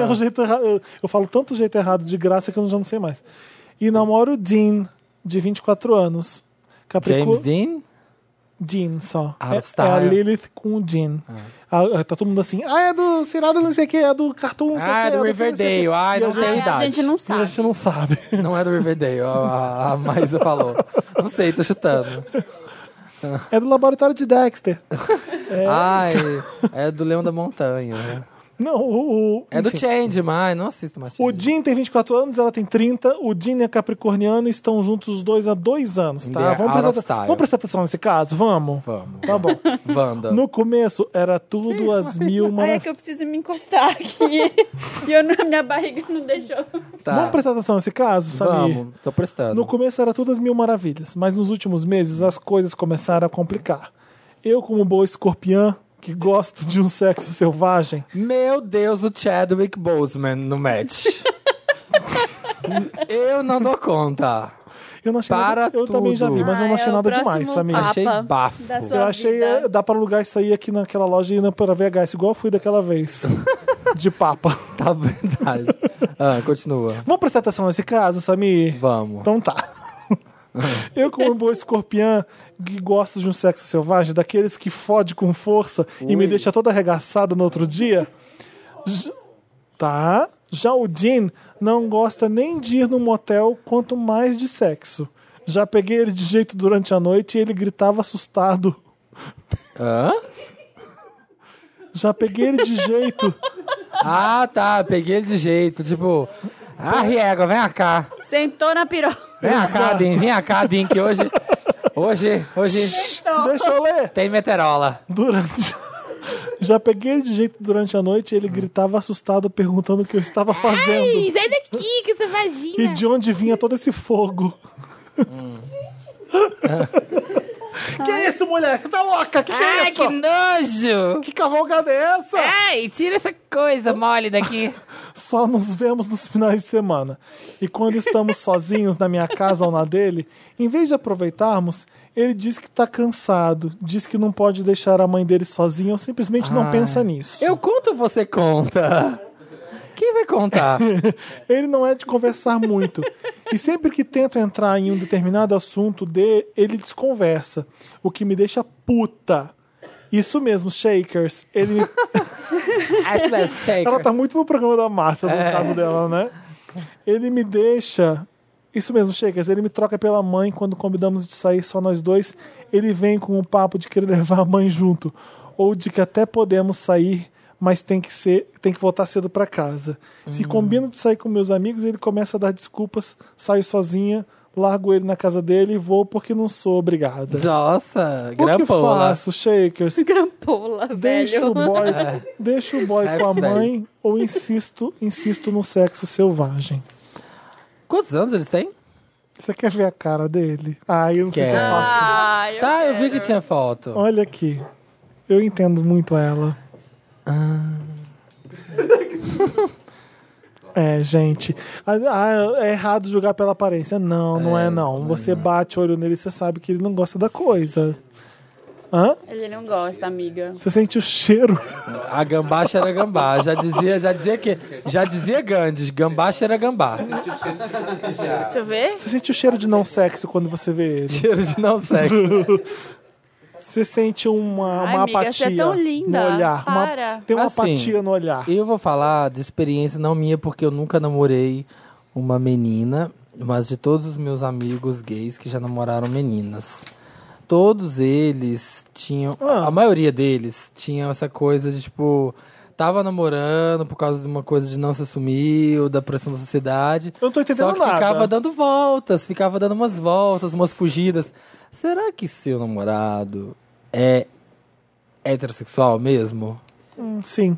Speaker 1: escorpião.
Speaker 2: jeito errado. Eu, eu falo tanto jeito errado de graça que eu já não sei mais. E namoro o Dean, de 24 anos.
Speaker 1: James
Speaker 2: Capricorn.
Speaker 1: Dean?
Speaker 2: Jean só.
Speaker 1: Out
Speaker 2: É,
Speaker 1: of Style.
Speaker 2: é a Lilith com o Jean. Ah, tá todo mundo assim, ah, é do Cirada não sei o que, é do Cartoon não sei o
Speaker 1: Ah,
Speaker 2: quê,
Speaker 1: é do
Speaker 2: filme, não sei o quê."
Speaker 1: Riverdale. Ai,
Speaker 2: E a
Speaker 1: não tem
Speaker 2: gente-
Speaker 1: idade.
Speaker 3: A gente não
Speaker 2: E a
Speaker 3: sabe.
Speaker 2: gente não sabe.
Speaker 1: Não é do Riverdale, a, a, a Maísa falou. Não sei, tô chutando.
Speaker 2: [LAUGHS] É do Laboratório de Dexter.
Speaker 1: Ai, é do Leão da Montanha. né?
Speaker 2: Não, o... o
Speaker 1: É do Change, mas não assisto mais.
Speaker 2: o
Speaker 1: Change.
Speaker 2: Jean tem 24 anos, ela tem 30. O Jean é capricorniano e estão juntos os dois há dois anos,
Speaker 1: In
Speaker 2: tá?
Speaker 1: the
Speaker 2: Vamos
Speaker 1: É Out
Speaker 2: prestar,
Speaker 1: of Style.
Speaker 2: vamos prestar atenção nesse caso? Vamos.
Speaker 1: Vamos.
Speaker 2: Tá bom.
Speaker 1: Wanda.
Speaker 2: No começo era tudo as mil
Speaker 3: Ai, é
Speaker 2: maravilhas.
Speaker 3: que eu preciso me encostar [LAUGHS] aqui. e eu não- minha barriga não deixou.
Speaker 1: Tá.
Speaker 2: Vamos prestar atenção nesse caso, Samir?
Speaker 1: Vamos, tô prestando.
Speaker 2: No começo era tudo as mil maravilhas, mas nos últimos meses as coisas começaram a complicar. Eu, como boa escorpiã, que gosto de um sexo selvagem,
Speaker 1: Meu Deus, o Chadwick Boseman no
Speaker 2: [LAUGHS]
Speaker 1: match. Eu não dou conta.
Speaker 2: eu não achei
Speaker 1: Para
Speaker 2: nada, Eu também já vi,
Speaker 1: tudo.
Speaker 2: mas eu não
Speaker 3: Ah,
Speaker 2: achei
Speaker 3: é o
Speaker 2: nada
Speaker 3: próximo
Speaker 2: demais, Samir.
Speaker 3: papo.
Speaker 1: Achei
Speaker 3: Papa
Speaker 1: bafo.
Speaker 3: da sua-
Speaker 2: Eu achei,
Speaker 3: vida.
Speaker 2: eh, dá pra alugar isso aí aqui naquela loja e ir na- pra VHS, igual eu fui daquela
Speaker 1: [LAUGHS]
Speaker 2: vez. de papa.
Speaker 1: Tá verdade.
Speaker 2: [LAUGHS]
Speaker 1: Ah, continua.
Speaker 2: Vamos prestar atenção nesse caso, Samir?
Speaker 1: Vamos.
Speaker 2: Então tá. Eu, como boa escorpiã, que gosto de um sexo selvagem, daqueles que fode com força e me deixa toda arregaçada no outro dia. j- Tá. Já o Jean não gosta nem de ir num motel, quanto mais de sexo. Já peguei ele de jeito durante a noite e ele gritava assustado.
Speaker 1: Hã?
Speaker 2: Já peguei ele de jeito.
Speaker 1: Ah, tá. Peguei ele de jeito. Tipo, ah, Riego, vem cá.
Speaker 3: Sentou na piroca.
Speaker 1: Vem cá, Din. Vem cá, Din, que hoje. Hoje. Hoje
Speaker 2: Deixa eu ler.
Speaker 1: tem meterola.
Speaker 2: Durante. [LAUGHS] Já peguei ele de jeito durante a noite e ele gritava assustado, perguntando o que eu estava fazendo.
Speaker 8: Sai daqui, que essa vagina.
Speaker 2: E de onde vinha todo esse fogo? [LAUGHS] que é isso, mulher? Você tá louca? Que que é isso? Que...
Speaker 1: nojo!
Speaker 2: cavalgada é essa?
Speaker 1: Ai, tira essa coisa mole daqui.
Speaker 2: [LAUGHS] Só nos vemos nos finais de semana. E quando estamos sozinhos na minha casa ou na dele, em vez de aproveitarmos, ele diz que tá cansado, diz que não pode deixar a mãe dele sozinha ou simplesmente
Speaker 1: Ah.
Speaker 2: não pensa nisso.
Speaker 1: Eu conto ou você conta? Quem vai contar?
Speaker 2: [LAUGHS] Ele não é de conversar muito. E sempre que tento entrar em um determinado assunto de, ele desconversa, o que me deixa puta. Isso mesmo, Shakers. Ele me-
Speaker 1: Ice Last
Speaker 2: Ela
Speaker 1: Shaker.
Speaker 2: tá muito no programa da massa, no caso dela, né? Ele me deixa. Isso mesmo, Shakers. Ele me troca pela mãe quando combinamos de sair só nós dois. Ele vem com o papo de querer [LAUGHS] levar a mãe junto. Ou de que até podemos sair, mas tem que ser, tem que voltar cedo pra casa. Se combino de sair com meus amigos, ele começa a dar desculpas, saio sozinha, largo ele na casa dele e vou porque não sou obrigada.
Speaker 1: Nossa,
Speaker 2: O que
Speaker 1: grampola.
Speaker 2: faço, Shakers?
Speaker 3: [LAUGHS] Grampola,
Speaker 2: Deixa
Speaker 3: velho.
Speaker 2: o boy, deixa o boy
Speaker 1: É
Speaker 2: com a
Speaker 1: sério.
Speaker 2: mãe ou insisto, insisto no sexo selvagem.
Speaker 1: Quantos anos eles têm?
Speaker 2: Você quer ver a cara dele? Ah, eu não sei se eu
Speaker 1: Quero.
Speaker 2: faço.
Speaker 3: Ai, eu
Speaker 1: Tá, eu vi
Speaker 3: quero.
Speaker 1: que tinha foto.
Speaker 2: Olha aqui. Eu entendo muito ela.
Speaker 1: Ah.
Speaker 2: É, gente. Ah, ah, é errado julgar
Speaker 1: É,
Speaker 2: pela aparência. Não, não é, não. Você bate o olho nele e você sabe que ele não gosta da coisa. Hã?
Speaker 3: Ele não gosta, amiga.
Speaker 2: Você sente o cheiro.
Speaker 1: A gambá cheira gambá. Já dizia, já dizia que. Já dizia Gandhi, gambá cheira gambá.
Speaker 3: Deixa eu ver.
Speaker 2: Você sente o cheiro de não sexo quando você vê ele.
Speaker 1: Cheiro de não sexo.
Speaker 2: Você sente uma,
Speaker 3: Ai,
Speaker 2: uma
Speaker 3: amiga,
Speaker 2: apatia
Speaker 3: você é tão linda.
Speaker 2: no olhar. Uma-
Speaker 3: Para.
Speaker 2: tem uma
Speaker 1: Assim,
Speaker 2: apatia no olhar.
Speaker 1: Eu vou falar de experiência não minha, porque eu nunca namorei uma menina, mas de todos os meus amigos gays que já namoraram meninas. Todos eles tinham.
Speaker 2: Ah.
Speaker 1: A maioria deles tinham essa coisa de tipo. Tava namorando por causa de uma coisa de não se assumir, ou da pressão da sociedade.
Speaker 2: Eu não tô entendendo
Speaker 1: Só que
Speaker 2: nada.
Speaker 1: ficava dando voltas, ficava dando umas voltas, umas fugidas. Será que seu namorado é heterossexual mesmo?
Speaker 2: Hum, Sim.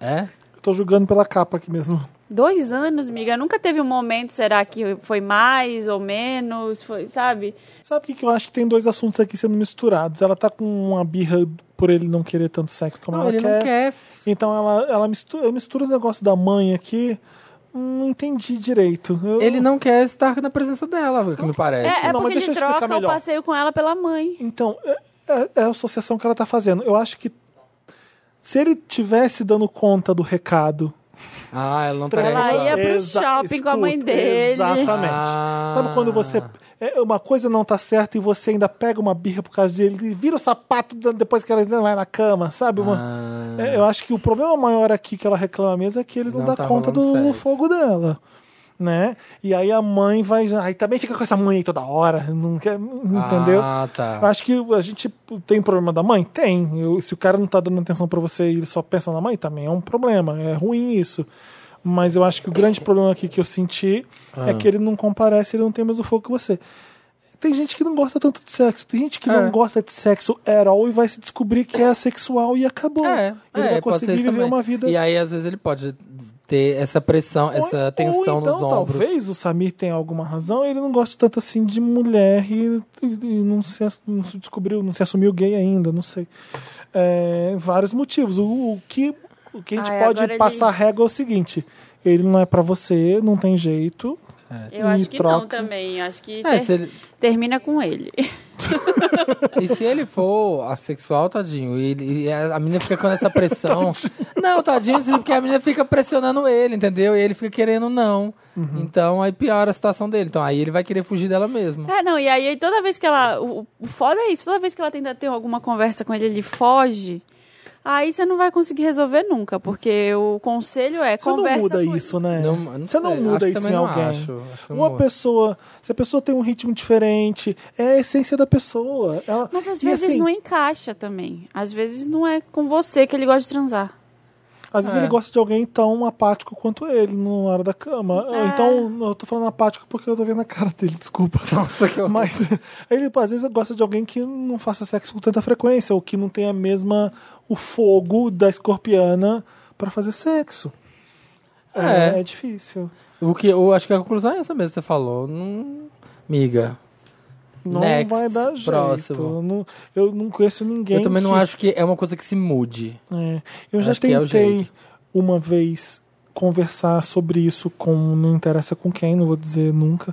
Speaker 1: É?
Speaker 2: Eu tô julgando pela capa aqui mesmo.
Speaker 3: Dois anos, amiga. Nunca teve um momento, será que foi mais ou menos? Foi, sabe?
Speaker 2: Sabe o que, que eu acho que tem dois assuntos aqui sendo misturados? Ela tá com uma birra por ele não querer tanto sexo como
Speaker 1: Não,
Speaker 2: ela
Speaker 1: ele
Speaker 2: quer.
Speaker 1: não quer.
Speaker 2: Então ela, ela mistura, mistura os negócios da mãe aqui. Hum, Não entendi direito. Eu-
Speaker 1: Ele não quer estar na presença dela, o
Speaker 2: Então,
Speaker 1: que me
Speaker 3: É,
Speaker 1: parece.
Speaker 3: é
Speaker 2: Não, mas
Speaker 3: porque
Speaker 2: deixa eu
Speaker 3: ele
Speaker 2: explicar
Speaker 3: troca o
Speaker 2: melhor.
Speaker 3: passeio com ela pela mãe.
Speaker 2: Então, é, é- é a associação que ela tá fazendo. Eu acho que se ele tivesse dando conta do recado.
Speaker 1: Ah, ela não tá
Speaker 3: Ela
Speaker 2: é
Speaker 3: ia pro shopping com a mãe dele.
Speaker 2: Exatamente.
Speaker 1: Ah.
Speaker 2: Sabe quando você. é, Uma coisa não tá certa e você ainda pega uma birra por causa dele e vira o sapato da- depois que ela ainda vai na cama, sabe? Uma-
Speaker 1: Ah.
Speaker 2: É, eu acho que o problema maior aqui que ela reclama mesmo é que ele não,
Speaker 1: Não
Speaker 2: dá
Speaker 1: tá
Speaker 2: conta do
Speaker 1: rolando sexo.
Speaker 2: fogo dela. Né? E aí a mãe vai. já- Aí também fica com essa mãe aí toda hora. Não quer, entendeu?
Speaker 1: Ah, tá.
Speaker 2: Eu Acho que a gente tem problema da mãe? Tem. Eu- se o cara não tá dando atenção pra você e ele só pensa na mãe, também é um problema. É ruim isso. Mas eu acho que o grande problema aqui que eu senti
Speaker 1: Ah.
Speaker 2: é que ele não comparece, ele não tem o mesmo foco que você. Tem gente que não gosta tanto de sexo, tem gente que
Speaker 1: É.
Speaker 2: não gosta de sexo at all e vai se descobrir que é assexual e acabou.
Speaker 1: É,
Speaker 2: ele
Speaker 1: é, pode ser
Speaker 2: vai conseguir
Speaker 1: isso
Speaker 2: viver
Speaker 1: também.
Speaker 2: uma vida.
Speaker 1: E aí, às vezes, ele pode ter essa pressão,
Speaker 2: Ou-
Speaker 1: essa
Speaker 2: ou
Speaker 1: tensão
Speaker 2: então,
Speaker 1: nos ombros.
Speaker 2: Talvez o Samir tenha alguma razão, ele não gosta tanto assim de mulher e, e- e não, se, ass- não se descobriu, não se assumiu gay ainda, não sei. É, vários motivos. O, o que, o que a gente
Speaker 3: Ai,
Speaker 2: pode
Speaker 3: agora ele-
Speaker 2: passar a régua é o seguinte: ele não é pra você, não tem jeito.
Speaker 3: Eu
Speaker 2: E
Speaker 3: acho que
Speaker 2: É. troca.
Speaker 3: não também. Acho que
Speaker 1: É,
Speaker 3: ter-
Speaker 1: se ele-
Speaker 3: termina com ele.
Speaker 2: [LAUGHS]
Speaker 1: E se ele for assexual, tadinho, e, ele- e a a menina fica com essa pressão.
Speaker 2: [LAUGHS]
Speaker 1: não, tadinho, assim, porque a menina fica pressionando ele, entendeu? E ele fica querendo não.
Speaker 2: Uhum.
Speaker 1: Então aí piora a situação dele. Então aí ele vai querer fugir dela mesmo.
Speaker 3: É, não, e aí toda vez que ela. O, o foda é isso, toda vez que ela tenta ter alguma conversa com ele, ele foge. Aí você não vai conseguir resolver nunca, porque o conselho é
Speaker 2: Você não
Speaker 3: conversa.
Speaker 2: muda
Speaker 3: com
Speaker 2: isso, né?
Speaker 1: Não- eu não
Speaker 2: você não
Speaker 1: sei,
Speaker 2: muda
Speaker 1: acho que
Speaker 2: isso em
Speaker 1: também não
Speaker 2: alguém.
Speaker 1: acho, acho que não
Speaker 2: Uma
Speaker 1: muda.
Speaker 2: pessoa, se a pessoa tem um ritmo diferente, é a essência da pessoa. Ela-
Speaker 3: Mas às
Speaker 2: e
Speaker 3: vezes
Speaker 2: assim,
Speaker 3: não encaixa também. Às vezes não é com você que ele gosta de transar.
Speaker 2: Às vezes
Speaker 1: É.
Speaker 2: ele gosta de alguém tão apático quanto ele na hora da cama.
Speaker 3: É.
Speaker 2: Então, eu tô falando apático porque eu tô vendo a cara dele, [LAUGHS] desculpa.
Speaker 1: Nossa, que horror.
Speaker 2: Mas ele às vezes gosta de alguém que não faça sexo com tanta frequência, ou que não tenha a mesma o fogo da escorpiana pra fazer sexo. É,
Speaker 1: É.
Speaker 2: é difícil.
Speaker 1: O que eu acho que a conclusão é essa mesmo que você falou. Não, miga.
Speaker 2: Não
Speaker 1: Next,
Speaker 2: vai dar jeito.
Speaker 1: próximo.
Speaker 2: Eu não, eu não conheço ninguém.
Speaker 1: eu também não
Speaker 2: que-
Speaker 1: acho que é uma coisa que se mude.
Speaker 2: É, eu já
Speaker 1: Acho que é o
Speaker 2: tentei
Speaker 1: jeito.
Speaker 2: uma vez conversar sobre isso com não interessa com quem, não vou dizer nunca,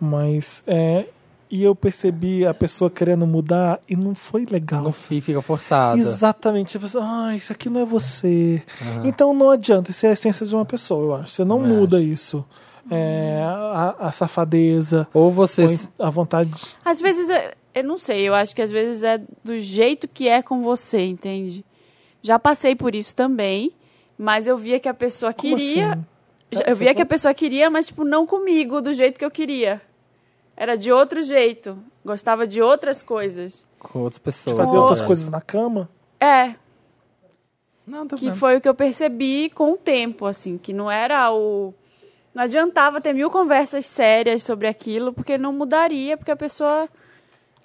Speaker 2: mas é, e eu percebi a pessoa querendo mudar e não foi legal.
Speaker 1: Não fi- fica forçada.
Speaker 2: Exatamente, a pessoa, ah, isso aqui não é você. Então não adianta, isso é a essência de uma pessoa, eu acho. Você não
Speaker 1: Também
Speaker 2: muda isso. É, a, a safadeza,
Speaker 1: Ou você.
Speaker 2: ou a vontade. de-
Speaker 3: Às vezes, é- eu não sei, eu acho que às vezes é do jeito que é com você, entende? Já passei por isso também, mas eu via que a pessoa
Speaker 2: Como
Speaker 3: queria.
Speaker 2: assim?
Speaker 3: Já-
Speaker 2: Você
Speaker 3: Eu via que
Speaker 2: foi-
Speaker 3: a pessoa queria, mas, tipo, não comigo, do jeito que eu queria. Era de outro jeito. Gostava de outras coisas.
Speaker 1: Com outras pessoas.
Speaker 2: Fazer
Speaker 1: né?
Speaker 2: outras coisas na cama?
Speaker 3: É,
Speaker 1: Não, tá
Speaker 3: que
Speaker 1: vendo.
Speaker 3: foi o que eu percebi com o tempo, assim, que não era o. Não adiantava ter mil conversas sérias sobre aquilo, porque não mudaria, porque a pessoa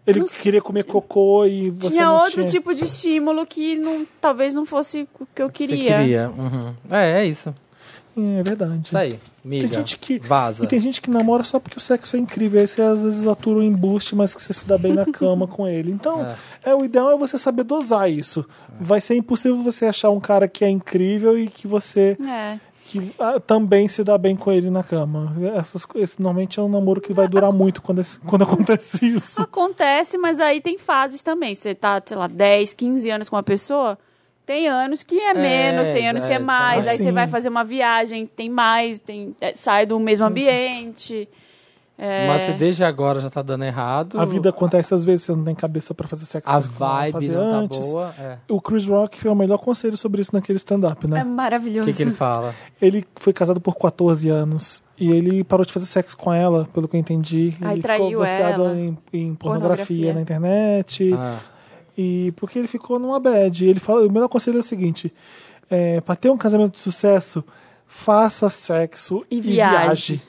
Speaker 2: Ele
Speaker 3: Não sei.
Speaker 2: queria comer cocô e você
Speaker 3: tinha
Speaker 2: não
Speaker 3: outro
Speaker 2: tinha.
Speaker 3: tipo de estímulo que não, talvez não fosse o que eu
Speaker 1: Você
Speaker 3: queria.
Speaker 1: queria. uhum. É, é isso.
Speaker 2: É verdade.
Speaker 1: Isso aí. Miga.
Speaker 2: Tem gente que.
Speaker 1: Vaza.
Speaker 2: E tem gente que namora só porque o sexo é incrível. Aí você às vezes atura um embuste, mas que você se dá bem na cama com
Speaker 1: [LAUGHS]
Speaker 2: ele. Então, é. o ideal é você saber dosar isso. Vai ser impossível você achar um cara que é incrível e que você.
Speaker 3: É.
Speaker 2: que ah, também se dá bem com ele na cama. Essas, co- esse normalmente é um namoro que vai durar muito quando, esse- quando acontece [LAUGHS] isso.
Speaker 3: Acontece, mas aí tem fases também. Você tá, sei lá, 10, 15 anos com uma pessoa, tem anos que é menos, tem anos que é
Speaker 1: é,
Speaker 3: mais.
Speaker 2: tá.
Speaker 3: Aí
Speaker 2: Sim.
Speaker 3: você vai fazer uma viagem, tem mais, tem, é, sai do mesmo ambiente. É,
Speaker 1: Mas se desde agora já tá dando errado.
Speaker 2: A vida acontece às vezes, você não tem cabeça pra fazer sexo.
Speaker 1: A
Speaker 2: você vai
Speaker 1: vibe
Speaker 2: fazer
Speaker 1: não
Speaker 2: antes.
Speaker 1: tá boa. É.
Speaker 2: O Chris Rock foi o melhor conselho sobre isso naquele stand-up,
Speaker 3: é
Speaker 2: né?
Speaker 1: O
Speaker 3: maravilhoso.
Speaker 1: que, que ele fala?
Speaker 2: Ele foi casado por 14 anos e ele parou de fazer sexo com ela, pelo que eu entendi.
Speaker 3: Aí
Speaker 2: ele
Speaker 3: traiu
Speaker 2: ficou viciado
Speaker 3: ela.
Speaker 2: em, em pornografia,
Speaker 3: Pornografia.
Speaker 2: na internet.
Speaker 1: Ah,
Speaker 2: E porque ele ficou numa bad. E Ele fala, o melhor conselho é o seguinte: é, para ter um casamento de sucesso, faça sexo
Speaker 3: E
Speaker 2: e,
Speaker 3: viaje.
Speaker 2: viaje.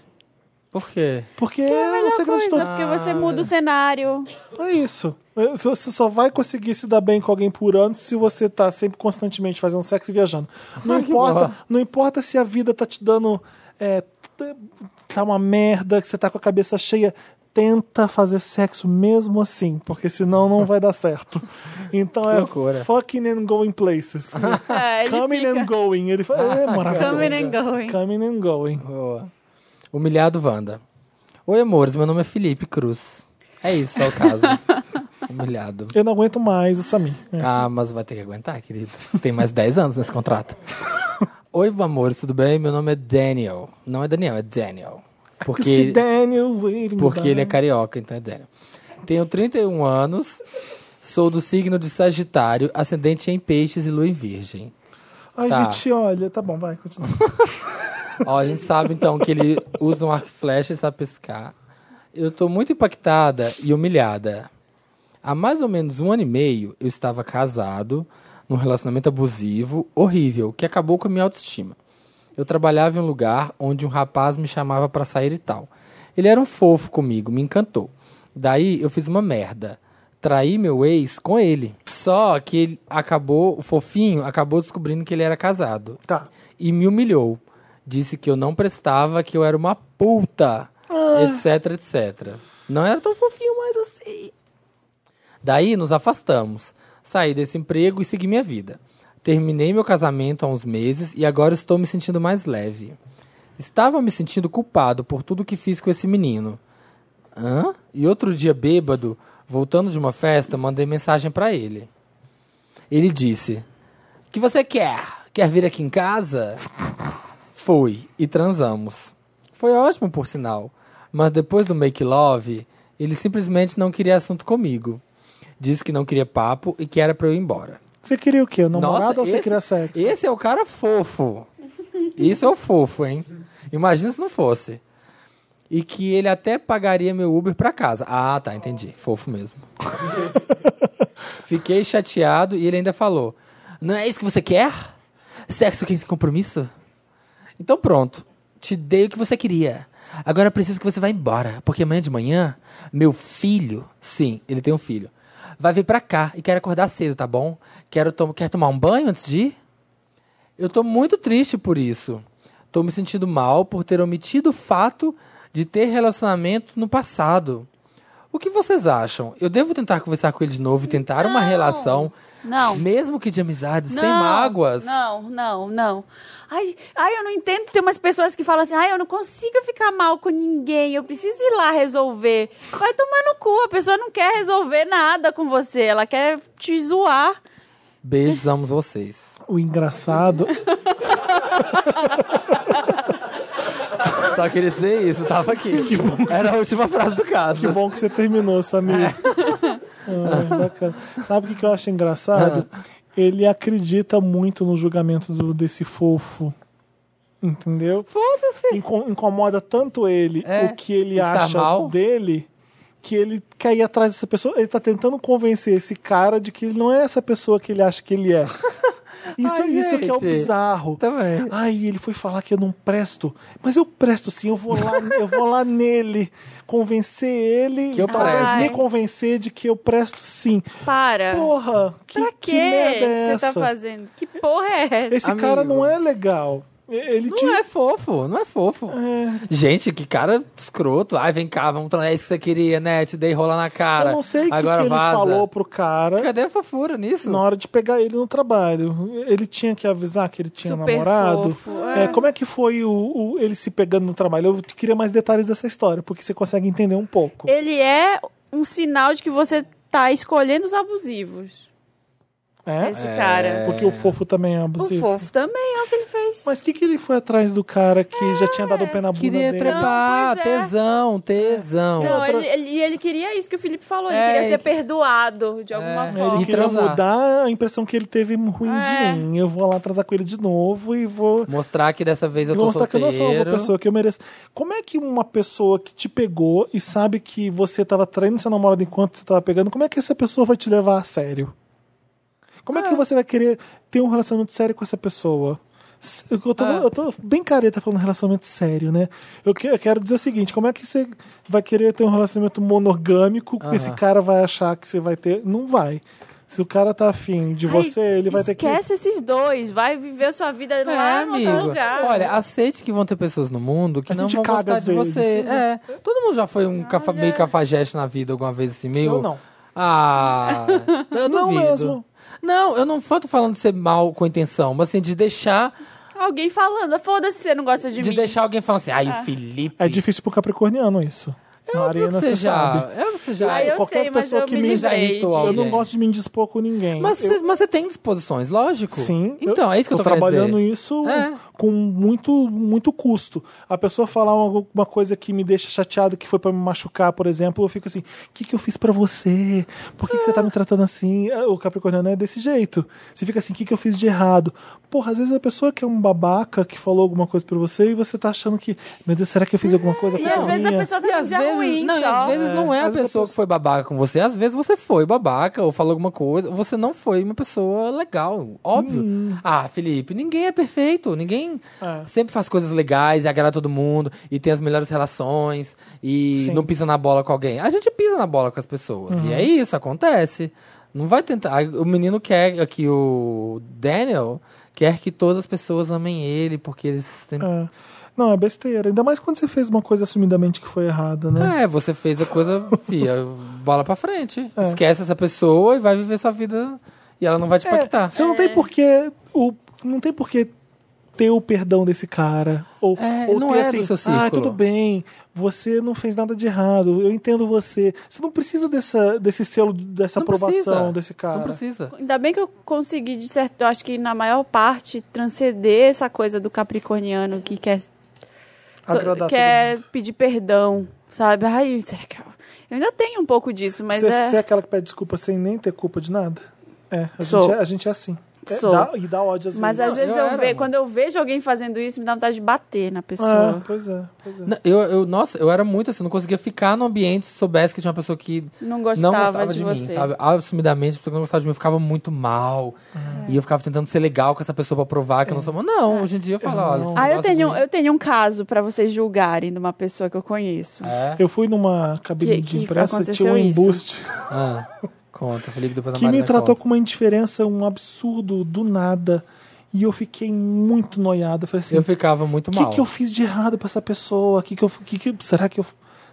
Speaker 1: por quê?
Speaker 2: Porque é o segredo de
Speaker 3: Coisa,
Speaker 2: todo.
Speaker 3: porque você muda o cenário.
Speaker 2: É isso. É, se Você só vai conseguir se dar bem com alguém por ano se você tá sempre constantemente fazendo sexo e
Speaker 3: [LAUGHS]
Speaker 2: viajando. Não importa, não importa se a vida tá te dando. é, t- tá uma merda, que você tá com a cabeça cheia. Tenta fazer sexo mesmo assim, porque senão não vai dar
Speaker 3: [LAUGHS]
Speaker 2: certo. Então é
Speaker 1: loucura.
Speaker 2: fucking and going places.
Speaker 3: É, ele
Speaker 2: Coming
Speaker 3: fica.
Speaker 2: and going. Ele fala, é maravilhoso.
Speaker 3: Coming and going.
Speaker 2: Coming and going.
Speaker 1: Boa. Humilhado Wanda. Oi, amores. Meu nome é Felipe Cruz. É isso, é o [LAUGHS] caso. Humilhado.
Speaker 2: Eu não aguento mais o Samir. É.
Speaker 1: Ah, mas vai ter que aguentar, querido. Tem mais 10 anos nesse contrato. Oi, amores, tudo bem? Meu nome é Daniel. Não é Daniel, é Daniel.
Speaker 2: Esse
Speaker 1: Porque,
Speaker 2: Daniel waving
Speaker 1: porque ele é
Speaker 2: goodbye.
Speaker 1: carioca, então é Daniel. Tenho 31 anos, sou do signo de Sagitário, ascendente em peixes e lua em virgem.
Speaker 2: Ai,
Speaker 1: Tá.
Speaker 2: gente, olha, tá bom, vai, continua. [LAUGHS]
Speaker 1: Ó, a gente sabe então que ele usa um arco e flecha e sabe pescar. Eu tô muito impactada e humilhada. Há mais ou menos um ano e meio eu estava casado, num relacionamento abusivo, horrível, que acabou com a minha autoestima. Eu trabalhava em um lugar onde um rapaz me chamava pra sair e tal. Ele era um fofo comigo, me encantou. Daí eu fiz uma merda. Traí meu ex com ele. Só que ele acabou, o fofinho acabou descobrindo que ele era casado
Speaker 2: Tá.
Speaker 1: e me humilhou. Disse que eu não prestava, que eu era uma puta, etc, etc. Não era tão fofinho mais assim. Daí nos afastamos. Saí desse emprego e segui minha vida. Terminei meu casamento há uns meses e agora estou me sentindo mais leve. Estava me sentindo culpado por tudo que fiz com esse menino. Hã? E outro dia, bêbado, voltando de uma festa, mandei mensagem pra ele. Ele disse: "O que você quer? Quer vir aqui em casa? Fui e transamos. Foi ótimo, por sinal. Mas depois do make love, ele simplesmente não queria assunto comigo. Disse que não queria papo e que era pra eu ir embora.
Speaker 2: Você queria o quê? O namorado
Speaker 1: Nossa,
Speaker 2: ou você
Speaker 1: esse-
Speaker 2: queria sexo?
Speaker 1: Esse é o cara fofo. Isso é o fofo, hein? Imagina se não fosse. E que ele até pagaria meu Uber pra casa. Ah, tá, entendi. Fofo
Speaker 2: [LAUGHS]
Speaker 1: mesmo. Fiquei chateado e ele ainda falou: Não é isso que você quer? Sexo sem compromisso? Então pronto. Te dei o que você queria. Agora eu preciso que você vá embora, porque amanhã de manhã, meu filho, sim, ele tem um filho, vai vir pra cá e quer acordar cedo, tá bom? Quero tom quer tomar um banho antes de ir? Eu tô muito triste por isso. Tô me sentindo mal por ter omitido o fato de ter relacionamento no passado. O que vocês acham? Eu devo tentar conversar com ele de novo e tentar uma relação,
Speaker 3: Não.
Speaker 1: mesmo que de amizade, sem
Speaker 3: Não,
Speaker 1: mágoas?
Speaker 3: Não, não, não. Ai, ai, eu não entendo. Tem umas pessoas que falam assim: ai, eu não consigo ficar mal com ninguém, eu preciso ir lá resolver. Vai tomar no cu, a pessoa não quer resolver nada com você, ela quer te zoar.
Speaker 1: Beijos, amo vocês.
Speaker 2: O
Speaker 1: [LAUGHS]
Speaker 2: engraçado.
Speaker 1: Só queria dizer isso, tava aqui.
Speaker 2: [LAUGHS]
Speaker 1: Era a última frase do
Speaker 2: que
Speaker 1: caso.
Speaker 2: bom que você terminou,
Speaker 1: É.
Speaker 2: Samir. Ai, bacana. Sabe o que que eu acho engraçado?
Speaker 1: Ah.
Speaker 2: Ele acredita muito no julgamento do- desse fofo. Entendeu?
Speaker 1: Foda-se.
Speaker 2: Inco- incomoda tanto ele
Speaker 1: É,
Speaker 2: o que ele
Speaker 1: estar
Speaker 2: acha
Speaker 1: mal.
Speaker 2: dele que ele quer ir atrás dessa pessoa. Ele tá tentando convencer esse cara de que ele não é essa pessoa que ele acha que
Speaker 1: [LAUGHS]
Speaker 2: ele é. Isso,
Speaker 1: Ai,
Speaker 2: isso que é o
Speaker 1: gente.
Speaker 2: bizarro.
Speaker 1: Também.
Speaker 2: Ai, ele foi falar que eu não presto. Mas eu presto sim, eu vou lá, eu vou lá nele. Convencer ele,
Speaker 1: Que eu
Speaker 2: talvez
Speaker 3: presto.
Speaker 2: me convencer de que eu presto sim.
Speaker 3: Para.
Speaker 2: Porra, que,
Speaker 3: pra
Speaker 2: que
Speaker 3: quê
Speaker 2: merda é
Speaker 3: que você
Speaker 2: essa?
Speaker 3: tá fazendo? Que porra é essa?
Speaker 2: Esse cara
Speaker 1: Amigo.
Speaker 2: não é legal. Ele
Speaker 1: Não
Speaker 2: tinha.
Speaker 1: é fofo, não é fofo. Gente, que cara escroto. Ai, vem cá, vamos tornar isso que você queria, né? Te dei rola na
Speaker 3: é.
Speaker 1: cara.
Speaker 2: eu não sei o que,
Speaker 1: Agora
Speaker 2: que ele
Speaker 1: vaza.
Speaker 2: falou pro cara
Speaker 1: Cadê a fofura nisso?
Speaker 2: na hora de pegar ele no trabalho. Ele tinha que avisar que ele tinha
Speaker 3: Super
Speaker 2: namorado.
Speaker 3: fofo,
Speaker 2: É,
Speaker 3: é.
Speaker 2: como é que foi o, o- ele se pegando no trabalho? Eu queria mais detalhes dessa história, porque você consegue entender um pouco.
Speaker 3: Ele é um sinal de que você tá escolhendo os abusivos.
Speaker 2: É?
Speaker 3: Esse cara.
Speaker 2: Porque o fofo também é
Speaker 3: O
Speaker 2: abusivo.
Speaker 3: fofo também, olha o que ele fez.
Speaker 2: Mas o que, que ele foi atrás do cara que
Speaker 3: É,
Speaker 2: já tinha dado o pé na bunda
Speaker 1: Queria
Speaker 2: dele?
Speaker 1: trepar,
Speaker 3: Não, pois é.
Speaker 1: tesão, tesão.
Speaker 3: Não,
Speaker 2: outra-
Speaker 3: ele, ele, e ele queria isso que o Felipe falou. Ele
Speaker 1: É,
Speaker 3: queria
Speaker 1: ele
Speaker 3: ser
Speaker 1: que-
Speaker 3: perdoado de alguma
Speaker 1: É,
Speaker 3: forma.
Speaker 2: Ele
Speaker 1: E
Speaker 2: queria
Speaker 1: transar.
Speaker 2: mudar a impressão que ele teve ruim
Speaker 3: É.
Speaker 2: de mim. Eu vou lá transar com ele de novo e vou,
Speaker 1: Mostrar que dessa vez eu
Speaker 2: vou
Speaker 1: tô
Speaker 2: mostrar que eu
Speaker 1: solteiro.
Speaker 2: não sou uma boa pessoa, que eu mereço. Como é que uma pessoa que te pegou e sabe que você tava traindo seu namorado enquanto você tava pegando, como é que essa pessoa vai te levar a sério? Como é,
Speaker 1: Ah.
Speaker 2: que você vai querer ter um relacionamento sério com essa pessoa? S- Eu tô,
Speaker 1: Ah.
Speaker 2: eu tô bem careta falando relacionamento sério, né? Eu, que- eu quero dizer o seguinte: como é que você vai querer ter um relacionamento monogâmico que
Speaker 1: Ah.
Speaker 2: esse cara vai achar que você vai ter? Não vai. Se o cara tá afim de você,
Speaker 3: Ai,
Speaker 2: ele vai ter que.
Speaker 3: Esquece esses dois. Vai viver sua vida lá no outro lugar.
Speaker 1: É, Olha, aceite que vão ter pessoas no mundo que
Speaker 2: A
Speaker 1: não
Speaker 2: gente
Speaker 1: vão
Speaker 2: caga
Speaker 1: gostar
Speaker 2: às
Speaker 1: de
Speaker 2: vezes,
Speaker 1: você.
Speaker 2: né?
Speaker 1: É. Todo mundo já foi um cafa- meio cafajeste na vida alguma vez assim, meio.
Speaker 2: Eu não.
Speaker 1: Ah, eu
Speaker 2: Não
Speaker 1: duvido.
Speaker 2: mesmo.
Speaker 1: Não, eu não fa- tô falando de ser mal com intenção, mas assim, de deixar,
Speaker 3: Alguém falando, "Ah, foda-se, você não gosta de,
Speaker 1: de,
Speaker 3: mim. Ah."
Speaker 1: deixar alguém falando assim, ai, o Felipe.
Speaker 2: É difícil pro capricorniano isso.
Speaker 1: É óbvio que
Speaker 2: Marina,
Speaker 1: você
Speaker 2: você
Speaker 1: já.
Speaker 2: sabe.
Speaker 1: É óbvio que você já.
Speaker 3: Aí eu
Speaker 2: qualquer
Speaker 3: sei, mas
Speaker 2: pessoa
Speaker 3: eu
Speaker 2: que
Speaker 3: me
Speaker 2: me
Speaker 1: já
Speaker 3: livrei
Speaker 1: irritou
Speaker 3: disso.
Speaker 2: Eu não
Speaker 1: Gente.
Speaker 2: gosto de me indispor com ninguém.
Speaker 1: Mas,
Speaker 2: eu,
Speaker 1: você- mas você tem disposições, lógico.
Speaker 2: Sim,
Speaker 1: Então, é isso que eu tô, querendo
Speaker 2: trabalhando
Speaker 1: dizer.
Speaker 2: isso
Speaker 1: É.
Speaker 2: com muito, muito custo. A pessoa falar uma, uma coisa que me deixa chateado, que foi pra me machucar, por exemplo, eu fico assim: o que, que eu fiz pra você? Por que, que você tá me tratando assim? Ah, O Capricorniano é desse jeito. Você fica assim: o que, que eu fiz de errado? Porra, às vezes a pessoa que é um babaca que falou alguma coisa pra você e você tá achando que, meu Deus, será que eu fiz alguma coisa
Speaker 3: Hum, E
Speaker 2: pra
Speaker 3: às vezes a pessoa
Speaker 1: E
Speaker 3: tá num
Speaker 1: às
Speaker 3: dia
Speaker 1: vezes,
Speaker 3: ruim
Speaker 1: não, e
Speaker 3: só.
Speaker 1: às vezes não é a
Speaker 2: Às vezes a
Speaker 1: pessoa que foi babaca com você, às vezes você foi babaca ou falou alguma coisa, você não foi uma pessoa legal, óbvio. Ah, Felipe, ninguém é perfeito, ninguém
Speaker 2: É.
Speaker 1: sempre faz coisas legais e agrada todo mundo e tem as melhores relações e
Speaker 2: Sim.
Speaker 1: não pisa na bola com alguém. A gente pisa na bola com as pessoas e é isso, acontece. Não vai tentar. Aí O menino quer aqui, o Daniel, quer que todas as pessoas amem ele porque eles têm
Speaker 2: É. Não, é besteira. Ainda mais quando você fez uma coisa assumidamente que foi errada, né?
Speaker 1: É, você fez a coisa, fia, bola pra frente.
Speaker 2: É.
Speaker 1: Esquece essa pessoa e vai viver sua vida. E ela não vai te impactar.
Speaker 2: É, Você não tem porquê. O, não tem porquê ter o perdão desse cara. Ou,
Speaker 1: É,
Speaker 2: ou
Speaker 1: não
Speaker 2: ter
Speaker 1: é
Speaker 2: assim,
Speaker 1: do seu
Speaker 2: ah,
Speaker 1: círculo."
Speaker 2: tudo bem, você não fez nada de errado, eu entendo você. Você não precisa dessa, desse selo, dessa
Speaker 1: Não
Speaker 2: aprovação
Speaker 1: precisa.
Speaker 2: desse cara.
Speaker 1: Não precisa.
Speaker 3: Ainda bem que eu consegui, de certo, eu acho que na maior parte, transcender essa coisa do capricorniano que quer,
Speaker 2: Agradar
Speaker 3: quer
Speaker 2: todo mundo.
Speaker 3: pedir perdão, sabe? Ai, será que eu... Eu ainda tenho um pouco disso, mas
Speaker 2: você,
Speaker 3: é...
Speaker 2: você é aquela que pede desculpa sem nem ter culpa de nada? É, a,
Speaker 3: Sou.
Speaker 2: gente é, a gente é assim. É,
Speaker 3: Sou.
Speaker 2: dá- e dá ódio às
Speaker 3: Mas
Speaker 2: vezes.
Speaker 3: às vezes
Speaker 1: eu
Speaker 3: eu,
Speaker 1: era,
Speaker 3: vejo,
Speaker 1: mano.
Speaker 3: quando eu vejo alguém fazendo isso, me dá vontade de bater na
Speaker 2: Ah,
Speaker 3: pessoa.
Speaker 2: pois é, pois é.
Speaker 1: Não, Eu, eu, nossa, eu era muito assim, não conseguia ficar no ambiente se soubesse que tinha uma pessoa que
Speaker 3: Não gostava,
Speaker 1: não gostava
Speaker 3: de,
Speaker 1: de, mim,
Speaker 3: você.
Speaker 1: sabe? Assumidamente, a pessoa que não gostava de mim, eu ficava muito mal.
Speaker 3: É.
Speaker 1: E eu ficava tentando ser legal com essa pessoa pra provar que
Speaker 2: É.
Speaker 1: eu não sou mal. Não, hoje em dia eu falo, ó, você não
Speaker 3: Ah, eu
Speaker 1: gosta de
Speaker 3: tenho,
Speaker 1: mim.
Speaker 3: eu tenho um caso pra vocês julgarem de uma pessoa que eu conheço.
Speaker 1: É?
Speaker 2: Eu fui numa cabine
Speaker 3: Que-
Speaker 2: de
Speaker 3: que
Speaker 2: imprensa, tinha
Speaker 3: aconteceu
Speaker 2: um
Speaker 3: isso.
Speaker 2: embuste.
Speaker 1: Ah, conta, Felipe, depois a
Speaker 2: que me
Speaker 1: Marina
Speaker 2: tratou
Speaker 1: conta.
Speaker 2: com uma indiferença, um absurdo, do nada. E eu fiquei muito noiado. Eu falei assim,
Speaker 1: Eu ficava muito
Speaker 2: o
Speaker 1: mal.
Speaker 2: que, que eu fiz de errado pra essa pessoa? Que que eu, que que- será que eu,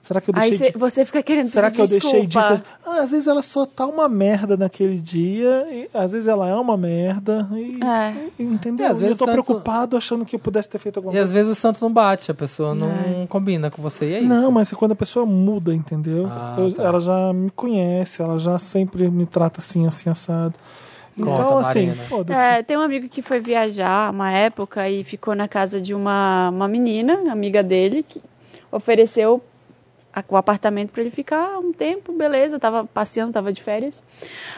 Speaker 2: será que tipo, eu
Speaker 3: Aí
Speaker 2: deixei
Speaker 3: cê-
Speaker 2: de...
Speaker 3: você fica querendo
Speaker 2: Será que
Speaker 3: pedir
Speaker 2: eu deixei
Speaker 3: desculpa.
Speaker 2: disso? Ah, às vezes ela só tá uma merda naquele dia, e às vezes ela é uma merda, e,
Speaker 3: É.
Speaker 2: e- entendeu?
Speaker 1: E às
Speaker 2: E eu
Speaker 1: vezes
Speaker 2: tô
Speaker 1: tanto-
Speaker 2: preocupado achando que eu pudesse ter feito alguma
Speaker 1: E às
Speaker 2: coisa.
Speaker 1: vezes o santo não bate, a pessoa não combina com você. E é isso.
Speaker 2: Não, mas é quando a pessoa muda, entendeu?
Speaker 1: Ah,
Speaker 2: Eu-
Speaker 1: tá.
Speaker 2: Ela já me conhece, ela já sempre me trata assim, assim, assado.
Speaker 1: Conta,
Speaker 2: então, assim,
Speaker 1: Marina.
Speaker 2: foda-se.
Speaker 3: É, tem um amigo que foi viajar uma época e ficou na casa de uma, uma menina, amiga dele, que ofereceu a- o apartamento para ele ficar um tempo, beleza, tava passeando, tava de férias.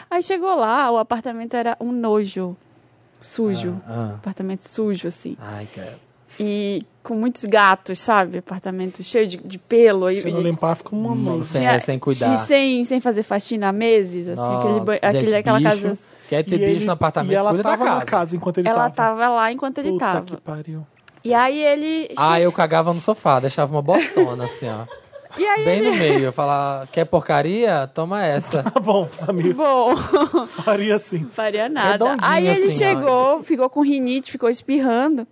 Speaker 3: Aí chegou lá, o apartamento era um nojo, sujo,
Speaker 1: Ah.
Speaker 3: apartamento sujo, assim.
Speaker 1: Ai, cara.
Speaker 3: E com muitos gatos, sabe? Apartamento cheio de, de pelo. e-
Speaker 2: Se não
Speaker 3: e-
Speaker 2: limpar, fica um
Speaker 1: Hum,
Speaker 2: uma noite.
Speaker 1: Sem,
Speaker 3: Tinha-
Speaker 1: sem cuidar.
Speaker 3: E sem, sem fazer faxina há meses, assim,
Speaker 1: Nossa,
Speaker 3: aquele, ba-
Speaker 1: gente,
Speaker 3: aquele, aquela
Speaker 1: bicho.
Speaker 3: casa.
Speaker 1: Quer ter bicho no apartamento,
Speaker 2: e ela
Speaker 1: cuida
Speaker 2: tava
Speaker 1: da casa.
Speaker 2: na casa enquanto ele
Speaker 3: Ela
Speaker 2: tava.
Speaker 3: tava lá enquanto ele
Speaker 2: Puta
Speaker 3: tava.
Speaker 2: que pariu. [LAUGHS]
Speaker 3: E aí ele.
Speaker 1: Ah, eu cagava no sofá, deixava uma bostona assim, ó.
Speaker 3: E aí
Speaker 1: Bem
Speaker 3: ele.
Speaker 1: no meio. Eu falava, quer porcaria? Toma
Speaker 2: [LAUGHS]
Speaker 1: essa.
Speaker 2: Tá bom, Samir,
Speaker 1: [LAUGHS]
Speaker 3: Bom,
Speaker 2: faria assim.
Speaker 3: faria nada.
Speaker 1: Redondinho
Speaker 3: Aí ele
Speaker 1: assim, ó.
Speaker 3: chegou, ficou com rinite, ficou espirrando.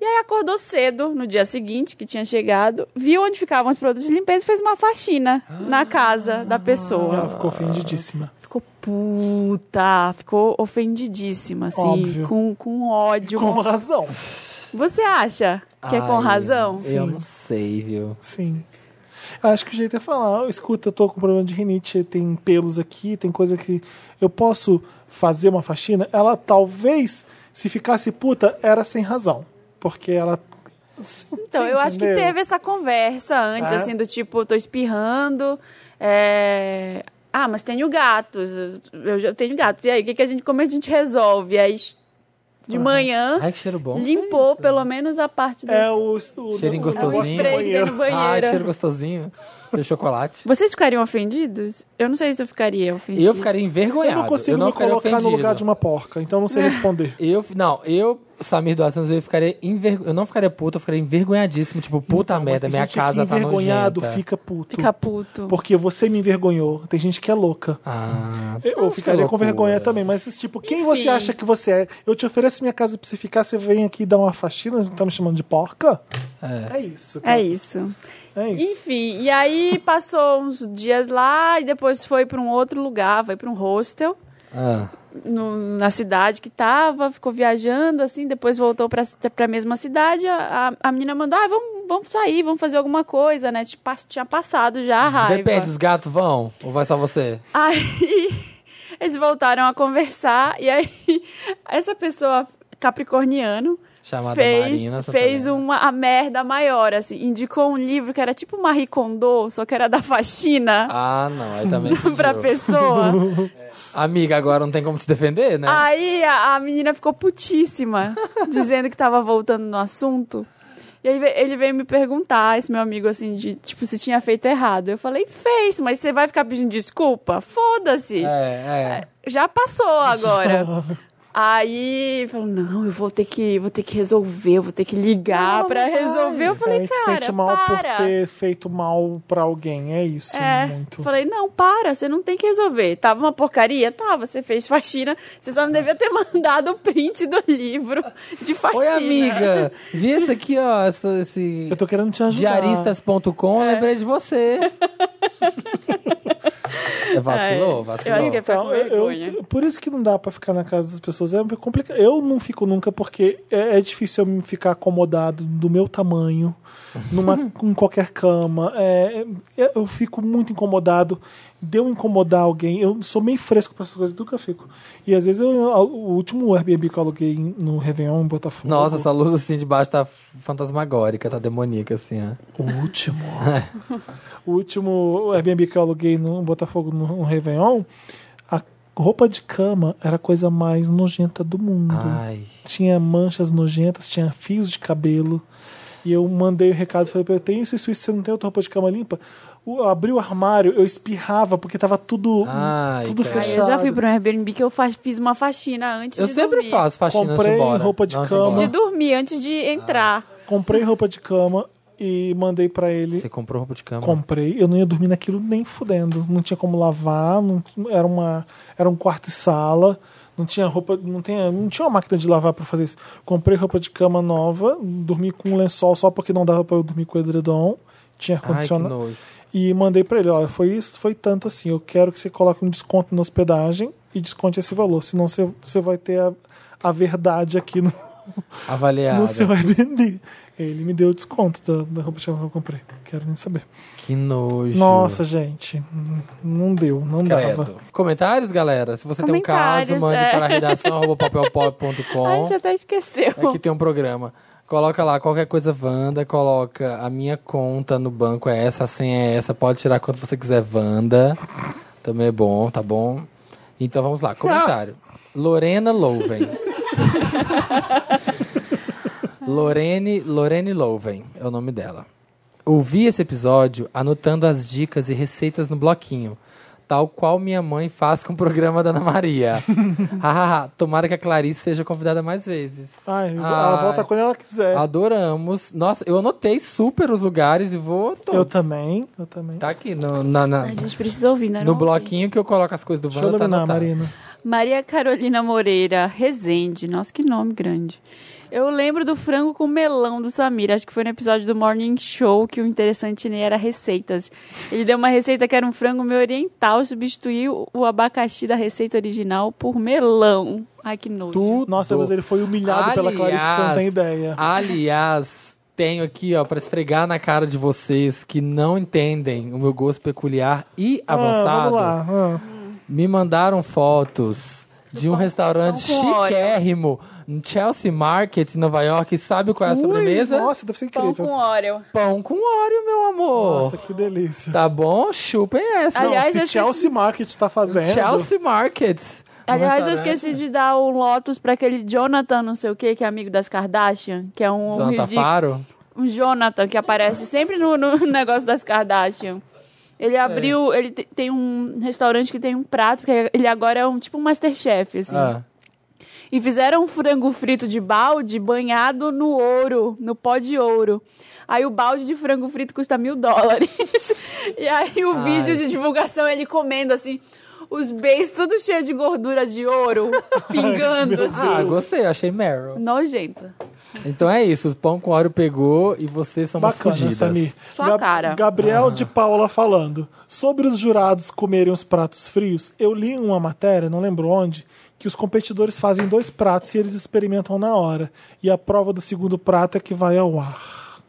Speaker 3: E aí acordou cedo, no dia seguinte, que tinha chegado, viu onde ficavam os produtos de limpeza e fez uma faxina na casa da
Speaker 2: E ela
Speaker 3: pessoa.
Speaker 1: Ah.
Speaker 2: ficou ofendidíssima.
Speaker 3: Ficou puta, ficou ofendidíssima, assim,
Speaker 2: Óbvio.
Speaker 3: com, com ódio.
Speaker 2: Com razão.
Speaker 3: Você acha que é com
Speaker 1: Ai,
Speaker 3: razão?
Speaker 1: Eu não sei, viu?
Speaker 2: Sim. Acho que o jeito é falar, escuta, eu tô com problema de rinite, tem pelos aqui, tem coisa que eu posso fazer uma faxina. Ela talvez, se ficasse puta, era sem razão. Porque ela.
Speaker 3: Então, eu acho que
Speaker 2: entendeu?
Speaker 3: teve essa conversa antes,
Speaker 2: É.
Speaker 3: assim, do tipo, tô espirrando. é, Ah, mas tenho gatos. Eu já tenho gatos. E aí, o que, que a gente, como a gente resolve? Aí, de
Speaker 2: Uhum.
Speaker 3: manhã,
Speaker 1: Ai, que cheiro bom.
Speaker 3: limpou pelo menos a parte do.
Speaker 2: É o. o
Speaker 1: Cheiro
Speaker 2: o- né?
Speaker 1: gostosinho.
Speaker 2: o
Speaker 3: o spray que tem no
Speaker 1: Ai, que cheiro
Speaker 3: banheiro.
Speaker 1: gostosinho. Cheiro de chocolate.
Speaker 3: Vocês ficariam ofendidos? Eu não sei se eu ficaria ofendido.
Speaker 1: Eu ficaria envergonhado.
Speaker 2: Eu não consigo me
Speaker 1: ficaria
Speaker 2: colocar no
Speaker 1: ofendido.
Speaker 2: lugar de uma porca, então eu não
Speaker 3: [LAUGHS]
Speaker 2: sei responder.
Speaker 1: Eu, não, eu, Samir do Assuntos, eu ficaria enver... Eu não ficaria puto, eu ficaria envergonhadíssimo. Tipo, puta
Speaker 2: Mas
Speaker 1: merda,
Speaker 2: tem
Speaker 1: minha
Speaker 2: gente que
Speaker 1: casa tá
Speaker 2: envergonhado,
Speaker 1: nojenta.
Speaker 2: fica puto.
Speaker 3: Ficar puto.
Speaker 2: Porque você me envergonhou. Tem gente que é louca.
Speaker 1: Ah, acho que
Speaker 2: Eu
Speaker 1: é
Speaker 2: ficaria com
Speaker 1: loucura.
Speaker 2: vergonha também, mas tipo, quem você acha que você é? Eu te ofereço minha casa pra você ficar, você vem aqui dar uma faxina, tá me chamando de porca? É, isso. cara.
Speaker 3: É isso.
Speaker 2: É isso.
Speaker 3: Enfim, e aí passou uns dias lá e depois foi pra um outro lugar, foi pra um hostel.
Speaker 1: Ah,
Speaker 3: no- na cidade que tava, ficou viajando, assim, depois voltou pra, pra mesma cidade, a, a- a menina mandou, ah, vamos, vamos sair, vamos fazer alguma coisa, né? Tipo, pass- tinha passado já a raiva.
Speaker 1: Depende, os gatos vão? Ou vai só você?
Speaker 3: Aí [LAUGHS] eles voltaram a conversar, e aí [LAUGHS] essa pessoa capricorniano
Speaker 1: Chamada
Speaker 3: fez,
Speaker 1: Marina.
Speaker 3: fez um
Speaker 1: Santelena.
Speaker 3: uma a merda maior, assim, indicou um livro que era tipo Marie Kondo, só que era da faxina
Speaker 1: Ah, não, aí
Speaker 3: [LAUGHS]
Speaker 1: também
Speaker 3: pra
Speaker 1: pediu. [LAUGHS]
Speaker 3: pessoa.
Speaker 1: Amiga, agora não tem como te defender,
Speaker 2: É.
Speaker 1: né?
Speaker 3: Aí a, a menina
Speaker 2: [LAUGHS]
Speaker 3: ficou putíssima, dizendo que tava voltando no assunto. E aí ve- ele veio me perguntar, esse meu amigo, assim, de tipo, se tinha feito errado. Eu falei, fez, mas você vai ficar pedindo desculpa? Foda-se!
Speaker 1: É, é.
Speaker 3: Já passou
Speaker 2: [LAUGHS]
Speaker 3: agora. Aí falou, não, eu vou ter que, vou ter que resolver, eu vou ter que ligar pra resolver. Eu
Speaker 2: a
Speaker 3: falei,
Speaker 2: gente se
Speaker 3: cara,
Speaker 2: É sente mal
Speaker 3: para.
Speaker 2: por ter feito mal pra alguém, é isso.
Speaker 3: É,
Speaker 2: muito.
Speaker 3: falei, não, para, você não tem que resolver. Tava uma porcaria, tava, você fez faxina, você só não devia ter [LAUGHS] mandado o print do livro de faxina.
Speaker 1: Oi, amiga. Vi esse aqui, ó, essa- esse...
Speaker 2: Eu tô querendo te ajudar.
Speaker 1: Diaristas.com, lembrei de você.
Speaker 3: [LAUGHS]
Speaker 1: É, vacilou, vacilou.
Speaker 3: É, eu acho que é-
Speaker 2: Então,
Speaker 3: Ficar com
Speaker 2: eu-
Speaker 3: vergonha.
Speaker 2: eu- por isso que não dá pra ficar na casa das pessoas. É complicado. Eu não fico nunca porque é, é difícil eu me ficar acomodado do meu tamanho numa, em qualquer cama. É, é, eu fico muito incomodado. De eu incomodar alguém, eu sou meio fresco pra essas coisas, nunca fico. E às vezes eu, o último Airbnb que eu aluguei em- no Réveillon em Botafogo.
Speaker 1: Nossa, essa luz assim de baixo tá fantasmagórica, tá demoníaca, assim, ó.
Speaker 2: O
Speaker 1: [LAUGHS]
Speaker 2: último.
Speaker 1: É.
Speaker 2: o último Airbnb que eu aluguei no Botafogo no, no Réveillon, a roupa de cama era a coisa mais nojenta do mundo.
Speaker 3: Uhum.
Speaker 1: Ai.
Speaker 2: Tinha manchas nojentas, tinha fios de cabelo. E eu mandei o recado, falei pra ele, tem isso, isso, isso, você não tem outra roupa de cama limpa? O, abri o armário, eu espirrava, porque tava tudo,
Speaker 1: Ai,
Speaker 2: tudo
Speaker 1: cara.
Speaker 3: Aí
Speaker 2: fechado.
Speaker 3: eu já fui pra um Airbnb que eu fa- fiz uma faxina antes
Speaker 1: Eu
Speaker 3: de
Speaker 1: sempre
Speaker 3: dormir.
Speaker 1: faço né? faxina antes de
Speaker 2: Comprei
Speaker 1: ir embora.
Speaker 2: roupa de
Speaker 1: Não, antes
Speaker 2: cama.
Speaker 1: ir
Speaker 3: Antes de
Speaker 1: embora.
Speaker 3: dormir, antes de entrar.
Speaker 2: Comprei roupa de cama e mandei pra ele.
Speaker 1: Você comprou roupa de cama?
Speaker 2: Comprei, eu não ia dormir naquilo nem fudendo. Não tinha como lavar, não- era, uma, era um quarto e sala, não tinha roupa, não tinha, não tinha uma máquina de lavar pra fazer isso. Comprei roupa de cama nova, dormi com um lençol só porque não dava pra eu dormir com edredom. Tinha
Speaker 1: Ai, que
Speaker 2: ar-condicionado.
Speaker 1: nojo.
Speaker 2: E mandei pra ele, olha, foi isso, foi tanto assim. Eu quero que você coloque um desconto na hospedagem e desconte esse valor, senão você, você vai ter a, a verdade aqui no,
Speaker 1: Avaliada.
Speaker 2: no seu Airbnb. Ele me deu o desconto da, da roupa de cama que eu comprei. Quero nem saber.
Speaker 1: Que nojo.
Speaker 2: Nossa, gente. Não deu, não dava.
Speaker 1: Credo. Comentários, galera? Se você tem um caso,
Speaker 3: Comentários,
Speaker 1: mande
Speaker 3: é.
Speaker 1: para redação arroba papelpop.com.
Speaker 3: Ai, já até esqueceu.
Speaker 1: Aqui tem um programa. Coloca lá qualquer coisa Wanda, coloca a minha conta no banco é essa, a senha é essa, pode tirar quanto você quiser Wanda. Também é bom, tá bom? Então vamos
Speaker 2: Ah!
Speaker 1: lá, comentário. Lorena Louven. Lorene, Lorene Louven é o nome dela. Ouvi esse episódio anotando as dicas e receitas no bloquinho, tal qual minha mãe faz com o programa da Ana
Speaker 2: [LAUGHS]
Speaker 1: Maria. Hahaha, tomara que a Clarice seja convidada mais vezes.
Speaker 2: Ai, ela
Speaker 1: Ai.
Speaker 2: volta quando ela quiser.
Speaker 1: Adoramos. Nossa, eu anotei super os lugares e vou. todos.
Speaker 2: Eu também, eu também.
Speaker 1: Tá aqui no, na- na-
Speaker 3: A gente precisa ouvir, né?
Speaker 1: no
Speaker 3: não?
Speaker 1: bloquinho que eu coloco as coisas do
Speaker 2: Deixa eu
Speaker 1: Wanda. Tá
Speaker 2: eliminar,
Speaker 1: anotado.
Speaker 2: Marina.
Speaker 3: Maria Carolina Moreira Rezende. Nossa, que nome grande. Eu lembro do frango com melão do Samir. Acho que foi no episódio do Morning Show que o interessante nele era receitas. Ele deu uma receita que era um frango meio oriental, substituiu o abacaxi da receita original por melão. Ai, que nojo.
Speaker 2: Tu, nossa, mas ele foi humilhado pela Clarice, que você não tem ideia.
Speaker 1: tá Aliás, tenho aqui, ó, pra esfregar na cara de vocês que não entendem o meu gosto peculiar e
Speaker 2: Ah, vamos
Speaker 1: avançado.
Speaker 2: lá. ah.
Speaker 1: Me mandaram fotos de um restaurante
Speaker 3: pão com óleo.
Speaker 1: chiquérrimo no Chelsea Market, em Nova York. E sabe qual é a
Speaker 2: Ui,
Speaker 1: sobremesa?
Speaker 2: Nossa, deve ser
Speaker 3: Pão
Speaker 2: incrível.
Speaker 3: com óleo.
Speaker 1: Pão com óleo, meu amor.
Speaker 2: Nossa, que delícia.
Speaker 1: Tá bom? Chupem essa.
Speaker 3: Aliás,
Speaker 2: Se
Speaker 3: eu esqueci-
Speaker 2: Chelsea Market tá fazendo.
Speaker 1: Chelsea Market. Um
Speaker 3: Aliás, eu
Speaker 1: restaurante.
Speaker 3: esqueci de dar o Lotus pra aquele Jonathan, não sei o que, que é amigo das Kardashian, que é um,
Speaker 1: Jonathan
Speaker 3: ridículo-
Speaker 1: Faro?
Speaker 3: um Jonathan que aparece sempre no, no [LAUGHS] negócio das Kardashian. Ele
Speaker 1: É.
Speaker 3: abriu, ele te- tem um restaurante que tem um prato, que ele agora é um tipo um Masterchef, assim.
Speaker 1: Ah.
Speaker 3: E fizeram um frango frito de balde banhado no ouro, no pó de ouro. Aí o balde de frango frito custa mil dólares. [LAUGHS] E aí o
Speaker 1: Ai.
Speaker 3: vídeo de divulgação ele comendo assim, os beijos tudo cheio de gordura
Speaker 1: [LAUGHS]
Speaker 3: de ouro, pingando
Speaker 1: Ah,
Speaker 3: assim.
Speaker 1: gostei, achei Meryl.
Speaker 3: Nojento.
Speaker 1: Então é isso, os pão com óleo pegou e vocês são umas
Speaker 2: Bacana,
Speaker 1: fodidas.
Speaker 2: Samir.
Speaker 3: Sua cara.
Speaker 2: Gabriel de Paula falando. Sobre os jurados comerem os pratos frios, eu li uma matéria, não lembro onde, que os competidores fazem dois pratos e eles experimentam na hora. E a prova do segundo prato é que vai ao ar.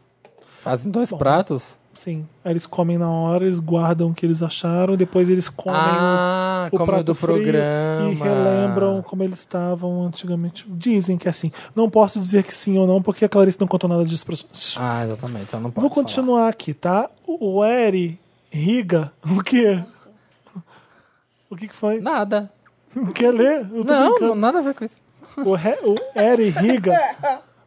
Speaker 1: Fazem dois pratos?
Speaker 2: Sim. Aí eles comem na hora, eles guardam o que eles acharam, depois eles comem
Speaker 1: Ah,
Speaker 2: o, o
Speaker 1: como
Speaker 2: prato
Speaker 1: do
Speaker 2: frio
Speaker 1: programa.
Speaker 2: e relembram como eles estavam antigamente. Dizem que é assim. Não posso dizer que sim ou não, porque a Clarice não contou nada disso pra gente.
Speaker 1: Ah, exatamente, eu não posso
Speaker 2: Vou continuar aqui, tá? O o Eri Riga, o quê? O que, que foi?
Speaker 1: falar. Nada.
Speaker 2: Quer ler? Eu tô
Speaker 1: Não,
Speaker 2: brincando.
Speaker 1: não, nada a ver com isso.
Speaker 2: O, Re- o Eri Riga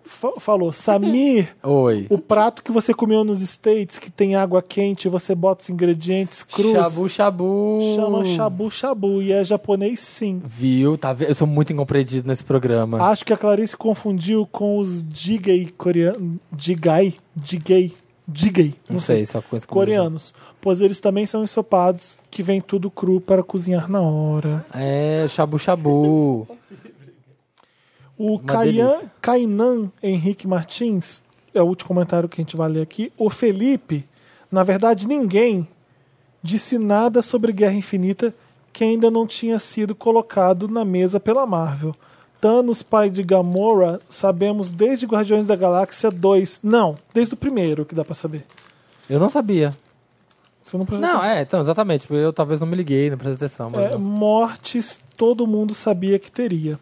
Speaker 2: fa- falou: Samir,
Speaker 1: Oi.
Speaker 2: o prato que você comeu nos States, que tem água quente, você bota os ingredientes crus.
Speaker 1: Shabu Shabu.
Speaker 2: Chama shabu shabu e é japonês sim.
Speaker 1: Viu? Tá vendo? Eu sou muito incompreendido nesse programa.
Speaker 2: Acho que a Clarice confundiu com os jigai coreanos. Jigai? Jigai? Jigai.
Speaker 1: não sei, é só com esse
Speaker 2: Coreanos. Pois eles também são ensopados, que vem tudo cru para cozinhar na hora.
Speaker 1: É, Shabu Shabu.
Speaker 2: O
Speaker 1: Uma
Speaker 2: Kainan,
Speaker 1: delícia.
Speaker 2: Kainan Henrique Martins, é o último comentário que a gente vai ler aqui. O Felipe, na verdade ninguém, disse nada sobre Guerra Infinita que ainda não tinha sido colocado na mesa pela Marvel. Thanos, pai de Gamora, sabemos desde Guardiões da Galáxia 2. Não, desde o primeiro que dá pra saber.
Speaker 1: Eu não sabia.
Speaker 2: Você não precisa
Speaker 1: Não, é, então, exatamente. Tipo, Eu talvez não me liguei, não prestei atenção. Mas
Speaker 2: É, mortes todo mundo sabia que teria.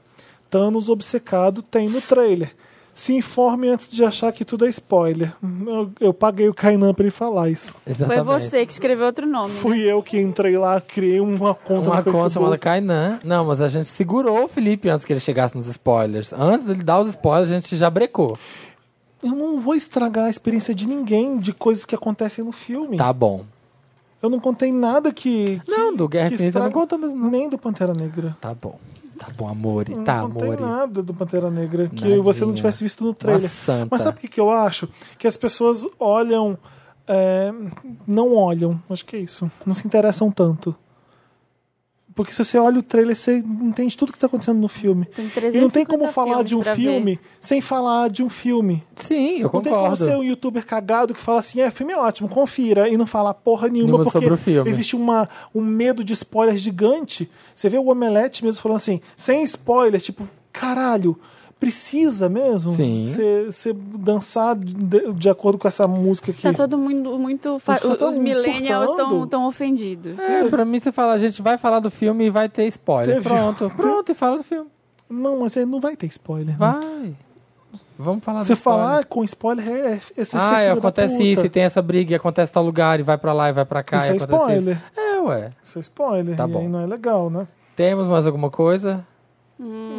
Speaker 2: Thanos obcecado tem no trailer. Se informe antes de achar que tudo é spoiler. Eu, eu paguei o Kainan pra ele falar isso.
Speaker 3: Foi
Speaker 1: exatamente.
Speaker 3: você que escreveu outro nome.
Speaker 2: Fui eu que entrei lá, criei uma conta
Speaker 1: Uma conta
Speaker 2: no Facebook.
Speaker 1: chamada Kainan. Não, mas a gente segurou o Felipe antes que ele chegasse nos spoilers. Antes dele dar os spoilers, a gente já brecou.
Speaker 2: Eu não vou estragar a experiência de ninguém de coisas que acontecem no filme.
Speaker 1: Tá bom.
Speaker 2: Eu não contei nada que. que-
Speaker 1: Não, do Guerra
Speaker 2: que
Speaker 1: Infinita
Speaker 2: estraga-
Speaker 1: não conta mesmo, não.
Speaker 2: Nem do Pantera Negra.
Speaker 1: Tá bom. Tá bom, amore.
Speaker 2: Não
Speaker 1: Tá,
Speaker 2: contei
Speaker 1: amore.
Speaker 2: nada do Pantera Negra que
Speaker 1: Nadinha.
Speaker 2: você não tivesse visto no trailer.
Speaker 1: santa.
Speaker 2: Mas sabe o que, que eu acho? Que as pessoas olham. é, não olham, acho que é isso. Não se interessam tanto. Porque se você olha o trailer, você entende tudo que tá acontecendo no filme.
Speaker 3: Tem
Speaker 2: E não tem como
Speaker 3: 350
Speaker 2: falar de um
Speaker 3: filmes pra
Speaker 2: filme sem falar de um filme.
Speaker 1: Sim, eu
Speaker 2: não tem como
Speaker 1: concordo.
Speaker 2: ser um youtuber cagado que fala assim, é, filme é ótimo, confira, e não fala porra nenhuma,
Speaker 1: Nenhuma
Speaker 2: porque
Speaker 1: sobre o filme.
Speaker 2: existe uma, um medo de spoiler gigante. Você vê o Omelete mesmo falando assim, sem spoiler, tipo, caralho, precisa mesmo
Speaker 1: Sim.
Speaker 2: você você dançar de, de acordo com essa música aqui.
Speaker 3: Tá todo mundo muito. fa-
Speaker 2: Tá todo
Speaker 3: Os
Speaker 2: mundo
Speaker 3: millennials
Speaker 2: surtando.
Speaker 3: estão tão ofendidos.
Speaker 1: É, pra mim você fala, a gente vai falar do filme e vai ter spoiler.
Speaker 2: Teve- [LAUGHS]
Speaker 1: Pronto, pronto, e fala do filme.
Speaker 2: Não, mas aí não vai ter spoiler. né?
Speaker 1: Vai. Vamos falar
Speaker 2: Você
Speaker 1: do spoiler.
Speaker 2: falar com spoiler é, é, é, ser
Speaker 1: Ah, é,
Speaker 2: filho da
Speaker 1: acontece
Speaker 2: puta.
Speaker 1: isso, e tem essa briga, e acontece tal lugar, e vai pra lá, e vai pra cá,
Speaker 2: Isso
Speaker 1: e
Speaker 2: é
Speaker 1: acontece
Speaker 2: spoiler.
Speaker 1: isso. É, ué.
Speaker 2: Isso é spoiler,
Speaker 1: Tá
Speaker 2: e
Speaker 1: bom.
Speaker 2: aí não é legal, né?
Speaker 1: Temos mais alguma coisa?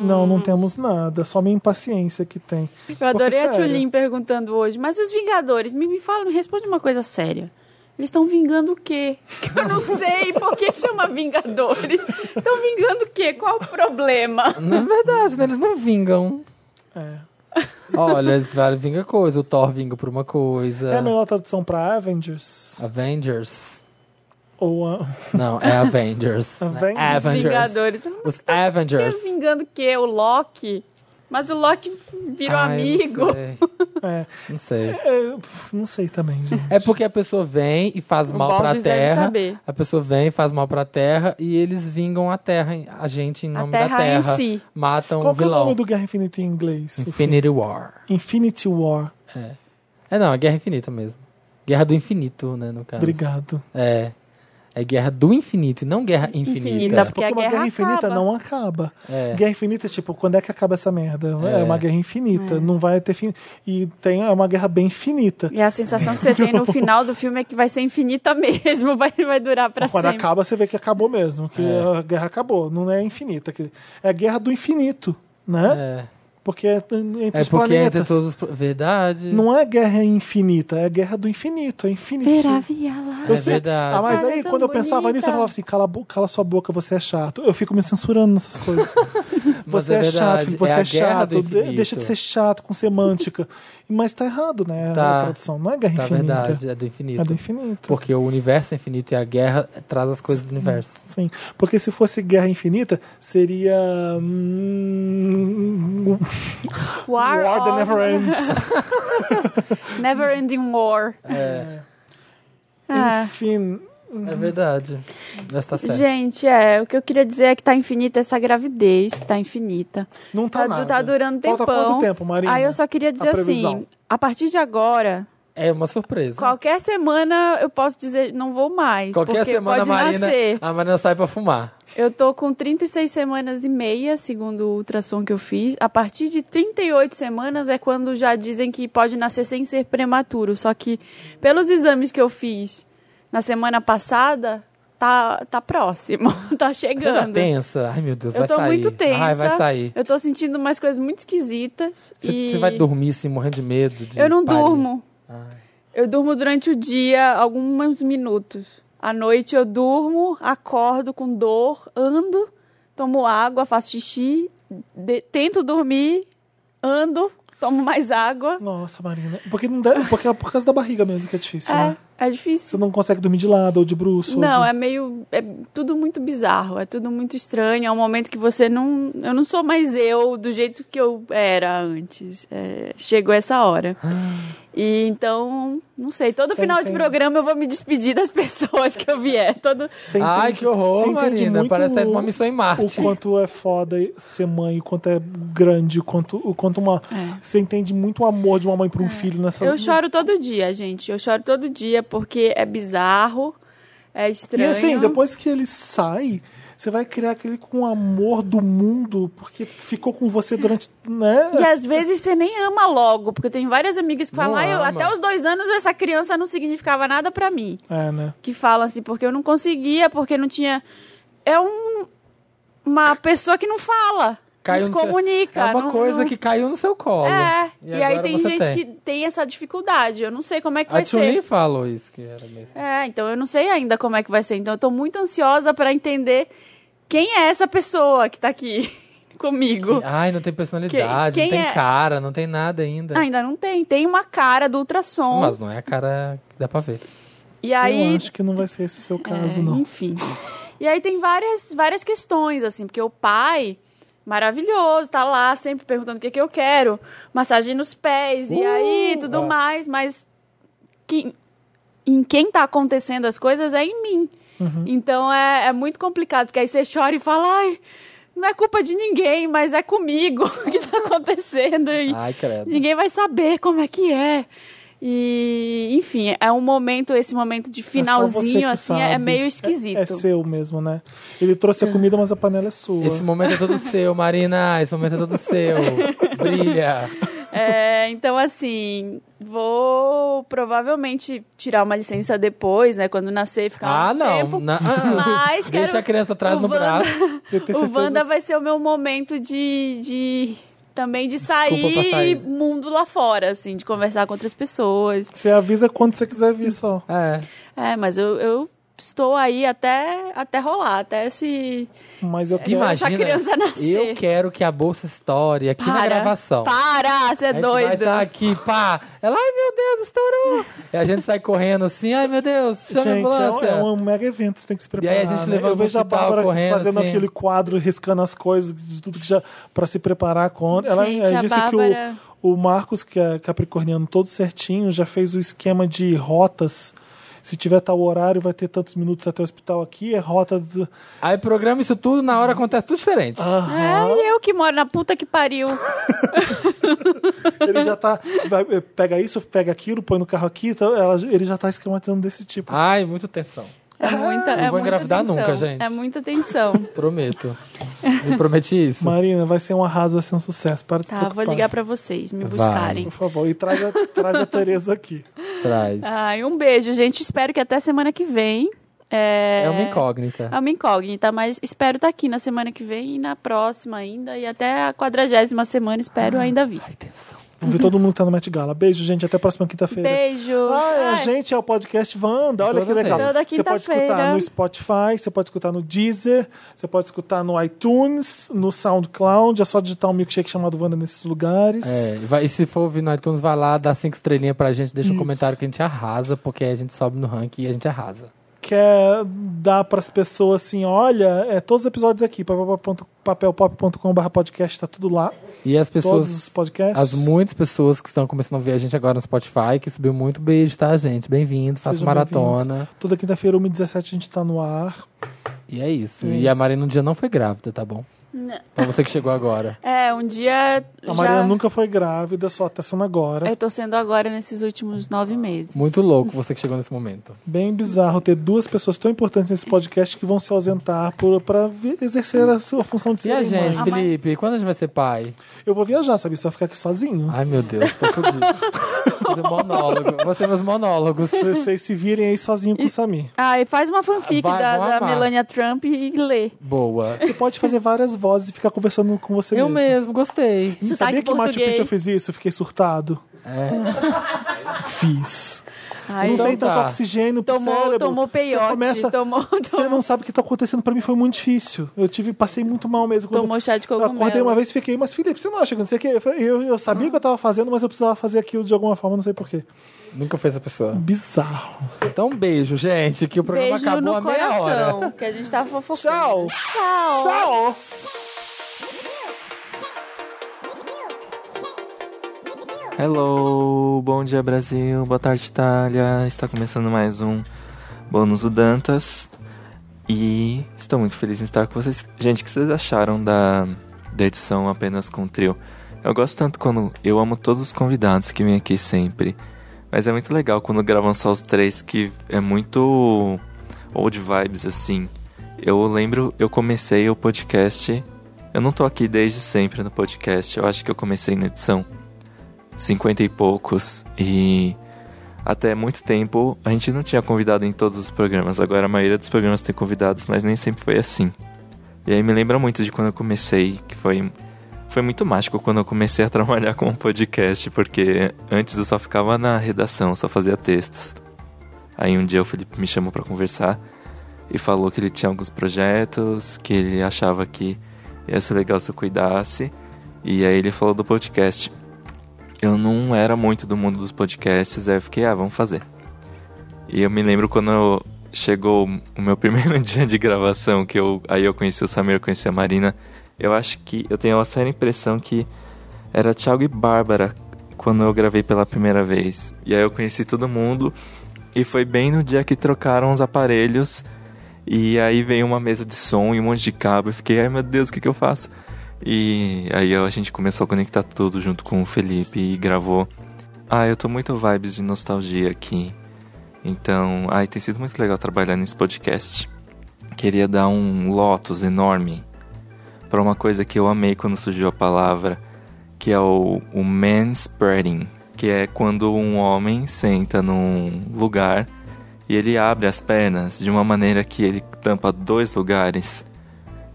Speaker 2: Não, não temos nada, só minha impaciência que tem.
Speaker 3: Eu adorei
Speaker 1: é
Speaker 3: a
Speaker 2: sério.
Speaker 3: Tulin perguntando hoje, mas os Vingadores, me, me fala, me responde uma coisa séria. Eles estão vingando o quê? [LAUGHS] Que eu não sei, por que chama Vingadores? Estão vingando o quê? Qual o problema?
Speaker 1: Não é verdade, né? Eles não vingam.
Speaker 2: É.
Speaker 1: Olha, eles vai- vinga coisa, o Thor vinga por uma coisa.
Speaker 2: É a melhor tradução pra Avengers?
Speaker 1: Avengers.
Speaker 2: Ou a... [LAUGHS]
Speaker 1: Não, é Avengers.
Speaker 2: Avengers.
Speaker 1: Avengers.
Speaker 3: Vingadores.
Speaker 1: Os Avengers.
Speaker 3: Eles vingando o quê? O Loki? Mas o Loki virou
Speaker 1: Ai,
Speaker 3: amigo.
Speaker 1: Não sei.
Speaker 2: É,
Speaker 1: Não sei.
Speaker 2: é, pff, não sei também, gente.
Speaker 1: É porque a pessoa vem e faz
Speaker 3: O
Speaker 1: mal pra
Speaker 3: Boris deve
Speaker 1: terra.
Speaker 3: saber.
Speaker 1: A pessoa vem e faz mal pra terra e eles vingam a terra, em- a gente em
Speaker 3: A
Speaker 1: nome da
Speaker 3: terra,
Speaker 1: terra.
Speaker 3: em si.
Speaker 1: Matam
Speaker 2: Qual
Speaker 1: o
Speaker 2: que é o
Speaker 1: um vilão.
Speaker 2: nome do Guerra Infinita em inglês?
Speaker 1: Infinity War.
Speaker 2: Infinity War.
Speaker 1: É não, é Guerra Infinita mesmo. Guerra do Infinito, né, no caso.
Speaker 2: Obrigado.
Speaker 1: É. É Guerra do Infinito e não Guerra Infinita.
Speaker 3: Infinita. Porque a
Speaker 2: uma
Speaker 3: guerra
Speaker 2: guerra infinita
Speaker 3: acaba.
Speaker 2: não acaba.
Speaker 1: É.
Speaker 2: Guerra infinita, tipo, quando é que acaba essa merda? É,
Speaker 1: É.
Speaker 2: uma guerra infinita. Não vai ter fim. E tem é uma guerra bem finita.
Speaker 3: E a sensação que você
Speaker 1: [LAUGHS]
Speaker 3: tem no final do filme é que vai ser infinita mesmo, [LAUGHS] vai, vai durar pra
Speaker 2: Quando
Speaker 3: sempre.
Speaker 2: acaba, você vê que acabou mesmo, que a guerra acabou. Não é infinita. que- É a guerra do infinito, né?
Speaker 1: É,
Speaker 2: Porque é entre
Speaker 1: é
Speaker 2: os
Speaker 1: porque entre
Speaker 2: planetas.
Speaker 1: todos os... pro- Verdade.
Speaker 2: Não é guerra infinita, é guerra do infinito, é infinito.
Speaker 3: Verá, via lá.
Speaker 1: É
Speaker 2: Eu sei.
Speaker 1: verdade.
Speaker 2: Ah, mas
Speaker 3: Ela
Speaker 2: aí,
Speaker 3: é tão
Speaker 2: quando eu pensava
Speaker 3: bonita.
Speaker 2: nisso, eu falava assim: cala, a bo- cala sua boca, você é chato. Eu fico me censurando nessas coisas.
Speaker 1: [LAUGHS] Mas
Speaker 2: você é, chato,
Speaker 1: verdade,
Speaker 2: filho, você
Speaker 1: a guerra
Speaker 2: é,
Speaker 1: do
Speaker 2: chato, de-
Speaker 1: infinito.
Speaker 2: deixa de ser chato com semântica. [LAUGHS] Mas tá errado, né?
Speaker 1: Tá.
Speaker 2: A tradução não é guerra
Speaker 1: Tá
Speaker 2: infinita.
Speaker 1: verdade, é do infinito.
Speaker 2: É do infinito.
Speaker 1: Porque o universo é infinito e a guerra traz as coisas do universo.
Speaker 2: Sim. Porque se fosse guerra infinita, seria. hum,
Speaker 3: War,
Speaker 2: War that
Speaker 3: of-
Speaker 2: never ends. [LAUGHS]
Speaker 3: Never Ending War.
Speaker 1: É,
Speaker 3: É.
Speaker 2: Enfim.
Speaker 1: é verdade. Mas tá certo.
Speaker 3: Gente, é, o que eu queria dizer é que tá infinita essa gravidez, que tá infinita.
Speaker 2: Não tá,
Speaker 3: Tá,
Speaker 2: nada.
Speaker 3: tá durando
Speaker 2: Falta
Speaker 3: tempão.
Speaker 2: quanto tempo, Marina?
Speaker 3: Aí eu só queria
Speaker 2: A
Speaker 3: dizer
Speaker 2: previsão.
Speaker 3: assim, a partir de agora,
Speaker 1: É uma surpresa.
Speaker 3: qualquer semana eu posso dizer não vou mais,
Speaker 1: Qualquer
Speaker 3: porque
Speaker 1: semana a
Speaker 3: pode
Speaker 1: Marina,
Speaker 3: nascer.
Speaker 1: a Marina sai pra fumar.
Speaker 3: Eu tô com 36 semanas e meia, segundo o ultrassom que eu fiz. A partir de 38 semanas é quando já dizem que pode nascer sem ser prematuro. Só que pelos exames que eu fiz na semana passada, tá, tá próximo, [LAUGHS] tá
Speaker 1: Você tá
Speaker 3: chegando.
Speaker 1: tensa? Ai, meu Deus,
Speaker 3: Eu
Speaker 1: vai
Speaker 3: tô
Speaker 1: sair.
Speaker 3: muito tensa.
Speaker 1: Ai, vai sair.
Speaker 3: Eu tô sentindo umas coisas muito esquisitas.
Speaker 1: Você
Speaker 3: e
Speaker 1: você vai dormir assim, morrendo de medo. de
Speaker 3: Eu não
Speaker 1: parir.
Speaker 3: durmo.
Speaker 1: Ai.
Speaker 3: Eu durmo durante o dia alguns minutos. À noite eu durmo, acordo com dor, ando, tomo água, faço xixi, de- tento dormir, ando, tomo mais água.
Speaker 2: Nossa, Marina. Porque, não dá, porque é por causa da barriga mesmo que é difícil, né?
Speaker 3: É, é
Speaker 2: Você
Speaker 3: difícil.
Speaker 2: não consegue dormir de lado ou de bruxo.
Speaker 3: Não,
Speaker 2: ou de...
Speaker 3: é meio. É tudo muito bizarro, é tudo muito estranho. É um momento que você não. Eu não sou mais eu do jeito que eu era antes. É, chegou essa hora. E então, não sei. Todo
Speaker 2: Ah. Você
Speaker 3: final de
Speaker 2: entende.
Speaker 3: programa eu vou me despedir das [LAUGHS] pessoas que eu vier. Todo,
Speaker 2: Você
Speaker 1: Ai,
Speaker 2: entende-
Speaker 1: que horror,
Speaker 2: você entende
Speaker 1: Marina.
Speaker 2: muito
Speaker 1: Parece que tá indo uma
Speaker 2: o-
Speaker 1: missão em Marte.
Speaker 2: O quanto é foda ser mãe, o quanto é grande, o quanto, o quanto uma. Você entende muito o amor de uma mãe pra um filho nessa.
Speaker 3: É. Eu choro todo dia, gente. Eu choro todo dia porque é bizarro, é
Speaker 2: E
Speaker 3: estranho.
Speaker 2: assim, depois que ele sai, você vai criar aquele com amor do mundo, porque ficou com você durante. né?
Speaker 3: É. E às vezes você nem ama logo, porque tem várias amigas que
Speaker 1: Não
Speaker 3: falam, "Ah, eu,
Speaker 1: ama.
Speaker 3: até os dois anos essa criança não significava nada pra mim.
Speaker 2: É, né?
Speaker 3: Que falam assim, porque eu não conseguia, porque não tinha. É um. Uma pessoa que não fala, não
Speaker 1: Caiu
Speaker 3: se
Speaker 1: no seu-
Speaker 3: comunica.
Speaker 1: É uma
Speaker 3: não-
Speaker 1: coisa
Speaker 3: não-
Speaker 1: que caiu no seu colo.
Speaker 3: É, e, aí
Speaker 1: agora
Speaker 3: tem
Speaker 1: você
Speaker 3: gente que tem essa dificuldade. Eu não sei como é que
Speaker 1: A
Speaker 3: vai ser.
Speaker 1: Tchulin falou isso que era mesmo.
Speaker 3: É, então eu não sei ainda como é que vai ser. Então eu tô muito ansiosa pra entender quem é essa pessoa que tá aqui [LAUGHS] comigo.
Speaker 1: [LAUGHS] Ai, não tem personalidade,
Speaker 3: Tipo, Quem- quem
Speaker 1: não tem
Speaker 3: é?
Speaker 1: cara, não tem nada ainda.
Speaker 3: Ainda não tem. Tem uma cara do ultrassom.
Speaker 1: é. Mas um não é a cara que dá pra ver.
Speaker 3: E aí.
Speaker 2: Eu acho que não vai ser esse o seu caso,
Speaker 3: É,
Speaker 2: não.
Speaker 3: Enfim. E aí tem várias, várias questões, assim, porque o pai, maravilhoso, tá lá sempre perguntando o que, que eu quero, massagem nos pés, e
Speaker 1: Uh!
Speaker 3: aí tudo
Speaker 1: Ah.
Speaker 3: mais, mas quem- em quem tá acontecendo as coisas é em mim.
Speaker 2: Uhum.
Speaker 3: Então é, é muito complicado, porque aí você chora e fala, ai, não é culpa de ninguém, mas é comigo [LAUGHS] que tá acontecendo. E,
Speaker 2: Ah,
Speaker 1: Ai, credo.
Speaker 3: Ninguém vai saber como é que é. E, enfim, é um momento, esse momento de
Speaker 2: é só você
Speaker 3: finalzinho,
Speaker 2: que
Speaker 3: assim, é
Speaker 2: sabe.
Speaker 3: meio esquisito.
Speaker 2: É, é seu mesmo, né? Ele trouxe a comida, mas a panela é sua.
Speaker 1: Esse momento é todo seu, Marina. Esse momento é todo
Speaker 3: [LAUGHS]
Speaker 1: seu. Brilha.
Speaker 3: É, então, assim, vou provavelmente tirar uma licença depois, né? Quando nascer, ficar um
Speaker 1: Ah, não.
Speaker 3: tempo.
Speaker 1: Na-
Speaker 3: Mas quero...
Speaker 1: Deixa a criança atrás
Speaker 3: o
Speaker 1: no
Speaker 3: Wanda- [LAUGHS]
Speaker 1: braço.
Speaker 2: Eu tenho
Speaker 3: O
Speaker 2: certeza
Speaker 3: Wanda vai ser o meu momento de... de- Também de
Speaker 1: Desculpa pra
Speaker 3: sair,
Speaker 1: sair.
Speaker 3: mundo lá fora, assim, de conversar com outras pessoas.
Speaker 2: Você avisa quando você quiser vir só.
Speaker 3: [LAUGHS]
Speaker 1: É.
Speaker 3: É, mas eu, eu estou aí até, até rolar, até esse,
Speaker 2: Mas eu quero.
Speaker 3: Essa
Speaker 1: É. Imagina.
Speaker 3: criança nascer.
Speaker 1: Eu quero que a bolsa estoure aqui na gravação.
Speaker 3: Para, você é
Speaker 1: A gente vai tá
Speaker 3: doido.
Speaker 1: estar aqui, pá. Ela, ai meu Deus, estourou. E a gente sai correndo assim, ai meu Deus, chama a
Speaker 2: Gente, é um,
Speaker 1: ambulância.
Speaker 2: é um mega evento, você tem que se
Speaker 1: E
Speaker 2: preparar.
Speaker 1: aí a gente
Speaker 2: né?
Speaker 1: levando
Speaker 2: Eu vejo a
Speaker 1: pro hospital,
Speaker 2: Bárbara
Speaker 1: correndo,
Speaker 2: fazendo
Speaker 1: assim.
Speaker 2: aquele quadro, riscando as coisas, de tudo que já. pra se preparar contra. Ela
Speaker 3: Gente,
Speaker 2: ela
Speaker 3: a
Speaker 2: disse
Speaker 3: Bárbara-
Speaker 2: que o, o Marcos, que é capricorniano todo certinho, já fez o esquema de rotas. Se tiver tal horário, vai ter tantos minutos até o hospital aqui, é rota. Do...
Speaker 1: Aí programa isso tudo, na hora acontece tudo diferente.
Speaker 2: Ah,
Speaker 3: É, e eu que moro na puta que
Speaker 1: [LAUGHS]
Speaker 3: pariu.
Speaker 2: Ele já tá. vai- pega isso, pega aquilo, põe no carro aqui, então ela- ele já tá esquematizando desse tipo. assim.
Speaker 1: Ai, muito tensão.
Speaker 3: É muita, é
Speaker 1: Não vou
Speaker 3: muita
Speaker 1: engravidar
Speaker 3: tensão.
Speaker 1: nunca, gente.
Speaker 3: É muita tensão.
Speaker 1: Prometo. Me prometi isso.
Speaker 2: Marina, vai ser um arraso, vai ser um sucesso. Para de se
Speaker 3: Tá,
Speaker 2: preocupar.
Speaker 3: vou ligar pra vocês, me
Speaker 1: Vai.
Speaker 3: buscarem.
Speaker 2: Por favor, e traz a, traz a Tereza aqui.
Speaker 1: Traz.
Speaker 3: Ai, um beijo, gente. Espero que até semana que vem. É,
Speaker 1: É uma incógnita.
Speaker 3: É uma incógnita, mas espero estar aqui na semana que vem e na próxima ainda. E até a quadragésima semana espero ainda vir.
Speaker 2: Vamos ver todo mundo que tá no Met Gala. Beijo, gente. Até a próxima quinta-feira.
Speaker 3: Beijo.
Speaker 2: Ah, a
Speaker 3: Ai,
Speaker 2: gente é o podcast Wanda. Olha
Speaker 1: Toda
Speaker 2: que legal.
Speaker 1: sexta.
Speaker 3: Toda
Speaker 2: Você pode escutar
Speaker 3: quinta-feira.
Speaker 2: no Spotify, você pode escutar no Deezer, você pode escutar no iTunes, no SoundCloud. É só digitar um milkshake chamado Wanda nesses lugares.
Speaker 1: É, e vai- e se for ouvir no iTunes, vai lá, dá cinco estrelinhas pra gente, deixa um comentário que a gente arrasa, porque aí a gente sobe no ranking e a gente arrasa.
Speaker 2: Quer dar pras pessoas assim: olha, é, todos os episódios aqui, papelpop.com.br podcast, tá tudo lá.
Speaker 1: E as pessoas.
Speaker 2: Todos os podcasts.
Speaker 1: As muitas pessoas que estão começando a ver a gente agora no Spotify, que subiu muito beijo, tá, gente? Bem-vindo, faça
Speaker 2: Sejam
Speaker 1: maratona.
Speaker 2: bem-vindos. Toda quinta-feira, 1h17, a gente tá no ar.
Speaker 1: E é isso.
Speaker 2: É
Speaker 1: e a
Speaker 2: isso.
Speaker 1: Marina um dia não foi grávida, tá bom? Pra você que chegou agora.
Speaker 3: É, um dia
Speaker 2: A Marina
Speaker 3: já...
Speaker 2: nunca foi grávida, só tá sendo agora.
Speaker 1: É.
Speaker 3: Eu tô sendo agora nesses últimos nove meses.
Speaker 1: Muito louco você que chegou nesse momento.
Speaker 2: Bem bizarro ter duas pessoas tão importantes nesse podcast que vão se ausentar para exercer a sua função de
Speaker 1: E
Speaker 2: ser
Speaker 1: a gente,
Speaker 2: humano.
Speaker 3: mãe-
Speaker 1: Felipe? Quando a gente vai ser pai?
Speaker 2: Eu vou viajar, sabe? Só ficar
Speaker 1: [LAUGHS]
Speaker 2: aqui sozinho.
Speaker 1: Ai, meu Deus, tô fudido. Fazer monólogo. Vou ser meus monólogos.
Speaker 2: Vocês se virem aí sozinho com o Samir.
Speaker 3: Ah, e faz uma fanfic
Speaker 1: Vai,
Speaker 3: da,
Speaker 1: vou
Speaker 3: da
Speaker 1: amar.
Speaker 3: Melania Trump e lê.
Speaker 1: Boa.
Speaker 2: Você pode fazer várias vozes e ficar conversando com você
Speaker 1: Eu
Speaker 2: mesmo.
Speaker 1: mesmo, gostei.
Speaker 3: Sotaque
Speaker 2: Sabia que em Machu Picchu eu
Speaker 3: português.
Speaker 2: fiz isso? Eu fiquei surtado. É. [LAUGHS] Fiz.
Speaker 3: Ai,
Speaker 2: não
Speaker 1: então
Speaker 2: tem tanto
Speaker 1: tá.
Speaker 2: oxigênio pro
Speaker 3: tomou,
Speaker 2: cérebro.
Speaker 3: tomou peiote,
Speaker 2: Você começa...
Speaker 3: tomou,
Speaker 2: [LAUGHS] Você
Speaker 3: tomou-
Speaker 2: não sabe o que tá acontecendo. Pra mim foi muito difícil. Eu tive, passei muito mal mesmo. Quando
Speaker 3: Tomou chá de
Speaker 2: eu
Speaker 3: cogumelo.
Speaker 2: acordei uma vez e fiquei, mas Felipe, você não acha que não sei o quê? Eu, falei, eu, eu sabia o que eu tava fazendo, mas eu precisava fazer aquilo de alguma forma, não sei porquê.
Speaker 1: Nunca fez essa pessoa.
Speaker 2: Bizarro.
Speaker 1: Então, um beijo, gente, que o programa
Speaker 3: Beijo
Speaker 1: acabou
Speaker 3: no
Speaker 1: a meia hora.
Speaker 3: coração, que a gente tava fofocando.
Speaker 2: Tchau.
Speaker 3: Tchau.
Speaker 2: Tchau.
Speaker 9: Hello, bom dia Brasil, boa tarde Itália. Está começando mais um bônus do Dantas e estou muito feliz em estar com vocês. Gente, o que vocês acharam da, da edição apenas com o trio? Eu gosto tanto quando eu amo todos os convidados que vêm aqui sempre, mas é muito legal quando gravam só os três que é muito old vibes assim. Eu lembro, eu comecei o podcast. Eu não tô aqui desde sempre no podcast. Eu acho que eu comecei na edição 50 e poucos e até muito tempo a gente não tinha convidado em todos os programas. Agora a maioria dos programas tem convidados, mas nem sempre foi assim. E aí me lembra muito de quando eu comecei, que foi foi muito mágico quando eu comecei a [LAUGHS] trabalhar com um podcast, porque antes eu só ficava na redação, só fazia textos. Aí um dia o Felipe me chamou pra conversar e falou que ele tinha alguns projetos, que ele achava que ia ser legal se eu cuidasse. E aí ele falou do podcast eu não era muito do mundo dos podcasts, aí eu fiquei, ah, vamos fazer. E eu me lembro quando eu- chegou o meu [LAUGHS] primeiro dia de gravação, que eu aí eu conheci o Samir, eu conheci a Marina. Eu acho que eu tenho uma séria impressão que era Thiago e Bárbara quando eu gravei pela primeira vez. E aí eu conheci todo mundo e foi bem no dia que trocaram os aparelhos. E aí veio uma mesa de som e um monte de cabo. Eu fiquei, ai meu Deus, o que, que eu faço? E aí a gente começou a conectar tudo junto com o Felipe e gravou. Ah, eu tô muito vibes de nostalgia aqui. Então, ai, tem sido muito legal trabalhar nesse podcast. Queria dar um lotus enorme pra uma coisa que eu amei quando surgiu a palavra, que é o, o manspreading, que é quando um homem senta num lugar e ele abre as pernas de uma maneira que ele tampa dois lugares.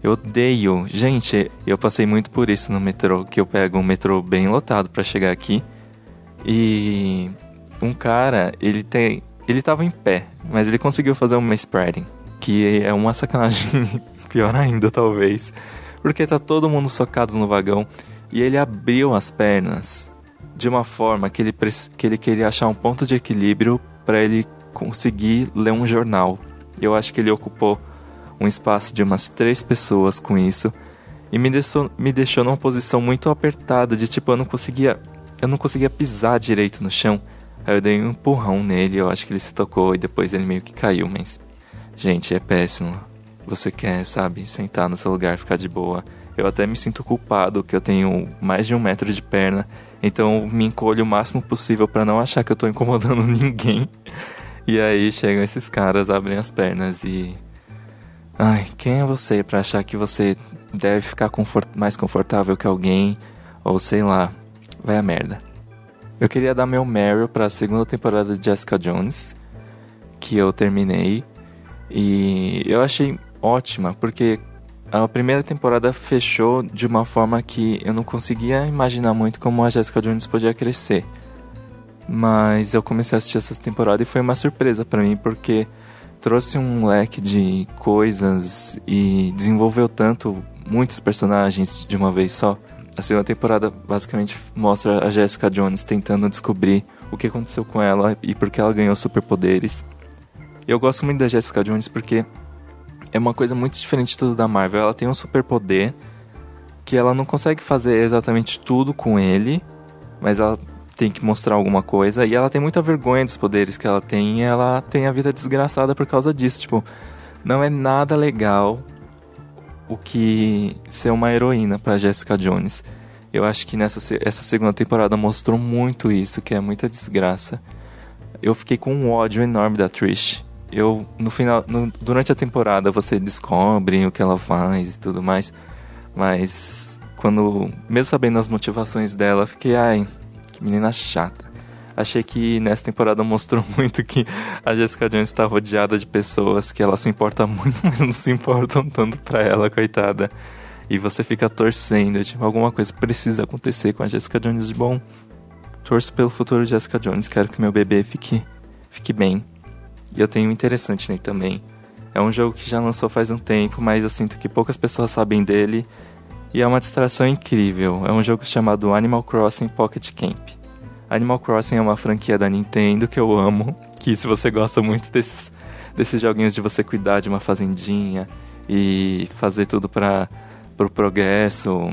Speaker 9: Eu odeio. Gente, eu passei muito por isso no metrô, que eu pego um metrô bem lotado pra chegar aqui. E um cara, ele tem, ele tava em pé, mas ele conseguiu fazer uma spreading, que é uma sacanagem [LAUGHS] pior ainda talvez, porque tá todo mundo socado no vagão e ele abriu as pernas de uma forma que ele prec- que ele queria achar um ponto de equilíbrio para ele conseguir ler um jornal. Eu acho que ele ocupou um espaço de umas três pessoas com isso e me deixou, me deixou numa posição muito apertada de tipo eu não conseguia eu não conseguia pisar direito no chão. Aí eu dei um empurrão nele, eu acho que ele se tocou e depois ele meio que caiu, mas gente, é péssimo. Você quer, sabe, sentar no seu lugar, ficar de boa. Eu até me sinto culpado que eu tenho mais de um metro de perna, então eu me encolho o máximo possível pra não achar que eu tô incomodando [LAUGHS] ninguém. E aí chegam esses caras, abrem as pernas e Ai, quem é você pra achar que você deve ficar confort- mais confortável que alguém? Ou sei lá, vai a merda. Eu queria dar meu Meryl pra segunda temporada de Jessica Jones, que eu terminei. E eu achei ótima, porque a primeira temporada fechou de uma forma que eu não conseguia imaginar muito como a Jessica Jones podia crescer. Mas eu comecei a assistir essa temporada e foi uma surpresa pra mim, porque trouxe um leque de coisas e desenvolveu tanto muitos personagens de uma vez só. A segunda temporada basicamente mostra a Jessica Jones tentando descobrir o que aconteceu com ela e por que ela ganhou superpoderes. Eu gosto muito da Jessica Jones porque é uma coisa muito diferente de tudo da Marvel. Ela tem um superpoder que ela não consegue fazer exatamente tudo com ele, mas ela tem que mostrar alguma coisa. E ela tem muita vergonha dos poderes que ela tem. E ela tem a vida desgraçada por causa disso. Tipo, não é nada legal o que ser uma heroína pra Jessica Jones. Eu acho que nessa se- essa segunda temporada mostrou muito isso, que é muita desgraça. Eu fiquei com um ódio enorme da Trish. Eu no final, no- durante a temporada você descobre o que ela faz e tudo mais, mas quando mesmo sabendo as motivações dela, eu fiquei ai, que menina chata. Achei que nessa temporada mostrou [LAUGHS] muito que a Jessica Jones está rodeada de pessoas que ela se importa muito, [LAUGHS] mas não se importam tanto pra ela, coitada. E você fica torcendo, tipo, alguma coisa precisa acontecer com a Jessica Jones de bom. Torço pelo futuro de Jessica Jones, quero que meu bebê fique, fique bem. E eu tenho um interessante nele também. É um jogo que já lançou faz um tempo, mas eu sinto que poucas pessoas sabem dele. E é uma distração incrível. É um jogo chamado Animal Crossing Pocket Camp. Animal Crossing é uma franquia da Nintendo que eu amo. Que se você gosta muito desses, desses joguinhos de você cuidar de uma fazendinha e fazer tudo para pro progresso,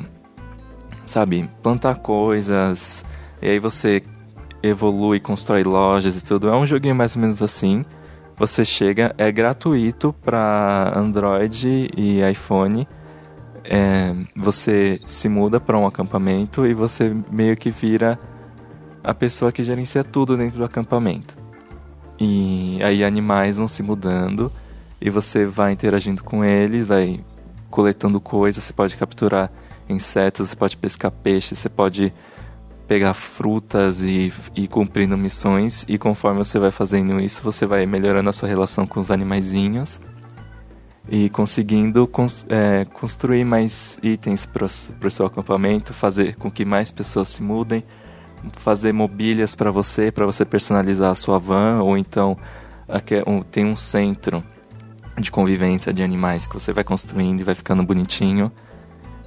Speaker 9: sabe? Plantar coisas e aí você evolui, constrói lojas e tudo. É um joguinho mais ou menos assim. Você chega, é gratuito para Android e iPhone. É, você se muda para um acampamento e você meio que vira a pessoa que gerencia tudo dentro do acampamento. E aí animais vão se mudando e você vai interagindo com eles, vai coletando coisas, você pode capturar insetos, você pode pescar peixes, você pode pegar frutas e e ir cumprindo missões e conforme você vai fazendo isso, você vai melhorando a sua relação com os animaizinhos e conseguindo cons- é, construir mais itens para o seu acampamento, fazer com que mais pessoas se mudem, fazer mobílias para você, para você personalizar a sua van, ou então aque- um- tem um centro de convivência de animais que você vai construindo e vai ficando bonitinho.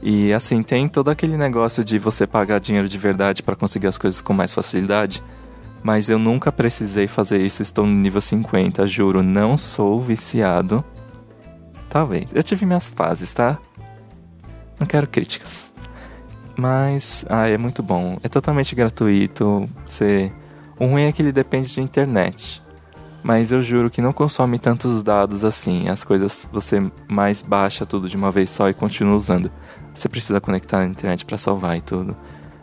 Speaker 9: E assim, tem todo aquele negócio de você pagar dinheiro de verdade para conseguir as coisas com mais facilidade. Mas eu nunca precisei fazer isso, estou no nível 50, juro, não sou viciado. Talvez. Eu tive minhas fases, tá? Não quero críticas. Mas, ah, é muito bom. É totalmente gratuito. Você... O ruim é que ele depende de internet. Mas eu juro que não consome tantos dados assim. As coisas você mais baixa tudo de uma vez só e continua usando. Você precisa conectar a internet pra salvar e tudo.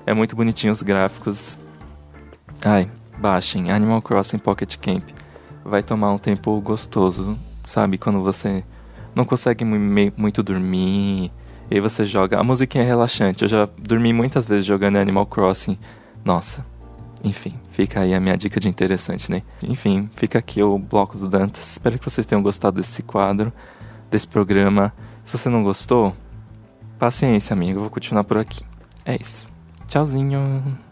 Speaker 9: É muito bonitinho os gráficos. Ai, baixem. Animal Crossing Pocket Camp. Vai tomar um tempo gostoso, sabe? Quando você não consegue mu- mei- muito dormir. E aí você joga. A musiquinha é relaxante. Eu já dormi muitas vezes jogando Animal Crossing. Nossa. Enfim, fica aí a minha dica de interessante, né? Enfim, fica aqui o bloco do Dantas. Espero que vocês tenham gostado desse quadro, desse programa. Se você não gostou, paciência, amigo. Eu vou continuar por aqui. É isso. Tchauzinho.